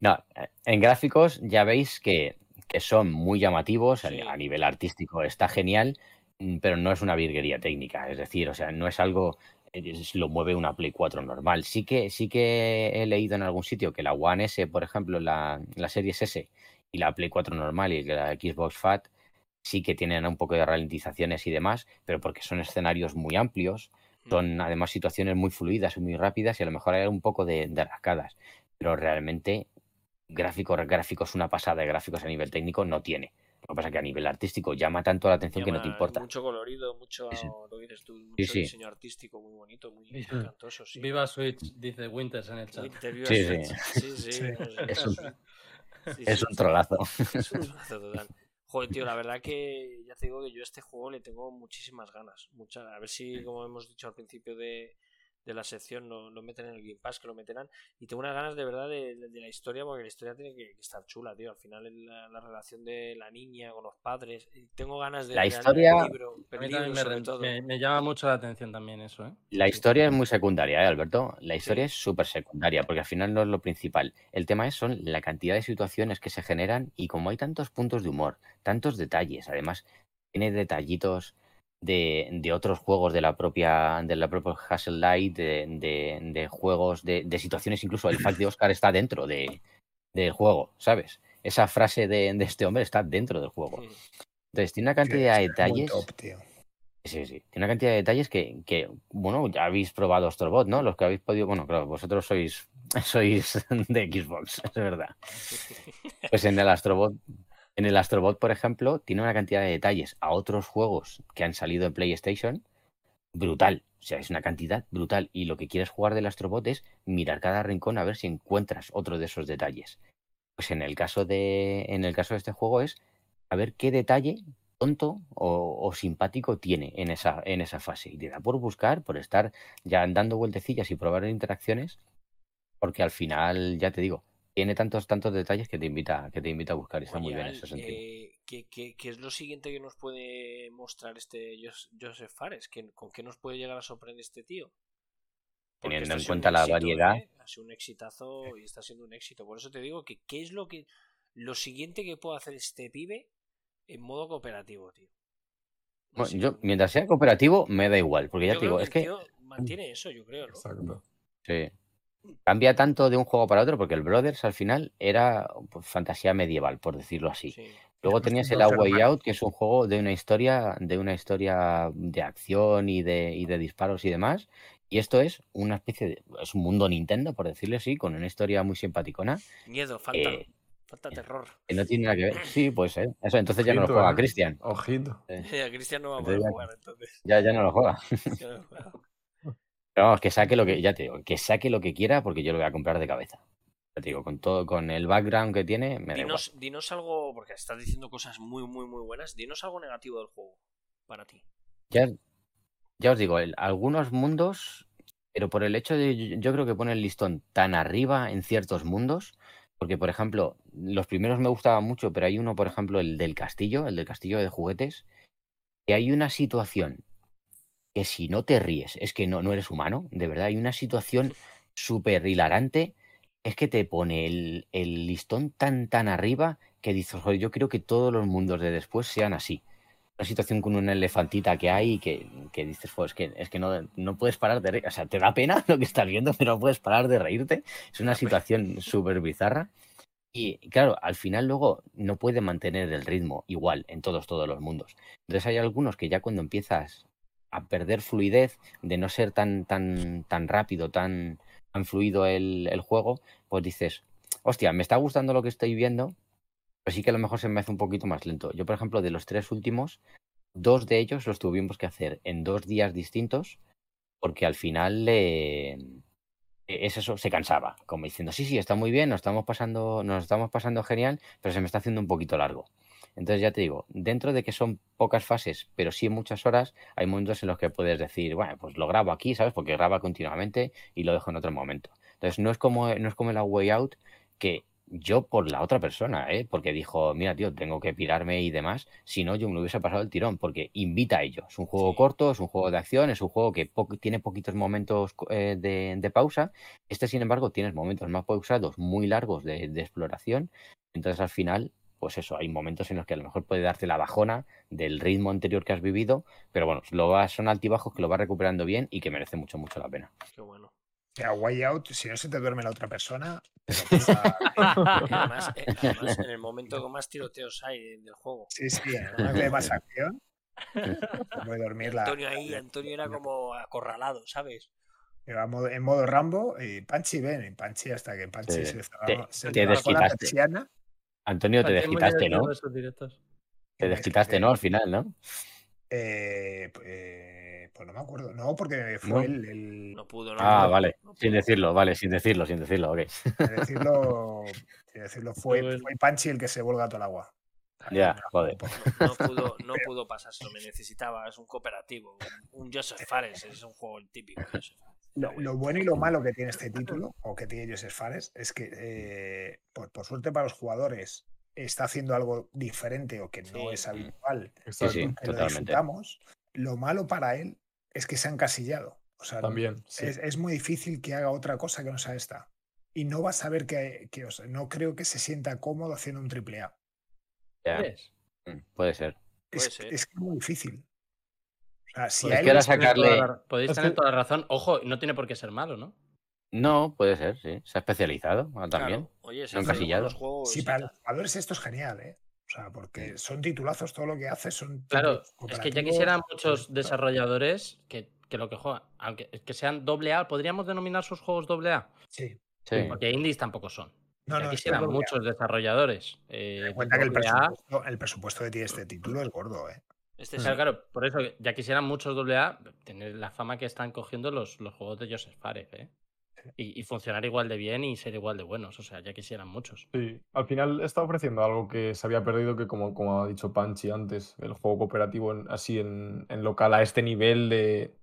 S6: No, eh, en gráficos ya veis que, que son muy llamativos, a-
S2: Sí.
S6: a nivel artístico está genial, mm, pero no es una virguería técnica, es decir, o sea, no es algo, eh, es- lo mueve una Play 4 normal. Sí que, sí que he leído en algún sitio que la One S, por ejemplo, la, la Series S y la Play 4 normal y la Xbox Fat sí que tienen un poco de ralentizaciones y demás, pero porque son escenarios muy amplios, son además situaciones muy fluidas y muy rápidas y a lo mejor hay un poco de, de rascadas, pero realmente gráficos, gráficos, una pasada de gráficos a nivel técnico no tiene. Lo que pasa es que a nivel artístico llama tanto la atención que no te
S2: Llama
S6: importa.
S2: Mucho colorido, mucho
S6: Sí, sí.
S2: lo que dices tú, mucho
S6: sí.
S2: diseño artístico muy bonito, muy
S1: Sí.
S2: encantoso, sí.
S1: Viva Switch, dice Winters en el chat.
S2: Interior,
S6: Sí,
S2: sí,
S6: sí.
S2: sí, sí,
S4: Sí.
S2: no sé.
S6: Es un-
S2: Sí,
S6: Es
S2: sí,
S6: un trolazo.
S2: es un trozo total. Joder, tío, la verdad que ya te digo que yo a este juego le tengo muchísimas ganas. Muchas, a ver si, como hemos dicho al principio de, de la sección, lo, lo meten en el Game Pass, que lo meterán. Y tengo unas ganas de verdad de, de- de la historia, porque la historia tiene que, que estar chula, tío. Al final, el- la, la relación de la niña con los padres. Y Tengo ganas de.
S6: La
S2: de- del
S6: historia-
S2: libro,
S1: A
S2: del
S1: mí
S2: libro
S1: también me,
S2: sobre
S1: re-
S2: todo.
S1: me- me llama mucho la atención también eso, ¿eh?
S6: La
S1: Sí.
S6: historia es muy secundaria, ¿eh, Alberto? La historia es súper secundaria, porque al final no es lo principal. El tema es son la cantidad de situaciones que se generan y como hay tantos puntos de humor, tantos detalles, además tiene detallitos de, de otros juegos de la propia de la propia Hassel Light, de, de- de juegos, de, de situaciones, incluso el fact de Oscar está dentro de, del juego, ¿sabes? Esa frase de, de este hombre está dentro del juego.
S2: Sí.
S6: Entonces tiene una cantidad de
S4: Muy
S6: detalles.
S4: top, tío.
S6: Sí, sí. Tiene una cantidad de detalles que, que, bueno, ya habéis probado Astrobot, ¿no? Los que habéis podido, bueno, claro, vosotros sois, sois de Xbox, es verdad. Pues en el Astrobot, en el Astrobot, por ejemplo, tiene una cantidad de detalles a otros juegos que han salido en PlayStation brutal. O sea, es una cantidad brutal. Y lo que quieres jugar del Astrobot es mirar cada rincón a ver si encuentras otro de esos detalles. Pues en el caso de, en el caso de este juego es a ver qué detalle tonto o, o simpático tiene en esa, en esa fase. Y te da por buscar, por estar ya dando vueltecillas y probar interacciones, porque al final, ya te digo, tiene tantos, tantos detalles que te invita, que te invita a buscar. y Está muy
S2: Oye,
S6: bien en
S2: Al,
S6: ese sentido.
S2: eh, ¿qué, qué, qué es lo siguiente que nos puede mostrar este Jos- Joseph Fares? ¿Qué- ¿Con qué nos puede llegar a sorprender este tío? Porque
S6: Teniendo
S2: esto ha
S6: en
S2: sido
S6: cuenta
S2: un
S6: la
S2: éxito,
S6: variedad.
S2: ¿eh? Ha sido un exitazo y está siendo un éxito. Por eso te digo que qué es lo que lo siguiente que puede hacer este pibe en modo cooperativo, tío. No
S6: Bueno,
S2: sé,
S6: yo, mientras sea cooperativo, me da igual, porque ya
S2: yo
S6: te
S2: creo
S6: digo,
S2: que
S6: es
S2: el
S6: que
S2: tío mantiene eso, yo creo, ¿no?
S3: Exacto.
S6: Sí. Cambia tanto de un juego para otro porque el Brothers al final era pues, fantasía medieval, por decirlo así.
S2: Sí.
S6: Luego
S4: Pues
S6: tenías
S4: son
S6: el A
S4: dos
S6: Way
S4: hermanos.
S6: Out, que es un juego de una historia, de una historia de acción y de, y de disparos y demás. Y esto es una especie de, es un mundo Nintendo, por decirlo así, con una historia muy simpaticona.
S2: Miedo, falta,
S6: Eh,
S2: falta terror.
S6: Que no tiene nada que ver. Sí, pues eh. Eso, entonces ya no lo
S3: Ojito,
S6: juega
S3: eh.
S6: Cristian.
S3: Ojito.
S2: A Cristian no va a
S6: eh. Entonces
S2: poder
S6: ya-
S2: jugar entonces.
S6: Ya, ya no lo juega.
S2: Ya no juega.
S6: Pero vamos, que saque lo que, ya te digo, que saque lo que quiera porque yo lo voy a comprar de cabeza. Ya te digo, con todo, con el background que tiene, me da igual.
S2: Dinos, dinos algo, porque estás diciendo cosas muy, muy, muy buenas. Dinos algo negativo del juego para ti.
S6: Ya, ya os digo, el- algunos mundos, pero por el hecho de, yo, yo creo que pone el listón tan arriba en ciertos mundos, porque por ejemplo, los primeros me gustaban mucho, pero hay uno, por ejemplo, el del castillo, el del castillo de juguetes, que hay una situación que si no te ríes, es que no, no eres humano, de verdad, hay una situación súper hilarante, es que te pone el, el listón tan, tan arriba que dices, "Joder, yo creo que todos los mundos de después sean así una situación con una elefantita que hay que, que dices, pues es que, es que no, no puedes parar de reír. O sea, te da pena lo que estás viendo, pero no puedes parar de reírte. Es una situación súper bizarra. Y claro, al final luego no puede mantener el ritmo igual en todos, todos los mundos. Entonces hay algunos que ya cuando empiezas a perder fluidez, de no ser tan, tan, tan rápido, tan, tan fluido el, el juego, pues dices, hostia, me está gustando lo que estoy viendo, Pero sí que a lo mejor se me hace un poquito más lento. Yo, por ejemplo, de los tres últimos, dos de ellos los tuvimos que hacer en dos días distintos, porque al final eh, e-, es eso, se cansaba, como diciendo, sí, sí, está muy bien, nos estamos pasando, nos estamos pasando genial, pero se me está haciendo un poquito largo. Entonces ya te digo, dentro de que son pocas fases, pero sí muchas horas, hay momentos en los que puedes decir, bueno, pues lo grabo aquí, ¿sabes? Porque graba continuamente y lo dejo en otro momento. Entonces no es como, no es como la way out que yo por la otra persona, ¿eh? porque dijo, mira, tío, tengo que pirarme y demás, si no, yo me lo hubiese pasado el tirón, porque invita a ello. Es un juego
S1: Sí.
S6: corto, es un juego de acción, es un juego que po- tiene poquitos momentos eh, de, de pausa. Este, sin embargo, tienes momentos más pausados, muy largos de, de exploración. Entonces, al final, pues eso, hay momentos en los que a lo mejor puede darte la bajona del ritmo anterior que has vivido, pero bueno, lo vas- son altibajos que lo vas recuperando bien y que merece mucho, mucho la pena.
S2: Qué bueno.
S4: O sea, way out, si no se te duerme la otra persona, te lo pasa-
S2: Y además, eh, además, en el momento que más tiroteos hay de- del juego.
S4: sí, sí, además de más acción, te puede dormir
S6: Ah,
S4: la.
S2: Antonio ahí,
S4: la-
S2: Antonio era
S4: la-
S2: como acorralado, ¿sabes?
S4: que va modo- en modo Rambo y Panchi ven, y Panchi hasta que Panchi
S6: Sí,
S4: se le
S6: te-
S4: cerraba- se le
S6: te
S4: cerraba la
S6: desquitaste.
S4: persiana.
S6: Antonio, te
S1: Aquí es muy
S6: desquitaste,
S1: divertido
S6: ¿no?
S1: esos directos.
S6: Te desquitaste, ¿no? Al final, ¿no?
S4: Eh, p- eh, pues no me acuerdo. No, porque fue
S6: No.
S4: el, el-
S2: No pudo, no
S6: Ah,
S2: pudo,
S6: vale.
S2: no
S6: Sin
S2: pudo.
S6: decirlo, vale, sin decirlo, sin decirlo, ok.
S4: de decirlo, de decirlo fue,
S1: bueno.
S4: fue Panchi el que se vuelve todo el agua. Ahí
S6: Ya,
S4: me la
S6: joder.
S4: juego un poco.
S2: No pudo, no pudo pasárselo, me necesitaba, es un cooperativo, un, un Joseph Fares, es un juego típico. de Joseph Fares.
S4: Lo, lo bueno y lo malo que tiene este título, o que tiene Joseph Fares, es que eh, por, por suerte para los jugadores está haciendo algo diferente o que no
S2: Sí.
S4: es habitual.
S6: Sí,
S3: Exacto.
S6: sí,
S4: que lo
S6: totalmente.
S4: disfrutamos. Lo malo para él es que se ha encasillado. O sea,
S3: También. sí.
S4: es, es muy difícil que haga otra cosa que no sea esta. Y no va a saber que, que, o sea, no creo que se sienta cómodo haciendo un triple A.
S6: Ya,
S1: ¿Ves?
S6: mm, Puede ser.
S2: Puede
S4: Es,
S2: ser.
S4: es que es muy difícil. O sea, si
S6: Pues
S4: a
S6: es
S4: él
S6: que ahora
S1: Podéis
S4: es-
S1: tener toda
S6: sacarle-
S1: la ra- Podéis
S3: Es
S1: tener
S3: que-
S1: toda la razón. Ojo, no tiene por qué ser malo, ¿no?
S6: No, puede ser, sí. Se ha especializado ah, también.
S2: Claro, Oye, se
S6: No
S2: hacen
S6: encasillado.
S2: buenos juegos
S4: si
S2: y
S4: para los
S2: tal.
S4: jugadores esto es genial, ¿eh? O sea, porque son titulazos, todo lo que hace son.
S1: Claro,
S4: títulos
S1: es que ya
S4: cooperativos.
S1: quisieran muchos desarrolladores que, que lo que juegan, aunque que sean doble A, podríamos denominar sus juegos doble A,
S4: Sí.
S6: Sí.
S1: porque indies tampoco son.
S4: No,
S1: ya
S4: no,
S1: quisieran
S4: esto es lo que
S1: muchos desarrolladores. eh,
S4: Ten en cuenta que el
S1: doble A.
S4: presupuesto, el presupuesto que tiene este título es gordo, ¿eh?
S2: Este es
S1: Claro, claro, por eso ya quisieran muchos doble A tener la fama que están cogiendo los, los juegos de Joseph Fares, ¿eh? Y, y funcionar igual de bien y ser igual de buenos, o sea, ya quisieran muchos.
S3: Sí, al final está ofreciendo algo que se había perdido, que como, como ha dicho Panchi antes, el juego cooperativo en- así en, en local a este nivel de,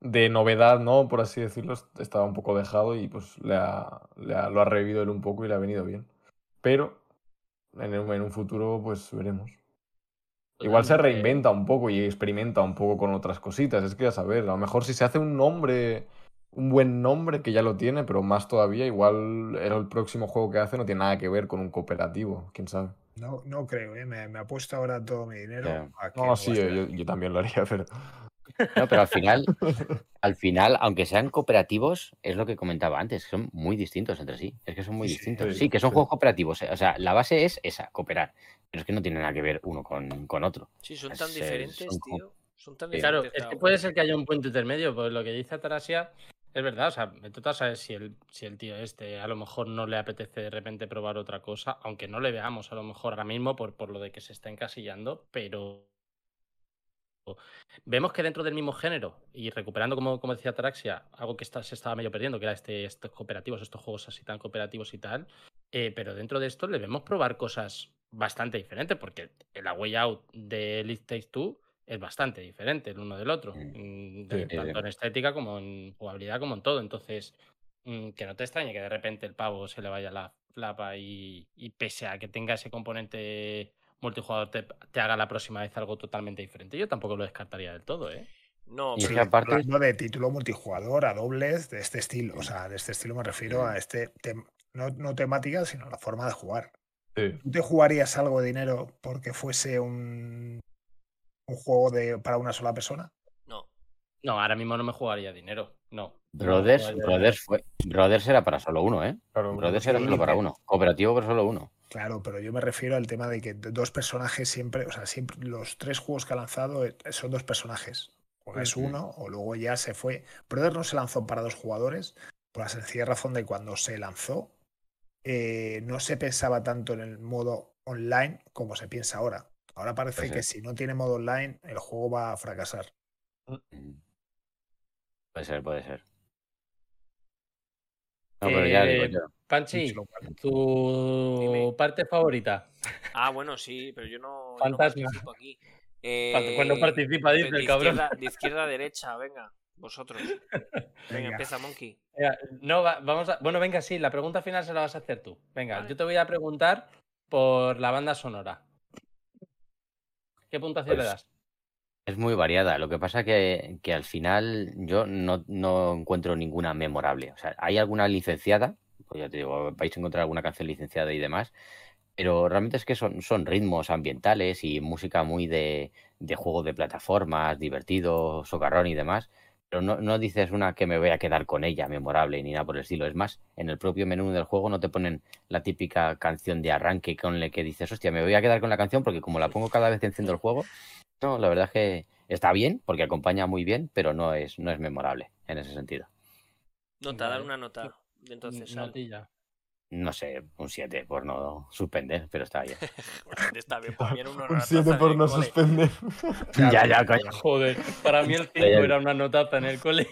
S3: de novedad, ¿no? Por así decirlo, es- estaba un poco dejado y pues le ha- le ha- lo ha revivido él un poco y le ha venido bien. Pero en, un- en un futuro pues veremos. Igual se
S1: Totalmente.
S3: reinventa un poco y experimenta un poco con otras cositas, es que ya saber, a lo mejor si se hace un nombre, un buen nombre que ya lo tiene, pero más todavía, igual el, el próximo juego que hace no tiene nada que ver con un cooperativo, quién sabe.
S4: No, no creo, ¿eh? Me, me apuesto ahora todo mi dinero.
S6: Ya.
S4: A que
S3: No,
S4: va a
S3: sí,
S4: ser.
S3: yo, yo también lo haría, pero...
S6: No, pero al final, al final, aunque sean cooperativos, es lo que comentaba antes, que son muy distintos entre sí. Es que son muy
S4: Sí, sí.
S6: distintos.
S3: Sí,
S6: Sí, que son
S3: sí.
S6: juegos cooperativos. eh, O sea, la base es esa, cooperar. Pero es que no tiene nada que ver uno con, con otro.
S2: Sí, son tan
S6: Es, eh,
S2: diferentes,
S6: son como-
S2: tío. Son tan
S6: Sí.
S2: diferentes.
S1: Claro, es
S2: cada
S1: que
S2: uno.
S1: puede ser que haya un punto intermedio, pues lo que dice Atarasia es verdad, o sea, vete tú a saber si el, si el tío este a lo mejor no le apetece de repente probar otra cosa, aunque no le veamos a lo mejor ahora mismo por, por lo de que se está encasillando, pero vemos que dentro del mismo género y recuperando, como, como decía Ataraxia, algo que está- se estaba medio perdiendo, que era este, estos cooperativos, estos juegos así tan cooperativos y tal, eh, pero dentro de esto le vemos probar cosas bastante diferentes, porque la way out de Elite Takes Two es bastante diferente el uno del otro, mm, de-
S3: Sí, sí,
S1: tanto
S6: sí.
S1: en estética como en jugabilidad, como en todo. Entonces, mm, que no te extrañe que de repente el pavo se le vaya la flapa y, y pese a que tenga ese componente multijugador, te, te haga la próxima vez algo totalmente diferente. Yo tampoco lo descartaría del todo, ¿eh?
S2: No,
S6: Y
S4: Sí,
S6: es que
S2: pero-
S6: aparte-
S4: hablando de título multijugador a dobles de este estilo. O sea, de este estilo me refiero a este. tem- No, no temática, sino la forma de jugar.
S3: Sí,
S4: ¿Tú te jugarías algo de dinero porque fuese un, un juego de, para una sola persona?
S2: no.
S1: No, ahora mismo no me jugaría dinero. No. No me
S6: Brothers,
S1: jugaría
S6: Brothers, fue, Brothers era para solo uno, ¿eh?
S3: claro.
S6: Brothers era
S4: sí,
S6: solo para
S4: pero-
S6: uno. Cooperativo, pero solo uno.
S4: Claro, pero yo me refiero al tema de que d- dos personajes siempre, o sea, siempre los tres juegos que ha lanzado eh, son dos personajes. O es
S6: Ujú.
S4: uno, o luego ya se fue. Brother no se lanzó para dos jugadores, por la sencilla razón de cuando se lanzó, eh, no se pensaba tanto en el modo online como se piensa ahora. Ahora parece
S6: Pues sí.
S4: que si no tiene modo online, el juego va a fracasar.
S6: Puede ser, puede ser. No, pero ya digo
S1: Eh,
S6: yo.
S1: Panchi,
S4: Lo cual-
S1: tu
S2: Dime.
S1: parte favorita.
S2: Ah, bueno, sí, pero yo no, yo no
S1: Fantasma.
S2: participo aquí. Eh,
S1: Cuando participa, dice
S2: de
S1: el cabrón.
S2: Izquierda, de izquierda a derecha, venga, vosotros. Venga, empieza Monkey.
S1: Venga, No, va- vamos a... Bueno, venga, sí, la pregunta final se la vas a hacer tú. Venga,
S2: Vale.
S1: yo te voy a preguntar por la banda sonora. ¿Qué puntuación le
S6: Pues,
S1: das?
S6: Es muy variada. Lo que pasa que, que al final yo no, no encuentro ninguna memorable. O sea, hay alguna licenciada, pues ya te digo, vais a encontrar alguna canción licenciada y demás, pero realmente es que son, son ritmos ambientales y música muy de, de juego de plataformas, divertido, socarrón y demás. Pero no, no dices una que me voy a quedar con ella, memorable, ni nada por el estilo. Es más, en el propio menú del juego no te ponen la típica canción de arranque con la que dices, hostia, me voy a quedar con la canción porque como la pongo cada vez que enciendo el juego, no, la verdad es que está bien, porque acompaña muy bien, pero no es, no es memorable en ese sentido.
S2: Nota, dar
S1: Vale.
S2: una nota. Entonces, al-
S1: Notilla.
S6: No sé, un 7 por no suspender, pero está bien.
S2: Joder, está bien, por mí era una
S3: Un
S2: horataza
S3: 7 por
S2: de
S3: no
S2: cole.
S3: suspender.
S6: ya, ya, coño.
S1: Joder, para mí el 5
S6: Ya, ya.
S1: era una notaza en el cole.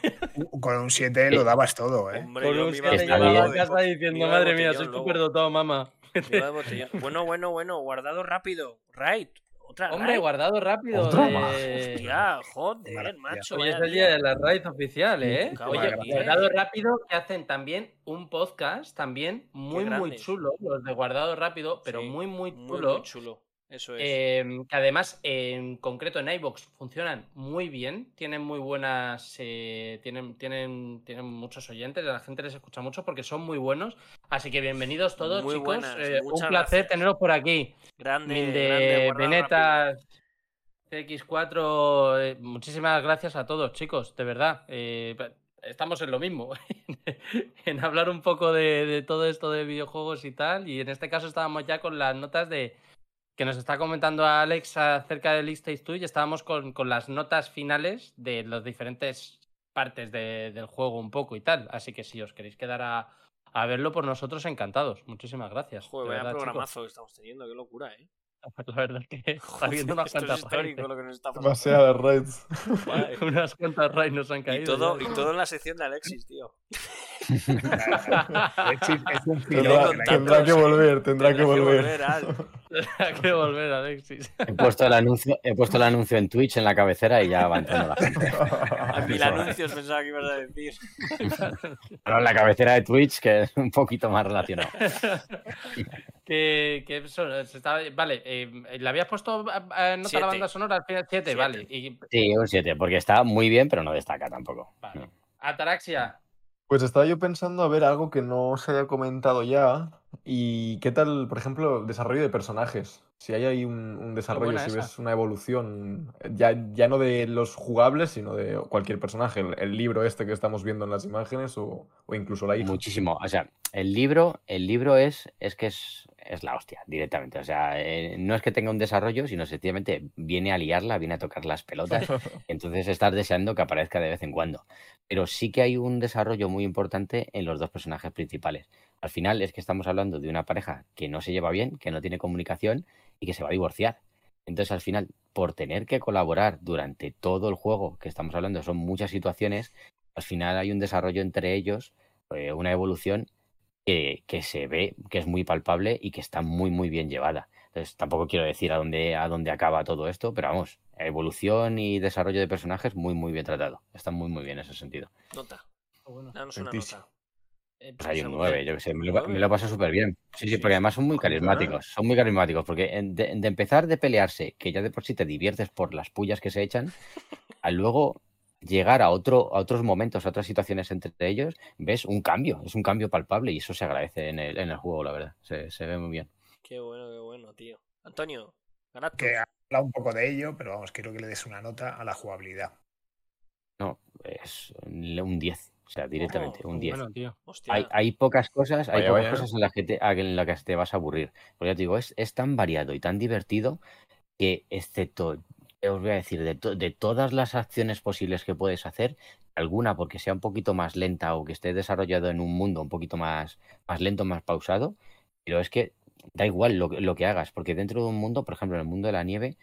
S4: Con un 7 lo dabas todo, ¿eh?
S2: Hombre,
S1: Con
S2: yo
S1: un
S2: me iba
S1: siete
S2: de
S6: Está
S1: llegaba
S6: bien.
S1: a casa diciendo,
S2: iba de
S1: madre mía, soy
S2: botellón luego".
S1: súper dotado, mamá.
S2: Me iba de botellón. Bueno, bueno, bueno, guardado rápido. Right. Otra
S1: Hombre,
S2: raid.
S1: guardado rápido.
S3: Otra
S1: de-
S3: más.
S2: Hostia, joder,
S4: Maravilla.
S2: macho.
S1: Hoy
S2: vaya
S1: es el día
S2: día.
S1: de las raids oficiales, ¿eh?
S2: Cago
S1: Oye,
S4: en la
S1: Guardado
S2: diez.
S1: Rápido, que hacen también un podcast, también muy, muy
S2: grandes.
S1: chulo, los de Guardado Rápido, pero
S2: Sí,
S1: muy, muy
S2: Muy,
S1: chulo.
S2: muy chulo. Eso es.
S1: eh, que además, en concreto en iVoox, funcionan muy bien, tienen muy buenas, eh, tienen, tienen, tienen muchos oyentes, la gente les escucha mucho porque son muy buenos. Así que bienvenidos todos,
S2: Muy
S1: chicos.
S2: buenas,
S1: eh, un
S2: muchas
S1: placer
S2: gracias.
S1: teneros por aquí.
S2: grande,
S1: Mil
S2: grande,
S1: de
S2: guardado rápido.
S1: Venetas, CX4. eh, muchísimas gracias a todos, chicos, de verdad. eh, pa- estamos en lo mismo, en hablar un poco de, de todo esto de videojuegos y tal. Y en este caso estábamos ya con las notas de que nos está comentando Alex acerca del List 2 y estábamos con, con las notas finales de las diferentes partes de- del juego un poco y tal. Así que si os queréis quedar a, a verlo por nosotros, encantados. Muchísimas gracias.
S2: Joder,
S1: de
S2: vaya
S1: verdad, chicos.
S2: programazo que estamos teniendo, qué locura, eh.
S1: Pues La verdad es que está habiendo unas
S2: Esto es
S1: cuantas raids.
S2: histórico lo que nos está pasando.
S3: Demasiadas raids.
S2: Vale.
S1: Unas cuantas raids nos han caído. ¿eh?
S2: Y todo,
S1: ya.
S2: y todo en la sección de Alexis, tío.
S4: Es, es
S3: Tendrá,
S4: un filón.
S2: Tengo
S3: tendrá que
S2: tantos-
S3: volver, tendrá que volver.
S2: Al.
S1: Hay que volver, Alexis.
S6: He puesto el anuncio, he puesto el anuncio en Twitch en la cabecera y ya va entrando la gente.
S2: A mil anuncios pensaba que ibas a decir.
S6: Pero en la cabecera de Twitch, que es un poquito más relacionado.
S1: que, que eso, se está- Vale, eh, ¿le habías puesto a- a nota a
S2: Siete.
S1: la banda sonora al final? Siete,
S2: Siete.
S1: vale. Y
S6: Sí, un 7, porque está muy bien, pero no destaca tampoco.
S1: Vale.
S6: No.
S1: Ataraxia.
S3: Pues estaba yo pensando a ver algo que no se haya comentado ya. ¿Y qué tal, por ejemplo, el desarrollo de personajes? Si hay ahí un, un desarrollo,
S1: buena
S3: si
S1: esa.
S3: ves una evolución, eh, ya, ya no de los jugables, sino de cualquier personaje. El, el libro este que estamos viendo en las imágenes o, o incluso la hija.
S6: Muchísimo. O sea, el libro, el libro es, es que es, es la hostia directamente. O sea, eh, no es que tenga un desarrollo, sino sencillamente viene a liarla, viene a tocar las pelotas. entonces estás deseando que aparezca de vez en cuando. Pero sí que hay un desarrollo muy importante en los dos personajes principales. Al final es que estamos hablando de una pareja que no se lleva bien, que no tiene comunicación y que se va a divorciar. Entonces al final, por tener que colaborar durante todo el juego que estamos hablando, son muchas situaciones, al final hay un desarrollo entre ellos eh, una evolución que, que se ve, que es muy palpable y que está muy, muy bien llevada. Entonces, tampoco quiero decir a dónde, a dónde acaba todo esto, pero vamos, evolución y desarrollo de personajes muy, muy bien tratado. Está muy, muy bien en ese sentido.
S2: Nota,
S1: Bueno,
S2: danos una
S3: Santísimo.
S2: nota.
S1: eh,
S6: Pues hay
S2: Esa
S6: un
S2: mujer.
S6: 9, yo que sé, me lo,
S2: ¿Nueve?
S6: me lo paso súper bien. Sí, sí,
S2: Sí,
S6: porque además son muy
S3: joder.
S6: carismáticos, son muy carismáticos, porque en- de, de empezar de pelearse, que ya de por sí te diviertes por las pullas que se echan, a luego llegar a, otro, a otros momentos, a otras situaciones entre ellos, ves un cambio, es un cambio palpable y eso se agradece en el, en el juego, la verdad, se, se ve muy bien.
S2: Qué bueno, qué bueno, tío. Antonio, Galactus.
S4: Que habla un poco de ello, pero vamos, quiero que le des una nota a la jugabilidad.
S6: No, es un 10, o sea, directamente,
S2: Ojo,
S6: un 10.
S1: Oh, Bueno, tío.
S2: Hostia.
S6: Hay, hay pocas cosas, hay
S3: Vaya,
S6: pocas
S3: vaya.
S6: cosas en las que te, a- en las que te vas a aburrir. Porque ya te digo, es, es tan variado y tan divertido que excepto, ¿qué os voy a decir, de, to- de todas las acciones posibles que puedes hacer, alguna porque sea un poquito más lenta o que esté desarrollado en un mundo un poquito más, más lento, más pausado, pero es que da igual lo, que- lo que hagas, porque dentro de un mundo, por ejemplo, en el mundo de la nieve,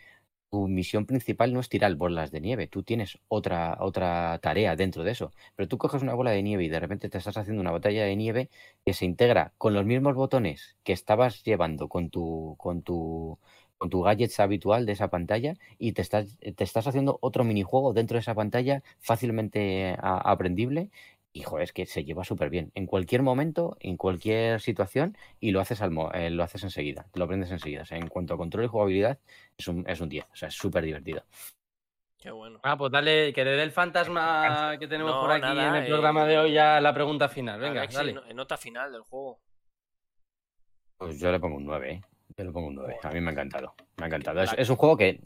S6: tu misión principal no es tirar bolas de nieve, tú tienes otra, otra tarea dentro de eso. Pero tú coges una bola de nieve y de repente te estás haciendo una batalla de nieve que se integra con los mismos botones que estabas llevando con tu, con tu, con tu gadget habitual de esa pantalla y te estás, te estás haciendo otro minijuego dentro de esa pantalla fácilmente a- aprendible. Y joder, es que se lleva súper bien. En cualquier momento, en cualquier situación, y lo haces, al mo- eh, lo haces enseguida, te lo aprendes enseguida. O sea, en cuanto a control y jugabilidad, es un, es un 10. O sea, es súper divertido.
S2: Qué bueno.
S1: Ah, pues dale, que le dé el fantasma que tenemos
S2: No,
S1: por aquí
S2: nada,
S1: en el
S2: eh.
S1: programa de hoy ya la pregunta final. Venga,
S2: Alexis,
S1: dale.
S2: no- nota final del juego.
S6: Pues yo le pongo un 9, ¿eh? Yo le pongo un 9. A mí me ha encantado. Me ha encantado. Es, es un juego que,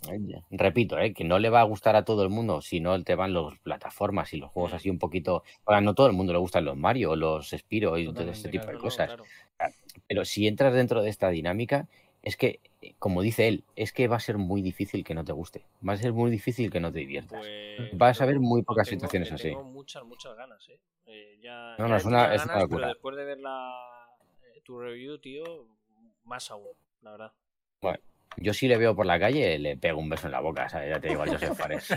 S6: repito, ¿eh? que no le va a gustar a todo el mundo si no te van las plataformas y los juegos así un poquito. Ahora, no todo el mundo le gustan los Mario, los Spiro y todo
S1: Totalmente,
S6: este tipo
S1: claro,
S2: No,
S6: de
S2: no,
S6: cosas.
S2: claro.
S6: Pero si entras dentro de esta dinámica, es que, eh, como dice él, es que va a ser muy difícil que no te guste. Va a ser muy difícil que no te diviertas.
S2: Pues,
S6: Vas a
S2: lo-
S6: ver muy
S2: lo
S6: pocas
S2: tengo-
S6: situaciones
S2: le
S6: así.
S2: Tengo muchas, muchas ganas, ¿eh? Eh, ya,
S6: No, no,
S2: ya
S6: es
S2: le
S6: una-
S2: tenía
S6: es una
S2: ganas, pero
S6: locura.
S2: después de ver la, eh, tu review, tío, más aún, la verdad.
S6: Yo si le veo por la calle, le pego un beso en la boca, ¿sabes? Ya te digo al Joseph Fares.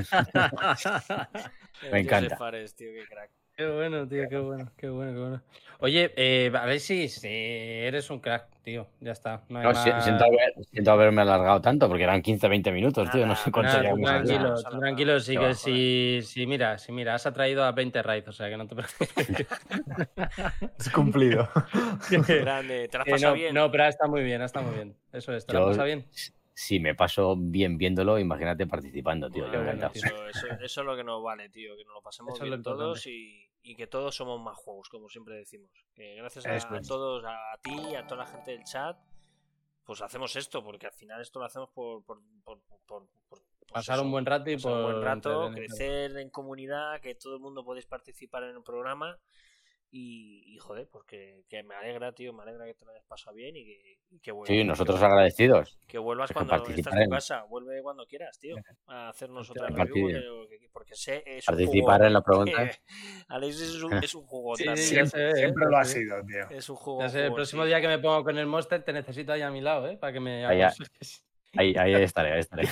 S2: Me
S6: encanta.
S2: Eh, Fares, tío, qué crack.
S1: Qué bueno, tío, qué bueno, qué bueno, qué bueno. Oye, eh, a ver si si eres un crack, tío. Ya está. No hay
S6: No, si-
S1: más-
S6: siento, haber- siento haberme alargado tanto, porque eran 15-20 minutos, tío. No sé
S2: Nada,
S6: cuánto
S1: Nada, tú
S6: llevamos aquí.
S1: tranquilo,
S2: aquí.
S1: tú tranquilo, sí,
S6: Qué
S1: que
S6: bajo,
S1: sí, sí, mira, sí, mira, has atraído a 20 raids, o sea que no te preocupes.
S3: Es cumplido.
S6: Eh,
S1: Que-
S2: Grande, te la has
S1: que
S2: pasado
S1: no,
S2: bien.
S1: no, pero está muy bien, está muy bien. Eso es, te la
S6: Yo-
S1: pasa bien.
S6: Si me paso bien viéndolo, imagínate participando, tío.
S2: Bueno,
S6: yo
S1: bueno,
S6: encantado.
S1: tío.
S2: eso, eso- eso es lo que nos vale, tío, que nos lo pasemos
S1: Eso es lo
S2: bien todos
S1: importante.
S2: y, y que todos somos más juegos, como siempre decimos. Que gracias
S4: Eso
S2: a,
S4: es.
S2: todos, a ti, a toda la gente del chat, pues hacemos esto, porque al final esto lo hacemos por... por, por, por- por- por- pues
S1: Pasar
S2: eso,
S1: un buen rato y
S2: pasar
S1: por
S2: un buen rato,
S1: entretener.
S2: crecer en comunidad, que todo el mundo podéis participar en un programa. Y, y, joder, pues que, que me alegra, tío, me alegra que te lo hayas pasado bien y que, y que vuelvas.
S6: Sí,
S2: que
S6: nosotros
S2: vuelvas.
S6: agradecidos.
S2: Que vuelvas
S6: Porque
S2: cuando estás en tu
S6: participaremos.
S2: casa, vuelve cuando quieras, tío, a hacernos otra
S6: Participar.
S2: review, porque, porque sé, es un
S6: Participar en la pregunta.
S2: preguntas. Alex es un, es un jugón
S1: Sí,
S2: también,
S1: sí,
S4: Siempre,
S1: ya se ve,
S4: siempre
S1: ya
S4: lo ha
S1: se ve.
S4: sido, tío.
S2: es un jugón.
S1: Ya sé, el
S2: jugón,
S1: próximo
S2: sí.
S1: día que me pongo con el Monster te necesito ahí a mi lado, ¿eh? Para que me
S6: Ahí, ahí.
S1: aconsejes.
S6: Ahí, ahí estaré, ahí estaré.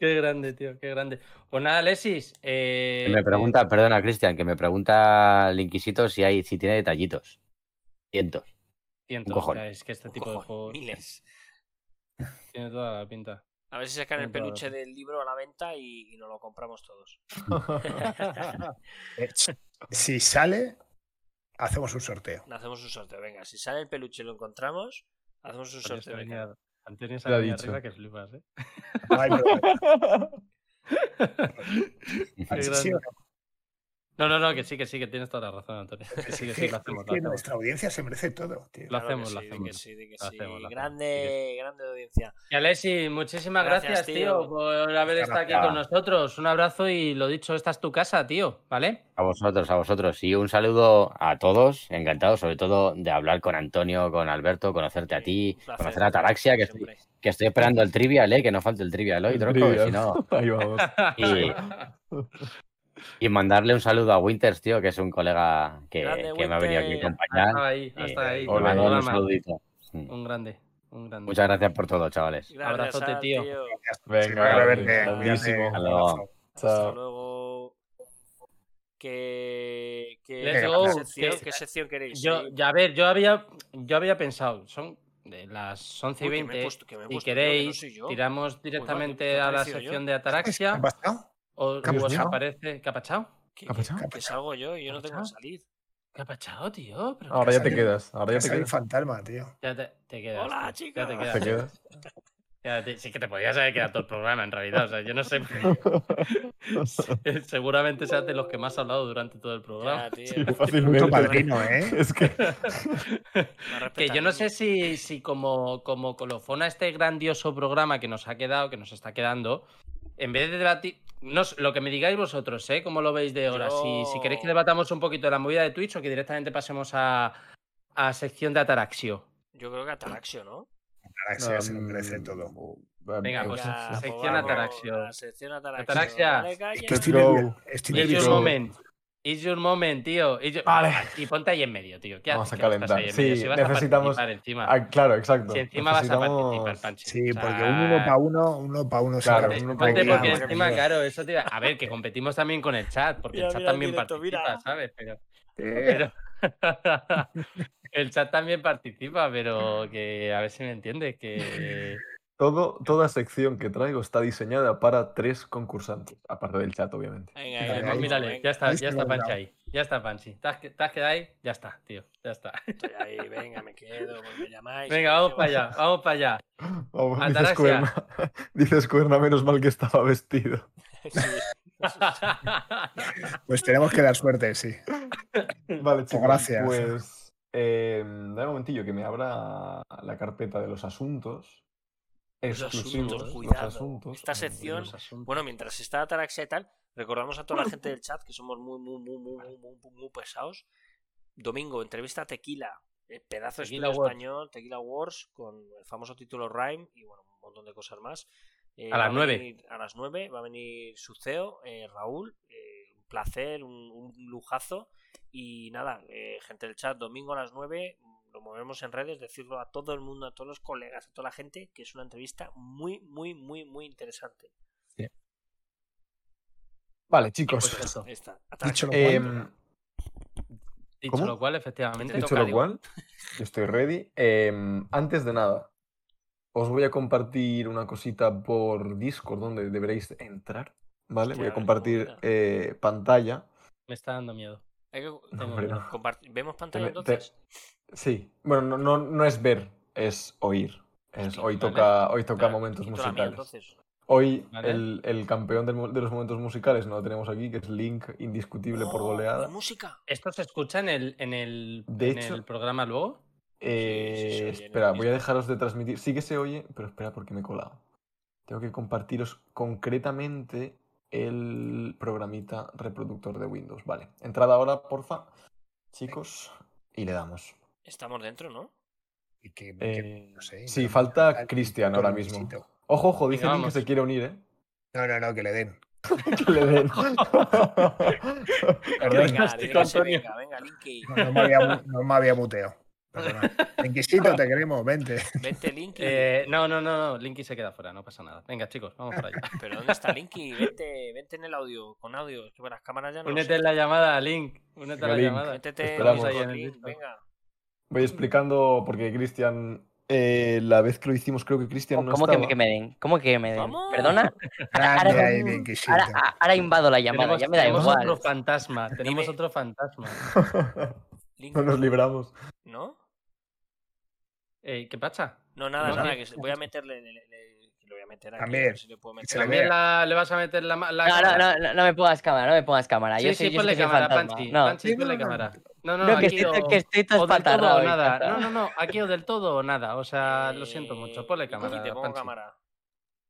S1: Qué grande, tío, qué grande. Pues nada, Alexis. eh,
S6: Que me pregunta, perdona, Cristian, que me pregunta el Inquisito si, hay, si tiene detallitos. Cientos.
S1: Cientos,
S6: Un cojón.
S1: o sea, es que este
S2: Un
S1: tipo
S2: cojón,
S1: de juegos
S2: miles.
S1: tiene toda la pinta.
S2: A ver si sacan el
S1: Muy probable.
S2: peluche del libro a la venta y, y nos lo compramos todos.
S4: Eh, Si sale, hacemos un sorteo.
S2: Hacemos un sorteo, venga, si sale el peluche y lo encontramos, hacemos un
S1: Antonio se
S2: sorteo.
S1: ha
S2: venga.
S1: venido- Antonio se
S3: Lo
S1: ha
S3: ha
S1: venido
S3: dicho.
S1: arriba que flipas, ¿eh?
S4: No hay problema.
S1: Qué
S4: Sí, sí,
S1: grande. No, no, no, que sí, que sí, que tienes toda la razón, Antonio. Que sí, que sí, lo hacemos, lo
S4: que
S1: hacemos.
S4: nuestra audiencia se merece todo, tío.
S1: Lo
S2: Claro que
S1: hacemos, lo
S2: sí, di
S1: hacemos.
S2: que sí, di que
S1: Lo
S2: sí.
S1: hacemos, lo hacemos,
S2: Grande, grande audiencia.
S1: Y Alexis, muchísimas gracias,
S2: Gracias,
S1: tío,
S2: tío.
S1: por haber
S4: Muchas
S1: estado aquí
S6: gracias.
S1: con nosotros. Un abrazo y lo dicho, esta es tu casa, tío, ¿vale?
S6: A vosotros, a vosotros. Y un saludo a todos. Encantado, sobre todo, de hablar con Antonio, con Alberto, conocerte a
S2: Sí,
S6: ti,
S2: un placer,
S6: conocer a Taraxia, que estoy,
S2: siempre.
S6: que estoy esperando el trivial, ¿eh? Que no falte el trivial hoy,
S3: El
S6: Droco, que
S3: trivial.
S6: si no...
S3: Ahí vamos.
S6: Y, y mandarle un saludo a Winters, tío, que es un colega que,
S2: Grande,
S6: que me ha venido aquí a
S2: Winters.
S1: Hasta
S6: acompañar.
S1: ahí,
S6: Y
S1: hasta Ah, ahí.
S6: le
S1: con el
S6: mando un
S1: programa.
S6: saludito. Mm.
S1: Un grande, un grande.
S6: Muchas gracias por todo, chavales.
S2: Gracias,
S1: Abrazote,
S2: Al,
S1: tío.
S3: Venga,
S4: Claro,
S3: vale,
S4: vete,
S3: grandísimo.
S4: cuídate, un
S6: Hasta luego.
S4: abrazo.
S2: Hasta
S3: Chao.
S2: luego. Que, que,
S1: Let's
S2: ¿qué,
S1: go,
S2: Sección,
S1: que-
S2: ¿Qué sección queréis?
S1: Yo,
S2: Sí.
S1: ya, a ver, yo había, yo había pensado, son de las 11 y
S2: Uy, que me he
S1: 20.
S2: puesto- que me he
S1: Si
S2: puesto yo, que no
S1: queréis,
S2: soy yo.
S1: tiramos
S2: ¿qué
S1: directamente
S2: te
S1: a
S2: ha
S1: la
S2: parecido yo?
S1: sección de
S4: ¿Qué ha
S1: Ataraxia.
S4: pasado?
S1: O,
S4: ¿Qué ha
S1: o os
S4: pasado?
S1: aparece. ¿Qué ha pachado?
S2: ¿Qué,
S3: ¿Ha
S2: qué-
S3: pasado?
S2: que salgo yo y yo no
S1: ¿Ha
S2: tengo que
S1: pasado?
S2: salir.
S1: ¿Qué ha pachado, tío? ¿Pero
S3: Ahora
S1: qué
S3: ya
S1: ha
S3: te
S1: salido?
S3: quedas. Ahora ya
S4: Ha
S3: te
S4: salido un
S3: quedas.
S4: fantasma, tío.
S1: Ya te, te quedas.
S2: Hola,
S1: tío, Ya te
S2: chicos.
S1: quedas.
S3: Te quedas.
S1: Ya te- sí que te podías haber quedado todo el programa, en realidad. O sea, yo no sé. por qué. Seguramente seas de los que más has hablado durante todo el programa.
S2: Ya, tío.
S3: Sí,
S4: Puto
S3: fácilmente.
S4: padrino, ¿eh?
S3: Es que.
S2: Me respeta,
S1: Que yo no sé
S2: niño.
S1: si, si como, como colofón a este grandioso programa que nos ha quedado, que nos está quedando, en vez de debatir. No, sé, lo que me digáis vosotros, ¿eh? ¿Cómo lo veis de ahora? Si, si queréis que
S2: Yo-
S1: debatamos un poquito de la movida de Twitch o que directamente pasemos a, a sección de Ataraxio.
S2: Yo creo que Ataraxio, ¿no?
S4: Ataraxia
S3: mm,
S4: se lo merece todo.
S1: Venga, pues,
S2: Venga,
S1: sección
S2: vamos,
S1: Ataraxio.
S2: la sección Ataraxio.
S1: Ataraxia.
S2: Dale caña.
S4: Es que estoy
S3: Go.
S4: nervioso. Estoy
S1: Give you a
S4: nervioso.
S1: moment. It's your moment, tío. It's your-
S3: Vale.
S1: Y ponte ahí en medio, tío. ¿Qué
S3: Vamos
S1: haces
S3: a
S1: que no estás
S3: calentar.
S1: ahí en medio?
S3: Sí,
S1: Si vas a
S3: necesitamos-
S1: participar encima.
S3: Ah, claro, exacto. Pues
S1: Si encima vas a participar,
S3: Necesitamos-
S1: Panchi.
S4: Pues Sí,
S1: O sea,
S4: porque un uno para uno, uno para uno
S3: Ah. Claro,
S1: Ponte,
S3: uno
S4: no
S3: pa'
S1: ponte
S3: uno.
S1: porque
S3: Claro,
S1: encima,
S3: mira.
S1: claro, eso te iba- A ver, que competimos también con el chat, porque
S2: Mira,
S1: el chat
S2: mira el
S1: también
S2: directo,
S1: participa,
S2: mira.
S1: ¿sabes? Pero,
S3: Eh.
S1: pero- el chat también participa, pero que a ver si me entiendes, que
S3: Todo, toda sección que traigo está diseñada para tres concursantes, aparte del chat, obviamente.
S2: Venga,
S4: Venga,
S2: ya
S1: Pues
S4: ahí,
S1: mírale, ya está,
S4: ahí
S1: ya
S4: se
S1: está
S4: lo he
S1: Panchi ahí. Ya está Panchi. Te has, que- te has quedado ahí, ya está, tío. Ya está.
S2: estoy ahí, venga, me quedo, pues me llamáis.
S1: Venga, vamos para allá, vamos para allá.
S3: Vamos, dices,
S1: Ataraxia.
S3: cuerna, dices cuerna, menos mal que estaba vestido.
S4: Pues tenemos que dar suerte, sí.
S3: Vale, chicos,
S4: gracias.
S3: pues eh, dame un momentillo que me abra la carpeta de los asuntos.
S2: Los
S3: Exclusivos,
S2: asuntos,
S3: los
S2: cuidado.
S3: asuntos. eh,
S2: Esta sección Bueno, mientras está Ataraxia y tal, recordamos a toda la gente del chat que somos muy, muy, muy, muy, muy, muy, muy, muy pesados. Domingo, entrevista a Tequila, el pedazo de
S1: Tequila
S2: estudio
S1: Wars.
S2: español, Tequila Wars, con el famoso título Rhyme y bueno, un montón de cosas más. Eh,
S1: A
S2: va
S1: las nueve.
S2: venir- A las 9 va a venir su CEO, eh, Raúl. eh, un placer, un, un lujazo. Y nada, eh, gente del chat, domingo a las 9 lo movemos en redes, decirlo a todo el mundo, a todos los colegas, a toda la gente, que es una entrevista muy, muy, muy, muy interesante.
S3: Vale, chicos.
S1: Pues eso.
S2: Ahí está.
S4: Dicho lo
S3: eh,
S4: cual,
S1: Dicho
S3: ¿Cómo?
S1: lo cual, efectivamente.
S3: dicho
S1: toca,
S3: lo
S1: digo,
S3: cual, yo estoy ready. Eh, antes de nada, os voy a compartir una cosita por Discord donde deberéis entrar. ¿Vale? Voy
S2: Hostia,
S3: a compartir
S2: joder.
S3: eh, pantalla.
S1: Me está dando miedo.
S2: Hay que-
S3: No,
S1: Tengo
S3: hombre,
S1: miedo.
S3: no.
S2: compart- ¿Vemos pantalla
S3: Te- te-
S2: entonces?
S3: Sí, bueno, no, no, no es ver, es oír. Es,
S1: Hostia,
S3: hoy,
S1: vale.
S3: toca, hoy toca
S1: Claro,
S3: momentos
S2: Quito la mía,
S3: musicales.
S2: entonces.
S3: Hoy
S1: Vale.
S3: el, el campeón del mu- de los momentos musicales no lo tenemos aquí, que es Link, indiscutible por
S2: Oh,
S3: goleada.
S2: la música!
S1: ¿Esto se escucha en el, en el,
S3: De
S1: en
S3: hecho-
S1: el programa luego?
S3: Eh,
S2: sí, se oye en el
S3: espera, voy a
S2: Discord.
S3: dejaros de transmitir. Sí que se oye, pero espera porque me he colado. Tengo que compartiros concretamente el programita reproductor de Windows. Vale, entrada ahora, porfa, chicos, y le damos.
S2: Estamos dentro, ¿no?
S4: y que- que-
S3: Eh,
S4: no sé,
S3: sí,
S4: yo-
S3: falta
S4: al-
S3: Cristian
S4: con
S3: ahora
S4: un
S3: mismo.
S4: besito.
S3: Ojo, ojo, dice
S1: Venga,
S3: Link que se
S1: vamos.
S3: quiere unir, ¿eh?
S4: No, no, no, que le den.
S3: Que le den.
S4: Perdón,
S2: venga,
S1: estoy
S2: dile
S1: con
S2: que se
S1: Antonio.
S2: venga, venga, Linky.
S4: No, no me había, mu- no me había muteado. Perdona. Inquisito, te queremos, vente.
S2: Vente, Linky.
S1: Eh, no, no, no, no, Linky se queda fuera, no pasa nada. Venga, chicos, vamos por allá.
S2: ¿Pero dónde está Linky? Vente, vente en el audio, con audio. Es que con las cámaras ya no. lo
S1: Únete
S2: sé.
S1: en la llamada, Link. Únete a
S3: Venga,
S1: la
S3: Link.
S1: llamada.
S2: Métete
S3: Esperamos.
S2: con
S1: Ahí en el
S2: Link,
S1: Discord.
S2: venga.
S3: Voy explicando porque Cristian, eh, la vez que lo hicimos, creo que Cristian no
S7: ¿Cómo que, me-
S3: estaba.
S7: que me den? ¿Cómo que me den?
S2: Vamos.
S7: ¿Perdona?
S4: Grande
S7: ahora-
S4: ahí, el Inquisito.
S7: Ahora, a- ahora invado la llamada,
S1: tenemos
S7: ya me da
S1: tenemos
S7: igual.
S1: otro fantasma, tenemos
S2: Dime.
S1: otro fantasma.
S2: Link,
S3: no nos libramos.
S2: ¿No?
S1: Eh, ¿Qué pacha?
S3: Pues
S2: No, nada,
S1: No,
S2: nada,
S1: no.
S2: que se- voy a meterle. le- le- le- que lo voy a meter aquí.
S4: También.
S2: a ver si le puedo meter.
S4: Se le
S1: ¿También
S4: vea.
S1: la- le vas a meter la, ma- la
S7: No, no,
S1: cámara?
S7: no, no, no me pongas cámara, no me pongas cámara.
S1: Sí,
S7: yo
S1: sí,
S7: soy, yo
S1: ponle
S7: sé que soy
S1: cámara,
S7: fantasma.
S1: Panchi.
S7: No,
S1: Panchi,
S4: Sí,
S1: ponle
S4: no, no,
S1: cámara. No, no,
S7: no, que,
S1: aquí
S7: estoy,
S1: o-
S7: que estoy todo
S1: o del todo
S7: espatarrado.
S1: o
S7: y ya
S1: nada.
S7: está.
S1: No, no, no, aquí o del todo o nada. O sea, lo siento
S2: Eh,
S1: mucho, ponle
S2: Linky,
S1: cámara.
S2: Te pongo
S1: Panchi.
S2: cámara.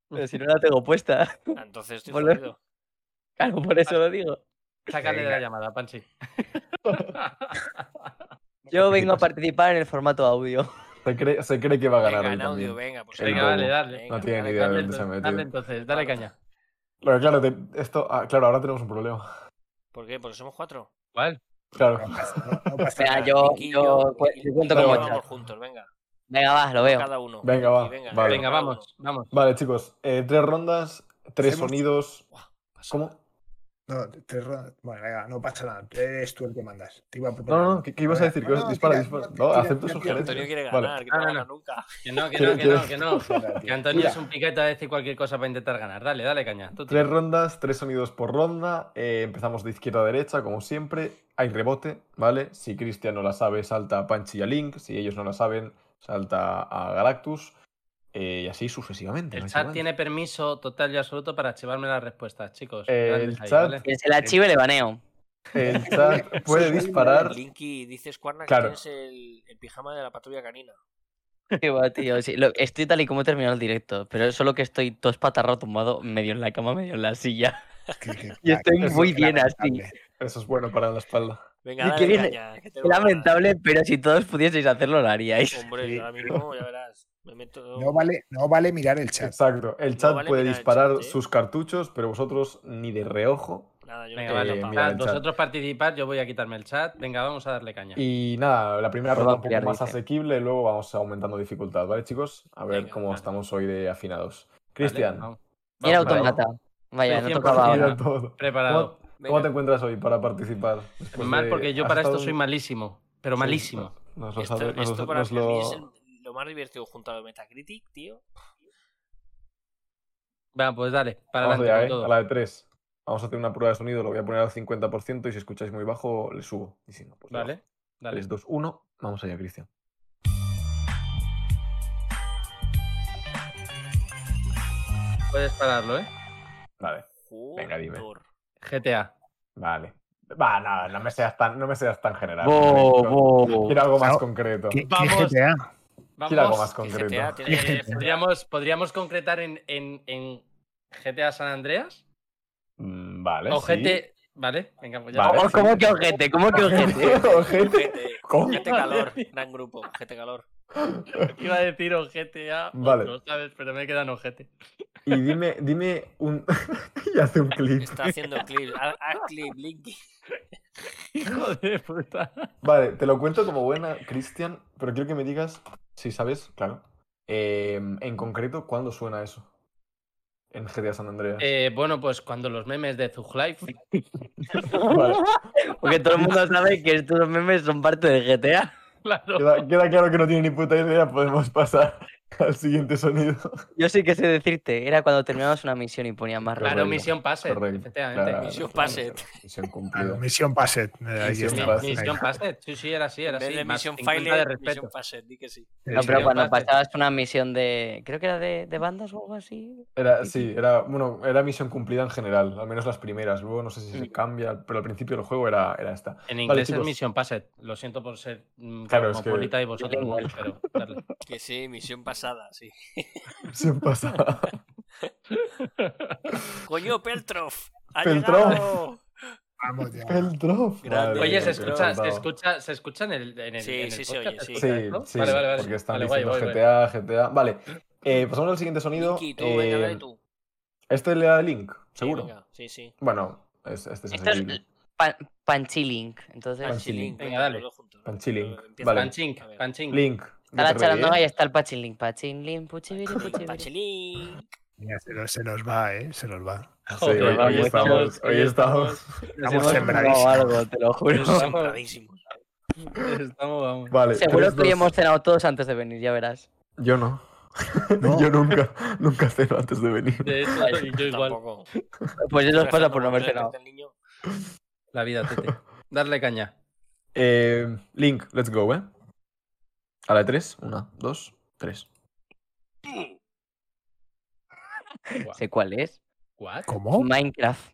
S7: Pero si no la tengo puesta.
S2: Ah, Entonces estoy
S7: Ponle-
S2: jodido.
S7: Claro, por eso lo digo.
S1: Sácale de
S4: Venga.
S1: la llamada, Panchi.
S7: Yo vengo a participar en el formato audio.
S3: Se cree, se cree que va a ganar
S2: Venga,
S3: hoy
S2: en audio,
S3: también.
S2: venga, pues
S3: El
S1: Venga,
S3: lobo.
S1: dale, dale.
S2: Venga,
S3: No tiene ni
S2: dale,
S3: idea de
S1: Dale
S3: dónde se ha
S1: entonces,
S3: metido.
S1: dale entonces, dale caña.
S3: Lo que, claro, te- esto, ah, claro, ahora tenemos un problema.
S2: ¿Por qué? Porque somos cuatro.
S1: ¿Cuál?
S3: Claro.
S4: No pasa- no- no pasa
S7: Mira,
S4: nada.
S7: yo,
S2: Linky y
S7: yo,
S2: yo,
S7: cu-
S2: Linky.
S7: yo
S3: Venga,
S7: cuento con
S2: Vamos,
S3: vamos.
S7: WhatsApp.
S2: juntos, venga.
S7: Venga, va, lo veo.
S2: Cada uno.
S3: Venga, va, vale.
S1: Venga,
S2: cada uno.
S1: vamos, vamos.
S3: Vale, chicos, eh, tres rondas, tres
S4: Hacemos-
S3: sonidos.
S2: Pasa.
S3: ¿Cómo?
S4: No, te ro- Bueno, venga, no pasa nada. Eres tú el que mandas. Te iba a proponer.
S3: No, no, no, ¿qué, qué ibas a decir? ¿Qué ibas- dispara,
S4: tira,
S3: dispara.
S4: tira,
S3: No,
S4: tira,
S3: acepto
S4: tira, tira.
S3: sugerencias.
S2: Antonio quiere ganar,
S3: Vale.
S2: que no
S1: No, no,
S2: gana
S1: no.
S2: nunca.
S1: Que no, que
S3: Quiero-
S1: no, que no,
S3: quiero-
S1: que no.
S4: Tira,
S1: Que
S4: tira.
S1: Antonio
S4: Tira.
S1: es un piquete a decir cualquier cosa para intentar ganar. Dale, dale caña. Tú
S3: Tres
S1: tira.
S3: rondas, tres sonidos por ronda. eh, empezamos de izquierda a derecha, como siempre. Hay rebote, ¿vale? Si Cristian no la sabe, salta a Panchi y a Link. Si ellos no la saben, salta a Galactus. eh, y así sucesivamente. no
S1: El
S3: hay
S1: chat
S3: problema.
S1: tiene permiso total y absoluto para archivarme las respuestas, chicos.
S3: Eh,
S1: Grandes
S3: el
S1: ahí,
S3: chat-
S1: ¿vale?
S7: Que se la chive le baneo.
S3: El chat puede disparar.
S2: Linky, dices Cuarna que
S3: Claro.
S2: tienes el, el pijama de la patrulla canina.
S7: Qué va, tío. sí, lo- estoy tal y como he terminado el directo, pero solo que estoy todo espatarrado tumbado medio en la cama, medio en la silla.
S4: Que- que-
S7: Y estoy
S4: que-
S7: muy
S4: que
S7: bien así.
S4: lamentable.
S3: Eso es bueno para la espalda.
S2: Venga,
S7: ¿Y
S2: dale
S7: qué dice?
S2: caña. que
S7: Qué
S2: tenemos ganas.
S7: lamentable, pero si todos pudieseis hacerlo, lo haríais.
S2: Hombre,
S4: Sí.
S2: ahora mismo, ya verás. Me meto...
S4: No vale, no vale mirar el chat.
S3: Exacto. El chat
S2: vale
S3: puede
S2: mirar el
S3: disparar
S2: chat, ¿eh?
S3: sus cartuchos, pero vosotros ni de reojo.
S2: Nada, yo
S1: Venga,
S2: no
S1: vale.
S2: tengo
S3: Eh,
S2: nada.
S3: mira,
S1: Ah,
S3: el chat.
S1: vosotros participad, yo voy a quitarme el chat. Venga, vamos a darle caña.
S3: Y nada, la primera
S7: Puedo
S3: ronda un poco
S7: ampliar,
S3: más
S7: dice.
S3: asequible, luego vamos aumentando dificultad, ¿vale, chicos? A ver
S2: Venga,
S3: cómo
S1: vale.
S3: estamos hoy de afinados.
S1: ¿vale?
S3: Cristian,
S1: Vamos.
S7: Mira
S1: Vamos,
S3: automata.
S7: automata. Vaya,
S1: Sí,
S7: no
S1: 100%
S7: tocaba
S1: va,
S3: mira
S1: va.
S7: ahora.
S3: todo.
S1: Preparado. Pues
S3: ¿Cómo, cómo
S2: Venga.
S3: te encuentras hoy para participar? Después
S1: Mal,
S3: de-
S1: porque yo
S3: has
S1: para
S3: estado
S1: esto soy
S3: un-
S1: malísimo. Pero
S3: sí, pues.
S1: malísimo.
S3: nos lo
S2: Esto,
S3: sabe- nos-
S2: esto para
S3: nos
S2: mí a mí es
S3: lo-
S2: el- lo más divertido junto a lo de Metacritic, tío.
S1: Va, pues dale, para
S3: Vamos
S1: adelante
S3: allá,
S1: con
S3: ¿eh?
S1: todo.
S3: A la de tres. Vamos a hacer una prueba de sonido, lo voy a poner al 50% y si escucháis muy bajo, le subo. Y si no, pues le
S1: Vale,
S3: bajo.
S1: dale.
S3: 3, 2, 1. Vamos allá, Cristian.
S1: Puedes pararlo, ¿eh?
S3: Vale, Venga, dime.
S2: Joder.
S1: GTA.
S3: vale. Va, nada, no me seas tan, no me seas tan general.
S7: Bo,
S3: Quiero-
S7: bo.
S3: Quiero algo más
S4: Claro.
S3: concreto.
S4: ¿Qué, qué
S1: Vamos.
S4: GTA?
S3: Quiero algo
S1: Vamos.
S3: más
S2: Que GTA
S3: concreto.
S2: tiene que ser GTA.
S1: Podríamos, podríamos concretar en, en, en GTA San Andreas.
S3: Mm, Vale,
S1: o
S3: sí.
S1: GT. Vale, venga, pues ya.
S3: Vale.
S7: Oh, ¿Cómo que ojete? ¿Cómo que ojete?
S3: Ojete.
S2: GT,
S3: ¿Cómo?
S2: GT Calor, gran grupo, GT Calor.
S1: Iba a decir o GTA.
S3: Vale.
S1: otro, ¿sabes? Pero me quedan ojete.
S3: Y dime, dime un. y hace un clip.
S2: Está haciendo clips, haz haz clip, Linky.
S1: Hijo de puta.
S3: Vale, te lo cuento como buena, Cristian, pero quiero que me digas, si sabes, claro. eh, en concreto, ¿cuándo suena eso? En GTA San Andreas.
S1: Eh, bueno, pues cuando los memes de Zug Life.
S3: Vale,
S7: Porque todo el mundo sabe que estos memes son parte de GTA.
S1: Claro.
S3: queda, queda claro que no tiene ni puta idea, podemos pasar al siguiente sonido.
S7: Yo sí que sé decirte, era cuando terminabas una misión y ponías más
S1: Claro,
S7: ropa.
S3: Correcto,
S1: misión pase.
S3: correcto,
S1: Efectivamente.
S3: claro.
S2: Misión Passet.
S3: Misión
S4: Ah,
S3: cumplida.
S4: Misión Passet. eh, ahí
S3: Misión
S1: Mi-
S4: está.
S3: Passet.
S4: Ahí.
S1: Misión pase. Sí, sí, era así, era
S2: En vez
S1: así.
S2: de
S1: Más
S2: Mission
S1: 50
S2: File,
S1: de
S2: Mission
S1: respeto.
S2: Passet, di que sí.
S7: No, pero
S1: Misión
S7: cuando
S1: Passet.
S7: pasabas una misión de. Creo que era de, de bandas o algo así.
S3: Era, sí, era, bueno, era misión cumplida en general, al menos las primeras. Luego no sé si se cambia, pero al principio del juego era, era esta.
S1: En inglés es
S3: chicos.
S1: Mission Passet. Lo siento por ser mm,
S3: Claro, es que-
S1: cosmopolita y vosotros no, pero dale.
S2: Que sí, misión pasada, sí.
S3: Misión pasada.
S2: Coño, Peltrof, ha
S3: Peltrof.
S2: llegado.
S4: Vamos ya.
S3: El drop.
S2: Grande.
S1: Oye,
S2: Venga,
S1: se
S2: que
S1: escucha, se
S3: encantado.
S1: escucha, se escucha en el, en el,
S2: Sí,
S1: en el
S2: sí se
S1: podcast,
S2: oye,
S1: ¿se
S2: sí,
S3: Sí,
S1: escucha esto?
S3: sí,
S1: vale, vale, vale.
S3: porque están
S1: Vale, guay,
S3: diciendo
S1: guay, guay.
S3: GTA, GTA. Vale, eh, pasamos al siguiente sonido.
S2: Linky, tú, venga,
S3: eh,
S2: dale tú.
S3: Este le da Link,
S2: Sí,
S3: seguro.
S2: venga, Sí, sí.
S3: bueno, es- este es
S7: Esto es
S3: asequible.
S7: pan, Panchilink. Entonces,
S3: Panchi-
S2: Panchilink,
S1: Venga,
S2: venga,
S1: dale.
S2: los dos juntos.
S3: Panchilink,
S2: Pero empieza
S3: vale.
S1: Panchink,
S2: A ver.
S1: Panchink.
S3: Link.
S7: está
S3: no
S7: la
S3: te reí,
S7: charandonga
S3: ¿eh?
S7: y está el Pachinlink. Pachinlink, puchibiri, puchibiri.
S2: Panchilink.
S4: Mira, se, nos, se nos va, ¿eh? Se nos va.
S3: Sí,
S1: Joder,
S3: hoy, hoy
S1: vamos,
S3: estamos, hoy estamos.
S4: Estamos
S7: Nos hemos
S4: sembradísimos.
S7: fumado algo, te lo juro.
S1: Vamos.
S2: Sembradísimos.
S1: Estamos, vamos.
S3: Vale,
S7: Seguro
S3: tres,
S7: que hoy
S3: dos.
S7: hemos cenado todos antes de venir, ya verás.
S3: Yo no.
S4: No.
S3: Yo nunca, nunca ceno antes de venir.
S1: De hecho, yo igual.
S2: Tampoco.
S7: Pues eso os pasa
S2: Rezando
S7: por no haber
S2: mucho
S7: cenado.
S2: desde niño.
S1: La vida, Tete. Darle caña.
S3: Eh, Link, let's go, ¿eh? A la de tres. Una, dos, tres.
S7: Sé cuál es.
S1: ¿What?
S4: ¿Cómo?
S7: Minecraft.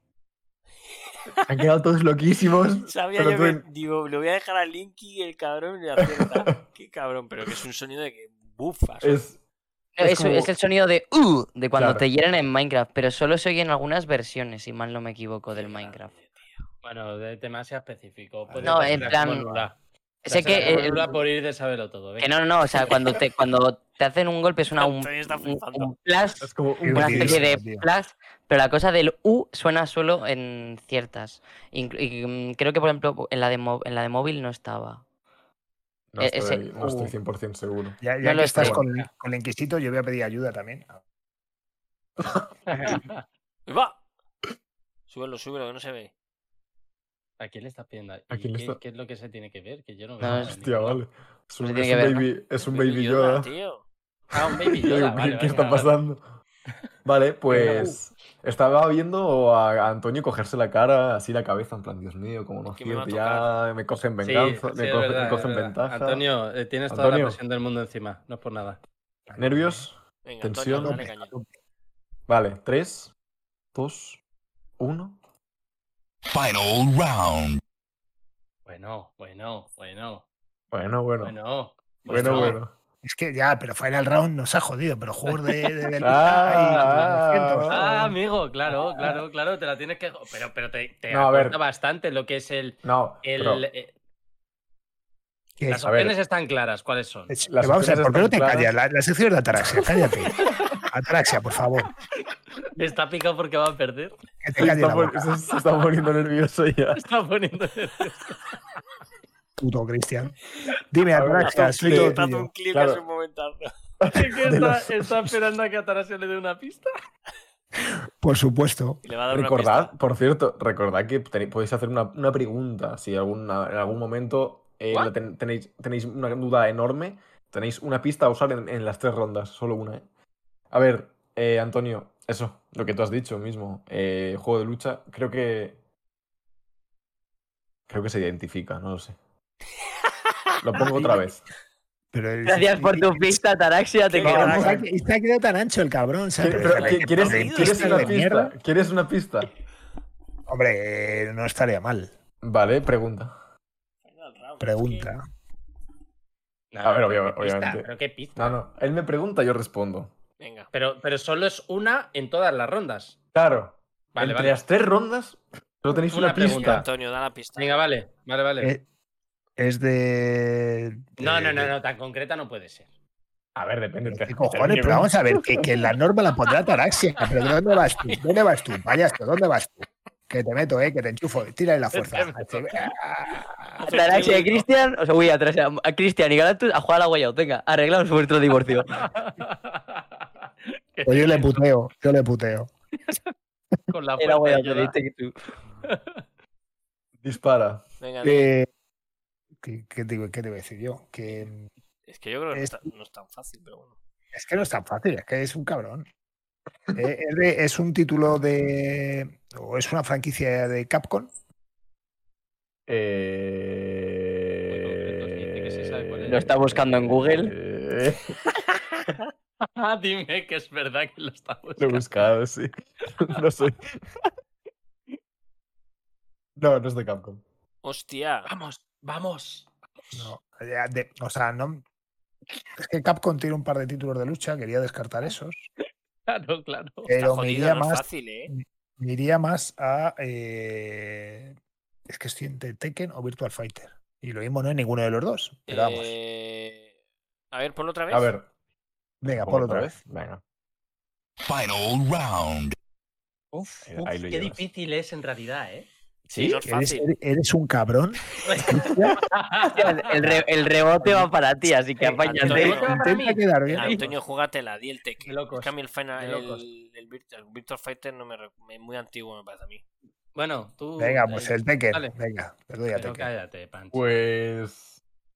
S3: Han quedado todos loquísimos.
S2: Sabía
S3: Pero
S2: yo
S3: tú
S2: que.
S3: en-
S2: Digo, lo voy a dejar a Linky y el cabrón le acierta. Qué cabrón, pero que es un sonido de que bufas.
S3: Es,
S7: No,
S3: Es
S7: eso
S3: como-
S7: es el sonido de uh de cuando
S3: Claro.
S7: te hieren en Minecraft, pero solo se oye en algunas versiones, si mal no me equivoco, del
S2: Qué
S7: Minecraft.
S2: grande, tío.
S1: Bueno, de tema sea específico. pues
S7: No, en plan- Sé que, eh,
S1: Lula por ir de saberlo todo.
S7: Que
S1: venga.
S7: no, no, no, o sea, cuando te, cuando te hacen un golpe suena un,
S2: Antonio está
S7: un,
S2: flipando.
S7: un plas,
S3: es como un
S7: una
S4: Sí,
S7: especie de
S4: tío.
S7: plas, pero la cosa del U suena solo en ciertas. Inclu- y, mm, creo que, por ejemplo, en la de, mo- en la de móvil no estaba.
S3: No
S7: Eh,
S3: estoy,
S7: ese-
S3: no estoy
S7: uh.
S3: 100% seguro.
S4: Ya,
S7: No
S4: ya
S7: lo
S4: que estás
S7: sé.
S4: con, con el Inquisito, yo voy a pedir ayuda también.
S2: Ahí va! Súbelo, súbelo, que no se ve.
S1: ¿A quién le estás pidiendo? ¿Y
S3: ¿A quién le
S1: qué,
S3: está-
S1: qué es lo que se tiene que ver? Que yo no
S7: No,
S1: veo. nada,
S7: es-
S3: Hostia,
S1: Nicolás.
S3: vale. Es un,
S7: tiene
S3: es
S7: que
S3: un
S7: ver, ¿no?
S3: baby, es un
S2: Baby
S3: baby
S2: Yoda,
S3: Yoda.
S2: tío.
S1: Ah, un baby
S3: Yo
S1: Yoda.
S3: digo,
S1: vale, venga,
S3: ¿Qué está
S1: vale.
S3: pasando? Vale, pues estaba viendo a Antonio cogerse la cara, así la cabeza, en plan, Dios mío, como no
S2: que me va a
S3: cierto, ya me cogen
S1: Sí,
S3: venganza,
S1: sí,
S3: me
S1: es
S3: cogen,
S1: verdad,
S3: me
S1: es
S3: cogen
S1: verdad.
S3: ventaja.
S1: Antonio, eh, tienes toda
S3: Antonio.
S1: la presión del mundo encima. No es por nada.
S3: ¿Nervios?
S2: Venga, Antonio,
S3: Tensión.
S2: dale caña.
S3: Vale, 3, 2, 1.
S8: Final round.
S1: Bueno, bueno, bueno.
S3: Bueno, bueno. Bueno,
S1: Bueno,
S3: bueno.
S4: Es que ya, pero Final Round nos ha jodido, pero juegos de. de, de-
S3: Ah,
S4: hay 900,
S1: Ah,
S4: ¿no?
S1: amigo, claro, claro, claro, te la tienes que. Pero, pero te, te
S3: No, a ver.
S1: aporta bastante lo que es el.
S3: No,
S1: el-
S3: pero
S1: eh,
S4: Que-
S1: las
S3: a ver.
S1: opciones están claras, ¿cuáles son?
S4: Es-
S3: Las
S4: pero vamos a ver,
S3: opciones
S4: ¿por qué no te
S3: están
S4: callas? La, la sección es de Ataraxia, cállate. Ataraxia, por favor.
S1: Está picado porque va a perder.
S4: Que te
S3: Se
S4: calles
S3: está,
S4: la
S3: pon-
S4: boca,
S3: se- se está poniendo nervioso ya.
S1: Está poniendo
S4: puto Cristian. Dime,
S3: A ver,
S4: Ataraxia,
S3: sí,
S4: soy todo
S3: tanto
S4: tuyo.
S2: un clic
S3: Claro.
S2: hace un momentazo.
S1: está, está esperando a que Ataraxia le dé una pista.
S4: Por supuesto.
S2: Y le va a dar una
S3: Recordad,
S2: pista.
S3: por cierto, recordad que tenéis- podéis hacer una, una pregunta. Si alguna, en algún momento eh,
S5: ¿What?
S3: la ten- tenéis, tenéis una duda enorme, tenéis una pista a usar en, en las tres rondas, solo una. ¿eh? A ver, eh, Antonio, eso, lo que tú has dicho mismo. eh, juego de lucha, creo que. Creo que se identifica, no lo sé. Lo pongo otra vez.
S4: Pero el-
S7: Gracias por tu pista, Taraxia. Te
S4: No,
S7: queremos.
S4: se ha- se ha quedado tan ancho el cabrón.
S3: ¿Qué-
S4: ¿sabes?
S3: pero, ¿qué- ¿Quieres,
S4: Perdido,
S3: quieres
S4: este
S3: una
S4: de mierda.
S3: pista? ¿Quieres una pista?
S4: Hombre, eh, no estaría mal.
S3: Vale, pregunta.
S4: Pregunta.
S3: A ver,
S1: pero
S3: obvia-
S1: qué pista,
S3: obviamente.
S1: Pero qué pista.
S3: No, no. Él me pregunta, yo respondo.
S2: Venga.
S1: Pero, pero solo es una en todas las rondas.
S3: Claro.
S1: Vale,
S3: Entre
S1: vale.
S3: las tres rondas, solo tenéis una,
S1: Una
S3: pista.
S1: pregunta.
S2: Antonio, da la pista.
S1: Venga, vale, vale, vale.
S4: Eh, Es de.
S1: no,
S4: de-
S1: no,
S3: eh,
S1: no, no, tan concreta no puede ser.
S3: A ver, depende.
S4: Pero
S3: te-
S4: ¿Qué cojones?
S3: te-
S4: Pero vamos a ver, que, que la norma la pondrá Taraxia. Pero ¿dónde vas tú? ¿Dónde vas tú? Payaso, ¿dónde vas tú? Que te meto, eh, que te enchufo. Tírale la fuerza. Este, ah,
S7: A Taraxia y a Cristian. O sea, uy, a Taraxia- a Cristian y Galactus a jugar a la Guayaut. Venga, arreglamos vuestro divorcio.
S4: Pues yo le puteo, yo le puteo.
S1: Con la
S7: Era
S1: fuerza de
S7: Guayaut,
S1: Yoda.
S7: dice que tú.
S3: Dispara.
S2: Venga,
S4: Eh, ¿qué, qué te, qué te voy a decir yo? Que mm,
S2: es que yo creo que no
S4: es-
S2: está- no es tan fácil, pero bueno.
S4: es que no es tan fácil, es que es un cabrón. Eh, es, de- es un título de. o es una franquicia de Capcom.
S3: Eh,
S1: dice que sí sabe cuál es.
S3: Eh...
S7: Lo está buscando en Google.
S3: Eh,
S1: Ah, dime que es verdad que lo estamos.
S3: Lo he buscado, sí. No soy. No, no es de Capcom.
S2: Hostia.
S1: Vamos, vamos.
S4: No, ya de- o sea, no. Es que Capcom tiene un par de títulos de lucha, quería descartar esos.
S1: Claro, claro.
S2: Ah, Está
S4: Pero me
S2: jodido,
S4: iría
S2: no es
S4: más
S2: fácil, ¿eh?
S4: Me iría más a. eh, es que estoy entre Tekken o Virtual Fighter. Y lo mismo no es ninguno de los dos. Pero vamos.
S2: Eh, A ver, ponlo otra vez.
S3: A ver.
S4: Venga,
S3: ponlo
S4: por otra vez.
S3: Venga.
S8: Final round.
S1: Uf,
S3: Ahí- ahí lo
S1: qué
S3: llevas.
S1: difícil es en realidad, ¿eh?
S2: Sí, no es
S4: Eres,
S2: fácil.
S4: eres- eres un cabrón.
S7: El, el re- el rebote va para ti, así que
S2: Antonio,
S7: apáñate.
S2: Venga, para
S4: Intenta quedar bien.
S2: Antonio, júgatela, di el tech.
S1: Qué locos,
S2: Es que a mí el Final,
S1: qué locos.
S2: el, el Virt- el Virtual Fighter no me, re- me- muy antiguo me parece a mí.
S1: Bueno, tú.
S4: Venga, pues
S1: eh,
S4: el Tekken.
S1: Vale.
S4: Venga, te doy a
S1: Pero
S4: Tekken.
S1: cállate, Pancho.
S3: Pues.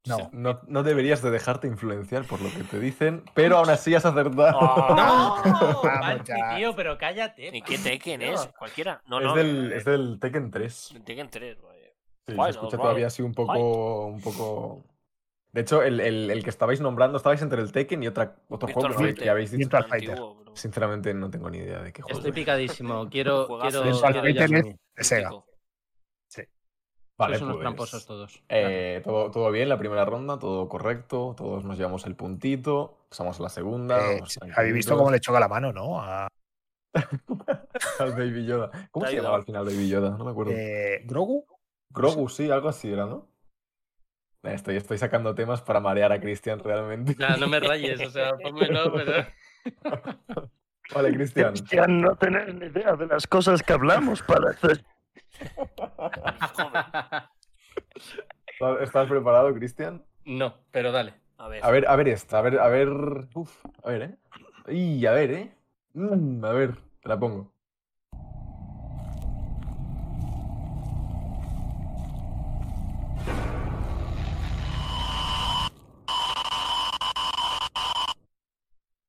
S4: No. eh,
S3: No, no deberías de dejarte influenciar por lo que te dicen, pero aún así has acertado.
S1: ¡No!
S4: Vamos
S1: Panchi,
S4: ya.
S1: tío, pero cállate.
S2: ¿Y qué Tekken
S1: tío.
S2: es? ¿Cualquiera? No,
S3: es,
S2: no.
S3: del,
S2: eh,
S3: es del Tekken 3.
S2: el Tekken 3, vaya.
S3: Sí,
S2: Guay,
S3: se escucha
S2: guay.
S3: todavía así un poco. Un poco... De hecho, el, el- el que estabais nombrando, estabais entre el Tekken y otra, otro
S2: Virtual
S3: juego que habéis-
S2: Fighter.
S3: que habéis dicho.
S4: Virtual Fighter.
S2: Antiguo, bro.
S3: Sinceramente, no tengo ni idea de qué juego.
S1: Estoy
S3: es.
S1: picadísimo. Quiero.
S2: Juegazo.
S1: quiero,
S2: Virtual
S1: quiero
S4: Fighter
S1: ya
S4: es-
S1: subir.
S4: de Sega.
S2: Mítico.
S3: Vale,
S1: Sois unos
S3: pues,
S1: tramposos todos.
S3: eh, todo, todo bien, la primera ronda, todo correcto, todos nos llevamos el puntito, pasamos a la segunda.
S4: Eh,
S3: vamos
S4: Habéis visto
S3: tranquilitos.
S4: cómo le choca la mano, ¿no? A,
S3: al Baby Yoda. ¿Cómo
S2: Te
S3: se
S2: ayuda.
S3: llamaba al final Baby Yoda? No me acuerdo.
S4: eh, Grogu.
S3: Grogu, sí, algo así era, ¿no? Eh, Pues Estoy, estoy sacando temas para marear a Cristian realmente.
S1: Ya, no me rayes, o sea, pónmelo, pero.
S3: Vale, Cristian.
S9: no tener ni idea de las cosas que hablamos para hacer.
S3: ¿Estás- ¿Estás preparado, Cristian?
S1: No, pero dale.
S2: A ver.
S3: A ver, a ver esta, a ver, a ver. Uf, a ver, eh. Y a ver, eh. Mm, a ver, te la pongo.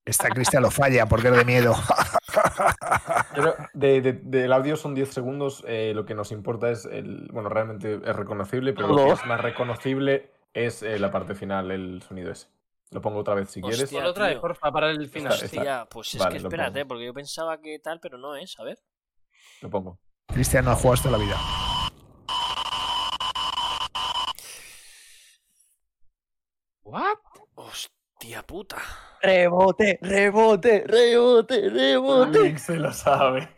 S4: Esta Cristian lo falla porque es de miedo.
S3: Pero de, de- del audio son 10 segundos. eh, lo que nos importa es el. Bueno, realmente es reconocible, pero lo que
S9: Todo.
S3: es más reconocible es eh, la parte final, el sonido ese. Lo pongo otra vez si quieres.
S2: Hostia,
S1: Solo trae,
S2: tío.
S1: porfa, para el final.
S3: Está- está.
S2: Hostia, pues es
S3: Vale,
S2: que
S3: lo
S2: espérate,
S3: pongo.
S2: porque yo pensaba que tal, pero no es, a ver.
S3: Lo pongo.
S4: Cristian no ha jugado hasta la vida.
S1: ¿What?
S2: Hostia puta.
S7: Rebote, rebote, rebote, rebote.
S3: Link se lo sabe.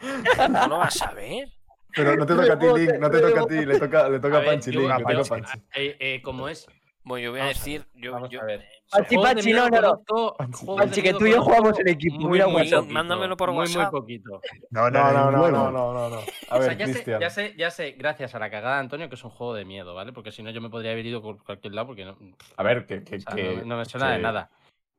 S2: No lo vas a ver.
S3: Pero no te toca a ti,
S7: Rebote,
S3: Link, no te toca a ti, le toca, le toca
S1: A
S3: a
S1: ver,
S3: Panchi,
S1: yo-
S3: Link, le
S1: yo-
S3: toca a Panchi.
S1: eh, eh, como es
S2: Bueno, yo voy a
S1: Vamos a
S2: decir. yo-
S1: Vamos
S2: yo- eh,
S1: a ver.
S10: Pachi,
S1: Juegos de
S10: Pachi,
S1: miedo
S10: no, no, no.
S1: conozco-
S4: Pachi,
S1: juegos de
S10: Pachi, que
S1: miedo
S10: tú y yo
S1: conozco
S10: jugamos en equipo.
S1: muy,
S10: Mira
S1: muy
S10: WhatsApp.
S1: poquito,
S2: Mándamelo por
S1: muy,
S2: WhatsApp.
S1: Muy poquito.
S4: No,
S3: No, no, no, no,
S4: ninguno.
S3: no, no, no. A
S1: O sea,
S3: ver,
S1: ya, sé,
S3: Cristian.
S1: ya, sé, ya sé, gracias a la cagada de Antonio, que es un juego de miedo, ¿vale? Porque si no, yo me podría haber ido por cualquier lado porque no, o
S11: A ver, que. que,
S1: sea,
S11: que-
S1: no- no me suena de
S11: que-
S1: nada.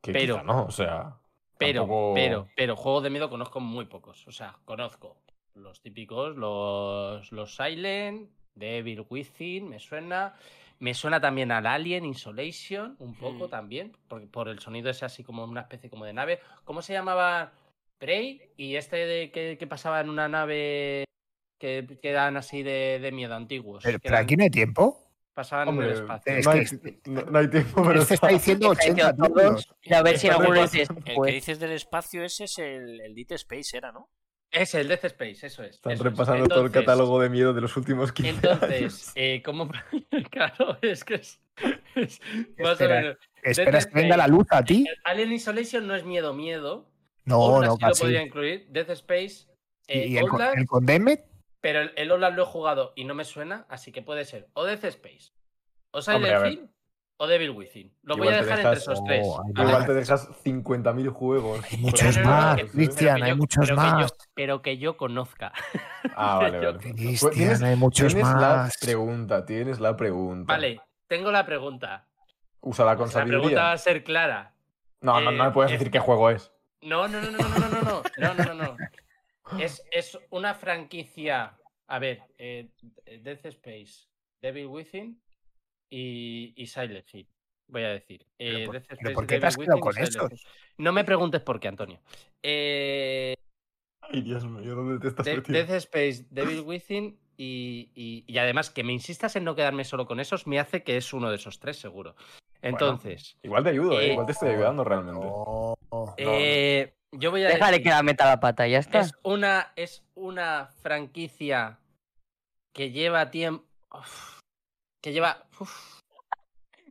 S11: que
S1: pero-
S11: quizá No, o sea.
S1: Pero,
S11: tampoco-
S1: pero, pero, juegos de miedo conozco muy pocos. O sea, conozco los típicos, los, los Silent, Devil Within, me suena. Me suena también al Alien Insolation, un poco
S2: Mm.
S1: también, por, por el sonido ese así como una especie como de nave. ¿Cómo se llamaba Prey? Y este de que, que pasaba en una nave que, que eran así de, de miedo antiguos.
S4: Pero,
S1: que
S4: pero
S1: eran-
S4: aquí no hay tiempo.
S1: Pasaban en
S3: Hombre,
S1: el espacio.
S4: Es
S3: no,
S4: que
S3: hay,
S4: este-
S3: no- no hay tiempo, pero.
S4: Este está diciendo
S7: Está diciendo
S4: 80
S7: todos.
S4: títulos.
S7: Y a ver si
S2: El
S7: alguno
S2: que-
S7: dices. "Pues
S2: El que dices del espacio ese es el, el Deep Space, era, ¿no?
S1: Es el Death Space, eso es.
S3: Están
S1: eso es.
S3: repasando todo el
S1: Entonces-
S3: catálogo de miedo de los últimos 15 años.
S1: Entonces, eh, ¿cómo? claro, es que es. es- más o
S4: Espera.
S1: menos.
S4: ¿Esperas que venga la luz a ti?
S1: Alien Isolation no es miedo, miedo.
S4: No,
S1: Outlast sí
S4: no,
S1: lo
S4: casi.
S1: podría incluir. Death Space. eh,
S4: ¿Y el, con-
S1: Outlast,
S4: el Condemned?
S1: Pero el, el Outlast lo he jugado y no me suena, así que puede ser o Death Space, o Silent
S11: Hombre, a ver.
S1: Hill, o Devil Within. Lo voy
S3: Igual
S1: a
S3: te
S1: dejar entre
S3: dejas-
S1: esos tres.
S4: oh,
S1: Ah,
S3: Igual te dejas 50.000 juegos.
S4: Hay muchos
S1: no, no,
S4: más,
S1: que- pero
S4: Cristian,
S1: que
S4: hay
S1: yo-
S4: muchos
S1: pero que yo-
S4: más.
S1: pero que yo conozca.
S11: Ah, vale,
S1: Yo-
S11: vale.
S3: Pues tienes-
S4: Cristian, hay muchos
S3: Tienes la
S4: más.
S3: pregunta, tienes la pregunta.
S1: Vale, tengo la pregunta.
S3: Úsala con
S1: La pregunta va
S3: sabiduría.
S1: a ser clara.
S3: No, no, no me
S1: eh,
S3: puedes
S1: eh.
S3: decir qué juego es.
S1: No, no, no, no, no, no, no, no, no, no, no, no. Es, es una franquicia. A ver, eh, Death Space, Devil Within y, y Silent Hill. Voy a decir. Eh,
S4: por-
S1: Death
S4: pero
S1: Space,
S4: ¿por qué te
S1: Devil
S4: has quedado
S1: Within y
S4: con
S1: Silent
S4: esos?
S1: Hill. No me preguntes por qué, Antonio. Eh,
S3: Ay, Dios mío, ¿dónde te estás
S1: de-
S3: metiendo?
S1: Death Space, Devil Within y, y- y además que me insistas en no quedarme solo con esos me hace que es uno de esos tres, seguro. Entonces,
S3: Igual te ayudo,
S1: Eh,
S3: ¿eh? igual te estoy ayudando realmente.
S4: No,
S1: eh, yo voy a
S7: Déjale
S1: decir-
S7: que la meta la pata, ya está.
S1: Es una, es una franquicia que lleva tiempo. Que lleva. uf,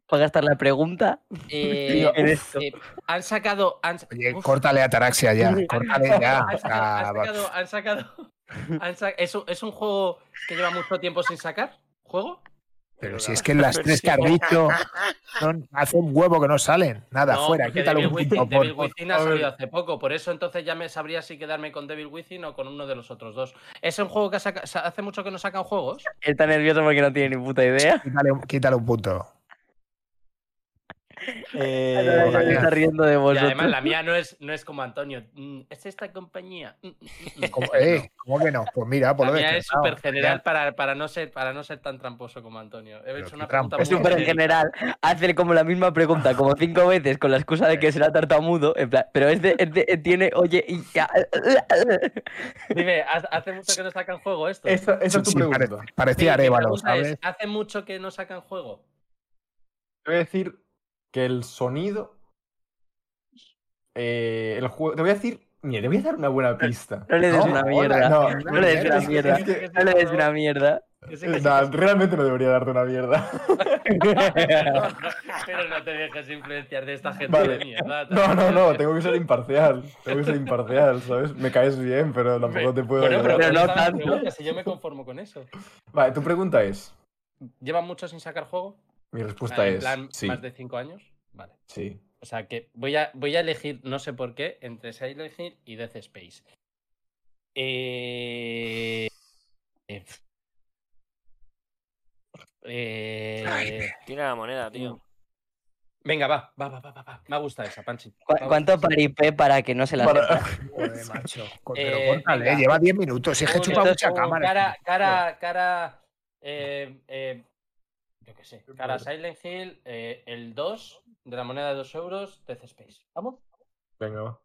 S7: Para gastar la pregunta.
S1: eh,
S10: en
S1: uf,
S10: esto.
S1: eh, han sacado. Han, sa-
S4: Oye,
S1: uf,
S4: córtale Ataraxia ya, córtale ya.
S1: han
S4: o
S1: sacado- han
S4: sea,
S1: sacado- han sacado- han sa- ¿Es, un, es un juego que lleva mucho tiempo sin sacar? ¿Juego?
S4: pero si es que las tres que has dicho son, hace un huevo que no salen. Nada,
S1: No,
S4: fuera,
S1: porque
S4: quítale
S1: Devil
S4: un
S1: Within-
S4: punto.
S1: Devil
S4: por-
S1: Within ha
S3: A ver.
S1: salido hace poco, por eso entonces ya me sabría si quedarme con Devil Within o con uno de los otros dos. ¿Es un juego que ha saca- sa- hace mucho que no sacan juegos?
S7: Está nervioso porque no tiene ni puta idea.
S4: quítale, un- quítale un punto. Eh,
S7: Ahora ya se
S4: Daniel.
S7: está riendo de
S4: Pues
S1: Y además
S7: vosotros.
S1: la mía no es, no es como Antonio. Mm, Es esta compañía. Mm, mm, mm.
S4: ¿Cómo, eh, ¿cómo que no? Pues mira, por
S1: La
S4: lo
S1: mía es
S4: descartado,
S1: súper general
S4: ya.
S1: para, para, no ser, para no ser tan tramposo como Antonio. He
S4: Pero
S1: hecho
S4: qué
S1: una pregunta
S4: tramposo.
S1: muy
S7: Súper en
S1: genérica.
S7: general. Hacer como la misma pregunta, como cinco veces, con la excusa de que será tartamudo. En plan, pero este, este tiene, oye, y ya.
S1: Dime, ¿ha- ¿hace mucho que no sacan juego esto? Sí,
S3: Esa, esa es tu
S4: Sí, pare-
S3: pregunta.
S4: parecía
S1: mi
S4: Arevalo,
S1: pregunta es,
S4: ¿sabes?
S1: ¿Hace mucho que no sacan juego?
S3: Te voy a decir que el sonido. eh, el juego. Te voy a decir. Mira, te voy a dar una buena pista.
S7: No le des
S4: No,
S7: una
S4: hola,
S7: mierda.
S3: no,
S7: No le des una
S3: es que-
S7: mierda.
S3: es que-
S7: No le des una mierda.
S1: Que sí, que sí,
S3: Nah,
S1: que sí.
S3: realmente no debería darte una mierda.
S1: Pero no te dejes influenciar de esta gente
S3: Vale.
S1: de mierda.
S3: No, no, no, tengo que ser imparcial. Tengo que ser imparcial, ¿sabes? Me caes bien, pero tampoco te puedo.
S1: Bueno, pero,
S3: ayudar.
S7: Pero
S1: esta
S7: no
S1: es la
S7: tanto.
S1: pregunta, si yo me conformo con eso.
S3: Vale, tu pregunta es.
S1: ¿Llevan mucho sin sacar juego?
S3: Mi respuesta
S1: Ah, en
S3: es.
S1: plan,
S3: Sí,
S1: más de cinco años. Vale.
S3: sí.
S1: O sea que voy a, voy a elegir, no sé por qué, entre Silent Hill y Death Space. Eh... eh, eh,
S2: Tira la moneda, tío.
S1: Mm. Venga, va, va, va, va, va, va. Me gusta esa, Panchi.
S7: ¿Cu-
S1: Me ha
S7: ¿Cuánto
S1: gustado esa.
S7: paripé para que no se la
S3: Para-
S7: sepa?
S4: Joder, macho. Co-
S1: Eh,
S4: Pero córtale,
S1: venga.
S4: lleva 10 minutos. Si es que
S1: Un-
S4: chupa mucha
S1: un
S4: cámara.
S1: Cara, cara, cara. eh, eh, yo qué sé. Cara Silent Hill, eh, el 2 de la moneda de 2 euros, Death Space. ¿Vamos?
S3: Venga, va.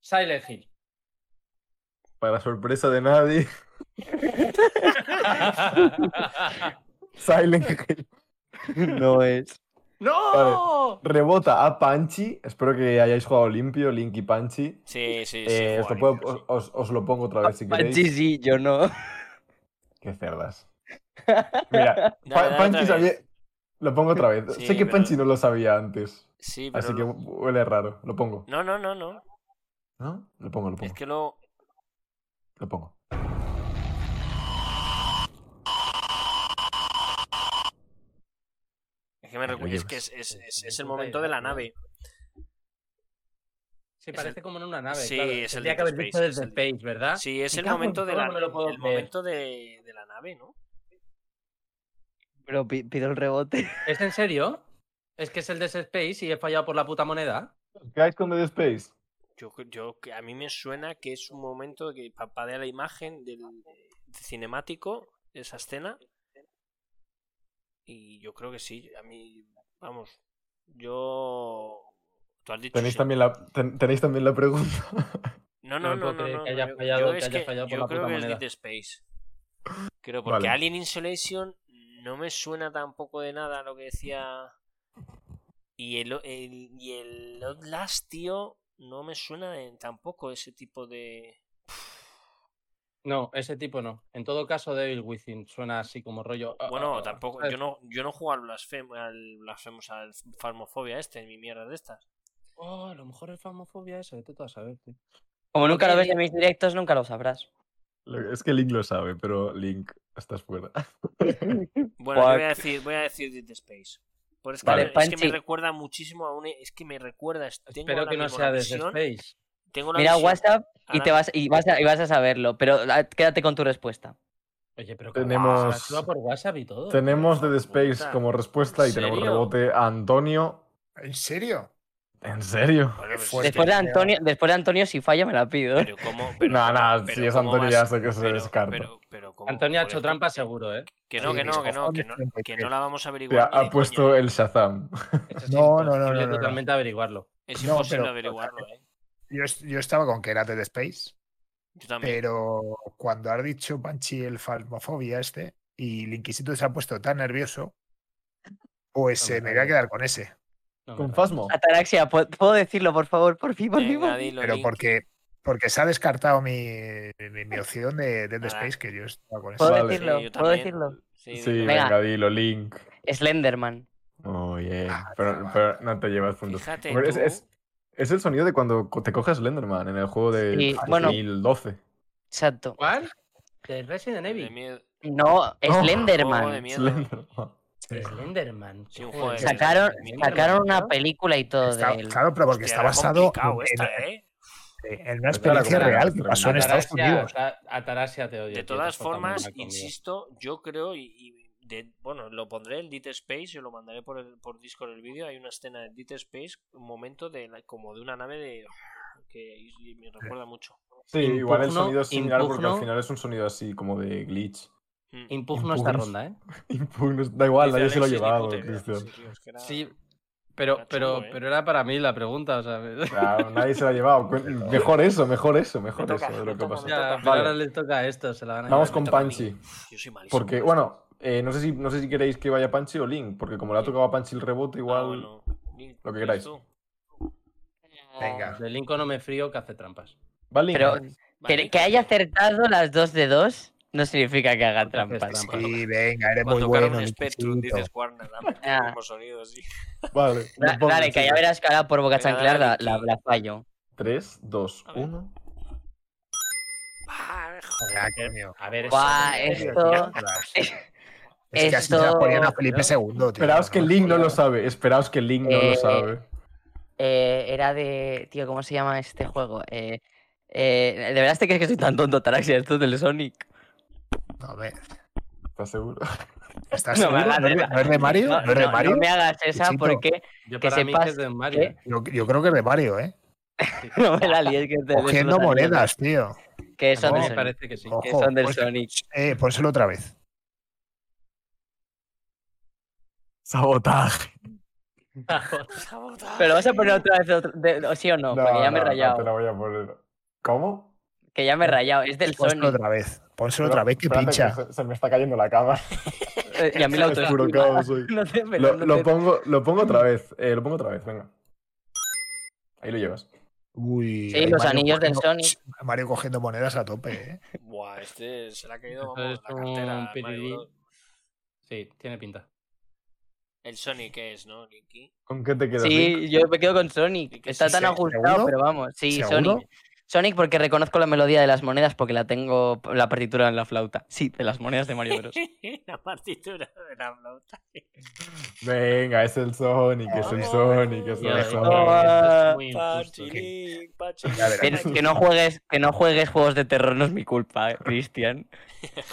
S1: Silent Hill.
S3: Para sorpresa de nadie, Silent Hill
S10: No es.
S1: ¡No!
S3: rebota a Panchi. Espero que hayáis jugado limpio, Link y Panchi.
S2: Sí, sí, sí.
S3: Eh, os, lo
S2: joder.
S3: puedo- os- os- os lo pongo otra vez si queréis.
S7: Panchi sí, yo no.
S3: Qué cerdas. Mira,
S2: Dale,
S3: Pa-
S2: dale
S3: Panchi
S2: otra
S3: sabía.
S2: vez.
S3: Lo pongo otra vez.
S2: Sí,
S3: sé que
S2: pero-
S3: Panchi no lo sabía antes.
S2: Sí, pero
S3: Así que
S2: lo-
S3: huele raro. Lo pongo.
S2: No, no, no, no.
S3: ¿No? Lo pongo, lo pongo.
S2: Es que lo.
S3: Lo pongo.
S2: Es que me recuerda, es que es, es- es- es el momento de la nave.
S1: Sí,
S2: Es
S1: parece
S2: el-
S1: como en una nave.
S2: Sí,
S1: claro.
S2: es el
S1: Tendría
S2: Deep
S1: que haber visto
S2: Space,
S1: desde
S2: es el-
S1: Space, ¿verdad?
S2: Sí, es
S1: Ah, Me
S2: el
S1: cago en
S2: momento de
S1: todo,
S2: la,
S1: no me lo puedo
S2: el
S1: creer.
S2: momento de, de la nave, ¿no?
S10: Pero pi- pido el rebote.
S1: ¿Es en serio? ¿Es que es el de ese Space y he fallado por la puta moneda?
S3: ¿Quedáis con Dead Space?
S2: Yo, yo, que a mí me suena que es un momento que parpadea la imagen del cinemático de esa escena. Y yo creo que sí. A mí, vamos, yo. Tú has dicho.
S3: Tenéis
S2: sí.
S3: también la, ten- tenéis también la pregunta.
S2: No,
S1: No
S2: no,
S1: me
S2: no,
S1: puedo
S2: no,
S1: creer
S2: no,
S1: que
S2: no,
S1: haya
S2: yo-
S1: fallado-
S2: yo
S1: que
S2: es
S1: haya
S2: que-
S1: fallado por
S2: yo
S1: la
S2: creo
S1: puta
S2: que es
S1: moneda.
S2: Dead Space. Creo, porque
S3: Vale.
S2: Alien Insolation no me suena tampoco de nada lo que decía. Y el, el- y el Outlast, tío, no me suena de- tampoco ese tipo de.
S1: No, ese tipo no. En todo caso, Devil Within suena así como rollo. ah,
S2: Bueno,
S1: ah, ah,
S2: tampoco.
S1: ¿sabes?
S2: Yo no, yo no juego al Blasphemous, al Blasphemous, al Farmofobia este, mi mierda de estas.
S1: Oh, a lo mejor es famofobia ese, vete tú a saber, tío.
S7: Como nunca lo
S1: tiene-
S7: ves en mis directos, nunca lo sabrás.
S3: Lo- Es que Link lo sabe, pero Link, estás fuera.
S2: Bueno, yo voy a
S10: Fuck.
S2: decir, voy a decir Dead Space. Por es que,
S7: Vale,
S2: me- es que
S7: Panchi.
S2: me recuerda muchísimo a un. Es que me recuerda. es- Tengo
S1: Espero
S2: ahora
S1: que no
S2: mismo la
S1: sea de
S2: visión,
S1: Space.
S2: Tengo la
S7: Mira
S2: visión-
S7: WhatsApp y,
S2: ahora-
S7: te vas, y, vas a, y vas a saberlo, pero ah, quédate con tu respuesta.
S1: Oye, pero
S3: Tenemos-
S1: tenemos. Se actúa por WhatsApp y todo.
S3: Tenemos Dead Space
S2: puta.
S3: como respuesta y tenemos
S2: serio?
S3: rebote a Antonio.
S4: ¿En serio?
S3: ¿En serio?
S2: Bueno, pues,
S4: fuerte.
S7: Después de,
S4: mira.
S7: Antonio, después de Antonio, si falla, me la pido.
S2: Pero cómo. Pero,
S3: No, no,
S2: pero
S3: si es
S2: cómo
S3: Antonio ya
S2: vas-
S3: sé que se
S2: pero-
S3: descarta.
S2: pero- pero cómo-
S1: Antonio ha
S2: joder,
S1: hecho trampa seguro, ¿eh?
S2: Que no,
S4: Sí,
S2: que no, que no, que
S4: cojones,
S2: no,
S4: siempre
S2: que
S4: que-
S2: no la vamos a
S3: Te ha,
S2: averiguar. ni
S3: ha
S2: de
S3: puesto
S2: coña.
S3: el Shazam.
S1: Eso sí,
S4: No, no, no,
S1: imposible
S4: no, no, no.
S1: totalmente averiguarlo.
S2: Es
S4: No,
S2: imposible
S4: pero-
S2: averiguarlo, eh.
S4: Yo, es- yo estaba con que era Dead Space,
S2: Yo también. Eh,
S4: pero cuando has dicho Panchi el Falmofobia este y el Inquisitor se ha puesto tan nervioso, pues
S1: No me
S4: eh, me voy a
S1: rayes.
S4: quedar con ese.
S1: No me
S3: ¿Con
S1: rayes.
S3: Fasmo?
S2: Ah,
S10: Ataraxia, ¿pu- ¿puedo decirlo, por favor? Por fin, por fin.
S2: Venga,
S10: por fin?
S2: dilo,
S4: Pero
S2: Link.
S4: porque, porque se ha descartado mi, mi, mi opción de Dead
S2: Ah.
S4: Space, que yo estaba con
S7: ¿Puedo
S4: ese.
S3: Vale.
S7: decirlo?
S2: Sí, yo
S7: ¿Puedo
S2: también.
S7: decirlo?
S2: Sí,
S3: Sí,
S2: dilo.
S7: Venga.
S3: venga, dilo, Link.
S7: Slenderman.
S3: Oh, yeah.
S4: Ah,
S3: Pero,
S4: chaval.
S3: pero no te llevas puntos.
S2: Fíjate
S3: Hombre, es,
S2: tú.
S3: es- es el sonido de cuando co- te coges Lenderman en el juego de
S7: Sí,
S3: pf,
S7: bueno.
S3: 2012.
S7: Exacto.
S1: ¿Cuál? De Resident
S2: de
S1: Evil.
S2: miedo-
S7: No,
S2: Juego de
S7: Slenderman.
S2: miedo.
S3: Slenderman.
S1: Slenderman.
S2: Sí, un
S1: ¿qué
S2: juego de
S1: es?
S2: miedo.
S7: Sacaron,
S1: Slenderman,
S7: sacaron una
S1: ¿no?
S7: película y todo
S4: Está-
S7: de él.
S4: claro, pero porque
S2: Hostia,
S4: está
S2: era
S4: basado
S2: complicado
S4: en,
S2: esta, ¿eh?
S4: en- en una
S3: Esta era
S4: experiencia
S3: complicada,
S4: real que pasó en
S3: tremenda.
S4: Estados
S1: Ataraxia,
S4: Unidos.
S1: ata- Ataraxia te odio.
S2: De
S1: tío, te
S2: todas
S1: has portado muy
S2: formas,
S1: mal conmigo.
S2: insisto, yo creo, y, y de- bueno, lo pondré el Deep Space, yo lo mandaré por, el, por Discord el vídeo, hay una escena de Deep Space, un momento de la- como de una nave de... que y me recuerda mucho.
S3: Sí, igual el
S1: Impugno-
S3: sonido es similar porque
S1: impugno-
S3: al final es un sonido así como de glitch.
S2: Mm.
S1: Impugno esta
S3: Impugno.
S1: ronda, ¿eh?
S3: Impugno, da igual,
S2: Dice
S3: nadie se lo ha
S2: Alexis, ni
S3: llevado,
S2: puta idea.
S3: Cristian.
S2: ¿eh? Sí, tío, es que era-
S1: Sí, pero,
S2: era
S1: pero,
S2: chungo, ¿eh? Pues
S1: pero era para mí la pregunta, o sea. me-
S3: Claro, nadie se lo ha llevado. Cuen- Mejor eso, mejor eso, mejor
S2: Me toca,
S3: eso de lo
S2: me
S3: que
S2: toca,
S3: pasó.
S2: me toca.
S1: Ya, pero
S3: Vale.
S1: ahora les toca a esto, se la van a
S3: Vamos
S1: llevar.
S3: con
S2: Me toca a mí.
S3: Panchi.
S2: Yo soy malísimo. con
S3: Porque,
S2: Ah,
S3: bueno, eh, no, sé si, no sé si queréis que vaya Panchi o Link, porque como le ha tocado a Panchi el rebote,
S2: esto. Ah,
S3: igual.
S2: bueno. Link,
S3: lo que
S2: ¿quieres
S3: queráis.
S2: tú?
S4: Venga.
S1: De Lincoln no me frío que hace trampas.
S3: Va Link.
S7: Pero
S2: Vale,
S7: que,
S2: Link,
S7: que haya
S2: tú.
S7: acertado las dos de dos no significa que haga
S1: Porque haces
S7: trampas.
S1: trampa.
S4: Sí, venga, eres muy
S2: Cuando tocaron
S4: bueno.
S2: un Spectrum,
S4: Nikitito.
S2: dices Warner,
S7: Ah.
S2: dame sonido, sí.
S3: Vale.
S7: Da- Dale, que ya verás que ahora por boca
S2: Venga, dale,
S7: chanclar la, la,
S2: Vicky.
S7: la fallo.
S3: 3, 2,
S2: A ver.
S3: 1.
S2: Ah,
S4: Ah, coño.
S1: A ver,
S7: Buah,
S1: eso-
S7: esto-
S4: Es que así se la
S7: Esto-
S4: ponían a Felipe II, tío.
S3: Esperaos que Link no lo sabe. Esperaos que Link no
S7: Eh,
S3: lo sabe.
S7: Eh, era de. Tío, ¿cómo se llama este juego? Eh, eh, ¿De verdad te crees que soy tan tonto, Taraxia? Esto es del Sonic.
S4: A ver,
S3: ¿Estás seguro?
S4: ¿estás
S7: No
S4: seguro?
S7: me
S4: ¿No,
S7: hagas
S4: es de,
S7: esa.
S4: ¿No es de Mario?
S7: No,
S4: ¿No, es de
S7: no,
S4: Mario?
S7: no me hagas esa
S4: Luisito.
S7: porque
S1: Yo
S7: que
S1: para mí
S7: sepas
S1: que es de Mario.
S7: que-
S1: ¿eh?
S4: Yo, yo creo que es de Mario, ¿eh?
S7: no me la líes. Que te
S4: Cogiendo
S7: desbloqueas,
S4: monedas, tío.
S7: Que
S1: A
S7: son
S1: mí
S7: del
S1: me
S7: Sonic.
S1: parece que sí.
S4: Ojo,
S7: Que son del
S4: pues-
S7: Sonic.
S4: eh, pónselo otra vez.
S3: Sabotaje.
S7: Pero vas a poner otra vez, otro- de- o sí o no, porque ya me he rayado.
S3: te la voy a poner. ¿Cómo?
S7: Que ya me he rayado, es del
S4: Pónselo
S7: Sonic.
S4: otra vez. Pónselo otra vez que
S3: Espérate,
S4: pincha.
S3: se, se me está cayendo la cama.
S7: Eh, Y a mí la
S3: Es puro
S7: autoestima.
S3: caos hoy.
S7: No te- pero
S3: Lo,
S7: no
S3: lo
S7: te-
S3: pongo, lo pongo otra vez. eh, lo pongo otra vez, venga. Ahí lo llevas.
S4: Uy.
S7: Sí,
S4: ahí
S7: los
S4: Mario
S7: anillos del
S4: cogiendo-
S7: Sonic.
S4: Mario cogiendo monedas a tope, ¿eh?
S2: Buah, este se le ha caído
S1: Eso
S2: vamos,
S1: es
S2: la cartera.
S1: un
S2: al Mario
S1: piriri.
S2: Bros.
S1: Sí, tiene pinta.
S2: El Sonic es, ¿no, Linky?
S3: ¿Con qué te quedas? Link?
S7: Sí, yo me quedo con Sonic.
S2: ¿Y qué
S7: Está
S2: sí,
S7: tan
S4: se-
S7: ajustado,
S4: seguro?
S7: pero vamos. Sí,
S4: ¿Seguro?
S7: Sonic. Sonic porque reconozco la melodía de las monedas porque la tengo la partitura en la flauta. Sí, de las monedas de Mario Bros.
S2: la partitura de la flauta.
S3: Venga, es el Sonic, es el
S2: Vamos.
S3: Sonic, es el
S1: Dios,
S3: Sonic.
S1: esto es muy injusto.
S2: Pachilín,
S4: Ya
S2: pachilín.
S4: verás.
S7: Pero que no juegues, que no juegues juegos de terror no es mi culpa, eh, Cristian.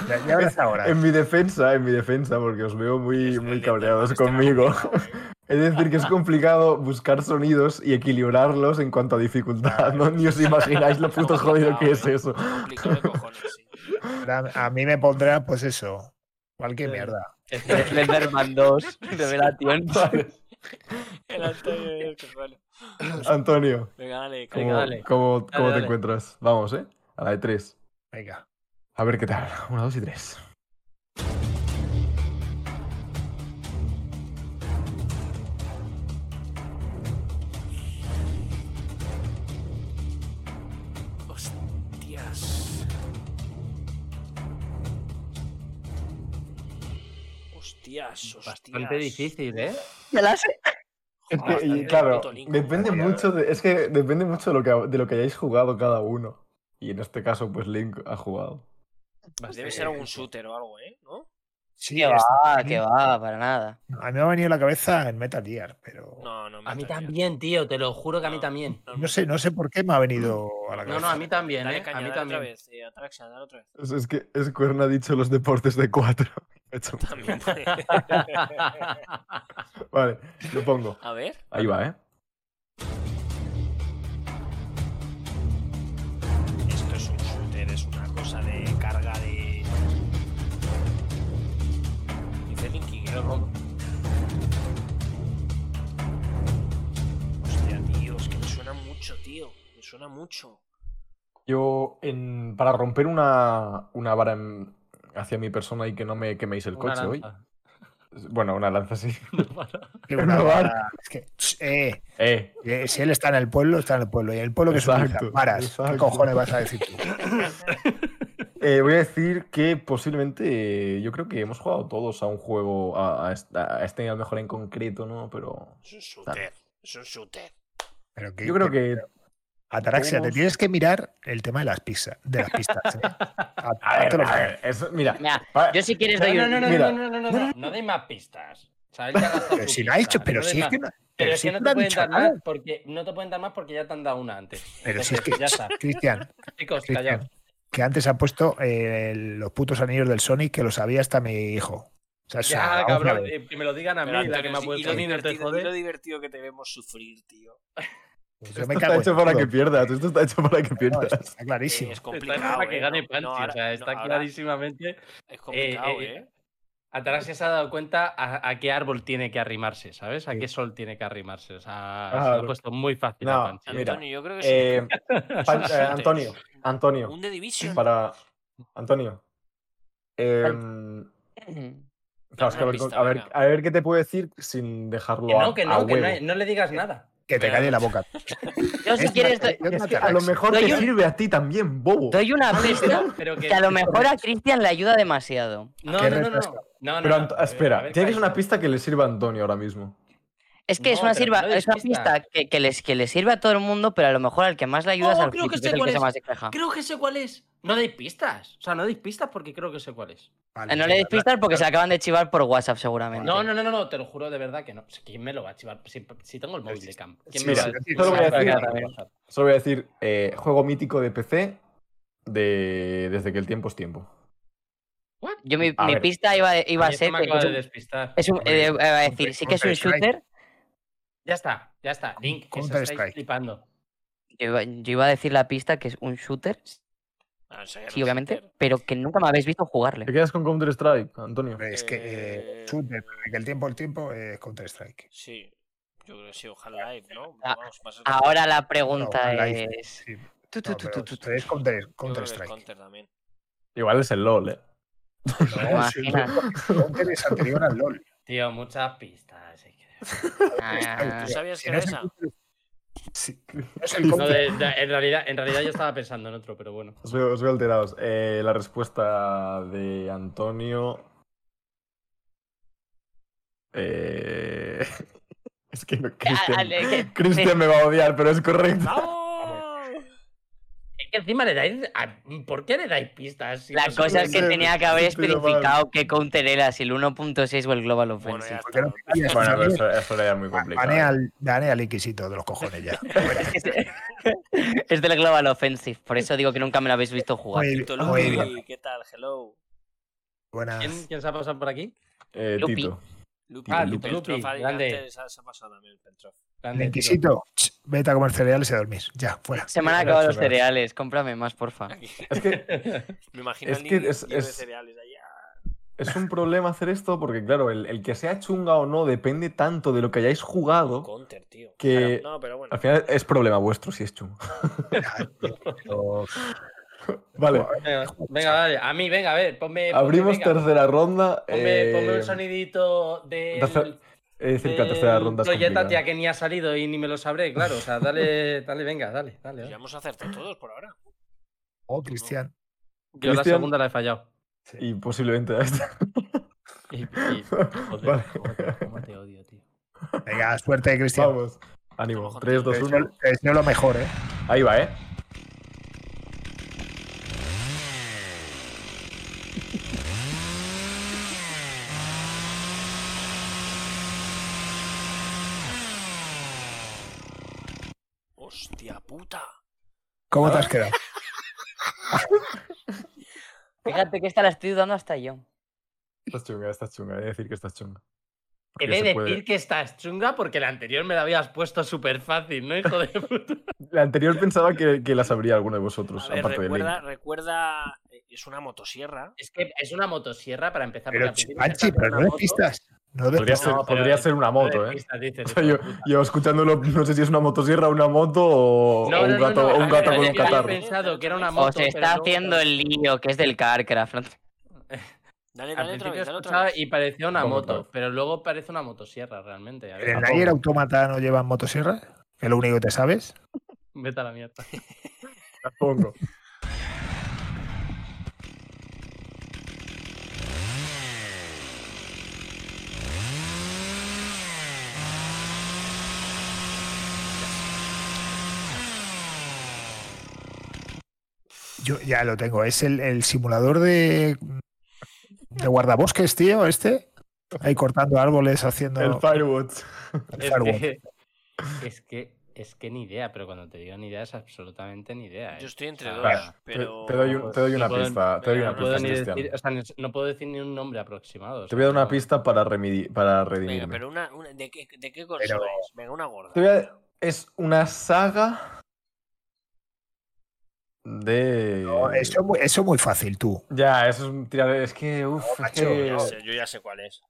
S4: Ya, ya verás ahora.
S3: En mi defensa, en mi defensa, porque os veo muy, muy cabreados conmigo. Es decir, que es complicado buscar sonidos y equilibrarlos en cuanto a dificultad. No ni os imagináis lo puto jodido que es eso.
S2: Complicado de cojones, sí.
S4: Ahora A mí me pondrá, pues eso. Cualquier mierda.
S10: Slenderman 2, Revelation.
S2: El Antonio y el Consuelo.
S3: Antonio,
S2: Venga, dale,
S3: ¿cómo,
S1: Venga, dale.
S3: cómo- cómo te
S1: dale.
S3: encuentras? Vamos, ¿eh? A la de tres.
S4: Venga.
S3: A ver qué tal. Una, dos y tres.
S2: Hostias. Hostias, hostias.
S1: Bastante difícil, ¿eh?
S10: Ya la sé.
S3: Es
S2: Joder,
S3: que, y
S2: bastante
S3: claro,
S2: puto Link.
S3: depende
S4: Vaya,
S3: mucho de, es que depende mucho de lo que, de lo que hayáis jugado cada uno. Y en este caso, pues Link ha jugado.
S2: Debe ser algún shooter o algo, ¿eh? ¿No?
S4: Sí,
S7: Que va, que va, para nada.
S4: A mí me ha venido a la cabeza en Metal Gear, pero. No,
S2: No, no.
S1: A mí
S2: Metal Gear.
S1: también, tío, te lo juro que a mí también.
S2: No,
S4: sé, no sé por qué me ha venido a la
S1: No,
S4: cabeza.
S1: no, a mí también,
S2: Dale
S1: ¿eh?
S2: caña,
S1: A mí
S2: dale otra
S1: también.
S2: vez. eh, Atraxia, dale otra vez.
S3: Es, es que Square no ha dicho los deportes de cuatro. He hecho-
S2: También puede.
S3: Vale, lo pongo.
S2: A ver.
S3: Ahí va, ¿eh?
S2: Esto es un shooter, es una cosa de carga de. Dice Linky que no. Hostia, tío, es que me suena mucho, tío. Me suena mucho.
S3: Yo, en- para romper una, una vara en- hacia mi persona y que no me queméis el
S1: Una
S3: coche hoy.
S1: lanza.
S3: Bueno, una lanza sí.
S4: Que
S3: No,
S4: una
S3: vale.
S4: vara- Es que, ch, eh,
S3: Eh,
S4: eh, si él está en el pueblo, está en el pueblo. Y el pueblo que es
S3: Exacto,
S4: un varas. ¿Qué
S3: exacto.
S4: cojones vas a decir tú?
S3: eh, voy a decir que posiblemente eh, yo creo que hemos jugado todos a un juego, a, a esta- a este a lo mejor en concreto, ¿no? Pero
S2: Es un shooter. Es un shooter.
S4: Pero que-
S3: yo creo que
S4: Ataraxia, te
S3: todos-
S4: tienes que mirar el tema de las pizzas. De las pistas. eh. A-
S3: A ver,
S4: te lo
S3: a ver, eso- mira.
S7: Mira,
S3: pa-
S7: yo si quieres
S1: No,
S7: doy
S1: no,
S7: un...
S1: no, no,
S3: Mira.
S1: no, no, no, no, no, no de más pistas. O sea, él ya ha gastado
S4: Pero
S1: su
S4: si lo ha
S1: pista,
S4: hecho, pero
S1: no dé
S4: si es
S1: más.
S4: que no.
S1: Pero es que
S4: si
S1: no
S4: no
S1: te
S4: ha
S1: pueden
S4: dicho
S1: dar
S4: nada.
S1: más porque no te pueden dar más porque ya te han dado una antes.
S4: Pero si es que.
S1: Entonces, ya está.
S4: Cristian,
S1: Chicos,
S4: Cristian,
S1: callaos.
S4: que antes ha puesto eh, los putos anillos del Sonic que lo sabía hasta mi hijo. O sea, o sea,
S1: Ya,
S4: vamos a
S1: cabrón,
S4: ver.
S1: eh, que me lo digan a mí,
S2: Pero,
S1: la que
S2: Antonio,
S1: me ha
S2: sí, y,
S1: puesto
S2: lo
S1: a mí, no te
S2: divertido, y lo
S1: jode.
S2: divertido que te vemos sufrir, tío.
S4: Yo
S3: Esto
S4: me
S3: está
S4: cago en
S3: hecho para
S4: todo.
S3: que pierdas, esto está hecho para que
S4: No,
S3: pierdas.
S4: está, está clarísimo.
S2: Es
S1: Está
S2: complicado.
S1: para que
S2: eh,
S1: gane
S2: no-
S1: Panchi,
S2: no,
S1: o
S2: ahora-
S1: sea,
S2: no,
S1: está
S2: ahora
S1: clarísimamente.
S2: Es complicado,
S1: eh,
S2: eh.
S1: Ataraxia se ha dado cuenta a, a qué árbol tiene que arrimarse, ¿sabes? A qué sol tiene que arrimarse. O sea, se lo
S3: Claro.
S1: ha puesto muy fácil
S3: No,
S1: a Panchi.
S3: mira,
S2: Antonio, yo creo que sí.
S3: Eh, Pan- eh, Antonio, Antonio,
S2: Un de Division.
S3: para Antonio. em, claro, es que a ver, con- a ver, a ver qué te puedo decir sin dejarlo
S1: Que
S3: a,
S1: no, que
S3: a
S1: no, que no,
S3: huevo.
S1: no le digas nada.
S4: Que te calle la boca.
S7: Yo si
S4: Es
S7: quieres
S4: una-
S7: doy,
S4: es una
S3: Es que a lo
S4: ataraxia.
S3: mejor
S7: Doy
S3: te
S7: un-
S3: sirve a ti también, bobo.
S7: doy una pista
S1: Pero que,
S7: que a lo mejor a Cristian le ayuda demasiado.
S1: No, no, no,
S4: Qué
S1: no.
S4: refresco.
S1: No, no,
S3: Pero
S1: no,
S3: Anto-
S1: a ver, a
S3: espera,
S1: ver,
S3: tiene que ser una
S1: Kai.
S3: pista que le sirva a Antonio ahora mismo.
S7: Es que es
S1: No,
S7: una,
S1: pero
S7: sirva,
S1: no
S7: es una
S1: despista.
S7: pista que, que les, que le sirve a todo el mundo, pero a lo mejor al que más le ayuda es
S1: Oh,
S7: al
S1: creo que
S7: principio,
S1: sé
S7: es el
S1: cuál
S7: que se
S1: es.
S7: más se queja.
S1: Creo que sé cuál es. No deis pistas. O sea, no deis pistas porque creo que sé cuál es.
S4: Vale,
S7: Eh, No le
S4: venga,
S7: des pistas porque se acaban de chivar por WhatsApp seguramente.
S1: No, no, no, no, no, te lo juro de verdad que no. ¿Quién me lo va a chivar? Si, si tengo el móvil de campo. ¿Quién
S4: Sí,
S1: me
S3: sí,
S1: va
S4: sí,
S1: me
S3: solo
S1: va
S3: voy a
S1: sacar
S3: decir-
S1: el WhatsApp?
S3: Solo voy a decir, eh, juego mítico de PC de, desde que el tiempo es tiempo.
S7: Yo mi,
S3: A
S7: mi
S3: ver.
S7: pista iba, iba
S1: A
S7: a
S1: mí esto
S7: ser
S1: me
S7: que
S1: acaba
S7: es
S1: de
S7: un-
S1: despistar.
S7: es un-
S4: Hombre,
S7: eh, iba a
S4: Counter-
S7: decir, sí que es un
S4: Counter-Strike.
S7: shooter.
S1: Ya está, ya está. Link, que se
S4: Counter
S1: estáis
S4: Strike.
S1: flipando.
S7: Yo iba, yo iba a decir la pista que es un shooter,
S2: Ah, o sea, que
S7: sí,
S2: no
S7: obviamente, pero que nunca me habéis visto jugarle.
S3: ¿Te quedas con Counter-Strike, Antonio?
S4: Hombre, es que eh,
S2: Eh,
S4: shooter, que el tiempo, el tiempo es Counter-Strike.
S2: Sí, yo creo que sí, ojalá, eh, ¿no?
S7: Ah,
S2: Vamos, va a ser
S7: Ahora la pregunta
S4: ojalá y-
S7: es.
S4: Sí.
S7: Tu, tu,
S4: No,
S7: tu,
S4: pero
S7: tu, tu,
S4: es Counter-
S2: yo creo que el
S4: Counter-Strike.
S2: Counter también.
S3: Igual es el LOL, ¿eh?
S7: ¿Te
S4: No, sí,
S7: imaginas?
S4: Counter es anterior al LOL.
S1: Tío, muchas pistas. es que-
S7: Ah,
S2: ¿Tú sabías
S4: Si
S2: que
S4: no
S2: era
S4: es el
S2: esa?
S4: Counter- Sí, no es el
S1: No,
S4: Counter.
S1: de- de- en, realidad, en realidad yo estaba pensando en otro, pero bueno.
S3: Os veo, os veo alterados. Eh, la respuesta de Antonio. Eh, Es que no-
S7: ah,
S3: Cristian
S7: Ale, que-
S3: Cristian me va a odiar, pero es correcto.
S2: ¡Vamos!
S1: es que encima le dais. a- ¿Por qué le dais pistas? Si
S7: La
S1: no
S7: cosa es que
S1: sabéis?
S7: tenía que haber
S4: pero mal.
S7: especificado que counter era, si el 1.6 o el Global Offensive.
S4: Porque no-
S11: Bueno,
S3: pues
S11: pero eso, eso le da muy complicado.
S3: eh.
S4: Banea al, banea al Inquisito de los cojones ya.
S7: es del Global Offensive, por eso digo que nunca me lo habéis visto jugar.
S4: Muy bien,
S2: Tito
S4: muy
S2: Lupi,
S4: bien.
S2: ¿qué tal? Hello.
S4: Buenas.
S1: ¿Quién, quién se ha pasado por aquí?
S11: Eh,
S7: Lupi.
S11: Tito.
S2: Lupi,
S1: Ah, Lupi,
S2: Lupi,
S1: Lupi,
S2: Petrov, ahí
S1: grande.
S2: antes se ha- se ha pasado también el Petrov.
S1: Grande,
S4: El
S1: tío.
S4: Inquisito, ch, vete a comer cereales y a dormir. Ya, fuera.
S7: Se me han acabado los cereales, cómprame más, porfa.
S3: Es que
S2: Me imagino
S3: Es
S2: el
S3: que
S2: niño
S3: es-
S2: lleno de
S3: es-
S2: cereales ahí. ah.
S3: es un problema hacer esto porque, claro, el, el que sea chunga o no depende tanto de lo que hayáis jugado.
S2: Counter, tío.
S3: Que-
S2: No, pero bueno.
S3: Al final es problema vuestro si es chunga.
S4: Ya, tío, pero-
S3: Vale,
S1: Venga, venga, dale. A mí, venga, a ver, ponme. ponme,
S3: abrimos
S1: Eh, pues venga, pues
S3: tercera ronda.
S1: Ponme,
S3: eh,
S1: ponme un sonidito de.
S3: tercer- Es decir, que la tercera ronda es complicada.
S1: que ni ha salido y ni me lo sabré, claro. O sea, dale, dale, venga, dale, dale.
S2: Ya
S1: dale.
S2: hemos acertado todos por ahora.
S4: Oh, Cristian.
S1: Yo la
S3: Cristian.
S1: segunda la he fallado.
S3: Y posiblemente a esta.
S1: Y, y- joder,
S3: Vale.
S1: cómo te- cómo te odio, tío.
S4: Venga, suerte, Cristian.
S3: Vamos. Ánimo.
S2: Ojo,
S3: 3,
S4: Te
S3: 2, 1.
S4: deseo- te deseo lo mejor, ¿eh?
S11: Ahí va, ¿eh?
S2: Hostia puta.
S4: ¿Cómo te has quedado?
S7: Fíjate que esta la estoy dudando hasta yo.
S3: Estás chunga, estás chunga. He de decir que estás chunga.
S1: He
S3: Porque
S1: de
S3: se
S1: decir
S3: puede.
S1: que estás chunga porque la anterior me la habías puesto súper fácil, ¿no, hijo de puta?
S3: La anterior pensaba que, que la sabría alguno de vosotros,
S2: A ver,
S3: aparte de Link.
S2: recuerda, recuerda. eh, Es una motosierra.
S1: Es que es una motosierra para empezar.
S4: Pero,
S1: porque al principio
S4: Panchi,
S1: empiezas con
S4: pero no
S1: una
S4: des
S1: moto,
S4: pistas. No des
S3: Podría
S4: pistas.
S3: ser,
S1: No, pero
S3: podría
S1: es-
S3: ser una
S1: no
S3: moto,
S1: des
S3: ¿eh?
S1: pistas, dices,
S3: O sea,
S1: hijo
S3: yo,
S1: de puta.
S3: yo escuchándolo, no sé si es una motosierra, una moto o,
S1: No,
S3: o un
S1: no, no,
S3: gato,
S1: no,
S3: o un
S1: a
S3: gato
S1: ver,
S3: con un
S1: yo había
S3: catarro.
S1: pensado que era una moto.
S7: Os está
S1: pero no-
S7: haciendo el lío que es del Carcraft.
S2: Dale,
S1: Al
S2: dale otra
S1: principio
S2: vez, dale
S1: escuchaba
S2: otra vez.
S1: y parecía una
S3: Vamos, otra
S1: moto,
S3: vez.
S1: pero luego parece una motosierra realmente. A
S4: ¿En
S3: Eh.
S4: el
S1: ver,
S4: Nier Automata no llevan motosierra? Que es lo único que te sabes.
S1: vete a la mierda.
S3: Las pongo.
S4: Yo ya lo tengo. Es el, el simulador de, de guardabosques, tío, este. Ahí cortando árboles, haciendo
S3: El Firewatch.
S4: el
S1: Es
S4: firewall.
S1: que, es que es que ni idea, pero cuando te digo ni idea es absolutamente ni idea. ¿eh?
S2: Yo estoy entre
S1: O
S2: dos,
S1: sea,
S3: Te,
S2: pero.
S3: te doy un- te doy
S1: no
S3: una
S1: puedo-
S3: pista, te doy
S2: venga,
S3: una
S1: No puedo,
S3: pista,
S1: ni
S3: Cristian.
S1: decir, o sea, ni- no puedo decir ni un nombre aproximado. o
S3: pues Te
S1: sea,
S3: voy a dar una
S1: no-
S3: pista para, remedi- para redimirme.
S2: Venga, pero una, una- ¿de qué, de qué consola
S4: Pero-
S2: es? Venga, una gorda.
S3: Te voy a- Es una saga de...
S4: No, eso, es muy- eso es muy fácil, tú.
S3: Ya, eso es un tirar... Es que... Uf, es
S4: macho,
S3: que-
S2: Ya sé, yo ya sé cuál es.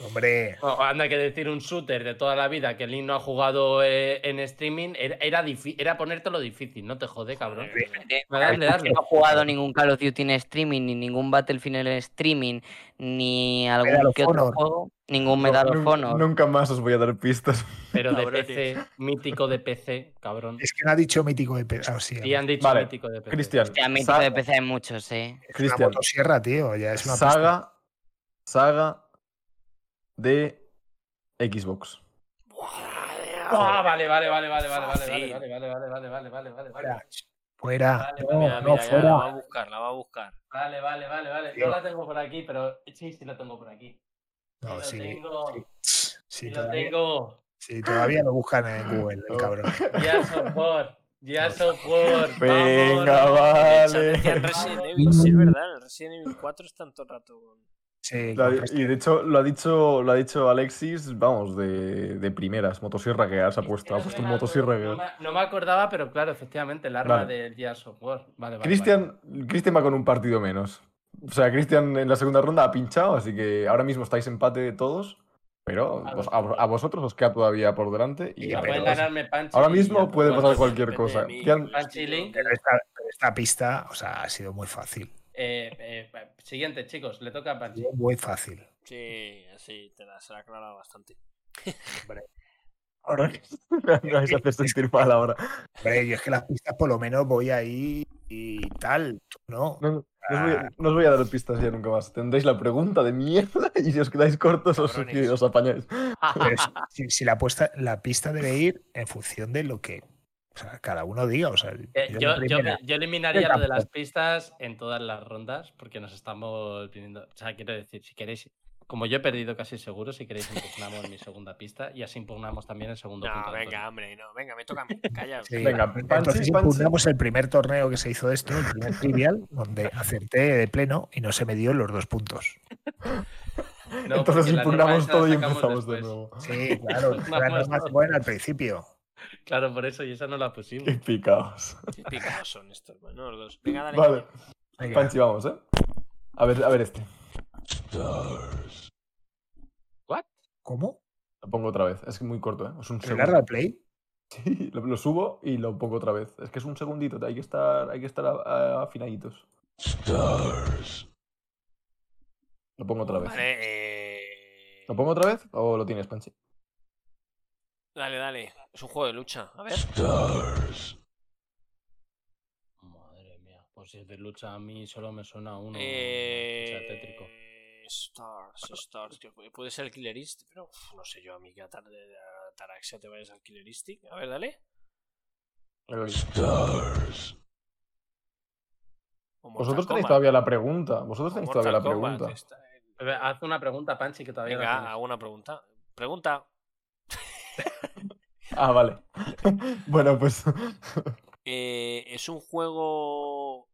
S4: Hombre,
S1: No, "Oh, anda que decir un shooter de toda la vida que Link no ha jugado eh, en streaming era, era, difi- era ponértelo difícil, no te jode, cabrón.
S2: Eh,
S1: Dale, dale.
S7: No he jugado ningún Call of Duty en streaming, ni ningún Battlefield en streaming, ni
S4: Medal
S7: algún
S4: of
S7: que otro
S4: Honor.
S7: juego,
S3: no,
S7: ningún Medal of
S3: nun-
S7: Honor.
S3: Nunca más os voy a dar pistas.
S1: Pero de
S2: Cabrones.
S1: PC, mítico de PC, cabrón.
S4: es que no ha dicho mítico de pe- ah, sí,
S1: Y han dicho
S3: Vale,
S1: mítico de PC.
S3: Cristian,
S7: Hostia, mí
S3: sa-
S7: de PC hay muchos, eh.
S4: es una
S3: Cristian,
S4: motosierra, tío. Ya es una pista.
S3: saga, saga de Xbox.
S1: Ah, vale, vale, vale, vale, vale, vale,
S2: Fácil.
S1: vale, vale, vale, vale, vale, vale, vale, vale.
S4: Fuera. Fuera.
S1: Vale,
S4: No,
S1: mira,
S4: no,
S2: ya,
S4: fuera.
S2: la va a buscar, la va a buscar.
S1: Vale, vale, vale, vale. No
S4: Tío.
S1: la tengo por aquí, pero sí, sí la tengo por aquí. Sí
S4: No,
S1: lo
S4: sí,
S1: tengo.
S4: sí.
S1: Sí
S4: Sí,
S1: lo
S4: todavía,
S1: tengo.
S4: sí, todavía lo buscan en Google, el cabrón.
S1: Ya software. Ya software.
S3: Venga,
S2: Vale.
S3: vale.
S2: En Resident Evil, sí, es verdad. En el Resident Evil 4 están todo el rato con.
S4: Sí,
S3: La-
S4: con-
S3: y de hecho lo ha dicho, lo ha dicho Alexis, vamos, de, de primeras, motosierra que se ha puesto, ha puesto un motosierra
S1: No
S3: que...
S1: me, no me acordaba, pero claro, efectivamente, el arma
S3: Vale.
S1: del Gears of War. Vale, vale,
S3: Cristian Cristian va con un partido menos. O sea, Cristian en la segunda ronda ha pinchado, así que ahora mismo estáis empate de todos, pero
S1: A
S3: vos- a, a vosotros os queda todavía por
S1: vale.
S3: delante. Y
S1: Ya
S3: a ver
S1: pueden
S3: qué pasa.
S1: ganarme Panchi.
S3: ahora
S1: y
S3: mismo
S1: ya.
S3: puede
S1: Bueno,
S3: pasar cualquier
S2: depende
S3: cosa.
S2: de mí,
S3: Cristian-
S2: pues, tío,
S1: Link.
S4: pero esta, pero esta pista, o sea, ha sido muy fácil.
S1: eh, eh, pa- siguiente, chicos, le toca a
S4: Ha
S1: Panchi.
S4: sido Muy fácil.
S2: Sí, así te la se la ha aclarado bastante.
S3: Ahora me vais a hacer sentir mal ahora.
S4: Hombre, yo es que las pistas por lo menos voy ahí y tal, tú no.
S3: No, no os voy, a- no os voy a dar pistas ya nunca más. Tendréis la pregunta de mierda y si os quedáis cortos os,
S2: Cabrones.
S3: os apañáis.
S4: Pues Pero si, si- si la, puesta, la pista debe ir en función de lo que O sea, cada uno diga. O sea,
S1: Eh,
S4: yo
S1: yo,
S4: en
S1: yo-
S4: primera-
S1: yo eliminaría lo de las pistas en todas las rondas porque nos estamos viniendo. O sea, quiero decir, si queréis, como yo he perdido casi seguro, si queréis impugnamos mi segunda pista y así impugnamos también el segundo punto.
S2: No,
S1: de
S2: venga, hombre, no, venga, me toca a mí. Calla.
S4: Sí.
S2: Panchi,
S4: entonces impugnamos el primer torneo que se hizo de esto, el primer trivial, donde acerté de pleno y no se me dio los dos puntos.
S1: Antonio. No,
S3: Entonces
S1: porque la
S3: impugnamos
S1: norma
S3: todo y
S1: esa la sacamos
S3: empezamos de
S1: después.
S3: nuevo.
S4: Sí, claro,
S1: Nos
S4: era la más
S1: vamos.
S4: buena al principio.
S1: Claro, por eso, y esa no la pusimos.
S3: Qué picaos.
S2: Qué picados son estos, bueno, los dos. Venga, dale.
S3: Vale.
S2: caña.
S4: Venga.
S3: Panchi, vamos, ¿eh? A ver, a ver este.
S4: ¿Cómo?
S3: Lo pongo otra vez. Es que muy corto, ¿eh? Es un
S4: ¿El
S3: segundo.
S4: al play?
S3: Sí, lo, lo subo y lo pongo otra vez. Es que es un segundito, hay que estar, hay que estar a- a- afinaditos. Lo pongo otra vez.
S2: Vale, eh,
S3: ¿Lo pongo otra vez o lo tienes, Panchi?
S2: dale, dale. Es un juego de lucha. A ver.
S1: Madre mía, pues si es de lucha a mí solo me suena uno.
S2: Eh,
S1: o sea, tétrico.
S2: Stars, Stars, que puede- puede ser Killeristic, pero uf, no sé yo, a mí que a tar- a Taraxia te vayas al Killeristic. A ver, dale. O Mortal
S3: Vosotros tenéis
S2: Kombat.
S3: todavía la pregunta. Vosotros
S2: O
S3: tenéis
S2: Mortal
S3: todavía la
S2: Kombat,
S3: pregunta.
S2: está-
S1: A ver, Eh, Haz una pregunta, Panchi, que todavía
S2: Venga,
S1: no.
S2: hago una pregunta. Pregunta.
S3: Ah, vale. bueno, pues.
S2: Eh, ¿Es un juego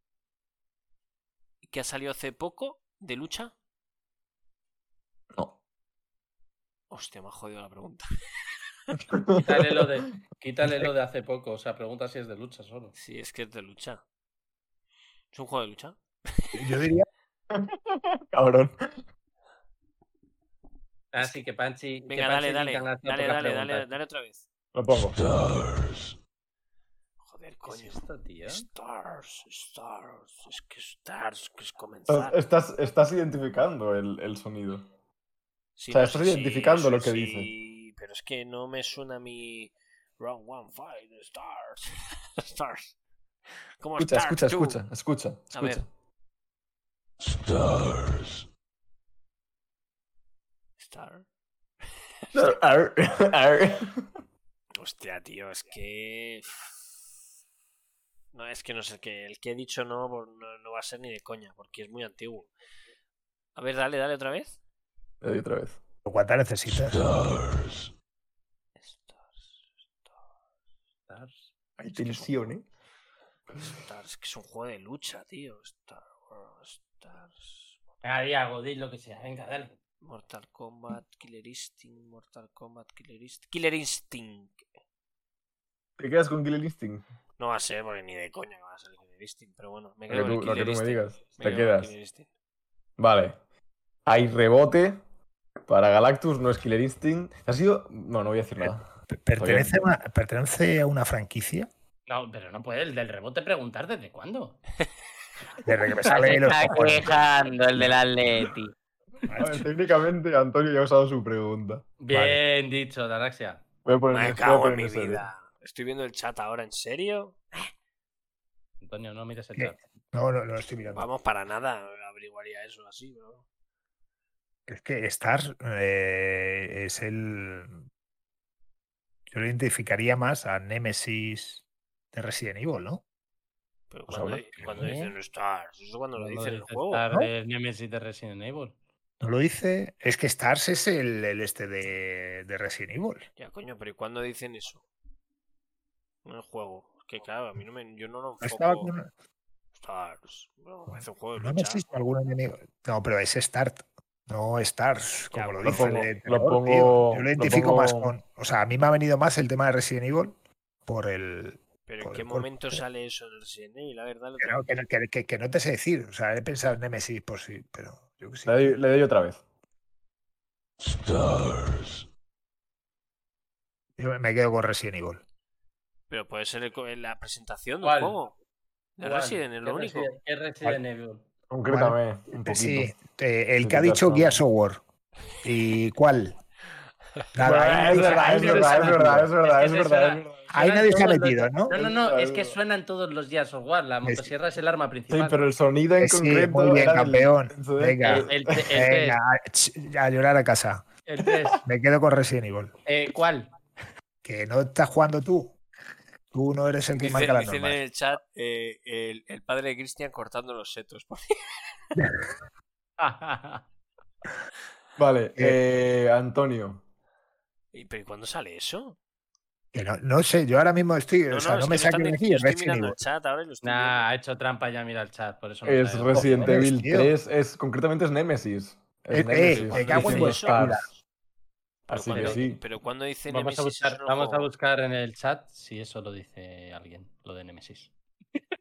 S2: que ha salido hace poco de lucha?
S3: No.
S2: Hostia, me ha jodido la pregunta.
S1: Quítale lo de, quítale lo de hace poco, o sea, pregunta si es de lucha solo.
S2: Sí, es que es de lucha. ¿Es un juego de lucha?
S4: Yo diría,
S3: Cabrón.
S1: Así Ah, que Panchi. que
S2: Venga,
S1: Panchi
S2: dale, dale.
S1: tenga
S2: Dale,
S1: gracia por
S2: dale,
S1: las
S2: dale, dale,
S1: preguntas.
S2: dale otra vez.
S3: Lo pongo.
S1: ¿Qué
S2: Joder,
S1: es
S2: coño.
S1: esto, tío?
S2: Stars, Stars, es que Stars,
S3: Ah,
S2: que es comenzar.
S3: Estás, estás identificando el, el sonido.
S2: Sí,
S3: o sea,
S2: no
S3: estás
S2: sé si-
S3: identificando
S2: no sé
S3: lo que
S2: si- Pero es que no me suena mi Round One Fight, Stars, Stars. ¿Cómo
S3: Escucha,
S2: Stars,
S3: escucha,
S2: tú?
S3: escucha, escucha,
S2: A ver.
S3: escucha.
S2: Star.
S3: Ar, ar.
S2: Hostia, tío, es que. No, es que no sé, que el que he dicho no, por- no, no va a ser ni de coña, porque es muy antiguo. A ver, dale, dale otra vez.
S3: Le doy otra vez.
S4: ¿cuánta necesitas?
S2: Stars,
S1: Stars.
S2: Es que
S3: Hay
S2: es un-
S3: tensión, ¿eh?
S2: Stars, que es un juego de lucha, tío. Star Wars, Stars,
S1: Venga, di algo, di lo que sea. Venga, dale.
S2: Mortal Kombat, Killer Instinct, Mortal Kombat, Killer Instinct. Killer Instinct.
S3: ¿Te quedas con Killer Instinct?
S2: No va a ser, porque ni de coña va a ser Killer Instinct, pero bueno, me quedo
S3: Lo que
S2: con el
S3: tú, lo que
S2: Killer
S3: tú
S2: Instinct.
S3: me digas.
S2: Me quedo
S3: Te
S2: con el
S3: quedas.
S2: Killer Instinct.
S3: Vale. Hay rebote. Para Galactus no es Killer Instinct. Ha sido. No, no voy a decir nada.
S4: ¿Pertenece a, una, pertenece a una franquicia?
S1: No, pero no puede el del rebote preguntar desde cuándo.
S4: Desde que me
S7: Se
S4: sale los
S7: está
S4: cojones.
S7: quejando el del Atleti.
S2: Eh,
S3: A ver, técnicamente Antonio ya ha usado su pregunta.
S1: Bien
S3: Vale.
S1: dicho, Daraxia.
S3: Voy a poner,
S2: Me
S3: voy a
S2: cago en
S3: poner
S2: mi
S3: serio.
S2: vida. Estoy viendo el chat ahora, ¿en serio?
S1: Antonio, no mires el
S4: ¿Qué?
S1: chat.
S4: No, no, no lo estoy mirando.
S2: Vamos, para nada averiguaría eso así, bro.
S4: Es que Stars eh, es el. Yo lo identificaría más a Nemesis de Resident Evil, ¿no?
S2: Pero
S3: Pues
S2: cuando,
S3: habla.
S2: cuando dicen Stars, eso cuando lo
S1: No
S2: dicen en el
S1: dices
S2: juego.
S1: Star
S4: ¿no?
S1: de Nemesis de Resident Evil.
S4: ¿No lo dice? Es que Stars es el, el este de, de Resident Evil.
S2: Ya, coño, pero ¿y cuándo dicen eso? En el juego. Es que claro, a mí no me. Yo no lo
S4: No
S2: enfoco.
S4: estaba con-
S2: Stars. No, parece un juego de
S4: no
S2: lucha.
S4: Nemesis, algún enemigo. No, pero es Start. No Stars, como lo
S3: pues lo
S4: dice. el
S3: pongo-
S4: de
S3: lo
S4: terror,
S3: pongo-
S4: tío. Yo
S3: lo
S4: lo identifico más
S3: pongo-
S4: con. O sea, a mí me ha venido más el tema de Resident Evil por el,
S2: pero ¿en
S4: Joder,
S2: qué
S4: por-
S2: momento sale eso en Resident Evil? A ver, dale
S4: Que
S2: otra
S4: no, que, no- que- que- que no te sé decir. O sea, he pensado en Nemesis por sí, pero yo qué sé.
S3: Le doy, le doy otra vez.
S4: Yo me quedo con Resident Evil.
S2: Pero puede ser el co- en la presentación del
S1: ¿Cuál?
S2: juego. De
S1: Igual,
S2: Resident es
S1: ¿qué
S2: lo único.
S1: Resident- qué Resident Evil?
S3: Concrétame. Un poquito.
S4: pues Sí, eh, el
S3: Sí,
S4: que ha
S3: ya
S4: dicho
S3: está.
S4: Guía Software. ¿Y cuál? Nada, ahí
S3: Ah, es,
S4: nadie-
S3: verdad,
S4: ahí
S3: es,
S4: nadie
S3: verdad,
S4: se ha
S3: es
S4: metido.
S3: verdad, es verdad, es
S1: Es que
S3: verdad,
S1: suena-
S3: es verdad.
S4: Ahí
S1: Suenan
S4: nadie se
S1: todos
S4: ha
S1: los
S4: metido,
S1: días.
S4: ¿no?
S1: No, no, no,
S3: Es
S1: es que
S3: verdad.
S1: suenan todos los días War. La motosierra es el arma
S3: Sí,
S1: principal.
S3: pero el sonido en
S4: Eh, Sí,
S3: concreto.
S4: muy bien,
S3: era del-
S4: campeón.
S3: entonces-
S4: Venga.
S1: El, el, el tres,
S4: Venga, a- ch- a llorar a casa.
S1: el tres.
S4: Me quedo con Resident Evil.
S1: Eh, ¿Cuál?
S4: Que no estás jugando tú. Tú no eres el que
S2: Dicen,
S4: marca las
S2: dicen en
S4: normas.
S2: el chat eh, el, el padre de Cristian cortando los setos.
S3: Vale, eh, Antonio.
S2: ¿Y, ¿Pero ¿y cuándo sale eso?
S4: Que no, no sé, yo ahora mismo estoy. o sea,
S2: es
S4: no
S2: que
S4: me
S2: están
S4: saquen de
S2: diciendo-
S4: aquí.
S2: yo estoy
S4: Resident
S2: mirando
S4: Evil.
S2: el chat ahora y lo estoy
S1: Nah, ha hecho trampa ya, mira el chat, por eso no
S3: Es
S1: sabe.
S3: Resident
S4: Cojones,
S3: Evil
S4: tío.
S3: 3, es, concretamente es Nemesis.
S4: Eh,
S3: Es
S4: eh,
S3: Nemesis,
S4: me cago en
S3: dicen
S4: tu
S3: los
S4: sola.
S3: stars. Así que
S1: Pero-
S3: sí.
S2: Pero cuando dice
S1: pues eh, Vamos, a
S2: Nemesis, eso
S1: buscar,
S2: no es
S1: vamos a
S2: juego.
S1: buscar en el chat si eso lo dice alguien, lo de Nemesis.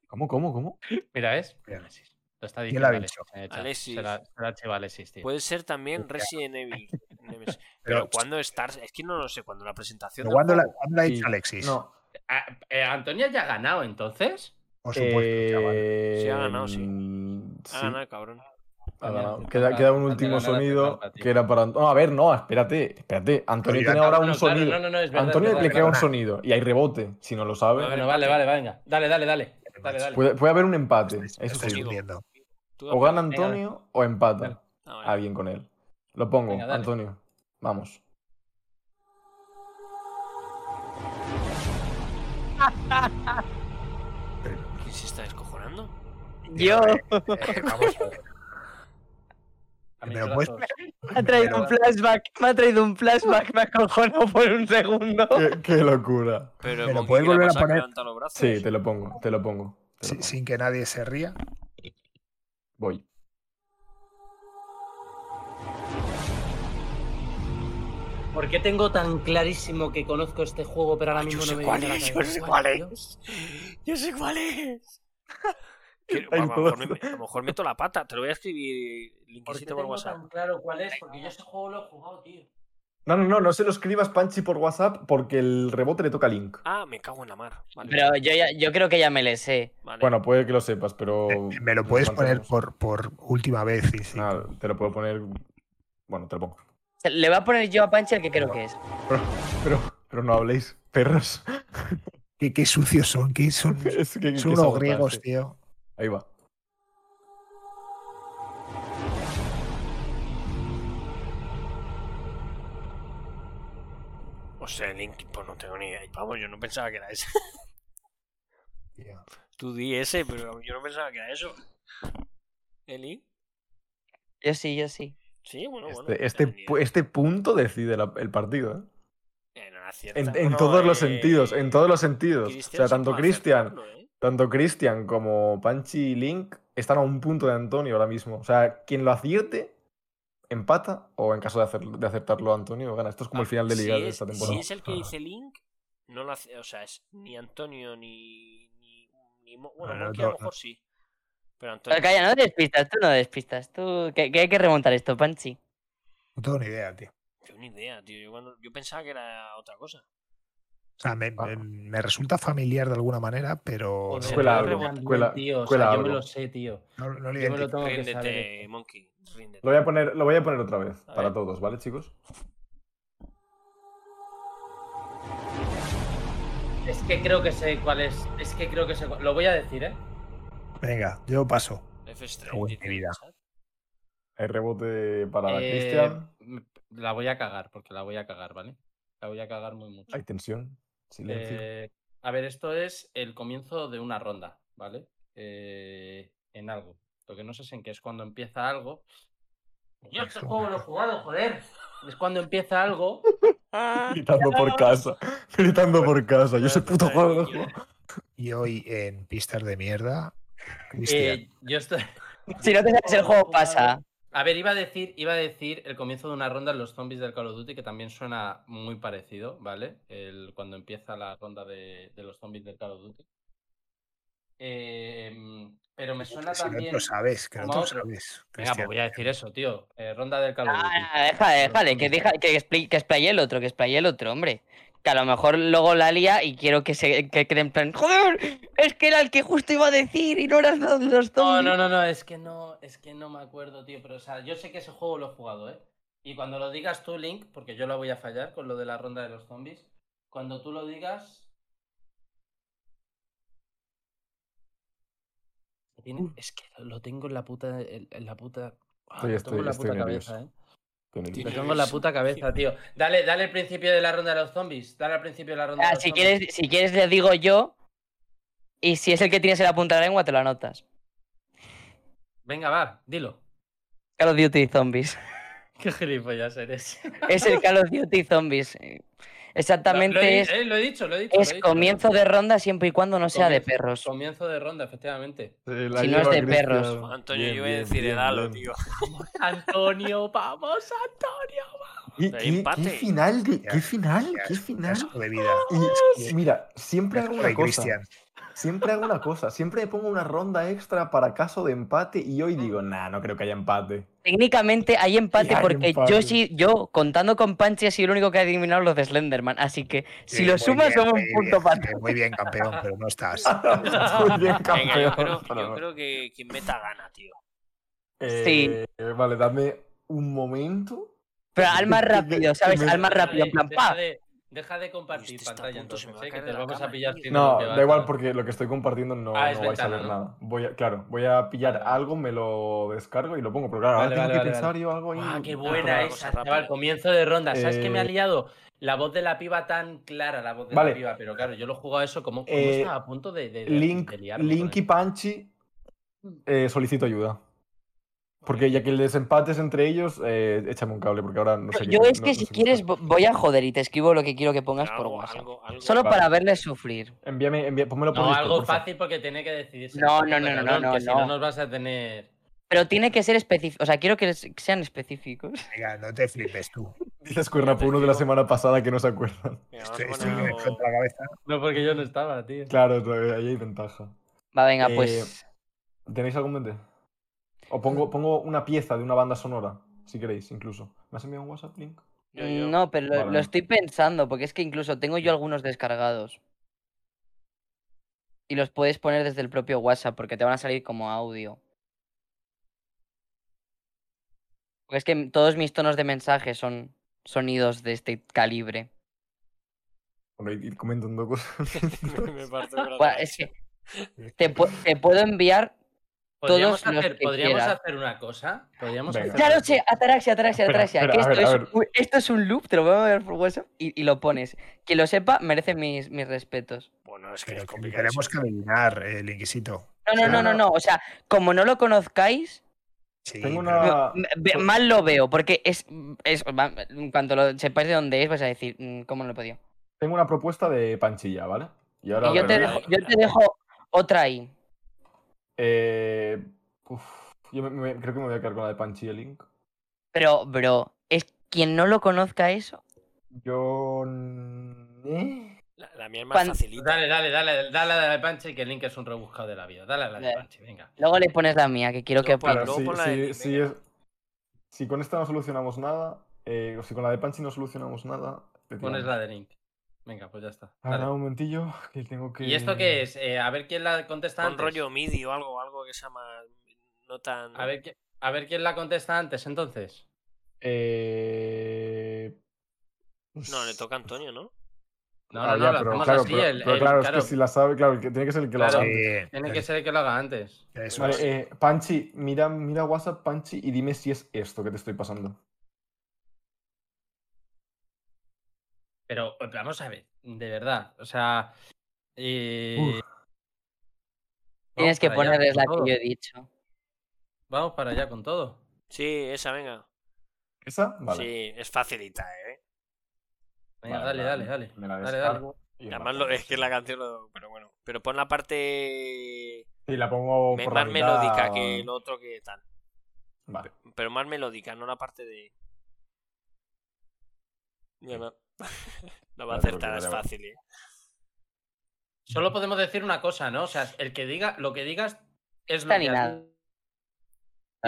S3: ¿Cómo, cómo, cómo?
S1: Mira, ¿ves?
S4: Bien.
S1: Nemesis. Lo está
S4: ¿Quién
S1: diciendo
S4: lo ha
S1: Alexis. Pues
S4: dicho?
S1: en el chat.
S2: Alexis.
S1: Se la- se la archiva Alexis, tío.
S2: Puede ser también Resident Evil. Nemesis.
S4: Pero-
S2: Pero cuando Stars. Es que no lo sé, cuando la presentación.
S4: Pero
S2: del
S4: ¿Cuándo la,
S2: juego.
S4: cuándo la ha
S3: Sí.
S4: dicho Alexis?
S3: No,
S1: Ah, eh, Antonia ya ha ganado entonces.
S4: Por supuesto,
S3: eh,
S4: chaval.
S2: Sí, ha ganado, sí.
S3: mm,
S2: Ah,
S3: sí,
S2: no, cabrón.
S3: ha
S1: Mira,
S3: ganado.
S1: te
S3: Queda,
S1: toca-
S3: queda un
S1: te
S3: último
S1: toca ganar, te
S3: sonido
S1: toca a ti.
S3: que era para. Ant- No, a ver, no, espérate, espérate. Antonio
S4: Pero ya-
S3: tiene ahora un
S1: Bueno, claro,
S3: sonido.
S1: Ah, no, no, no, es verdad,
S3: Antonio
S1: es verdad,
S3: le queda un
S4: perdona.
S3: sonido y hay rebote, si no lo sabe.
S1: Bueno, vale, vale, venga. Dale, dale, dale. Dale,
S4: macho.
S1: dale.
S3: Puede, puede haber un empate,
S1: Este
S4: Estáis-
S3: eso
S4: estáis
S3: sí.
S4: hundiendo.
S2: Tú
S3: O gana
S2: dame-
S1: Venga,
S3: Antonio o empata
S1: Dale.
S2: Ah, vale.
S3: alguien con él. Lo pongo,
S1: Venga, dale.
S3: Antonio. Vamos.
S4: Ah,
S2: ¿Quién se está descojonando?
S10: Yo
S4: Eh, vamos a ver.
S1: A mí
S4: Pero
S1: los
S4: puedes-
S1: brazos.
S10: me ha traído un flashback, me ha traído un flashback, me ha acojonado por un segundo.
S3: Qué, qué locura.
S2: Pero
S4: ¿Me lo
S2: ¿con
S4: puedes
S2: quién la
S4: volver a
S2: pasa que
S4: poner?
S2: levanta los brazos?
S3: Sí, te lo pongo, te lo pongo. te lo
S4: Sin-
S3: pongo.
S4: sin que nadie se ría.
S3: Voy.
S1: ¿Por qué tengo tan clarísimo que conozco este juego, pero ahora mismo no me viene a la cabeza? Tío.
S2: Yo sé cuál es. Que-
S3: Hay
S2: a, lo mejor
S3: dos.
S2: me- a lo mejor meto la pata. Te lo voy a escribir
S1: ¿Por qué
S2: Linkisito por
S1: tengo
S2: WhatsApp.
S1: tan claro cuál es? Porque yo este juego lo he jugado, tío.
S3: No, no, no, no se lo escribas Panchi por WhatsApp porque el rebote le toca a Link.
S2: Ah, me cago en la mar. Vale.
S7: Pero yo, ya- yo creo que ya me le sé.
S2: vale.
S3: Bueno, puede que lo sepas, pero.
S4: Eh, Me lo puedes poner
S3: mantenemos.
S4: por, por última vez. sí, sí.
S3: Nada, te lo puedo poner. Bueno, te lo pongo.
S7: Le voy a poner yo a Pancha el que creo que es.
S3: Pero, pero no habléis, perros.
S4: Qué, qué sucios son, qué son.
S3: Es que- que
S4: Son unos
S3: sabotaje.
S4: griegos, tío.
S3: Ahí va.
S2: O sea, Link, pues no tengo ni idea. Vamos, yo no pensaba que era ese.
S4: tío.
S2: Tú di ese, pero yo no pensaba que era eso. ¿Eli?
S7: Yo sí, yo sí.
S2: Sí, bueno, Ah, bueno.
S3: Este, este,
S2: no tenía ni
S3: pu-
S2: idea.
S3: este punto decide la- el partido. ¿eh?
S2: Eh, no era cierta.
S3: En, en
S2: Bueno,
S3: todos los
S2: eh,
S3: sentidos, en todos los sentidos. O
S2: Christian
S3: sea,
S2: supo
S3: tanto Cristian
S2: acertarlo, ¿eh?
S3: Tanto Cristian como Panchi y Link están a un punto de Antonio ahora mismo. O sea, quien lo acierte empata o en caso de, hacer- de acertarlo Antonio gana. Esto es como el final de
S2: Si
S3: Liga de
S2: es-
S3: esta temporada. Ah.
S2: Si es el que dice Link, no lo hace. O sea, es ni Antonio ni. ni, ni Mo- bueno,
S3: Ah,
S4: Bueno,
S2: Monkey a lo
S4: no-
S2: mejor sí. Pero Antonio.
S7: Pero calla, no despistas, tú no despistas. Tú, que, que hay que remontar esto, Panchi.
S4: No tengo ni idea, tío.
S2: Yo ni idea, tío. Yo, cuando- yo pensaba que era otra cosa.
S4: O sea, me,
S3: Ah.
S4: me- me resulta familiar de alguna manera, pero
S1: Joder,
S3: Cuela
S1: yo
S3: algo,
S1: también,
S3: cuela-
S1: tío, o sea,
S3: cuela
S1: yo me
S3: algo.
S1: lo sé, tío.
S4: no, no lo
S1: Yo me lo
S4: identifico.
S1: tengo que saber.
S2: Ríndete, Monkey. Ríndete.
S3: Lo voy a poner, lo voy a poner otra vez
S2: A
S3: para
S2: ver.
S3: todos, ¿vale, chicos?
S1: Es que creo que sé cuál es. Es que creo que sé cuál. Lo voy a decir, ¿eh?
S4: Venga, yo paso.
S2: F3.
S4: Cago en
S2: dice
S4: mi vida.
S2: el chat.
S3: El rebote para
S1: Eh,
S3: Cristian.
S1: m- La voy a cagar, porque la voy a cagar, ¿vale? La voy a cagar muy mucho.
S3: Hay tensión, silencio.
S1: Eh, a ver, esto es el comienzo de una ronda, ¿vale? Eh, en algo. Lo que no sé es en qué es cuando empieza algo. Yo este juego lo he jugado, joder. Es cuando empieza algo.
S3: Gritando por casa, gritando por casa.
S2: Ya,
S3: Yo soy
S2: pues,
S3: puto
S2: ahí,
S3: juego.
S2: yo-
S4: Y hoy en pistas de mierda, Cristian.
S1: eh, yo estoy.
S7: Si no te sabes el juego, pasa.
S1: A ver, iba a decir, iba a decir el comienzo de una ronda en los zombies del Call of Duty, que también suena muy parecido, ¿vale? El, cuando empieza la ronda de, de los zombies del Call of Duty. Eh, pero me suena
S4: si no te
S1: también.
S4: lo sabes, que no
S1: como
S4: te
S1: otro.
S4: lo sabes.
S1: Venga, pues
S4: Cristian.
S1: voy a decir eso, tío. Eh, ronda del Call of Duty.
S7: Ah, deja, déjale, que, deja, que, expli- que explaye el otro, que explaye el otro, hombre. Que a lo mejor luego la lía y quiero que se que creen en plan, joder, es que era el que justo iba a decir y no eran los, los
S1: No,
S7: zombies".
S1: no, no, no, es que no, es que no me acuerdo, tío. Pero, o sea, yo sé que ese juego lo he jugado, ¿eh? Y cuando lo digas tú, Link, porque yo la voy a fallar con lo de la ronda de los zombies. Cuando tú lo digas. Tiene- Es que lo tengo en la puta. En en la puta. Ah, lo
S3: Estoy-
S7: Uh.
S1: tengo en
S3: estoy-
S1: la
S3: estoy
S1: puta ah,
S3: nervioso.
S1: cabeza, ¿eh?
S3: con el
S1: Lo tengo en la puta cabeza, tío. Dale, dale el principio de la ronda de los zombies. Dale al principio de la ronda
S7: Ah,
S1: de los
S7: si,
S1: zombies.
S7: quieres, si quieres, le digo yo. Y si es el que tienes en la punta de la lengua, te lo anotas.
S1: Venga, va, dilo.
S7: Call of Duty Zombies.
S1: Qué gilipollas eres.
S7: Es el Call of Duty Zombies. Exactamente
S1: Lo he,
S7: es,
S1: eh, lo he dicho, lo he dicho.
S7: es comienzo de ronda siempre y cuando no sea de perros.
S1: Comienzo de ronda, efectivamente.
S7: Si no es de perros.
S2: Antonio,
S3: Bien,
S2: yo iba a
S3: bien,
S2: decir
S3: bien,
S2: Edalo,
S3: bien.
S2: tío.
S1: Antonio, vamos, Antonio.
S3: ¿Qué,
S2: Pero
S3: qué-
S2: empate.
S3: qué final? ¿Qué,
S4: Ya,
S3: qué final?
S4: ya,
S3: ¿Qué final?
S4: Asco de vida.
S3: Y mira, siempre hago
S4: Asco
S3: una
S4: de
S3: cosa.
S4: Cristian.
S3: Siempre hago una cosa. Siempre pongo una ronda extra para caso de empate y hoy digo, nah, no creo que haya empate.
S7: Técnicamente hay empate
S3: Y hay
S7: porque
S3: empate.
S7: yo sí, yo contando con Panchi he sido el único que ha adivinado los de Slenderman. Así que si
S4: Sí,
S7: lo
S4: muy
S7: sumas,
S4: bien,
S7: somos
S4: muy
S7: un punto
S4: bien,
S7: para.
S4: eh, Muy bien, campeón, pero no estás.
S3: Muy bien, campeón.
S2: Venga, yo creo,
S3: pero
S2: yo
S3: no.
S2: creo que quien meta gana, tío.
S3: Eh, Vale, dame un momento.
S7: Pero al más rápido, ¿sabes? Al más
S1: Deja
S7: rápido, en
S1: de-
S7: plan,
S1: deja
S7: ¡pa!
S1: de, deja de compartir
S2: Hostia, está a
S1: pantalla,
S2: punto, se me
S1: entonces,
S2: va a
S1: eh, que
S2: caer
S1: te
S2: la
S1: vamos
S2: cama,
S1: a pillar.
S2: tío.
S1: sin
S3: No,
S1: lo que va
S3: da
S1: a
S3: igual
S1: estar.
S3: porque lo que estoy compartiendo no,
S1: Ah, es
S3: no vais a
S1: ventana,
S3: ver
S1: ¿no?
S3: nada. Voy a, claro, voy a pillar
S1: Vale, vale.
S3: algo, me lo descargo y lo pongo. Pero claro,
S1: Vale,
S3: ahora tengo
S1: vale,
S3: que
S1: vale,
S3: pensar
S1: vale.
S3: yo algo ahí.
S1: ¡Ah, qué
S2: Ah,
S1: buena
S2: cosa
S1: esa,
S2: rápida.
S1: chaval! Comienzo de ronda. ¿Sabes qué me ha
S3: Eh,
S1: liado? La voz de la piba tan clara, la voz de
S3: Vale.
S1: la piba. Pero claro, yo lo he jugado eso como, como
S3: Eh,
S1: estaba a punto de, de, de-
S3: Link,
S1: de liarme con
S3: Link y
S1: él.
S3: Panchi eh, solicito ayuda. Porque ya que el desempate es entre ellos, eh, échame un cable, porque ahora no
S4: pues
S3: sé qué-
S7: Yo es
S3: no-
S7: que
S3: no sé
S7: si
S3: qué
S7: quieres
S3: buscar.
S7: vo- voy a joder y te escribo lo que quiero que pongas por
S2: Algo,
S7: WhatsApp.
S2: algo, algo.
S7: Solo
S3: Vale.
S7: para verles sufrir.
S3: Envíame, envíame, pónmelo por
S1: No,
S3: Discord,
S1: algo
S3: porfa.
S1: fácil porque tiene que decidirse.
S7: No,
S1: Puta
S7: no, no, no,
S1: cabrón,
S7: no,
S1: que si no
S7: no.
S1: nos vas a tener.
S7: Pero tiene que ser específico. O sea, quiero que es- sean específicos.
S4: Venga, no te flipes tú.
S3: Dice Escuernapo uno de la semana pasada que no se acuerdan.
S2: Mira,
S4: Estoy,
S2: vamos a
S3: este
S4: estoy que me
S2: poner
S4: explota la cabeza.
S1: No, porque yo no estaba, tío.
S3: Claro, todavía ahí hay ventaja.
S7: Va, venga,
S3: Eh,
S7: pues.
S3: ¿Tenéis algún mente? O pongo, pongo una pieza de una banda sonora, si queréis, incluso. ¿Me has enviado un WhatsApp link?
S2: yo- yo-
S7: No, pero lo, lo
S3: Vale.
S7: estoy pensando, porque es que incluso tengo yo algunos descargados. Y los puedes poner desde el propio WhatsApp, porque te van a salir como audio. Porque es que m- todos mis tonos de mensaje son sonidos de este calibre.
S3: Bueno, ir ir comentando cosas.
S2: me parto de
S7: Buah,
S2: brazos.
S7: es que te, pu- te puedo enviar.
S1: Podríamos,
S7: Todos los
S1: hacer,
S7: que
S1: podríamos
S7: quieras.
S1: hacer una cosa. Podríamos
S3: Venga.
S1: hacer-
S7: Claro, che, ataraxia, ataraxia,
S3: Espera,
S7: ataraxia.
S3: espera, a
S7: que esto,
S3: ver, a
S7: es,
S3: ver.
S7: un- esto es un loop, te lo voy a ver por WhatsApp y, y lo pones. Quien lo sepa merece mis, mis respetos.
S2: Bueno, es que
S4: Pero
S2: es
S4: que
S2: complicado.
S4: tenemos que adivinar, el Inquisito.
S7: No, no, no, no, no. O sea, como no lo conozcáis,
S4: Sí,
S3: Tengo
S4: pero-
S3: una- Ah,
S7: me- ve-
S3: pues-
S7: mal lo veo, porque es, es. va- Cuando lo sepáis de dónde es, vais a decir, "Mm, ¿cómo no lo he podido?
S3: Tengo una propuesta de panchilla, ¿vale? Y ahora.
S7: Y yo te,
S3: bueno,
S7: dejo, yo te dejo otra ahí.
S3: eh, uf, yo me- me- creo que me voy a quedar con la de panchilla link.
S7: Pero, bro, es quien no lo conozca eso.
S3: Yo. ¿eh?
S2: La, la mía es más
S7: Cuando-
S2: facilita.
S1: Dale, dale, dale, dale a la de Panche que el Link es un rebuscado de la vida. Dale a la de
S7: Vale.
S1: Panche, venga.
S7: Luego le pones la mía, que quiero
S2: No,
S7: que
S2: para-
S7: opines.
S3: Claro,
S2: luego
S3: si,
S2: pon la
S3: si-
S2: de Link,
S3: si
S2: venga.
S3: es- si con esta no solucionamos nada, eh, o si con la de Panchi no solucionamos nada. te
S1: Pones
S3: tiramos.
S1: la de Link. Venga, pues ya está.
S3: Ahora
S1: Dale.
S3: un momentillo, que tengo que.
S1: ¿Y esto qué es? Eh, a ver quién la contesta
S2: Con
S1: antes.
S2: rollo MIDI o algo, algo que sea más. No tan.
S1: A ver, qui- a ver quién la contesta antes, entonces.
S3: Eh. pues,
S2: No, le toca a Antonio, ¿no?
S1: No,
S3: Ah,
S1: no, no,
S3: ya,
S1: lo
S3: pero
S1: hacemos
S3: claro,
S1: así.
S3: pero-
S1: el-
S3: pero
S1: el-
S3: claro, es
S1: claro,
S3: que si la sabe, claro, el que- tiene que ser el que la
S1: Claro.
S3: sabe.
S4: Sí,
S1: tiene que ser el que lo haga antes.
S4: eso
S3: Vale,
S4: es.
S3: eh, Panchi, mira, mira WhatsApp, Panchi, y dime si es esto que te estoy pasando.
S1: Pero eh, vamos a ver, de verdad. O sea. eh,
S3: Uf.
S7: Tienes que
S1: para allá
S7: ponerles
S1: con
S7: la
S1: todo.
S7: que yo he dicho.
S1: Vamos para allá con todo.
S2: Sí, esa, venga.
S3: ¿Esa? Vale.
S2: Sí, es facilita, ¿eh?
S1: Venga,
S3: Vale,
S1: dale,
S3: la-
S1: dale, dale.
S3: Me la
S1: Dale,
S3: descargo. y la
S2: Además, lo-
S3: pongo.
S2: es que la canción. lo- Pero bueno. Pero pon la parte.
S3: Sí, la pongo
S2: me-
S3: por la
S2: más
S3: mitad.
S2: melódica que lo otro que tal.
S3: Vale.
S2: Pero más melódica, no la parte de. Ya no. no va a
S3: Vale, porque
S2: acertar, es
S3: vale, vale.
S2: fácil, ¿eh?
S1: Solo podemos decir una cosa, ¿no? O sea, el que diga, lo que digas es lo
S7: Está ni
S1: que has
S7: nada.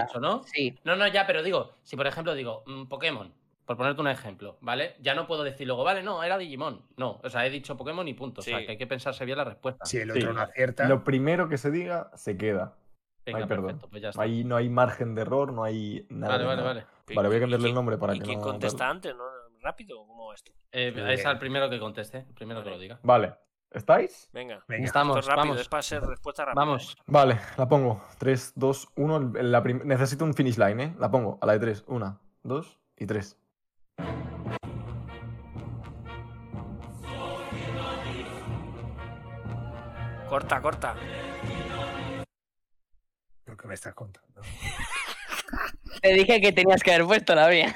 S1: dicho, ¿no?
S7: Sí.
S1: No, no, ya, pero digo, si por ejemplo digo mm, Pokémon, por ponerte un ejemplo, ¿vale? Ya no puedo decir luego, vale, no, era Digimon. No, o sea, he dicho Pokémon y punto. O sea,
S2: Sí.
S1: que hay que pensarse bien la respuesta.
S4: Si el otro
S3: Sí.
S4: no acierta,
S3: Lo primero que se diga, se queda.
S1: Venga,
S3: Ay, perdón.
S1: perfecto, pues ya está.
S3: Ahí no hay margen de error, no hay nada.
S1: vale,
S3: de
S1: vale,
S3: nada.
S1: vale.
S3: Vale, voy a
S2: ¿Y
S3: cambiarle el
S2: quién-
S3: nombre para
S2: ¿Y
S3: que
S2: quién
S3: no-
S2: contesta antes, no? ¿Rápido o cómo va esto?
S1: Eh,
S4: Muy
S1: es
S4: bien.
S1: al primero que conteste, el primero que lo diga.
S3: Vale. ¿Estáis?
S2: Venga. Esto
S4: venga.
S2: es
S1: Estamos,
S2: rápido,
S1: vamos,
S2: es para ser respuesta rápida.
S1: vamos.
S3: Vale, la pongo. 3, 2, 1. La prim- Necesito un finish line, ¿eh? La pongo a la de 3. 1, 2 y 3.
S2: Corta, corta.
S4: Lo que me estás contando.
S7: Te dije que tenías que haber puesto la mía.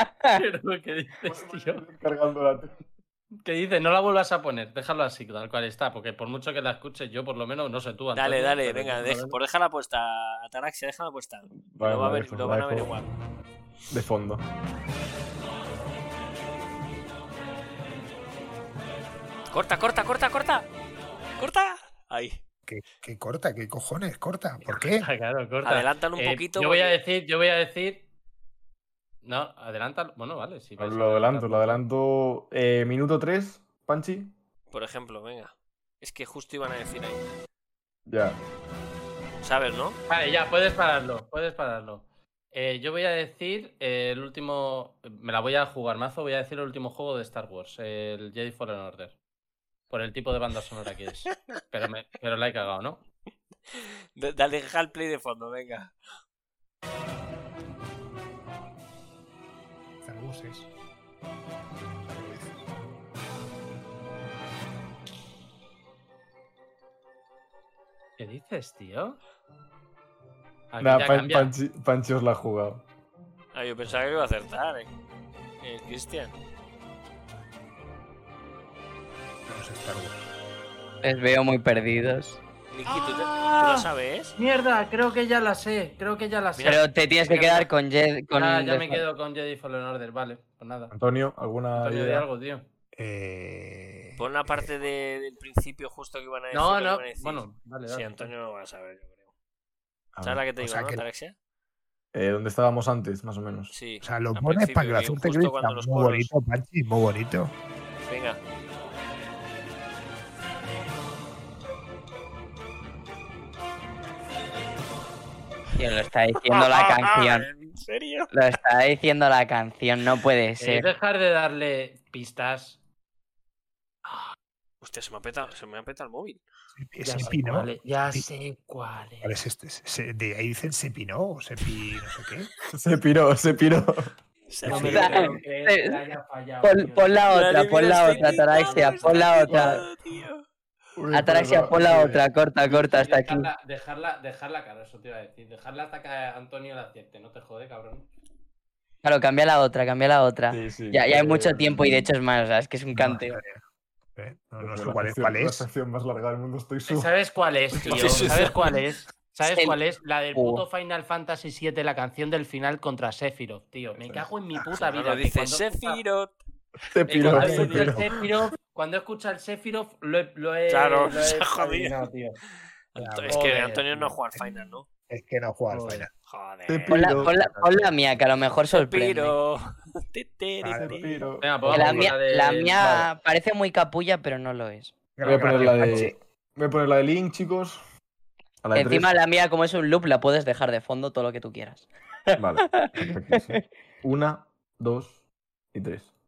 S1: Pero, ¿qué dices,
S2: Pues,
S1: tío?
S2: eh.
S1: ¿Qué dices? No la vuelvas a poner, déjalo así, tal cual está, porque por mucho que la escuches, yo por lo menos no sé tú.
S2: Dale,
S1: Antonio,
S2: dale,
S1: pero
S2: venga,
S1: no
S2: deja,
S1: la-
S2: por déjala puesta, Ataraxia, déjala puesta. lo, va a
S3: vale,
S2: ver,
S3: pues
S2: lo
S3: la
S2: van a
S3: dejo.
S2: averiguar.
S3: De fondo.
S2: Corta, corta, corta, corta. Corta. Ahí.
S4: ¿Qué, qué corta? ¿Qué cojones? ¿Corta? ¿Por
S3: Eh.
S4: qué?
S1: Ah, claro, corta.
S2: Adelántalo un
S1: Eh,
S2: poquito.
S1: Yo voy a
S2: porque-
S1: decir, yo voy a decir. No, adelántalo. Bueno, vale, sí. vais a
S3: Lo adelanto,
S1: adelantar.
S3: lo adelanto. Eh, minuto 3, Panchi.
S2: Por ejemplo, venga. Es que justo iban a decir ahí.
S3: Ya.
S2: ¿Sabes, no?
S1: Vale, ya, puedes pararlo, puedes pararlo. Eh, yo voy a decir eh, el último. Me la voy a jugar mazo, voy a decir el último juego de Star Wars, el Jedi Fallen Order. Por el tipo de banda sonora que es. Pero, me- pero la he cagado, ¿no?
S2: D- Dale, deja el play de fondo, venga.
S4: Star Wars es.
S1: ¿Qué dices, tío? Aquí
S3: Nah,
S1: ya
S3: Pan-
S1: cambia.
S3: Panchi, Panchi os la ha jugado.
S2: Ah, yo pensaba que iba a acertar, eh. Eh, Cristian.
S4: No es Star Wars.
S7: Les veo muy perdidos.
S2: Niki, ¿tú, te- tú
S1: Ah.
S2: lo sabes?
S1: Mierda, creo que ya la sé, creo que ya la sé.
S7: Pero te tienes que quedar con Jed. Con
S1: Ah, ya me
S7: Death-
S1: quedo con Jedi Fallen Order, vale, pues nada.
S3: Antonio, ¿alguna
S1: Antonio, di
S3: idea?
S1: algo, tío.
S4: Eh,
S2: Pon la parte de- del principio justo que iban a decir.
S1: No,
S2: lo
S1: no,
S2: que iban a decir.
S1: bueno, vale,
S2: Sí,
S1: dale.
S2: Antonio no lo va a saber, yo creo.
S3: A
S2: ¿Sabes la
S3: ver.
S2: que te
S4: o
S2: digo,
S4: sea
S2: no,
S4: que-
S2: Ataraxia?
S3: Eh, donde estábamos antes, más o menos.
S2: Sí.
S4: O sea, lo
S2: al
S4: pones para que lo
S2: principio,
S4: azul te
S2: justo
S4: crezca.
S2: cuando los
S4: Muy
S2: coros-
S4: bonito, Panchi, muy bonito.
S2: Venga.
S7: Tío, lo está diciendo la canción.
S2: Ah, ¿En serio?
S7: Lo está diciendo la canción, no puede
S1: ¿Queréis
S7: ser.
S1: dejar de darle pistas.
S2: Hostia, se me ha petado, se me ha petado el móvil.
S4: Es Sepi, ¿no?
S1: ya
S4: Sí.
S1: sé cuál es.
S4: ¿Cuál es este? Se- de ahí dicen Sepi, ¿no? O Sepi, no sé qué.
S3: Se piró, se piró.
S2: Se
S1: No me
S2: me
S7: Está-
S1: lo puedo creer que
S7: eh,
S1: haya fallado,
S7: Pon,
S1: tío.
S7: pon la otra, pon la otra, Ataraxia,
S2: Ataraxia,
S7: pon la otra. Ataraxia, pon la otra, corta, corta, hasta aquí.
S1: Dejarla, dejarla, dejarla, claro, eso te iba a decir. Dejarla hasta que Antonio la acierte, no te jode, cabrón.
S7: Claro, cambia la otra, cambia la otra.
S3: Sí, sí.
S7: Ya, ya hay
S3: Eh,
S7: mucho tiempo y de hecho es más, o sea, es que es un canteo.
S4: ¿Eh? No, no
S3: Pues la
S4: sé cuál es.
S3: sección-
S4: ¿Cuál
S3: La
S4: es?
S3: sección más larga del mundo, estoy seguro.
S1: ¿Sabes cuál es, tío?
S2: Sí, sí,
S1: ¿Sabes cuál es? ¿Sabes
S7: Sí.
S1: cuál es? La del
S7: Oh.
S1: puto Final Fantasy VII, la canción del final contra Sephiroth, tío. Me cago en mi puta
S2: No
S1: vida.
S2: lo
S1: que
S2: dice
S1: cuando-
S2: Sephiroth.
S3: Se
S1: Eh,
S3: piró,
S1: cuando,
S3: se
S1: escucho el
S3: piró.
S1: Sephiroth, cuando escucha el Sephiroth, lo he. Lo he
S2: Claro,
S1: lo he
S2: se ha jodido.
S1: adivinado, tío.
S2: Anto-
S1: Ya,
S2: Es que
S1: joder,
S2: Antonio no
S1: tío.
S2: juega al final, ¿no?
S4: Es que no juega al
S1: Joder.
S4: final.
S3: Se
S2: Joder.
S7: Pon la,
S3: piró,
S7: pon la- pon la mía, que a lo mejor sorprende.
S2: Sephiroth. Ti, ti,
S4: Vale,
S2: ti,
S3: se
S2: ti.
S3: piró.
S1: Venga, pues
S7: Que La
S1: vamos
S7: mía,
S1: con la de-
S7: la mía parece muy capulla, pero no lo es.
S3: Voy a poner la de. Voy a poner la de Link, chicos. A la de
S7: Encima la mía, como es un loop, la puedes dejar de fondo todo lo que tú quieras.
S3: tres. Vale. perfectísimo. Una, dos y tres.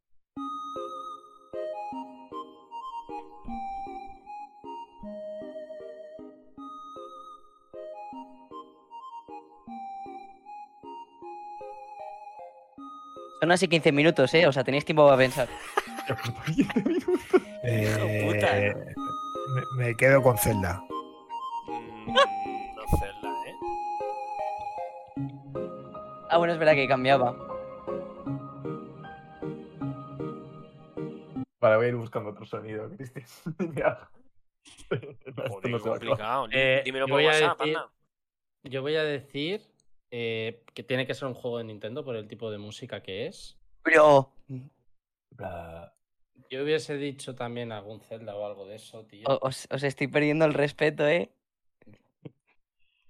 S7: Son así 15 minutos, ¿eh? O sea, tenéis tiempo para pensar.
S4: Eh,
S2: Hijo
S4: me, me quedo con Zelda.
S2: Mm, No hacerla, ¿eh?
S7: Ah, bueno, es verdad que cambiaba.
S3: Vale, voy a ir buscando otro sonido, Cristian. Ya. Esto
S2: Joder,
S3: no
S2: qué
S3: se va a acabar.
S2: complicado.
S1: Eh,
S2: Dímelo
S1: yo
S2: por
S1: voy a
S2: WhatsApp,
S1: decir-
S2: anda.
S1: Yo voy a decir eh, que tiene que ser un juego de Nintendo por el tipo de música que es.
S7: Bro.
S1: Yo hubiese dicho también algún Zelda o algo de eso, tío.
S4: Oh,
S7: O- Os, os estoy perdiendo el respeto, ¿eh?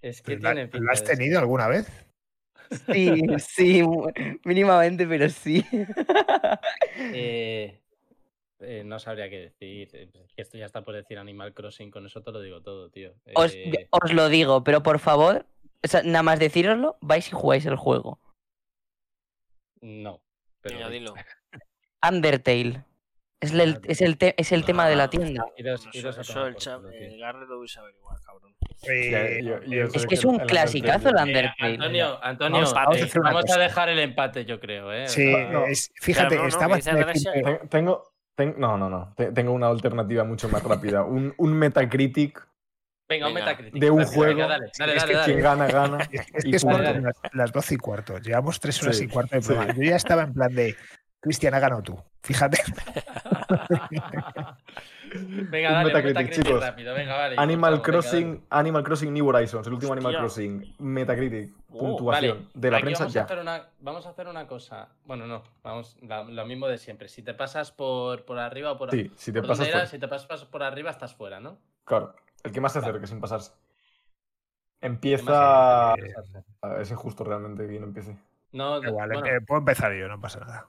S1: Es que
S4: Pero ¿La,
S1: tiene
S4: la
S1: pinta
S4: has
S1: de eso.
S4: tenido alguna vez?
S7: Sí, sí, mu- mínimamente, pero sí.
S1: Eh, eh, no sabría qué decir. Eh, es que Esto ya está por decir Animal Crossing, con eso te lo digo todo, tío.
S7: Os,
S1: Eh,
S7: os lo digo, pero por favor, o sea, nada más decíroslo, vais y jugáis el juego.
S1: No. Pero
S2: Venga, dilo.
S7: Undertale. Es el, es el, te- es el tema de la tienda.
S2: No sé, eso el chap, el Garrett lo vais a averiguar, cabrón.
S1: Eh,
S4: Sí, yo- yo
S7: Es que es un clasicazo el Undertale.
S1: Antonio, Antonio, vamos,
S7: Vamos, vamos a
S1: a,
S7: hacer una cosa.
S1: dejar el empate, yo creo, ¿eh?
S4: Sí,
S1: O sea,
S4: es- fíjate,
S1: Claro, no, no,
S4: estaba
S1: que dice
S4: entre
S1: Gracia-
S4: decirte-
S3: Ten- Tengo, ten- no, no, no. Te- Tengo una alternativa mucho más rápida. Un, un Metacritic
S1: Venga, un
S5: Venga.
S1: Metacritic.
S3: de un
S1: Venga,
S3: juego.
S1: venga, dale, dale,
S3: Es
S1: dale,
S3: que
S1: dale.
S3: quien gana, gana.
S4: Es
S3: y
S4: que son
S3: punto.
S1: dale.
S4: las, las 12 y cuarto. Llevamos 3 horas
S3: Sí,
S4: y cuarto de
S3: sí.
S4: programa. Yo ya estaba en plan de, Cristian, ha ganado tú. Fíjate.
S1: Venga,
S3: Un
S1: dale,
S3: Metacritic,
S1: Metacritic,
S3: chicos.
S1: rápido. Venga, vale. vamos, venga,
S3: Animal
S1: dale.
S3: Crossing, Animal Crossing New Horizons, el último Animal
S2: Hostia.
S3: Crossing. Metacritic,
S1: Oh,
S3: puntuación
S1: vale.
S3: de la
S1: Aquí
S3: prensa
S1: vamos A
S3: ya.
S1: hacer una, vamos a hacer una cosa. Bueno, no, vamos, la- lo mismo de siempre. Si te pasas por, por arriba o por,
S3: Sí, si te
S1: por donde
S3: pasas,
S1: era,
S3: fuera.
S1: si te pasas por arriba estás fuera, ¿no?
S3: claro, el que más se acerque sin pasarse. Empieza.
S1: Además,
S4: eh,
S3: A ver, ese justo realmente bien empiece.
S1: No,
S4: Igual,
S1: bueno,
S4: eh, puedo empezar yo, no pasa nada.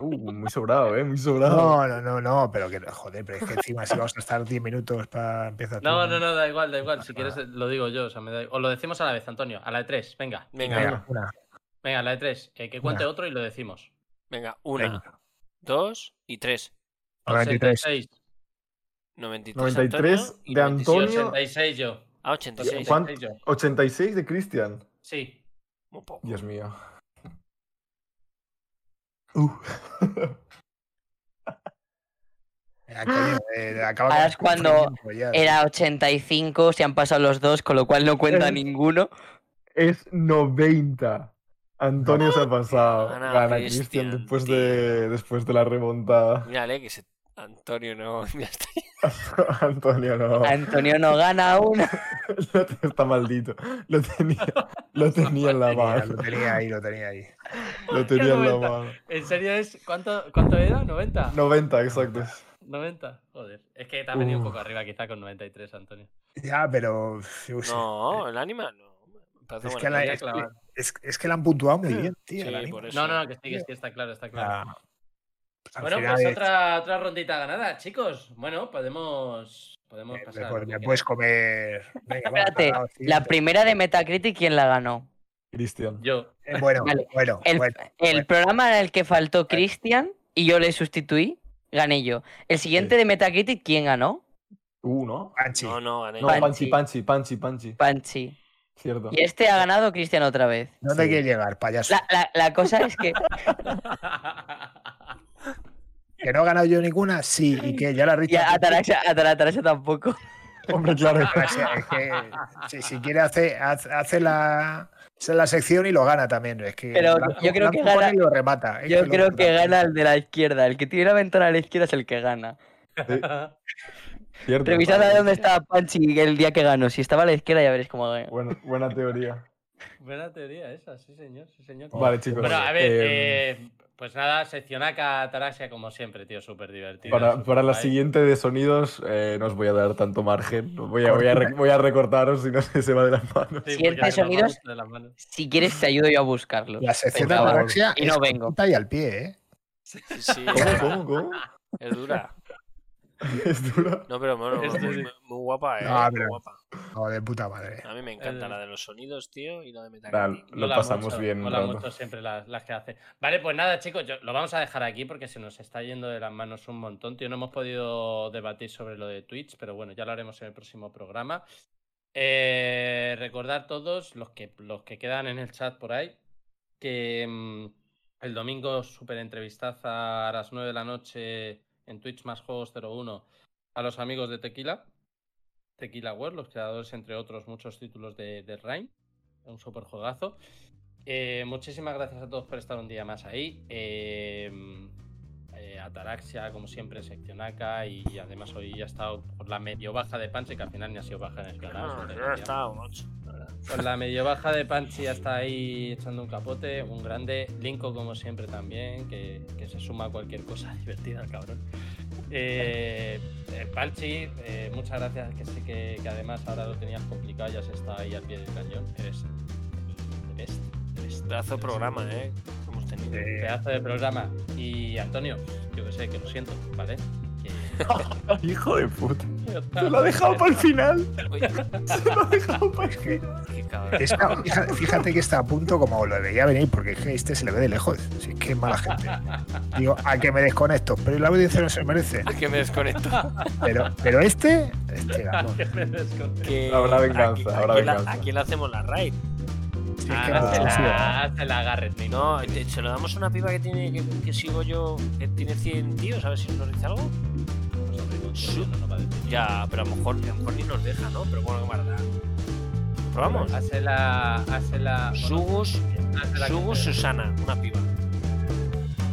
S3: Uh, muy sobrado, eh, muy sobrado.
S4: No, no, no, no, pero que joder, pero es que encima si vamos a estar 10 minutos para empezar.
S1: no, no, no, da igual, da igual. Si quieres eh, lo digo yo, o sea, me da igual. O lo decimos a la vez, Antonio, a la de tres, venga.
S2: Venga,
S4: Venga, una.
S1: Venga, a la de tres. eh, que cuente otro y lo decimos.
S2: venga, una, dos y tres.
S4: 93.
S1: 86.
S2: 93,
S3: 93
S2: Antonio y
S3: de
S2: 96.
S1: Sí,
S3: Antonio,
S1: 86 yo.
S2: Ah, 86.
S3: Juan-
S1: 86 yo.
S3: 86 de Cristian.
S1: Sí.
S2: Un poco.
S3: Dios mío. Uh.
S4: Venga, coño, eh, acaba
S7: Ahora
S4: con
S7: es
S4: el
S7: cuando
S4: confinamiento ya, tío.
S7: Era 85, se han pasado los dos, con lo cual no cuenta
S3: Eh.
S7: ninguno.
S3: Es 90. Antonio se ha pasado.
S2: Gana
S3: Gana
S2: Cristian,
S3: Cristian después de, después de la remontada.
S2: Mírale que se... Antonio no... ya está.
S3: Antonio, no.
S7: Antonio no gana una.
S3: Lo te- Está maldito. Lo tenía, lo tenía en la
S4: Tenía-
S3: mano.
S4: Lo tenía ahí, lo tenía ahí.
S3: Lo tenía en la
S1: Qué
S3: mano.
S1: ¿En serio es cuánto, cuánto era? ¿90?
S3: 90, exacto.
S1: 90. Joder. Es que te has venido un
S3: Uf.
S1: poco arriba quizá con 93, Antonio.
S4: Ya, pero. yo qué sé.
S2: No, el Anima no. Me parece
S4: Es
S2: buena
S4: que, la,
S2: idea.
S4: es,
S1: clavar.
S4: es- es que la han puntuado muy bien, tío.
S2: Pues
S4: ¿eh?
S2: Sí,
S4: el anime.
S2: por eso.
S1: No, no, no, que sí, que sí, está claro, está claro.
S4: Ah, pues al
S1: Bueno,
S4: final
S1: pues
S4: es-
S1: otra, otra rondita ganada, chicos. Bueno, podemos, podemos
S4: eh,
S1: pasar.
S4: me,
S1: a lo
S4: puedes-
S1: que
S4: me puedes comer. Venga, va,
S7: Espérate,
S4: va, siguiente.
S7: la primera de Metacritic, ¿quién la ganó?
S3: Cristian.
S1: quieras. Yo.
S4: Eh, bueno,
S7: Vale,
S4: bueno,
S7: El,
S4: bueno.
S7: el programa en el que faltó Cristian y yo le sustituí, gané yo. El siguiente de Metacritic, ¿quién ganó?
S3: Tú, Uh, ¿no?
S4: Panchi.
S2: No, no, gané.
S3: No,
S2: yo.
S3: Panchi, Panchi, Panchi, Panchi.
S7: Panchi.
S3: Cierto.
S7: Y este ha ganado Cristian otra vez.
S4: ¿Dónde
S3: Sí.
S4: quieres llegar, payaso?
S7: La, la- la cosa es que
S4: ¿Que no he ganado yo ninguna? Sí, y que ya la
S7: y a
S4: Richard.
S7: Ataraxa, a Tara- Ataraxa tampoco.
S3: Hombre, claro.
S4: Es que, si, si quiere, hace, hace, hace la, hace la sección y lo gana también. Es que
S7: Pero
S4: lanza-
S7: yo creo que
S4: lanza un
S7: gana-
S4: y lo remata. Es
S7: Yo
S4: lo
S7: creo que
S4: remata.
S7: gana el de la izquierda. El que tiene la ventana a la izquierda es el que gana.
S3: Cierto.
S7: Revisad a dónde estaba Panchi el día que ganó. Si estaba a la izquierda ya veréis cómo gana.
S3: Buena, buena teoría.
S1: Buena teoría esa, sí, señor, sí, señor.
S3: Vale,
S4: pues,
S3: chicos.
S1: Bueno, a
S4: em,
S1: ver,
S3: eh,
S1: eh, pues nada, seccionaca Ataraxia como siempre, tío, súper divertido.
S3: Para, para la siguiente de sonidos eh, no os voy a dar tanto margen. Voy a, voy a, re- voy a recortaros si no se se va de las manos.
S7: Siguiente sonidos. Si quieres te ayudo yo a buscarlo.
S4: La sección de
S7: Venga, va.
S4: Ataraxia
S7: Y no
S4: es
S7: vengo.
S4: cortita y al pie, ¿eh?
S2: Sí, sí,
S3: ¿Cómo, cómo, cómo?
S2: es dura.
S3: Es dura.
S2: No, pero bueno,
S1: Esto
S2: muy,
S1: sí.
S2: muy- muy guapa, eh.
S4: No,
S2: muy
S4: pero-
S2: guapa.
S4: No, de puta madre.
S2: A mí me encanta
S1: Eh,
S2: la de los sonidos, tío, y la de
S3: Nah,
S2: Metacritic.
S3: lo pasamos bien. un
S1: Mola
S3: rato.
S1: mucho siempre las, las que hace. Vale, pues nada, chicos, yo- lo vamos a dejar aquí porque se nos está yendo de las manos un montón, tío. No hemos podido debatir sobre lo de Twitch, pero bueno, ya lo haremos en el próximo programa. Eh, recordar todos, los que, los que quedan en el chat por ahí, que mm, el domingo super entrevistaza a las 9 de la noche en Twitch más Juegos 01 a los amigos de Tequila. Tequila World, los creadores, entre otros, muchos títulos de, de Rhyme. Un super juegazo. Eh, muchísimas gracias a todos por estar un día más ahí. Eh, eh, Ataraxia, como siempre, Seccionaca. Y, además hoy ha estado por la medio baja de Panche, que al final ni ha sido baja en el canal.
S2: Ah,
S1: es una
S2: ya
S1: tontería.
S2: está, macho.
S1: Con la medio baja de Panchi hasta ahí echando un capote, un grande. Linko, como siempre, también, que, que se suma a cualquier cosa divertida, el cabrón. Eh, eh, Panchi, eh, muchas gracias, que sé que, que además ahora lo tenías complicado, ya se está ahí al pie del cañón. Eres el best, the best.
S2: Pedazo de programa, eh. que Hemos tenido.
S4: Eh,
S1: Pedazo de programa. Y Antonio, yo que sé, que lo siento, ¿vale? Que-
S9: Hijo de puta.
S4: Se lo ha dejado para el final.
S2: Qué cabrón.
S4: Está- fija- fíjate que está a punto como lo veía venir, porque es que este se le ve de lejos. Si es que es mala gente. Digo, a que me desconecto, pero la audiencia no se lo merece.
S2: ¿A qué me desconecto?
S4: Pero, pero este, este vamos.
S2: Que-
S3: Habrá venganza,
S2: ¿a- a
S3: habrá
S2: quién la-
S3: venganza.
S2: ¿A quién le hacemos la raid?
S4: Sí,
S2: Ah,
S4: que no,
S3: hazte
S4: sí,
S3: la-
S1: Hazla, agárrate.
S2: No, te- se lo damos a una piba que tiene que, que sigo yo, que tiene 100 tíos, a ver si nos dice algo.
S5: Pues, hombre, no,
S2: Sí.
S5: no, no va a decir.
S2: Ya, pero a lo mejor, a lo mejor ni nos deja, ¿no? Pero bueno, que más da. Probamos.
S1: Hazla. Hazla.
S2: Sugus,
S1: hazla-
S2: Sugus Susana, una piba.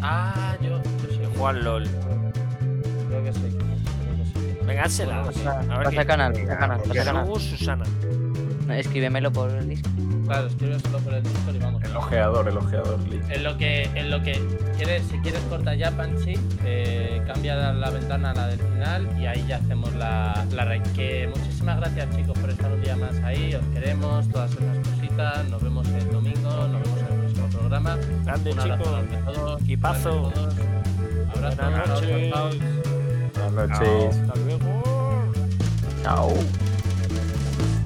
S1: Ah, yo. yo sé.
S2: Que juega al LOL.
S1: Creo que sí. Creo que sí.
S2: Venga, házela. pues, A ver
S7: Pasa
S2: qué-
S7: canal, pasa canal,
S4: porque
S7: pasa canal.
S2: Sugus Susana.
S7: Escríbemelo por el disco.
S1: Claro, escribe solo por el Discord y vamos.
S11: El ojeador, el ojeador. Lee.
S1: En lo que, en lo que quieres, si quieres corta ya, Panchi, eh, cambia la, la ventana a la del final y ahí ya hacemos la, la raid. Que muchísimas gracias, chicos, por estar un día más ahí. Os queremos, todas esas cositas. Nos vemos el domingo, nos vemos en el próximo programa.
S2: Grande,
S1: Un abrazo
S2: chicos.
S1: enorme a todos.
S2: Equipazo.
S1: Abrazo,
S2: Buenas
S1: abrazo,
S2: noches.
S1: chao.
S11: Buenas noches.
S2: Hasta luego.
S9: Au.